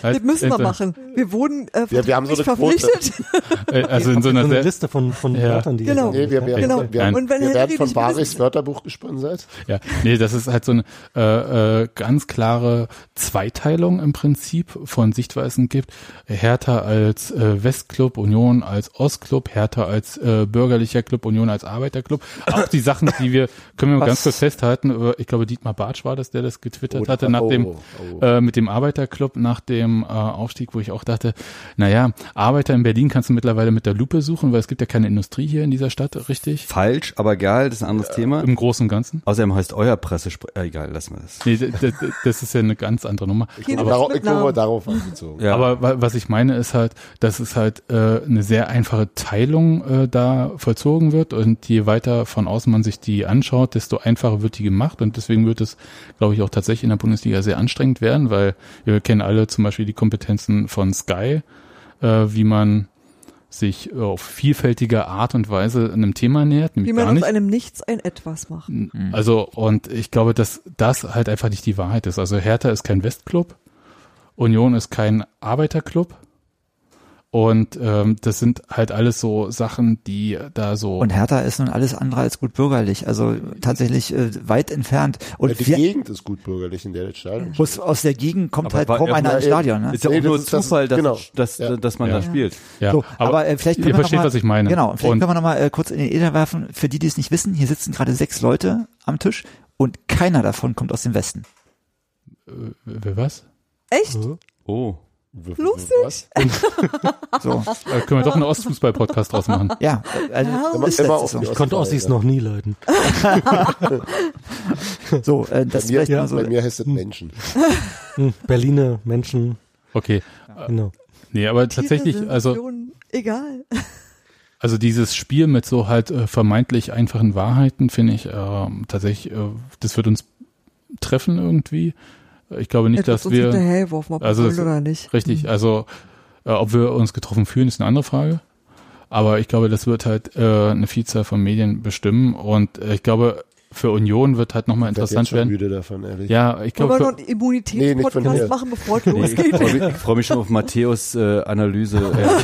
Speaker 2: Das müssen wir
Speaker 1: äh,
Speaker 2: machen. Wir wurden äh,
Speaker 5: Ja, wir haben so
Speaker 2: vertraglich
Speaker 5: eine Quote.
Speaker 2: verpflichtet.
Speaker 1: äh, Also in so
Speaker 3: so
Speaker 1: einer
Speaker 3: eine
Speaker 1: sehr,
Speaker 3: Liste von, von
Speaker 1: Ja.
Speaker 3: Wörtern, die ihr
Speaker 2: Genau.
Speaker 3: sagen
Speaker 5: Nee, wir, wir,
Speaker 3: müsst, ja.
Speaker 2: Genau.
Speaker 5: wir, haben,
Speaker 2: Und wenn
Speaker 5: wir
Speaker 2: Henry
Speaker 5: werden von
Speaker 2: nicht mehr
Speaker 5: Barichs Wörterbuch gesponsert.
Speaker 1: Ja, nee, das ist halt so eine äh, äh, ganz klare Zweiteilung im Prinzip von Sichtweisen gibt. Hertha als äh, Westclub, Union als Ostclub, Hertha als äh, bürgerlicher Club, Union als Arbeiterclub. Auch die Sachen, die wir, können wir mal ganz
Speaker 6: Was?
Speaker 1: kurz festhalten, aber ich glaube Dietmar Bartsch war das, der das getwittert hatte nach
Speaker 5: oh,
Speaker 1: dem
Speaker 5: oh.
Speaker 1: äh, mit dem Arbeiterclub nach dem äh, Aufstieg, wo ich auch dachte, naja, Arbeiter in Berlin kannst du mittlerweile mit der Lupe suchen, weil es gibt ja keine Industrie hier in dieser Stadt, richtig?
Speaker 4: Falsch, aber geil, das ist ein anderes Thema.
Speaker 1: Im Großen und Ganzen.
Speaker 4: Außerdem heißt euer Pressespre... Äh, egal, lassen wir das.
Speaker 1: Nee, d- d- d- das ist ja eine ganz andere Nummer.
Speaker 2: Hier
Speaker 5: Aber
Speaker 2: nichts
Speaker 5: darauf,
Speaker 2: mit
Speaker 5: ich glaube,
Speaker 2: Namen.
Speaker 5: darauf angezogen.
Speaker 4: Ja.
Speaker 1: Aber wa- was ich meine ist halt, dass es halt äh, eine sehr einfache Teilung äh, da vollzogen wird und je weiter von außen man sich die anschaut, desto einfacher wird die gemacht und deswegen wird es, glaube ich, auch tatsächlich in der Bundesliga sehr anstrengend werden, weil wir kennen alle zum Beispiel die Kompetenzen von Sky, äh, wie man sich äh, auf vielfältige Art und Weise einem Thema nähert, nämlich
Speaker 2: Wie
Speaker 1: gar
Speaker 2: man aus
Speaker 1: nicht.
Speaker 2: einem Nichts ein Etwas macht.
Speaker 6: Mhm.
Speaker 1: Also, und ich glaube, dass das halt einfach nicht die Wahrheit ist. Also Hertha ist kein Westclub, Union ist kein Arbeiterclub. Und ähm, das sind halt alles so Sachen, die da so.
Speaker 6: Und Hertha ist nun alles andere als gut bürgerlich, also tatsächlich äh, weit entfernt.
Speaker 5: Ja,
Speaker 6: Und
Speaker 5: die
Speaker 6: wir,
Speaker 5: Gegend ist gut bürgerlich, in der das Stadion steht.
Speaker 6: muss, aus der Gegend kommt
Speaker 4: Aber
Speaker 6: halt
Speaker 4: war-
Speaker 6: kaum
Speaker 4: ja,
Speaker 6: einer
Speaker 5: ja,
Speaker 6: ins
Speaker 5: ja.
Speaker 6: Stadion. Ne?
Speaker 4: ist ja auch
Speaker 5: Nee,
Speaker 4: nur
Speaker 5: das ist das-
Speaker 4: Zufall, dass,
Speaker 5: genau.
Speaker 4: dass,
Speaker 5: Ja.
Speaker 4: dass man
Speaker 1: Ja.
Speaker 4: da spielt.
Speaker 1: ja,
Speaker 6: so, aber, äh, vielleicht können
Speaker 1: ihr
Speaker 6: wir
Speaker 1: versteht,
Speaker 6: noch mal,
Speaker 1: was ich meine.
Speaker 6: Genau, vielleicht
Speaker 1: und
Speaker 6: können wir nochmal äh, kurz in den Äther werfen, für die, die es nicht wissen, hier sitzen gerade sechs Leute am Tisch und keiner davon kommt aus dem Westen.
Speaker 1: wer was?
Speaker 2: Echt?
Speaker 3: Mhm.
Speaker 4: Oh.
Speaker 2: Lustig?
Speaker 6: So,
Speaker 1: Äh, können wir doch einen Ostfußball-Podcast draus machen.
Speaker 6: ja, äh, also
Speaker 2: Immer-
Speaker 6: ist
Speaker 5: immer
Speaker 6: letztlich
Speaker 5: auf die
Speaker 6: so.
Speaker 5: Ost-
Speaker 3: Ich konnte Ossis noch nie leiden.
Speaker 6: so äh,
Speaker 5: Bei
Speaker 6: das ist
Speaker 5: mir,
Speaker 6: vielleicht mal so.
Speaker 5: bei mir heißt es Menschen.
Speaker 3: Hm, Berliner Menschen,
Speaker 1: Okay.
Speaker 3: genau.
Speaker 1: Nee, aber tatsächlich,
Speaker 2: Diese
Speaker 1: also,
Speaker 2: Sensationen, Egal.
Speaker 1: also dieses Spiel mit so halt äh, vermeintlich einfachen Wahrheiten, finde ich, ähm, tatsächlich, äh, das wird uns treffen irgendwie. Ich glaube nicht,
Speaker 2: Etwas
Speaker 1: dass
Speaker 2: uns
Speaker 1: wir.
Speaker 2: hinterhergeworfen, ob
Speaker 1: Also
Speaker 2: also
Speaker 1: es-
Speaker 2: oder nicht.
Speaker 1: Richtig, also äh, ob wir uns getroffen fühlen, ist eine andere Frage. Aber ich glaube, das wird halt äh, eine Vielzahl von Medien bestimmen. Und äh, ich glaube, für Union wird halt nochmal interessant
Speaker 5: ich werd jetzt schon
Speaker 1: werden.
Speaker 5: müde davon, ehrlich.
Speaker 1: Ja, ich
Speaker 2: Wollen wir noch
Speaker 1: glaube,
Speaker 2: einen
Speaker 5: Nee, nicht von
Speaker 2: Immunitätspodcast
Speaker 5: mir.
Speaker 2: machen, bevor es losgeht?
Speaker 4: ich freue mich, freu mich schon auf Matthäus äh, Analyse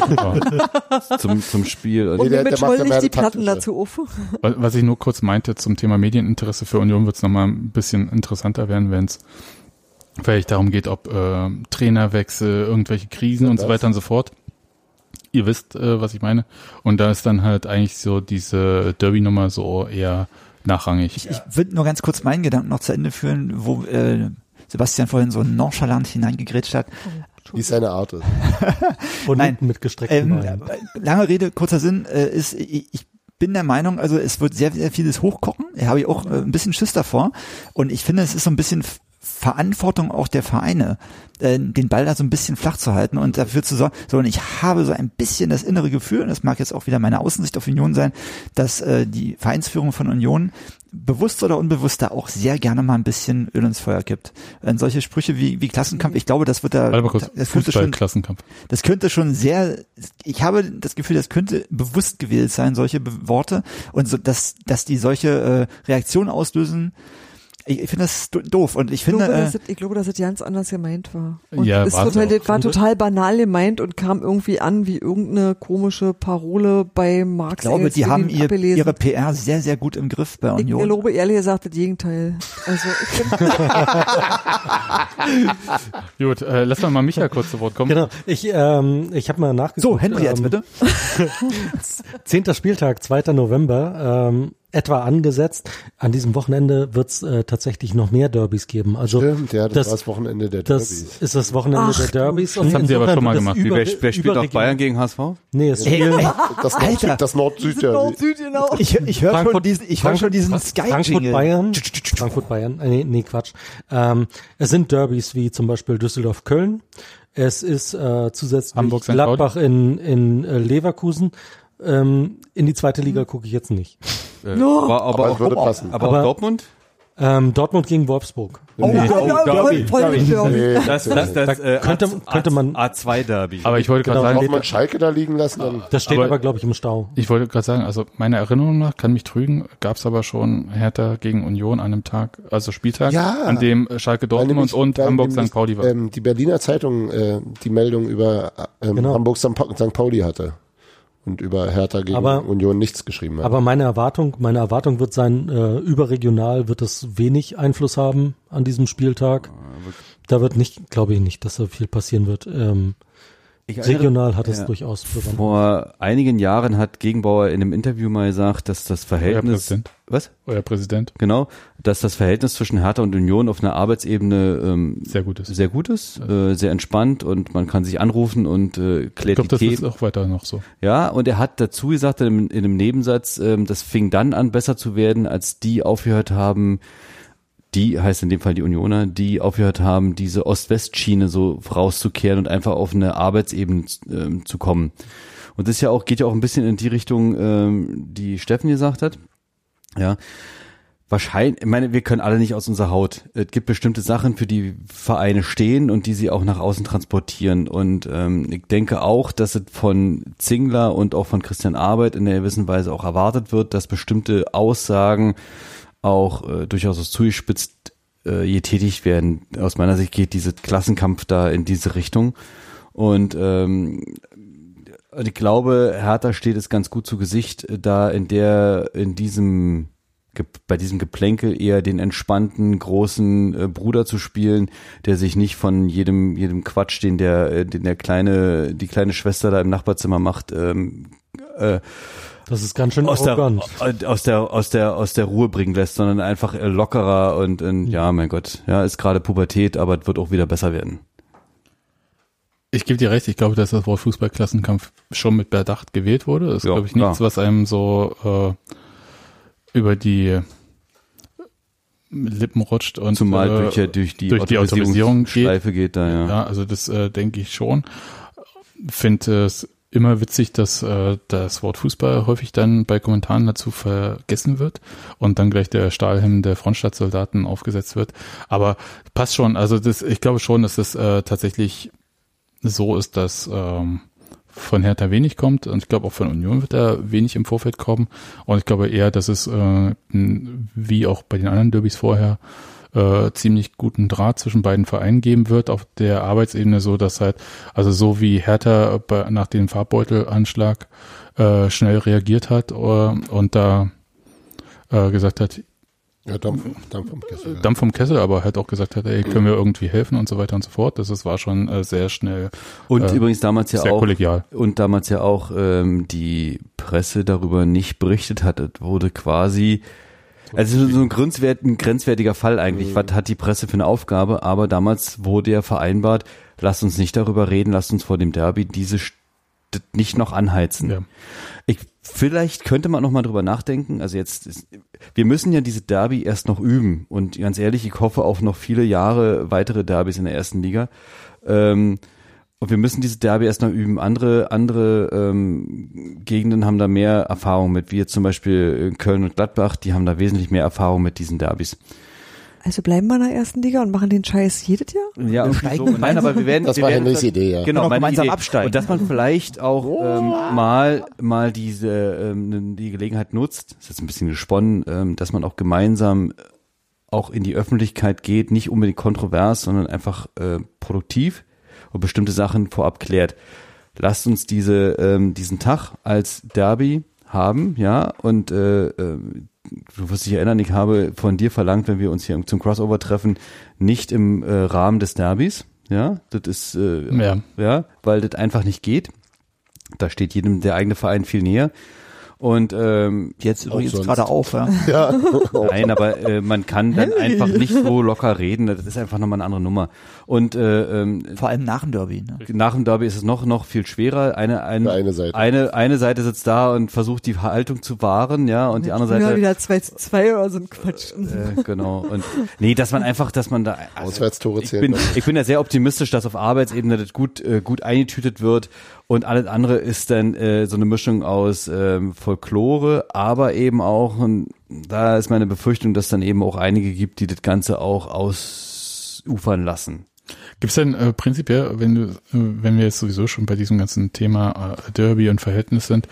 Speaker 1: genau.
Speaker 4: äh, zum, zum Spiel.
Speaker 5: Nee,
Speaker 2: Und wir
Speaker 5: der- der macht ja
Speaker 2: mitschuldig
Speaker 5: mehr
Speaker 2: die
Speaker 5: so taktische.
Speaker 2: Platten dazu auf.
Speaker 1: Wa- Was ich nur kurz meinte zum Thema Medieninteresse für Union wird es nochmal ein bisschen interessanter werden, wenn es vielleicht darum geht, ob äh, Trainerwechsel, irgendwelche Krisen und so
Speaker 5: das?
Speaker 1: weiter und so fort. Ihr wisst, äh, was ich meine. Und da ist dann halt eigentlich so diese Derby-Nummer so eher nachrangig.
Speaker 6: Ich, ich würde nur ganz kurz meinen Gedanken noch zu Ende führen, wo äh, Sebastian vorhin so nonchalant hineingegrätscht hat.
Speaker 5: Wie es seine Art ist.
Speaker 3: Und
Speaker 6: Nein.
Speaker 3: mit gestreckten
Speaker 6: Ähm,
Speaker 3: Beinen.
Speaker 6: lange Rede, kurzer Sinn, äh, ist, ich, ich bin der Meinung, also es wird sehr, sehr vieles hochkochen. Da habe ich auch äh, ein bisschen Schiss davor. Und ich finde, es ist so ein bisschen F- Verantwortung auch der Vereine, äh, den Ball da so ein bisschen flach zu halten und dafür zu sorgen. So, und ich habe so ein bisschen das innere Gefühl, und das mag jetzt auch wieder meine Außensicht auf Union sein, dass äh, die Vereinsführung von Union bewusst oder unbewusst da auch sehr gerne mal ein bisschen Öl ins Feuer kippt. Äh, solche Sprüche wie, wie Klassenkampf, ich glaube, das wird
Speaker 5: Äh,
Speaker 6: da,
Speaker 1: Warte mal kurz,
Speaker 6: das könnte schon
Speaker 1: Fußball-Klassenkampf.
Speaker 6: das könnte schon sehr, ich habe das Gefühl, das könnte bewusst gewählt sein, solche Be Worte und so, dass, dass die solche äh, Reaktionen auslösen. Ich, ich finde das do- doof und ich
Speaker 2: Ich
Speaker 6: finde,
Speaker 2: glaube,
Speaker 6: äh,
Speaker 2: dass das- ich glaube, dass es ganz anders gemeint war. Und
Speaker 1: Ja,
Speaker 2: es
Speaker 1: war's
Speaker 2: total,
Speaker 1: auch.
Speaker 2: das war total banal gemeint und kam irgendwie an wie irgendeine komische Parole bei Marx.
Speaker 6: ich glaube,
Speaker 2: Engels,
Speaker 6: die haben ihr,
Speaker 2: abgelesen.
Speaker 6: ihre PR sehr, sehr gut im Griff bei
Speaker 2: ich
Speaker 6: Union.
Speaker 2: glaube ehrlich gesagt das Gegenteil. Also ich find,
Speaker 1: Gut, äh, lass mal mal Micha kurz zu Wort kommen.
Speaker 3: Genau, ich, ähm, ich habe mal nachgeguckt.
Speaker 6: So, Henry jetzt
Speaker 3: ähm,
Speaker 6: bitte.
Speaker 3: Zehnter Spieltag, 2. November, ähm, etwa angesetzt. An diesem Wochenende wird's äh, tatsächlich noch mehr Derbys geben. Also
Speaker 5: Stimmt, ja, das,
Speaker 3: das-
Speaker 5: war das Wochenende der
Speaker 3: das
Speaker 5: Derbys.
Speaker 3: ist das Wochenende
Speaker 2: Ach,
Speaker 3: der Derbys. und
Speaker 1: Das haben sie aber
Speaker 3: insofern
Speaker 1: schon mal
Speaker 3: wird das
Speaker 1: gemacht.
Speaker 3: über-
Speaker 4: wer, wer spielt
Speaker 3: überregional-
Speaker 4: auch Bayern gegen HSV?
Speaker 3: Nee, es
Speaker 6: Ey,
Speaker 3: spielen
Speaker 6: ey,
Speaker 5: Das
Speaker 6: Alter.
Speaker 5: Nord-Süd, das Nord-Süd-Derby.
Speaker 2: Nord-Süd, genau.
Speaker 6: ich ich höre schon
Speaker 3: Frankfurt-
Speaker 6: diesen, ich hör schon diesen
Speaker 3: Frankfurt- Frankfurt
Speaker 6: Sky-Jingle.
Speaker 3: Bayern. Frankfurt Bayern. Äh, Nee, nee Quatsch. Ähm, es sind Derbys wie zum Beispiel Düsseldorf Köln. Es ist äh, zusätzlich
Speaker 1: Hamburg, St.
Speaker 3: Gladbach in, in äh, Leverkusen. Ähm, in die zweite Liga gucke ich jetzt nicht.
Speaker 4: Äh,
Speaker 2: No.
Speaker 4: war, aber,
Speaker 5: Aber
Speaker 4: auch,
Speaker 5: würde
Speaker 4: aber,
Speaker 5: passen.
Speaker 4: aber auch
Speaker 3: Aber-
Speaker 4: Dortmund?
Speaker 3: Ähm, Dortmund gegen Wolfsburg.
Speaker 6: Oh,
Speaker 4: Nee.
Speaker 6: Gott,
Speaker 4: Oh,
Speaker 6: ja,
Speaker 4: Derby.
Speaker 6: voll- voll mit Derby.
Speaker 5: Nee,
Speaker 4: Das, das, das, äh,
Speaker 3: könnte- könnte man-
Speaker 4: A2-Derby.
Speaker 1: Aber ich wollte gerade
Speaker 3: Genau,
Speaker 1: sagen,
Speaker 5: Braucht man Schalke da liegen lassen, dann
Speaker 3: Das steht
Speaker 1: Aber-
Speaker 3: aber, glaube ich, im Stau.
Speaker 1: ich wollte gerade sagen, also meiner Erinnerung nach, kann mich trügen, gab es aber schon Hertha gegen Union an einem Tag, also Spieltag,
Speaker 5: Ja.
Speaker 1: an dem äh, Schalke
Speaker 5: Weil
Speaker 1: Dortmund
Speaker 5: nämlich-
Speaker 1: und
Speaker 5: weil
Speaker 1: Hamburg
Speaker 5: nämlich,
Speaker 1: St. Pauli war.
Speaker 5: Ähm, die Berliner Zeitung äh, die Meldung über ähm,
Speaker 3: Genau.
Speaker 5: Hamburg St. Pa- St. Pauli hatte und über Hertha gegen
Speaker 3: Aber-
Speaker 5: Union nichts geschrieben hat.
Speaker 3: Aber meine Erwartung, meine Erwartung wird sein, äh, überregional wird das wenig Einfluss haben an diesem Spieltag. Da wird nicht, glaube ich nicht, dass da viel passieren wird. Ähm,
Speaker 4: Ich erinnere-
Speaker 3: regional hat es
Speaker 4: Ja.
Speaker 3: durchaus Bewandtnis.
Speaker 4: Vor einigen Jahren hat Gegenbauer in einem Interview mal gesagt, dass das Verhältnis.
Speaker 1: Präsident.
Speaker 4: was?
Speaker 1: Euer Präsident,
Speaker 4: Genau, dass das Verhältnis zwischen Hertha und Union auf einer Arbeitsebene ähm,
Speaker 1: sehr gut ist.
Speaker 4: sehr gut ist, äh, sehr entspannt und man kann sich anrufen und äh,
Speaker 1: Ich
Speaker 4: klärt
Speaker 1: glaube,
Speaker 4: die
Speaker 1: das ist
Speaker 4: Themen.
Speaker 1: auch weiter noch so.
Speaker 4: Ja, und er hat dazu gesagt in, in einem Nebensatz, ähm, das fing dann an besser zu werden, als die aufgehört haben, die heißt in dem Fall die Unioner, die aufgehört haben, diese Ost-West-Schiene so rauszukehren und einfach auf eine Arbeitsebene ähm, zu kommen. Und das ist ja auch, geht ja auch ein bisschen in die Richtung, ähm, die Steffen gesagt hat. Ja. Wahrscheinlich, ich meine, wir können alle nicht aus unserer Haut. Es gibt bestimmte Sachen, für die Vereine stehen und die sie auch nach außen transportieren. Und ähm, ich denke auch, dass es von Zingler und auch von Christian Arbeit in einer gewissen Weise auch erwartet wird, dass bestimmte Aussagen auch äh, durchaus aus zugespitzt äh, je tätig werden. Aus meiner Sicht geht dieser Klassenkampf da in diese Richtung. Und ähm, und ich glaube, Hertha steht es ganz gut zu Gesicht, äh, da in der, in diesem, Ge- bei diesem Geplänkel eher den entspannten, großen äh, Bruder zu spielen, der sich nicht von jedem, jedem Quatsch, den der, äh, den der kleine, die kleine Schwester da im Nachbarzimmer macht, ähm, äh,
Speaker 3: Das ist ganz schön
Speaker 4: aus der,
Speaker 3: arrogant.
Speaker 4: äh, aus der, aus der, aus der Ruhe bringen lässt, sondern einfach äh, lockerer und,
Speaker 1: Hm.
Speaker 4: und ja, mein Gott, ja, ist gerade Pubertät, aber es wird auch wieder besser werden.
Speaker 1: Ich gebe dir recht, ich glaube, dass das Wort Fußballklassenkampf schon mit Bedacht gewählt wurde. Das ist,
Speaker 4: Ja,
Speaker 1: glaube ich, nichts,
Speaker 4: klar.
Speaker 1: was einem so äh, über die Lippen rutscht. Und,
Speaker 4: Zumal
Speaker 1: äh,
Speaker 4: durch, ja- durch die,
Speaker 1: durch die Autorisierung geht.
Speaker 4: Schleife geht da, ja.
Speaker 1: Ja, also das äh, denke ich schon. Finde es immer witzig, dass äh, das Wort Fußball häufig dann bei Kommentaren dazu vergessen wird und dann gleich der Stahlhelm der Frontstadtsoldaten aufgesetzt wird. Aber passt schon. Also das, ich glaube schon, dass es äh, tatsächlich so ist, dass ähm, von Hertha wenig kommt und ich glaube auch von Union wird da wenig im Vorfeld kommen. Und ich glaube eher, dass es äh, n- wie auch bei den anderen Derbys vorher äh, ziemlich guten Draht zwischen beiden Vereinen geben wird auf der Arbeitsebene, so dass halt also so wie Hertha bei, nach dem Farbbeutelanschlag äh, schnell reagiert hat äh, und da äh, gesagt hat,
Speaker 5: Ja, Dampf, Dampf vom Kessel.
Speaker 1: Dampf vom Kessel, aber halt auch gesagt hat, ey, können wir irgendwie helfen und so weiter und so fort. Das ist, war schon äh, sehr schnell,
Speaker 4: Und
Speaker 1: Äh,
Speaker 4: übrigens damals ja
Speaker 1: sehr
Speaker 4: auch
Speaker 1: kollegial.
Speaker 4: und damals ja auch ähm, die Presse darüber nicht berichtet hat. Es wurde quasi also so ein grenzwert, ein grenzwertiger Fall eigentlich. Was hat die Presse für eine Aufgabe? Aber damals wurde ja vereinbart, lasst uns nicht darüber reden, lasst uns vor dem Derby diese St nicht noch anheizen.
Speaker 1: Ja.
Speaker 4: Ich, vielleicht könnte man noch mal drüber nachdenken. Also jetzt, ist, wir müssen ja diese Derby erst noch üben. Und ganz ehrlich, ich hoffe auf noch viele Jahre weitere Derbys in der ersten Liga. Ähm, und wir müssen diese Derby erst noch üben. Andere, andere ähm, Gegenden haben da mehr Erfahrung mit, wie jetzt zum Beispiel äh, Köln und Gladbach, die haben da wesentlich mehr Erfahrung mit diesen Derbys.
Speaker 2: Also bleiben wir in der ersten Liga und machen den Scheiß jedes Jahr?
Speaker 4: Ja,
Speaker 6: und steigen mit
Speaker 4: nein, aber wir werden
Speaker 5: Das
Speaker 4: wir
Speaker 5: war
Speaker 4: werden
Speaker 5: Henrys Idee, ja.
Speaker 4: Genau,
Speaker 6: Genau,
Speaker 4: meine
Speaker 6: gemeinsam
Speaker 4: Idee.
Speaker 6: absteigen.
Speaker 4: Und dass man vielleicht auch ähm, mal mal diese ähm, die Gelegenheit nutzt, ist jetzt ein bisschen gesponnen, ähm, dass man auch gemeinsam äh, auch in die Öffentlichkeit geht, nicht unbedingt kontrovers, sondern einfach äh, produktiv und bestimmte Sachen vorab klärt. Lasst uns diese ähm, diesen Tag als Derby haben, ja, und äh, ähm, du wirst dich erinnern, ich habe von dir verlangt, wenn wir uns hier zum Crossover treffen, nicht im äh, Rahmen des Derbys, ja, das ist äh,
Speaker 1: Ja.
Speaker 4: ja, weil das einfach nicht geht. Da steht jedem der eigene Verein viel näher. Und ähm,
Speaker 6: Jetzt übrigens
Speaker 5: sonst.
Speaker 6: gerade auf, ja.
Speaker 5: Ja.
Speaker 4: nein, aber äh, man kann dann einfach nicht so locker reden. Das ist einfach nochmal eine andere Nummer. Und äh, ähm,
Speaker 6: Vor allem nach dem Derby. Ne?
Speaker 4: nach dem Derby ist es noch noch viel schwerer. Eine eine,
Speaker 5: Eine Seite.
Speaker 4: eine eine Seite sitzt da und versucht die Haltung zu wahren, ja, und die
Speaker 2: Ja,
Speaker 4: andere Seite
Speaker 2: wieder 2 zu 2 oder so ein Quatsch.
Speaker 4: äh, genau. Und nee, dass man einfach, dass man da also,
Speaker 5: Auswärtstore
Speaker 4: ich
Speaker 5: zählen
Speaker 4: bin,
Speaker 5: noch.
Speaker 4: ich bin ja sehr optimistisch, dass auf Arbeitsebene das gut äh, gut eingetütet wird und alles andere ist dann äh, so eine Mischung aus ähm, Folklore, aber eben auch und da ist meine Befürchtung, dass dann eben auch einige gibt, die das Ganze auch ausufern lassen.
Speaker 1: Gibt's denn äh, prinzipiell, wenn du, äh, wenn wir jetzt sowieso schon bei diesem ganzen Thema äh, Derby und Verhältnis sind,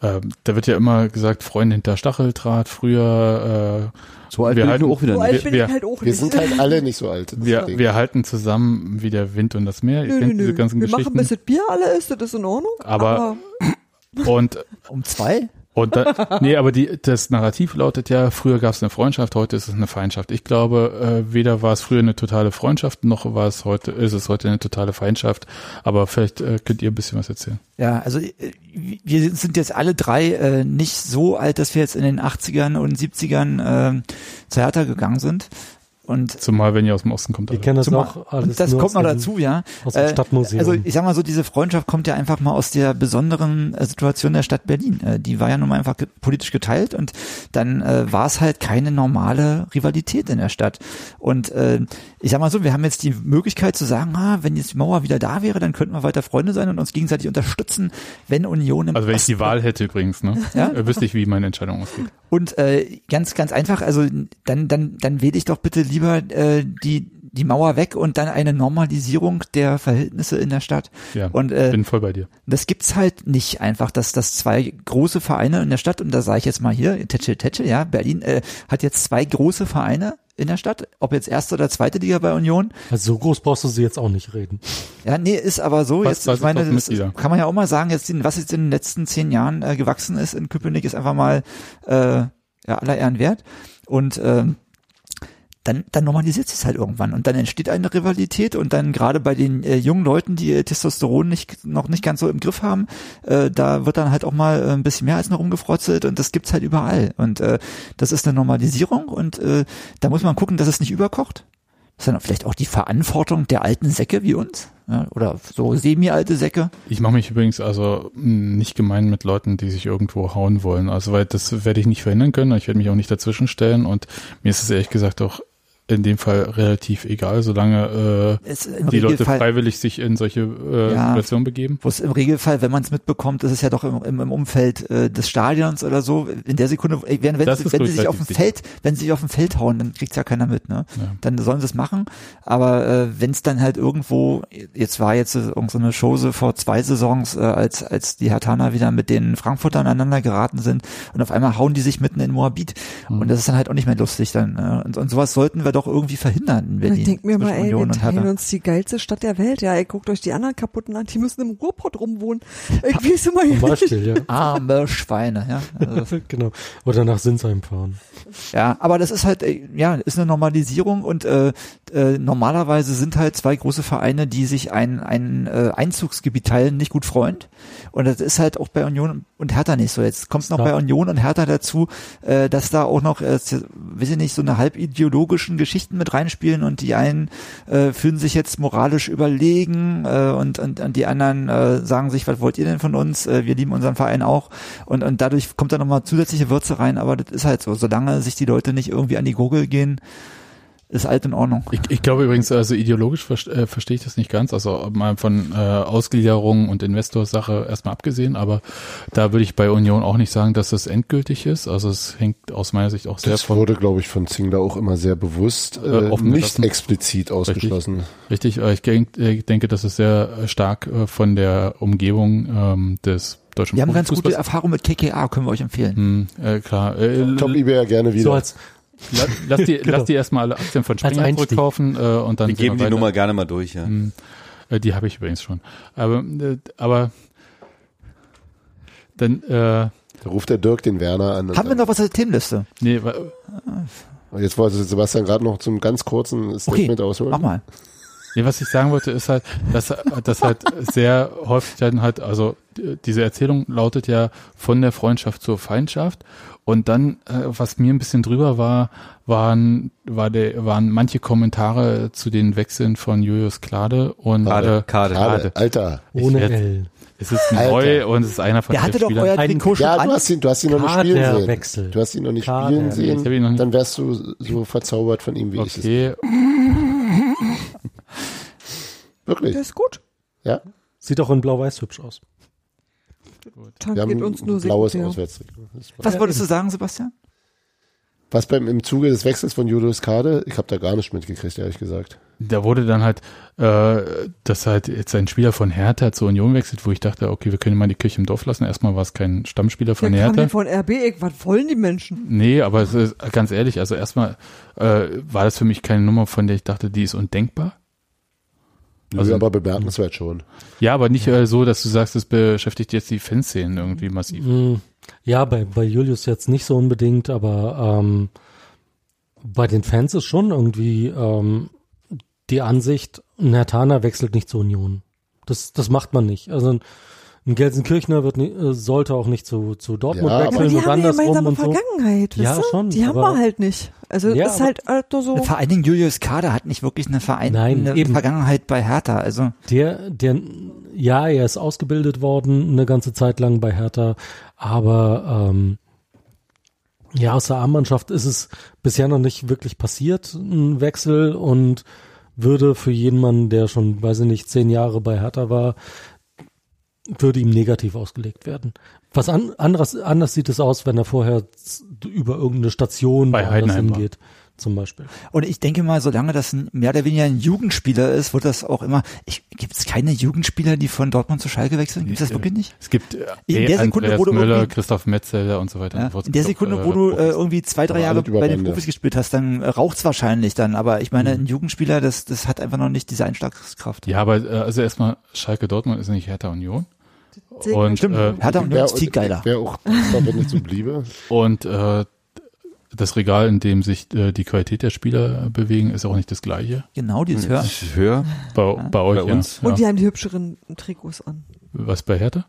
Speaker 1: äh, da wird ja immer gesagt, Freunde hinter Stacheldraht, früher, äh,
Speaker 4: So alt
Speaker 1: Wir
Speaker 4: bin ich
Speaker 1: halten-
Speaker 4: nur auch wieder
Speaker 2: So
Speaker 4: nicht.
Speaker 2: alt
Speaker 1: wir-
Speaker 2: bin ich
Speaker 1: wir-
Speaker 2: halt auch
Speaker 5: Wir
Speaker 2: nicht.
Speaker 5: sind halt alle nicht so alt. Das
Speaker 1: äh,
Speaker 5: ist
Speaker 1: wir,
Speaker 5: das Ding.
Speaker 1: wir halten zusammen wie der Wind und das Meer, ihr
Speaker 2: Nö,
Speaker 1: kennt
Speaker 2: nö,
Speaker 1: diese
Speaker 2: nö.
Speaker 1: ganzen
Speaker 2: Wir machen, bis
Speaker 1: Geschichten.
Speaker 2: das Bier alle ist, das ist in Ordnung.
Speaker 1: Aber- Und,
Speaker 6: Um zwei?
Speaker 1: und da, nee, aber die, das Narrativ lautet ja, früher gab's eine Freundschaft, heute ist es eine Feindschaft. Ich glaube, äh, weder war es früher eine totale Freundschaft, noch war es heute, ist es heute eine totale Feindschaft. Aber vielleicht äh, könnt ihr ein bisschen was erzählen.
Speaker 6: Ja, also äh, wir sind jetzt alle drei äh, nicht so alt, dass wir jetzt in den 80ern und 70ern äh, zu Hertha gegangen sind. Und
Speaker 1: Zumal, wenn ihr aus dem Osten kommt.
Speaker 3: Wir
Speaker 1: alle.
Speaker 3: kennen das
Speaker 6: Äh, Zumal-
Speaker 3: auch alles.
Speaker 6: und das
Speaker 3: nur
Speaker 6: kommt
Speaker 3: aus
Speaker 6: noch
Speaker 3: dem-
Speaker 6: dazu, ja.
Speaker 3: aus dem Stadtmuseum.
Speaker 6: Also ich sag mal so, diese Freundschaft kommt ja einfach mal aus der besonderen äh, Situation der Stadt Berlin. Äh, die war ja nun mal einfach ge politisch geteilt und dann äh, war es halt keine normale Rivalität in der Stadt. Und äh, ich sag mal so, wir haben jetzt die Möglichkeit zu sagen, ah, wenn jetzt die Mauer wieder da wäre, dann könnten wir weiter Freunde sein und uns gegenseitig unterstützen, wenn Union im
Speaker 1: Also wenn ich die
Speaker 6: Osten-
Speaker 1: Wahl hätte übrigens, ne?
Speaker 6: Ja?
Speaker 1: Äh, Wüsste ich, wie meine Entscheidung ausgeht.
Speaker 6: Und äh, ganz, ganz einfach, also dann, dann, dann wähle ich doch bitte lieber äh, die, die Mauer weg und dann eine Normalisierung der Verhältnisse in der Stadt.
Speaker 1: Ja,
Speaker 6: Und äh,
Speaker 1: bin voll bei dir.
Speaker 6: das gibt's halt nicht einfach, dass das zwei große Vereine in der Stadt, und da sage ich jetzt mal hier, Tetschel Tetschel, ja, Berlin äh, hat jetzt zwei große Vereine in der Stadt, ob jetzt erste oder zweite Liga bei Union,
Speaker 3: Also so groß brauchst du sie jetzt auch nicht reden.
Speaker 6: ja, nee, ist aber so.
Speaker 1: Was-
Speaker 6: jetzt,
Speaker 1: was
Speaker 6: ich
Speaker 1: ist
Speaker 6: meine,
Speaker 1: auf
Speaker 6: das
Speaker 1: Mitglieder?
Speaker 6: kann man ja auch mal sagen, jetzt, in- was jetzt in den letzten zehn Jahren äh, gewachsen ist in Köpenick, ist einfach mal äh, ja, aller Ehren wert. Und ähm, dann, dann normalisiert sich's halt irgendwann und dann entsteht eine Rivalität und dann gerade bei den äh, jungen Leuten, die ihr Testosteron nicht, noch nicht ganz so im Griff haben, äh, da wird dann halt auch mal äh, ein bisschen mehr als nur rumgefrotzelt und das gibt's halt überall und äh, das ist eine Normalisierung und äh, da muss man gucken, dass es nicht überkocht. Das ist dann vielleicht auch die Verantwortung der alten Säcke wie uns ja, oder so semi-alte Säcke.
Speaker 1: Ich mache mich übrigens also mh, nicht gemein mit Leuten, die sich irgendwo hauen wollen. Also weil das werde ich nicht verhindern können. Ich werde mich auch nicht dazwischen stellen und mir ist es ehrlich gesagt auch in dem Fall relativ egal, solange
Speaker 6: Es,
Speaker 1: äh,
Speaker 6: im
Speaker 1: die Leute
Speaker 6: Regelfall-
Speaker 1: freiwillig sich in solche äh,
Speaker 6: Ja.
Speaker 1: Situationen begeben.
Speaker 6: Wo es im Regelfall, wenn man es mitbekommt, ist es ja doch im, im, im Umfeld äh, des Stadions oder so. In der Sekunde, äh, wenn, wenn,
Speaker 1: Das
Speaker 6: sie,
Speaker 1: ist
Speaker 6: wenn sie sich auf dem
Speaker 1: relativ
Speaker 6: Feld, wenn sie sich auf dem Feld hauen, dann kriegt's ja keiner mit, ne?
Speaker 1: Ja.
Speaker 6: Dann sollen sie es machen. Aber äh, wenn es dann halt irgendwo, jetzt war jetzt äh, irgend so eine Chose vor zwei Saisons, äh, als als die Hertaner wieder mit den Frankfurtern aneinander geraten sind und auf einmal hauen die sich mitten in Moabit
Speaker 1: Mhm.
Speaker 6: und das ist dann halt auch nicht mehr lustig dann. Äh, und, und sowas sollten wir doch irgendwie verhindern in Berlin.
Speaker 2: Ich denk mir mal,
Speaker 6: zwischen
Speaker 2: ey, wir
Speaker 6: Union und Hertha.
Speaker 2: teilen uns die geilste Stadt der Welt. Ja, ey, guckt euch die anderen kaputten an, die müssen im Ruhrpott rumwohnen. Ich weiß immer
Speaker 3: Zum
Speaker 2: nicht.
Speaker 3: Beispiel, ja.
Speaker 6: Arme Schweine, ja. Also das
Speaker 3: genau. Oder nach Sinsheim fahren.
Speaker 6: Ja, aber das ist halt, äh, ja, ist eine Normalisierung und äh, äh, normalerweise sind halt zwei große Vereine, die sich ein, ein äh, Einzugsgebiet teilen, nicht gut freund. Und das ist halt auch bei Union und Hertha nicht so. Jetzt kommt noch
Speaker 3: Ja.
Speaker 6: bei Union und Hertha dazu, äh, dass da auch noch, äh, weiß ich nicht, so eine halb ideologischen Geschichten mit reinspielen und die einen äh, fühlen sich jetzt moralisch überlegen äh, und, und, und die anderen äh, sagen sich, was wollt ihr denn von uns? Äh, wir lieben unseren Verein auch. Und, und dadurch kommt da nochmal zusätzliche Würze rein, aber das ist halt so. Solange sich die Leute nicht irgendwie an die Gurgel gehen, ist alt in Ordnung.
Speaker 1: Ich, ich glaube übrigens, also ideologisch verst- äh, verstehe ich das nicht ganz, also mal von äh, Ausgliederung und Investorsache erstmal abgesehen, aber da würde ich bei Union auch nicht sagen, dass das endgültig ist. Also es hängt aus meiner Sicht auch sehr
Speaker 5: Das
Speaker 1: von
Speaker 5: wurde, glaube ich, von Zingler auch immer sehr bewusst äh,
Speaker 1: Äh, offen
Speaker 5: nicht
Speaker 1: gelassen.
Speaker 5: explizit ausgeschlossen.
Speaker 1: Richtig, äh, ich denk, äh, denke, das ist sehr äh, stark äh, von der Umgebung ähm, des deutschen
Speaker 6: Wir haben ganz gute
Speaker 1: Fußballs.
Speaker 6: Erfahrung mit KKA, können wir euch empfehlen.
Speaker 1: Hm, äh, klar. Äh, l-
Speaker 5: Top eBay ja gerne wieder.
Speaker 3: So als,
Speaker 1: la- lass, die,
Speaker 3: Genau.
Speaker 1: lass die erstmal alle Aktien von
Speaker 3: Als
Speaker 1: Springer
Speaker 3: Einstieg.
Speaker 1: zurückkaufen äh, und dann
Speaker 4: Wir
Speaker 1: sehen
Speaker 4: geben die
Speaker 1: weiter.
Speaker 4: Nummer gerne mal durch, ja.
Speaker 1: Hm, äh, die habe ich übrigens schon. Aber, äh, aber dann, äh,
Speaker 5: da ruft der Dirk den Werner an. und
Speaker 6: Haben wir
Speaker 5: sagt,
Speaker 6: noch was aus der Themenliste?
Speaker 1: nee, wa-
Speaker 5: jetzt wollte Sebastian gerade noch zum ganz kurzen Statement
Speaker 6: mach
Speaker 5: ausholen.
Speaker 6: mal.
Speaker 1: Nee, was ich sagen wollte, ist halt, dass das halt sehr häufig dann halt, also äh, diese Erzählung lautet ja von der Freundschaft zur Feindschaft. Und dann, äh, was mir ein bisschen drüber war, waren, war der, waren manche Kommentare zu den Wechseln von Julius Klade und
Speaker 4: Kade, Kade.
Speaker 5: Schade. Alter.
Speaker 1: Ich
Speaker 3: ohne
Speaker 1: werd-
Speaker 3: L.
Speaker 1: äh, es ist
Speaker 5: Alter.
Speaker 1: neu und es ist einer von
Speaker 6: Der hatte
Speaker 1: elf
Speaker 6: doch
Speaker 1: Spielern.
Speaker 6: euer
Speaker 3: Ein-
Speaker 6: Trikot schon
Speaker 5: Ja,
Speaker 6: an.
Speaker 5: du hast ihn, du hast ihn noch nicht
Speaker 3: Ah,
Speaker 5: spielen sehen.
Speaker 3: Kaderwechsel.
Speaker 5: Du hast ihn noch nicht
Speaker 3: Kader.
Speaker 5: spielen sehen.
Speaker 1: Ich hab ihn noch nicht-
Speaker 5: Dann wärst du so verzaubert von ihm, wie ich es.
Speaker 1: Okay,
Speaker 5: Wirklich.
Speaker 2: Das ist gut.
Speaker 5: Ja.
Speaker 3: Sieht auch in blau-weiß hübsch aus.
Speaker 2: Dann
Speaker 5: Wir
Speaker 2: geht
Speaker 5: haben
Speaker 2: uns nur
Speaker 5: ein blaues
Speaker 2: sekundär.
Speaker 5: Auswärtstrikot. Das war-
Speaker 6: Was wolltest du sagen, Sebastian?
Speaker 5: Was beim im Zuge des Wechsels von Julius Kade, ich habe da gar nicht mitgekriegt, ehrlich gesagt.
Speaker 1: da wurde dann halt, äh, dass halt jetzt ein Spieler von Hertha zur Union wechselt, wo ich dachte, okay, wir können mal die Kirche im Dorf lassen. Erstmal war es kein Stammspieler von
Speaker 2: Der kam
Speaker 1: Hertha.
Speaker 2: hier von RB, ey, was wollen die Menschen?
Speaker 1: Nee, aber es ist, ganz ehrlich, also erstmal äh, war das für mich keine Nummer, von der ich dachte, die ist undenkbar. Also-
Speaker 5: Also aber bemerkenswert schon.
Speaker 1: Ja, aber nicht äh, so, dass du sagst, das beschäftigt jetzt die Fanszenen irgendwie massiv.
Speaker 3: Mm, Ja, bei, bei Julius jetzt nicht so unbedingt, aber ähm, bei den Fans ist schon irgendwie ähm, die Ansicht, ein Hertaner wechselt nicht zur Union. Das, das macht man nicht. Also ein, ein Gelsenkirchner wird, nie- äh, sollte auch nicht zu, zu Dortmund
Speaker 5: Ja, aber-
Speaker 2: Aber
Speaker 3: wechseln
Speaker 2: die
Speaker 3: und
Speaker 2: haben eine
Speaker 3: andersrum
Speaker 2: gemeinsame
Speaker 3: und so.
Speaker 2: Vergangenheit,
Speaker 3: Ja,
Speaker 2: weißt du?
Speaker 3: schon,
Speaker 2: Die haben
Speaker 3: aber-
Speaker 2: wir halt nicht. Also
Speaker 3: Ja,
Speaker 2: ist halt halt nur so.
Speaker 6: Vor allen Dingen Julius Kader hat nicht wirklich eine, Verein
Speaker 3: Nein,
Speaker 6: eine
Speaker 3: eben.
Speaker 6: Vergangenheit bei Hertha. Also
Speaker 3: Der, der, ja, er ist ausgebildet worden eine ganze Zeit lang bei Hertha, aber ähm, ja, aus der A-Mannschaft ist es bisher noch nicht wirklich passiert, ein Wechsel und würde für jemanden, der schon, weiß ich nicht, zehn Jahre bei Hertha war, würde ihm negativ ausgelegt werden. Was an, anders, anders sieht es aus, wenn er vorher z- über irgendeine Station
Speaker 1: Bei
Speaker 3: woanders
Speaker 1: Heidenheim war.
Speaker 3: hingeht, zum Beispiel.
Speaker 6: Und ich denke mal, solange das ein, mehr oder weniger ein Jugendspieler ist, wird das auch immer. Gibt es keine Jugendspieler, die von Dortmund zu Schalke wechseln? Gibt es das wirklich nicht?
Speaker 1: Es gibt äh,
Speaker 6: In der Sekunde,
Speaker 1: Andreas
Speaker 6: wo du
Speaker 1: Müller,
Speaker 6: irgendwie-
Speaker 1: Christoph Metzelder und so weiter.
Speaker 6: Ja,
Speaker 1: und so fort.
Speaker 6: in der
Speaker 1: Ich glaub,
Speaker 6: Sekunde, wo du äh, irgendwie zwei, drei
Speaker 5: Aber
Speaker 6: Jahre
Speaker 5: alle über
Speaker 6: bei den
Speaker 5: Bande.
Speaker 6: Profis gespielt hast, dann äh, raucht's wahrscheinlich dann. Aber ich meine, ein Jugendspieler, das, das hat einfach noch nicht diese Einschlagskraft.
Speaker 1: Ja, aber äh, also erstmal Schalke Dortmund ist nicht Hertha Union.
Speaker 2: Deswegen-
Speaker 1: Und,
Speaker 6: Stimmt,
Speaker 1: äh,
Speaker 6: Hertha und
Speaker 5: Wär-
Speaker 6: Union ist viel geiler.
Speaker 5: Wäre auch, dankbar, wenn es so bliebe.
Speaker 1: und äh, das Regal, in dem sich äh, die Qualität der Spieler äh, bewegen, ist auch nicht das gleiche.
Speaker 6: Genau, dieses
Speaker 4: Mhm.
Speaker 6: Hör.
Speaker 4: Höher.
Speaker 1: Bei, bei euch,
Speaker 4: uns.
Speaker 1: ja.
Speaker 2: Und
Speaker 1: ja.
Speaker 2: die haben die hübscheren Trikots an.
Speaker 1: Was bei Hertha?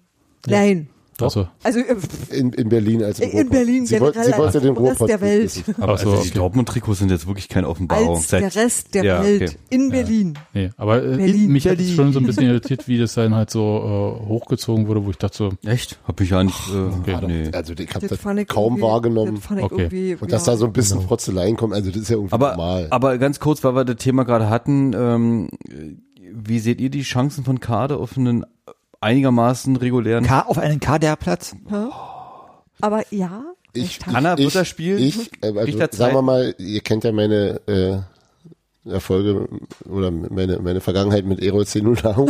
Speaker 3: Ja.
Speaker 2: Nein,
Speaker 3: Doch.
Speaker 1: Also,
Speaker 2: Also äh,
Speaker 5: In, in Berlin als im
Speaker 2: In
Speaker 5: Ruhrpott.
Speaker 2: Berlin
Speaker 5: Sie wollte,
Speaker 2: generell
Speaker 5: sie wollte
Speaker 2: als
Speaker 5: den
Speaker 2: Rest
Speaker 5: Ruhrpott
Speaker 2: der Welt.
Speaker 5: wissen.
Speaker 4: Aber
Speaker 1: Ach so,
Speaker 4: also die
Speaker 1: okay.
Speaker 4: Dortmund-Trikots sind jetzt wirklich keine Offenbarung.
Speaker 2: als
Speaker 4: Seit-
Speaker 2: der Rest der
Speaker 4: Ja, okay.
Speaker 2: Welt in Berlin.
Speaker 1: nee, aber äh,
Speaker 2: Berlin,
Speaker 1: mich hat es
Speaker 2: Berlin.
Speaker 1: schon so ein bisschen irritiert, wie das dann halt so äh, hochgezogen wurde, wo ich dachte so,
Speaker 4: Echt? Hab ich ja nicht. Äh,
Speaker 1: okay.
Speaker 4: nee.
Speaker 5: Also ich habe
Speaker 2: Das
Speaker 5: das,
Speaker 2: fand ich
Speaker 5: kaum
Speaker 2: irgendwie-
Speaker 5: wahrgenommen.
Speaker 2: Das fand ich
Speaker 1: Okay.
Speaker 2: irgendwie,
Speaker 5: und dass da so ein bisschen
Speaker 1: Genau.
Speaker 5: Frotzeleien kommt, also das ist ja irgendwie
Speaker 4: Aber,
Speaker 5: normal.
Speaker 4: aber ganz kurz, weil wir das Thema gerade hatten, ähm, wie seht ihr die Chancen von Kade auf einen einigermaßen regulären
Speaker 6: K auf einen Kaderplatz.
Speaker 2: Aber ja,
Speaker 5: ich,
Speaker 2: recht
Speaker 4: Anna, wird
Speaker 5: ich,
Speaker 4: das Spiel?
Speaker 5: Ich, äh,
Speaker 4: Ah, Kriegt
Speaker 5: also,
Speaker 4: er Zeit?
Speaker 5: sagen wir mal, ihr kennt ja meine äh, Erfolge oder meine, meine Vergangenheit mit Erol Zenulau.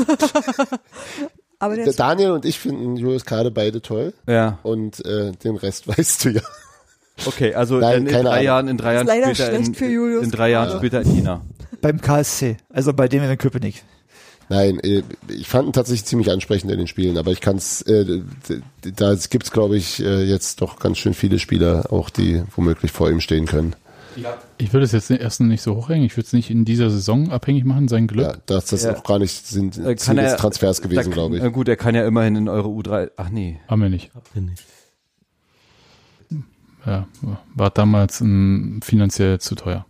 Speaker 2: aber der
Speaker 5: Der Daniel und ich finden Julius Kade beide toll.
Speaker 4: Ja,
Speaker 5: Und äh, den Rest weißt du ja.
Speaker 4: okay, also
Speaker 5: Nein,
Speaker 4: dann in,
Speaker 5: keine
Speaker 4: drei
Speaker 5: Ahnung.
Speaker 4: Jahren, in drei Jahren
Speaker 2: leider
Speaker 4: später
Speaker 2: schlecht
Speaker 4: in,
Speaker 2: für Julius
Speaker 4: in drei Jahren
Speaker 5: Kade.
Speaker 4: später in China.
Speaker 6: Beim KSC, also bei dem in Köpenick.
Speaker 5: Nein, äh, ich fand ihn tatsächlich ziemlich ansprechend in den Spielen, aber ich kann es, äh, d- d- da gibt's glaube ich äh, jetzt doch ganz schön viele Spieler, auch die womöglich vor ihm stehen können.
Speaker 1: Ich würde es jetzt erstens nicht so hochhängen. Ich würde es nicht in dieser Saison abhängig machen, sein Glück.
Speaker 5: Ja, dass das
Speaker 4: Ja.
Speaker 5: auch gar nicht sind
Speaker 4: Äh,
Speaker 5: Ziel des
Speaker 4: er-
Speaker 5: Transfers
Speaker 4: da
Speaker 5: gewesen,
Speaker 4: kann-
Speaker 5: glaube ich.
Speaker 4: äh, Gut, er kann ja immerhin in eure U3. Ach nee.
Speaker 1: Haben wir nicht.
Speaker 3: Habt ihr nicht.
Speaker 1: Ja, war damals ähm, finanziell zu teuer.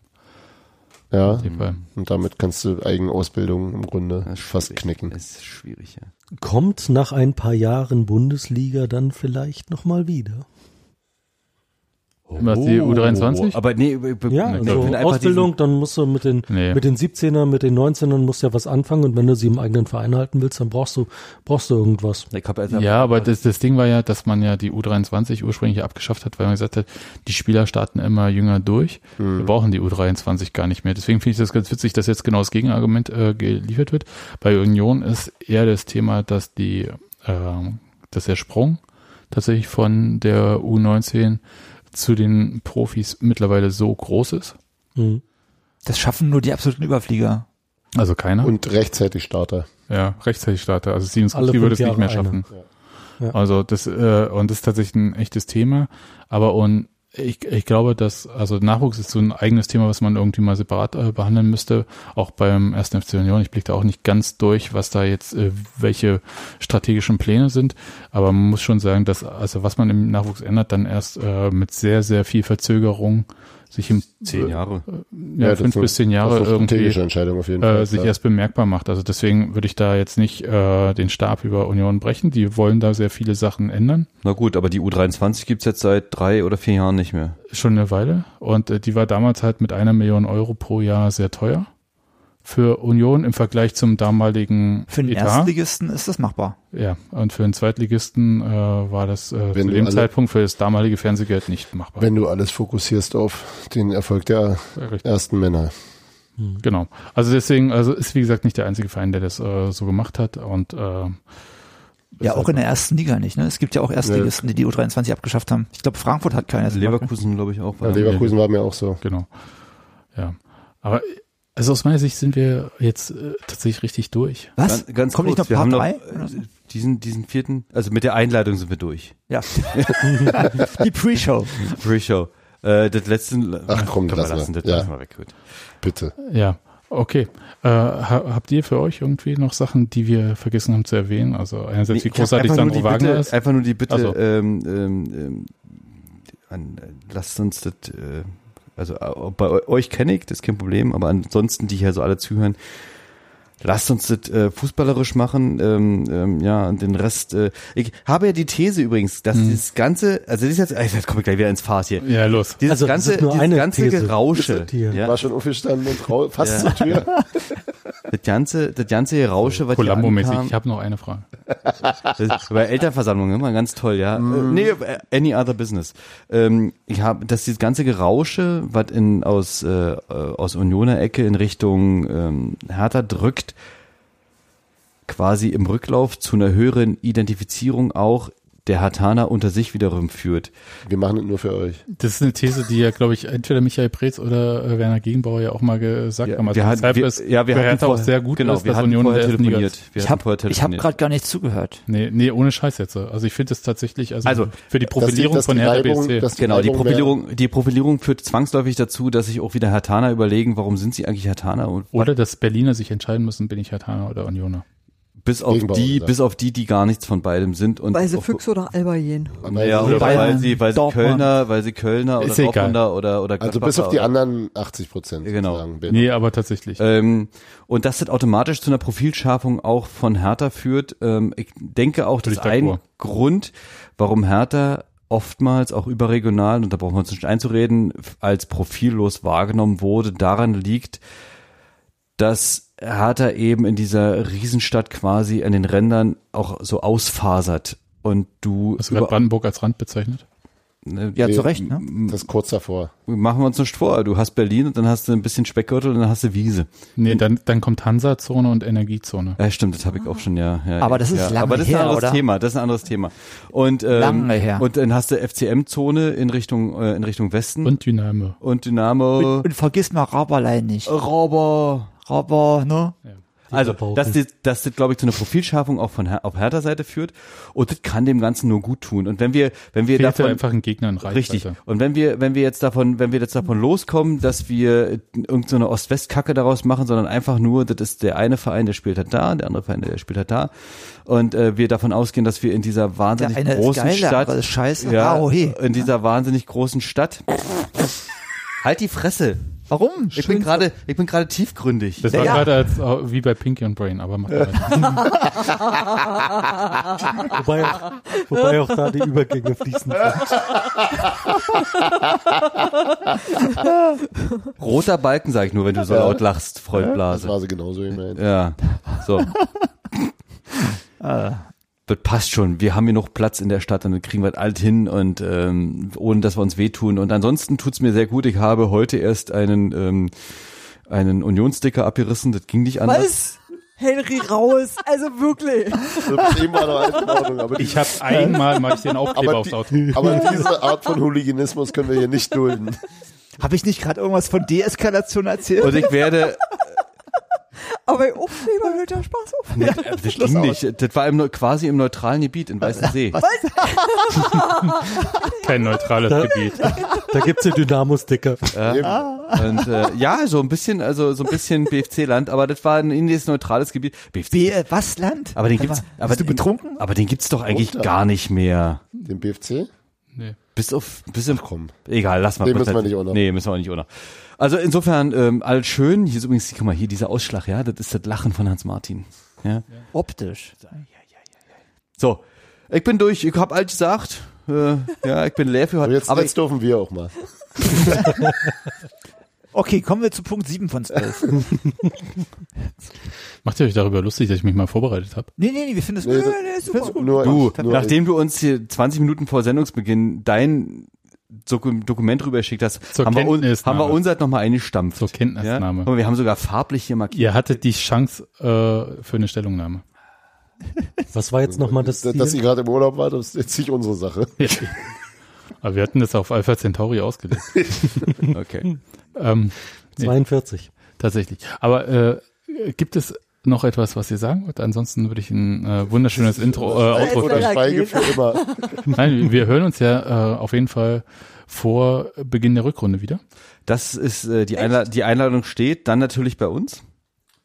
Speaker 5: Ja,
Speaker 1: Auf jeden Fall.
Speaker 5: und damit kannst du Eigenausbildung im Grunde
Speaker 4: Das ist
Speaker 5: fast
Speaker 4: schwierig.
Speaker 5: knicken.
Speaker 4: Das ist schwierig, ja.
Speaker 3: Kommt nach ein paar Jahren Bundesliga dann vielleicht nochmal wieder.
Speaker 1: Was,
Speaker 5: Oh.
Speaker 1: die U23?
Speaker 4: Aber nee, be- be-
Speaker 3: Ja,
Speaker 4: ich
Speaker 3: also
Speaker 4: glaub, wenn einfach
Speaker 3: Ausbildung, dann musst du mit den,
Speaker 1: Nee.
Speaker 3: mit den 17ern, mit den 19ern musst du ja was anfangen und wenn du sie im eigenen Verein halten willst, dann brauchst du, brauchst du irgendwas.
Speaker 4: Diesen, ich hab also,
Speaker 1: Ja, aber das, das Ding war ja, dass man ja die U23 ursprünglich abgeschafft hat, weil man gesagt hat, die Spieler starten immer jünger durch. Wir brauchen die U23 gar nicht mehr. Deswegen finde ich das ganz witzig, dass jetzt genau das Gegenargument äh, geliefert wird. Bei Union ist eher das Thema, dass die, ähm, dass der Sprung tatsächlich von der U19 zu den Profis mittlerweile so groß ist.
Speaker 3: Mhm.
Speaker 6: Das schaffen nur die absoluten Überflieger.
Speaker 1: Also keiner.
Speaker 5: Und rechtzeitig Starter.
Speaker 1: Ja, rechtzeitig starte. Also Stevens
Speaker 3: Alle
Speaker 1: Alle
Speaker 3: fünf
Speaker 1: würde es nicht
Speaker 3: Jahre
Speaker 1: mehr
Speaker 3: einer.
Speaker 1: schaffen.
Speaker 3: Ja. Ja.
Speaker 1: Also das äh, und das ist tatsächlich ein echtes Thema. Aber und ich, ich glaube, dass also Nachwuchs ist so ein eigenes Thema, was man irgendwie mal separat äh, behandeln müsste. Auch beim ersten FC Union. Ich blicke da auch nicht ganz durch, was da jetzt äh, welche strategischen Pläne sind. Aber man muss schon sagen, dass also was man im Nachwuchs ändert, dann erst äh, mit sehr sehr viel Verzögerung sich im
Speaker 4: zehn Jahre.
Speaker 1: ja,
Speaker 5: das
Speaker 1: fünf
Speaker 5: ist-
Speaker 1: bis zehn Jahre
Speaker 5: das ist eine
Speaker 1: irgendwie
Speaker 5: strategische Entscheidung auf jeden
Speaker 1: äh,
Speaker 5: Fall.
Speaker 1: sich
Speaker 5: ja.
Speaker 1: erst bemerkbar macht. Also deswegen würde ich da jetzt nicht äh, den Stab über Union brechen. Die wollen da sehr viele Sachen ändern.
Speaker 4: Na gut, aber die U23 gibt's jetzt seit drei oder vier Jahren nicht mehr.
Speaker 1: Schon eine Weile. Und äh, die war damals halt mit einer Million Euro pro Jahr sehr teuer. Für Union im Vergleich zum damaligen
Speaker 6: Für den
Speaker 1: Etat.
Speaker 6: Erstligisten ist das machbar.
Speaker 1: Ja, und für den Zweitligisten äh, war das äh,
Speaker 5: Wenn
Speaker 1: zu
Speaker 5: du
Speaker 1: dem
Speaker 5: alle-
Speaker 1: Zeitpunkt für das damalige Fernsehgeld nicht machbar.
Speaker 5: Wenn du alles fokussierst auf den Erfolg der
Speaker 1: Äh, richtig.
Speaker 5: ersten Männer.
Speaker 1: Genau. Also deswegen, also ist wie gesagt nicht der einzige Verein, der das äh, so gemacht hat. Und äh,
Speaker 6: Ja, auch in der ersten Liga nicht. Ne? Es gibt ja auch Erstligisten, die die U23 abgeschafft haben. Ich glaube, Frankfurt hat keine.
Speaker 4: Also Leverkusen, glaube ich, auch.
Speaker 5: Ja,
Speaker 4: war-
Speaker 5: Leverkusen war mir auch so.
Speaker 1: Genau. Ja. Aber also aus meiner Sicht sind wir jetzt äh, tatsächlich richtig durch.
Speaker 6: Was?
Speaker 4: Ganz, ganz
Speaker 6: Kommt
Speaker 4: kurz,
Speaker 6: nicht noch
Speaker 4: wir
Speaker 6: Part
Speaker 4: haben
Speaker 6: 3?
Speaker 4: noch äh, diesen, diesen vierten, also mit der Einleitung sind wir durch.
Speaker 6: ja. die Pre-Show.
Speaker 4: Pre-Show. Äh, das letzte.
Speaker 5: Ach komm,
Speaker 4: können wir
Speaker 5: lass mal.
Speaker 4: lassen, das
Speaker 5: Ja.
Speaker 4: lassen wir weg. Gut.
Speaker 5: Bitte.
Speaker 1: Ja. Okay. Äh, ha habt ihr für euch irgendwie noch Sachen, die wir vergessen haben zu erwähnen? Also einerseits, wie
Speaker 4: ich hab
Speaker 1: großartig
Speaker 4: einfach nur
Speaker 1: Sandro
Speaker 4: die
Speaker 1: Wagner
Speaker 4: Bitte,
Speaker 1: ist.
Speaker 4: Einfach nur die Bitte,
Speaker 1: Ach so.
Speaker 4: ähm, ähm, ähm, an, äh, lasst uns das, äh, also äh, bei eu- euch kenne ich, das ist kein Problem, aber ansonsten, die hier so alle zuhören, lasst uns das äh, fußballerisch machen, ähm, ähm, ja, und den Rest, äh, ich habe ja die These übrigens, dass
Speaker 1: Mhm.
Speaker 4: dieses ganze, also das ist jetzt, äh, jetzt komme ich gleich wieder ins Fahrt hier,
Speaker 1: Ja, los.
Speaker 4: dieses
Speaker 3: Also, das
Speaker 4: ganze,
Speaker 3: ist nur
Speaker 4: dieses
Speaker 3: eine
Speaker 4: ganze
Speaker 3: These.
Speaker 4: Gerausche,
Speaker 3: Das ist die-
Speaker 4: ja,
Speaker 5: War schon aufgestanden und rau- fast zur Tür.
Speaker 4: das ganze, das ganze Gerausche, was hier
Speaker 1: Columbo-mäßig.
Speaker 4: ankam,
Speaker 1: Ich habe noch eine Frage.
Speaker 4: Das ist bei Elternversammlungen immer ganz toll, ja.
Speaker 3: Mhm.
Speaker 4: Mm. Nee, äh, any other business. Ähm, ich habe, dass dieses ganze Gerausche, was in aus äh, äh, aus Unioner Ecke in Richtung ähm, Hertha drückt, quasi im Rücklauf zu einer höheren Identifizierung auch der Hertaner unter sich wiederum führt.
Speaker 5: Wir machen es nur für euch.
Speaker 1: Das ist eine These, die ja, glaube ich, entweder Michael Preetz oder äh, Werner Gegenbauer ja auch mal gesagt haben. Also
Speaker 4: hatten-
Speaker 1: deshalb ist
Speaker 4: ja, wir
Speaker 1: für
Speaker 4: hatten
Speaker 1: Hertha auch
Speaker 4: vorher-
Speaker 1: sehr gut,
Speaker 4: genau,
Speaker 1: ist,
Speaker 4: wir
Speaker 1: dass
Speaker 4: hatten
Speaker 1: Union in
Speaker 4: vorher
Speaker 1: der ersten Liga ist.
Speaker 4: telefoniert. Wir
Speaker 6: Ich
Speaker 4: hatten vorher
Speaker 6: habe hab
Speaker 4: telefoniert.
Speaker 6: gerade gar nicht zugehört.
Speaker 1: Nee, nee, ohne Scheiß jetzt. Also ich finde das tatsächlich, also,
Speaker 4: Also,
Speaker 1: für die Profilierung
Speaker 5: dass die, dass
Speaker 1: von
Speaker 5: die
Speaker 1: Hertha
Speaker 5: Reibung-
Speaker 1: BSC.
Speaker 5: dass
Speaker 4: Genau, die
Speaker 5: Reibung
Speaker 4: Profilierung, die Profilierung führt zwangsläufig dazu, dass sich auch wieder Hertaner überlegen, warum sind sie eigentlich Hertaner und
Speaker 1: halt Oder dass Berliner sich entscheiden müssen, bin ich Herthaner oder Unioner.
Speaker 4: Bis auf
Speaker 5: Gegenbauer
Speaker 4: die,
Speaker 5: gesagt.
Speaker 4: bis auf die, die gar nichts von beidem sind und
Speaker 2: Weil sie
Speaker 4: auf-
Speaker 2: Füchse Also oder Alba gehen.
Speaker 4: ja,
Speaker 5: Also-
Speaker 4: oder
Speaker 6: Bayern,
Speaker 4: weil sie, weil sie
Speaker 6: Dortmund.
Speaker 4: Kölner, weil sie Kölner oder
Speaker 1: Ist egal.
Speaker 4: Dortmunder oder oder
Speaker 5: also
Speaker 4: Gladbacher
Speaker 5: bis auf die
Speaker 4: oder-
Speaker 5: anderen 80 Prozent.
Speaker 4: Genau.
Speaker 1: Nee, aber tatsächlich.
Speaker 4: Ähm, und das hat automatisch zu einer Profilschärfung auch von Hertha führt. Ähm, ich denke auch,
Speaker 1: Bin
Speaker 4: dass
Speaker 1: ich
Speaker 4: ein
Speaker 1: d'accord.
Speaker 4: Grund, warum Hertha oftmals auch überregional, und da brauchen wir uns nicht einzureden, f- als profillos wahrgenommen wurde, daran liegt, dass Hertha eben in dieser Riesenstadt quasi an den Rändern auch so ausfasert. Und du,
Speaker 1: Hast du gerade
Speaker 4: über-
Speaker 1: Brandenburg als Rand bezeichnet?
Speaker 4: ja, zu
Speaker 5: Nee,
Speaker 4: Recht, ne?
Speaker 5: Das ist kurz davor.
Speaker 4: machen wir uns nicht vor. Du hast Berlin und dann hast du ein bisschen Speckgürtel und dann hast du Wiese.
Speaker 1: Nee, dann, dann kommt Hansa-Zone und Energiezone.
Speaker 4: Ja, stimmt, das habe ich auch schon, ja. ja
Speaker 6: Aber das ist
Speaker 4: ja.
Speaker 6: lange
Speaker 4: Aber das ist
Speaker 6: her,
Speaker 4: ein anderes
Speaker 6: oder?
Speaker 4: Thema, das ist ein anderes Thema. Und, ähm,
Speaker 6: Lange her.
Speaker 4: Und dann hast du FCM-Zone in Richtung, äh, in Richtung Westen
Speaker 1: Und Dynamo.
Speaker 4: und Dynamo,
Speaker 6: Und, und vergiss mal Raberlei nicht.
Speaker 4: Robber.
Speaker 6: Raber, ne?
Speaker 4: Also,
Speaker 3: Rabauken.
Speaker 4: dass das, das, das glaube ich, zu einer Profilschärfung auch von Her auf härter Seite führt. Und das kann dem Ganzen nur gut tun. Und wenn wir, wenn wir
Speaker 1: Fehlt dir
Speaker 4: davon,
Speaker 1: einfach ein Gegner in Reichweite.
Speaker 4: Richtig. Und wenn wir, wenn wir jetzt davon, wenn wir jetzt davon loskommen, dass wir irgendeine Ost-West-Kacke daraus machen, sondern einfach nur, das ist der eine Verein, der spielt halt da, der andere Verein, der spielt halt da. Und äh, wir davon ausgehen, dass wir in dieser wahnsinnig
Speaker 6: Der eine ist
Speaker 4: großen
Speaker 6: geil, der
Speaker 4: Stadt.
Speaker 6: andere ist scheiße.
Speaker 4: Ja,
Speaker 6: Ah, oh, hey.
Speaker 4: In dieser wahnsinnig großen Stadt. halt die Fresse.
Speaker 6: Warum?
Speaker 4: Ich bin gerade, ich bin gerade tiefgründig.
Speaker 1: Das war gerade als, wie bei Pinky und Brain, aber macht weiter.
Speaker 3: Wobei auch, wobei auch da die Übergänge fließen.
Speaker 4: Roter Balken, sag ich nur, wenn du so
Speaker 5: Ja.
Speaker 4: laut lachst,
Speaker 5: Das
Speaker 4: Vollblase.
Speaker 5: war sie genauso. Ich meine.
Speaker 4: Also- Ja, so.
Speaker 6: Ah.
Speaker 4: Das passt schon. Wir haben hier noch Platz in der Stadt und dann kriegen wir das alt hin und ähm, ohne dass wir uns wehtun. Und ansonsten tut's mir sehr gut. Ich habe heute erst einen, ähm, einen Unionssticker abgerissen. Das ging nicht anders.
Speaker 2: Was? Henry raus, also wirklich.
Speaker 5: Das eben war noch alles in Ordnung, aber die-
Speaker 1: Ich habe einmal mal ich den Aufkleber
Speaker 5: aber,
Speaker 1: aufs Auto.
Speaker 5: die, aber diese Art von Hooliganismus können wir hier nicht dulden.
Speaker 6: Habe ich nicht gerade irgendwas von Deeskalation erzählt?
Speaker 4: Und ich werde,
Speaker 2: Aber im Aufkleber hört der Spaß Oh, auf.
Speaker 4: nee, das ging nicht. Das war im, Neu- quasi im neutralen Gebiet in Weißensee.
Speaker 1: Kein neutrales Gebiet.
Speaker 3: Da gibt's den Dynamo-Sticker.
Speaker 5: Eben.
Speaker 4: Und äh, ja, so ein bisschen, also so ein bisschen BFC-Land, aber das war ein indies neutrales Gebiet. BFC.
Speaker 6: B äh, was Land?
Speaker 4: Aber den gibt's, aber
Speaker 6: bist du
Speaker 4: den-
Speaker 6: betrunken?
Speaker 4: Aber den gibt's doch eigentlich gar nicht mehr.
Speaker 5: Den BFC?
Speaker 1: Nee.
Speaker 4: Bis auf, bis im
Speaker 5: Komm.
Speaker 4: Egal, lass mal.
Speaker 5: Den
Speaker 4: kurz
Speaker 5: müssen wir
Speaker 4: halt-
Speaker 5: nicht ohne.
Speaker 4: Nee, müssen wir auch nicht ohne. Also insofern, ähm, alles schön. Hier ist übrigens, guck mal, hier dieser Ausschlag, ja, das ist das Lachen von Hans Martin. Ja.
Speaker 6: Optisch.
Speaker 4: So, ich bin durch, ich hab alt gesagt. Äh, ja, ich bin leer für
Speaker 5: Aber
Speaker 4: heute.
Speaker 5: jetzt,
Speaker 4: Aber
Speaker 5: jetzt dürfen wir auch mal.
Speaker 6: Okay, kommen wir zu Punkt 7 von 12.
Speaker 1: Macht ihr euch darüber lustig, dass ich mich mal vorbereitet habe?
Speaker 6: nee, nee, nee, wir finden es
Speaker 5: Nee,
Speaker 6: gut.
Speaker 5: das-
Speaker 6: Nee, nee, ist super.
Speaker 5: Nur,
Speaker 4: du,
Speaker 5: nur
Speaker 4: nachdem du uns hier 20 Minuten vor Sendungsbeginn dein Doku- Dokument rübergeschickt hast,
Speaker 1: Zur
Speaker 4: haben wir, uns, haben
Speaker 1: Kenntnisnahme.
Speaker 4: wir unser nochmal eingestampft.
Speaker 1: Zur Kenntnisnahme.
Speaker 4: Ja? Guck mal, Wir haben sogar farblich hier markiert.
Speaker 1: Ihr hattet die Chance äh, für eine Stellungnahme.
Speaker 3: Was war jetzt nochmal das
Speaker 5: dass, dass ihr
Speaker 3: Ziel?
Speaker 5: gerade im Urlaub war, das ist jetzt nicht unsere Sache.
Speaker 1: Aber wir hatten das auf Alpha Centauri ausgelegt.
Speaker 4: Okay.
Speaker 1: Ähm,
Speaker 3: 42.
Speaker 1: tatsächlich. Aber äh, gibt es noch etwas, was ihr sagen wollt? Ansonsten würde ich ein äh, wunderschönes Intro äh, Outro
Speaker 5: Oder
Speaker 1: finden.
Speaker 5: Schweige für immer.
Speaker 1: Nein, wir hören uns ja äh, auf jeden Fall vor Beginn der Rückrunde wieder.
Speaker 4: Das ist äh, die, Einla die Einladung steht, dann natürlich bei uns.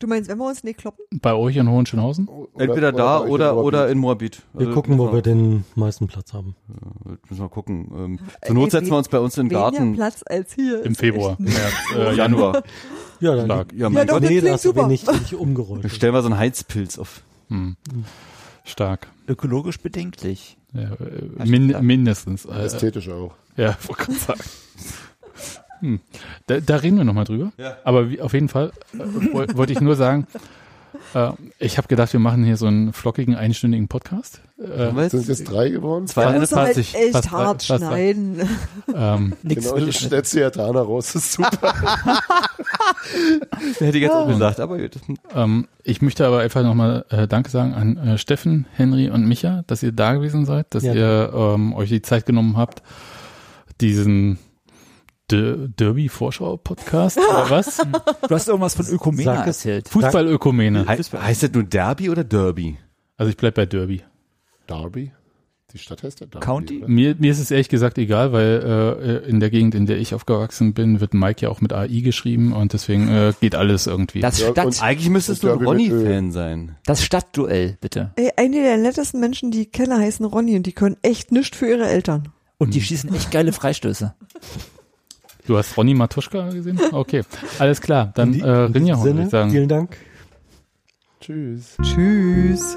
Speaker 2: Du meinst, wenn wir uns nicht kloppen?
Speaker 1: Bei euch in Hohenschönhausen.
Speaker 5: Oh,
Speaker 4: Entweder da
Speaker 5: bei euch
Speaker 4: oder,
Speaker 5: im Urlaub.
Speaker 4: oder in Moabit.
Speaker 3: Wir
Speaker 4: Also
Speaker 3: gucken, wo
Speaker 4: müssen
Speaker 3: wir den meisten Platz haben.
Speaker 4: Müssen wir gucken. Ähm, zur Not setzen wir uns bei uns in den
Speaker 2: Weniger
Speaker 4: Garten.
Speaker 2: Platz als hier.
Speaker 1: Im
Speaker 2: Ist echt
Speaker 1: Februar,
Speaker 2: ein
Speaker 1: März, äh, Januar.
Speaker 3: Ja, dann
Speaker 1: Stark.
Speaker 4: Ja,
Speaker 2: Ja,
Speaker 4: mein
Speaker 2: doch,
Speaker 4: Gott.
Speaker 2: das
Speaker 3: nee,
Speaker 2: klingt
Speaker 3: da hast du
Speaker 2: super.
Speaker 3: mir nicht, nicht
Speaker 4: Dann
Speaker 3: umgerollt.
Speaker 4: stellen wir so einen Heizpilz auf.
Speaker 1: Stark.
Speaker 6: Ökologisch bedenklich.
Speaker 1: Ja, äh, min mindestens. Äh,
Speaker 5: Ästhetisch auch.
Speaker 1: ja, wollte gerade sagen. Hm. Da, da reden wir nochmal drüber. Aber wie, auf jeden Fall äh, woll- wollte ich nur sagen, äh, ich habe gedacht, wir machen hier so einen flockigen, einstündigen Podcast. Äh,
Speaker 4: Haben wir
Speaker 5: Sind es
Speaker 4: jetzt
Speaker 5: jetzt drei geworden?
Speaker 2: Da
Speaker 4: zwei,
Speaker 2: musst du halt
Speaker 1: 21,
Speaker 2: echt
Speaker 1: fast drei-
Speaker 2: hart
Speaker 1: fast drei.
Speaker 2: schneiden.
Speaker 1: ähm,
Speaker 6: Nix
Speaker 5: Genau,
Speaker 6: mit
Speaker 5: ich stellst du ja Tana raus. Das ist super.
Speaker 4: hätte ich jetzt auch gesagt, aber gut.
Speaker 1: Ähm, ich möchte aber einfach nochmal äh, Danke sagen an äh, Steffen, Henry und Micha, dass ihr da gewesen seid, dass
Speaker 3: Ja.
Speaker 1: ihr ähm, euch die Zeit genommen habt, diesen Der Derby-Vorschau-Podcast oder was?
Speaker 6: Du hast irgendwas von Ökumene
Speaker 3: Sag es.
Speaker 6: erzählt.
Speaker 1: Fußballökumene.
Speaker 4: He heißt das nur Derby oder Derby?
Speaker 1: Also ich bleib bei Derby.
Speaker 5: Derby? Die Stadt heißt ja Dundee.
Speaker 6: County?
Speaker 5: oder?
Speaker 1: Mir, mir ist es ehrlich gesagt egal, weil äh, in der Gegend, in der ich aufgewachsen bin, wird Mike ja auch mit AI geschrieben und deswegen äh, geht alles irgendwie.
Speaker 6: Das,
Speaker 5: Ja,
Speaker 6: Stadt,
Speaker 5: und-
Speaker 4: Eigentlich müsstest du
Speaker 5: Ich
Speaker 4: ein
Speaker 5: glaube, mit Öl.
Speaker 4: Ronny-Fan sein.
Speaker 6: das Stadtduell, bitte.
Speaker 2: Ey, eine der nettesten Menschen, die ich kenne, heißen Ronny und die können echt nichts für ihre Eltern.
Speaker 6: Und die schießen echt geile Freistöße.
Speaker 1: Du hast Ronny Matuschka gesehen? Okay, alles klar. Dann
Speaker 3: In die-
Speaker 1: äh, Rinja,
Speaker 3: in
Speaker 1: würde
Speaker 3: diesem
Speaker 1: ich
Speaker 3: Sinne,
Speaker 1: sagen.
Speaker 3: Vielen Dank.
Speaker 5: Tschüss.
Speaker 2: Tschüss.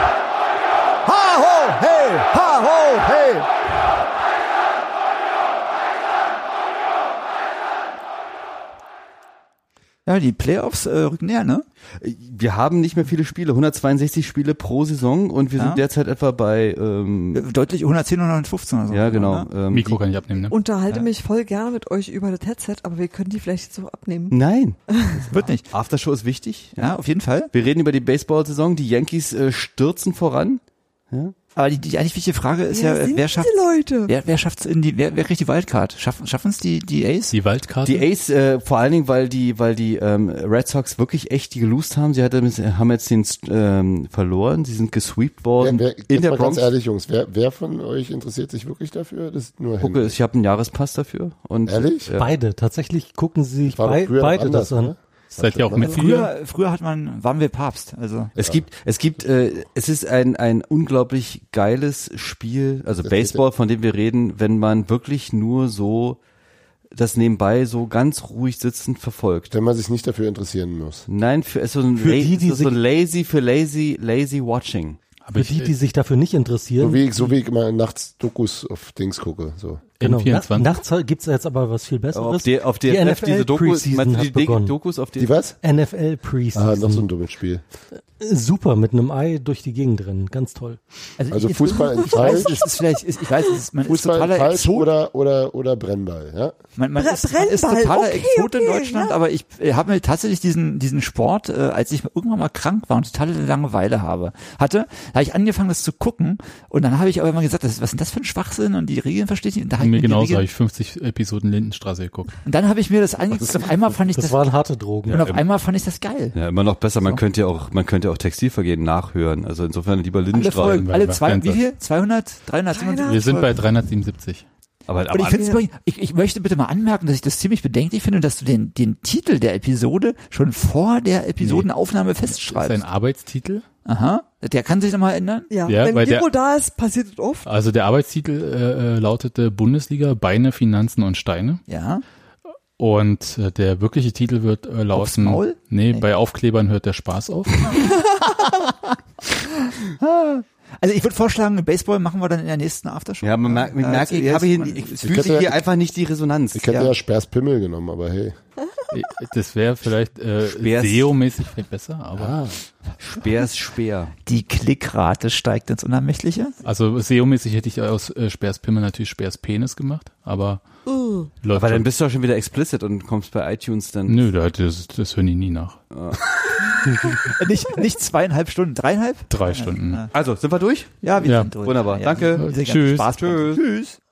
Speaker 4: Ha, ho, hey! Ha, ho, hey!
Speaker 6: Ja, die Playoffs äh, rücken näher, ne?
Speaker 4: Wir haben nicht mehr viele Spiele, 162 Spiele pro Saison und wir
Speaker 6: Ja.
Speaker 4: sind derzeit etwa bei, ähm,
Speaker 6: Deutlich 110 oder 115 oder so.
Speaker 4: ja genau.
Speaker 6: Ne?
Speaker 4: Ähm,
Speaker 1: Mikro kann ich abnehmen, ne?
Speaker 2: Unterhalte mich voll gerne mit euch über das Headset, aber wir können die vielleicht jetzt so abnehmen.
Speaker 4: Nein,
Speaker 6: Wird nicht.
Speaker 4: Aftershow ist wichtig.
Speaker 6: Ja, auf jeden Fall.
Speaker 4: Wir reden über die Baseball-Saison, die Yankees äh, stürzen voran.
Speaker 6: Aber die, die eigentlich wichtige Frage ist ja,
Speaker 2: Wer sind
Speaker 6: äh, wer schafft
Speaker 2: die Leute?
Speaker 6: wer, wer schafft's in die wer, wer kriegt die Wildcard? Schaffen schaffen es die die Ace?
Speaker 1: Die Waldkarte.
Speaker 4: Die Ace, äh, vor allen Dingen, weil die, weil die ähm, Red Sox wirklich echt die gelost haben. Sie hatten, haben jetzt den ähm, verloren. Sie sind gesweept
Speaker 5: Wer,
Speaker 4: worden.
Speaker 5: wer,
Speaker 4: in der Bronx.
Speaker 5: Ganz ehrlich, Jungs, wer, wer von euch interessiert sich wirklich dafür? Das ist nur
Speaker 4: Gucke,
Speaker 5: Henry.
Speaker 4: ich habe einen Jahrespass dafür. Und
Speaker 5: Ehrlich?
Speaker 4: Ja.
Speaker 3: Beide, tatsächlich gucken sie sich
Speaker 5: War doch
Speaker 3: bei,
Speaker 5: früher
Speaker 3: beide
Speaker 5: anders,
Speaker 3: das an.
Speaker 5: ne?
Speaker 1: Seid ihr auch mit vier?
Speaker 6: Früher früher hat man waren wir Papst, also
Speaker 4: Es gibt, es gibt, äh, es ist ein, ein unglaublich geiles Spiel, also
Speaker 5: Das
Speaker 4: Baseball, von dem wir reden, wenn man wirklich nur so das nebenbei so ganz ruhig sitzend verfolgt.
Speaker 5: Wenn man sich nicht dafür interessieren muss.
Speaker 4: Nein, für, es ist so ein,
Speaker 3: Für
Speaker 4: la-
Speaker 3: die, die
Speaker 4: es ist so
Speaker 3: sich-
Speaker 4: lazy, für lazy, lazy watching.
Speaker 1: Aber
Speaker 3: Für
Speaker 1: ich,
Speaker 3: die, die sich dafür nicht interessieren.
Speaker 5: So wie ich, so wie ich immer nachts Dokus auf Dings gucke. So.
Speaker 3: genau.
Speaker 1: N24.
Speaker 3: Na, nachts gibt's jetzt aber was viel
Speaker 4: Aber auf
Speaker 3: Besseres.
Speaker 4: der, auf der,
Speaker 3: die
Speaker 4: auf diese
Speaker 3: NFL
Speaker 4: Dokus,
Speaker 3: Preseason
Speaker 4: meinst du
Speaker 3: hat
Speaker 4: die Dig-
Speaker 3: begonnen.
Speaker 4: Dokus auf
Speaker 5: Die
Speaker 4: die,
Speaker 5: was?
Speaker 3: NFL
Speaker 5: Ah, noch so ein
Speaker 3: Preseason.
Speaker 5: dummes Spiel.
Speaker 3: Super, mit einem Ei durch die Gegend rennen. Ganz toll.
Speaker 5: Also
Speaker 6: ich-
Speaker 5: Fußball in
Speaker 6: Ich weiß,
Speaker 5: Falsch.
Speaker 6: es ist vielleicht ist, ich weiß, es ist, man
Speaker 5: Fußball
Speaker 6: ist totaler
Speaker 5: falsch
Speaker 6: Exot.
Speaker 5: oder, oder, oder Brennball. Ja?
Speaker 6: Man, man
Speaker 2: Bre-
Speaker 6: ist, man ist
Speaker 2: Brennball,
Speaker 6: totaler
Speaker 2: okay,
Speaker 6: Exot in
Speaker 2: okay,
Speaker 6: Deutschland,
Speaker 2: ja.
Speaker 6: aber ich äh, habe mir tatsächlich diesen, diesen Sport, äh, als ich irgendwann mal krank war und totale Langeweile habe, hatte, da habe ich angefangen, das zu gucken und dann habe ich aber immer gesagt, das, was ist denn das für ein Schwachsinn und die Regeln verstehe ich nicht. Und, da habe ich
Speaker 1: Mir
Speaker 6: mir die
Speaker 1: genauso habe
Speaker 6: Regeln,
Speaker 1: ich 50 Episoden Lindenstraße geguckt.
Speaker 6: und dann habe ich mir das angeguckt und auf einmal fand ich
Speaker 3: Das
Speaker 6: das, Genau,
Speaker 3: waren harte Drogen.
Speaker 6: und auf einmal fand ich das geil.
Speaker 4: ja, immer noch besser. Man könnte ja auch, man könnte ja auch Textilvergehen nachhören. Also insofern lieber
Speaker 6: Alle
Speaker 4: Lindenstraße.
Speaker 6: Folgen,
Speaker 1: weil
Speaker 6: alle
Speaker 1: wir
Speaker 6: zwei,
Speaker 1: Fans
Speaker 6: wie
Speaker 1: sind.
Speaker 6: viel? 200, 377?
Speaker 1: Wir sind bei 377.
Speaker 4: Aber,
Speaker 6: Und ich,
Speaker 4: aber
Speaker 6: find's übrigens, ich, ich möchte bitte mal anmerken, dass ich das ziemlich bedenklich finde, dass du den, den Titel der Episode schon vor der Episodenaufnahme
Speaker 1: Das ist ein
Speaker 6: festschreibst.
Speaker 1: Arbeitstitel.
Speaker 6: Aha, der kann sich nochmal ändern.
Speaker 2: Ja,
Speaker 1: Ja,
Speaker 2: wenn
Speaker 1: weil der-
Speaker 2: Gero da ist, passiert es oft.
Speaker 1: Also der Arbeitstitel äh, äh, lautete Bundesliga, Beine, Finanzen und Steine.
Speaker 6: Ja.
Speaker 1: Und äh, der wirkliche Titel wird äh, lauten.
Speaker 6: Aufs Maul?
Speaker 1: Nee, bei Aufklebern hört der Spaß auf.
Speaker 6: Also ich würde vorschlagen, Baseball machen wir dann in der nächsten Aftershow.
Speaker 4: ja, man merkt, man merkt
Speaker 6: Also
Speaker 4: ich
Speaker 6: jetzt-
Speaker 4: habe hier, ich fühle
Speaker 5: könnte-
Speaker 4: hier einfach nicht die Resonanz.
Speaker 5: Ich hätte
Speaker 6: Ja.
Speaker 5: ja, Sperrs Pimmel genommen, aber hey.
Speaker 1: Äh, Das wäre vielleicht äh,
Speaker 4: Speers.
Speaker 1: SEO-mäßig vielleicht besser, aber
Speaker 4: Speer ist Speer.
Speaker 6: Die Klickrate steigt ins Unermächtliche.
Speaker 1: also SEO-mäßig hätte ich aus äh, Speers Pimmel natürlich Speers Penis gemacht, aber läuft
Speaker 4: Aber dann
Speaker 1: schon.
Speaker 4: bist du ja schon wieder explicit und kommst bei iTunes dann.
Speaker 1: Nö, da- das, das hören die nie nach.
Speaker 6: Äh, nicht, nicht zweieinhalb Stunden, dreieinhalb?
Speaker 1: Drei Stunden.
Speaker 4: Also, sind wir durch?
Speaker 6: Ja, wir
Speaker 1: Ja.
Speaker 6: sind durch.
Speaker 4: Wunderbar.
Speaker 6: Ja,
Speaker 4: Danke.
Speaker 6: diese ganzen
Speaker 1: Tschüss.
Speaker 6: Spaß-
Speaker 4: Tschüss.
Speaker 6: Tschüss.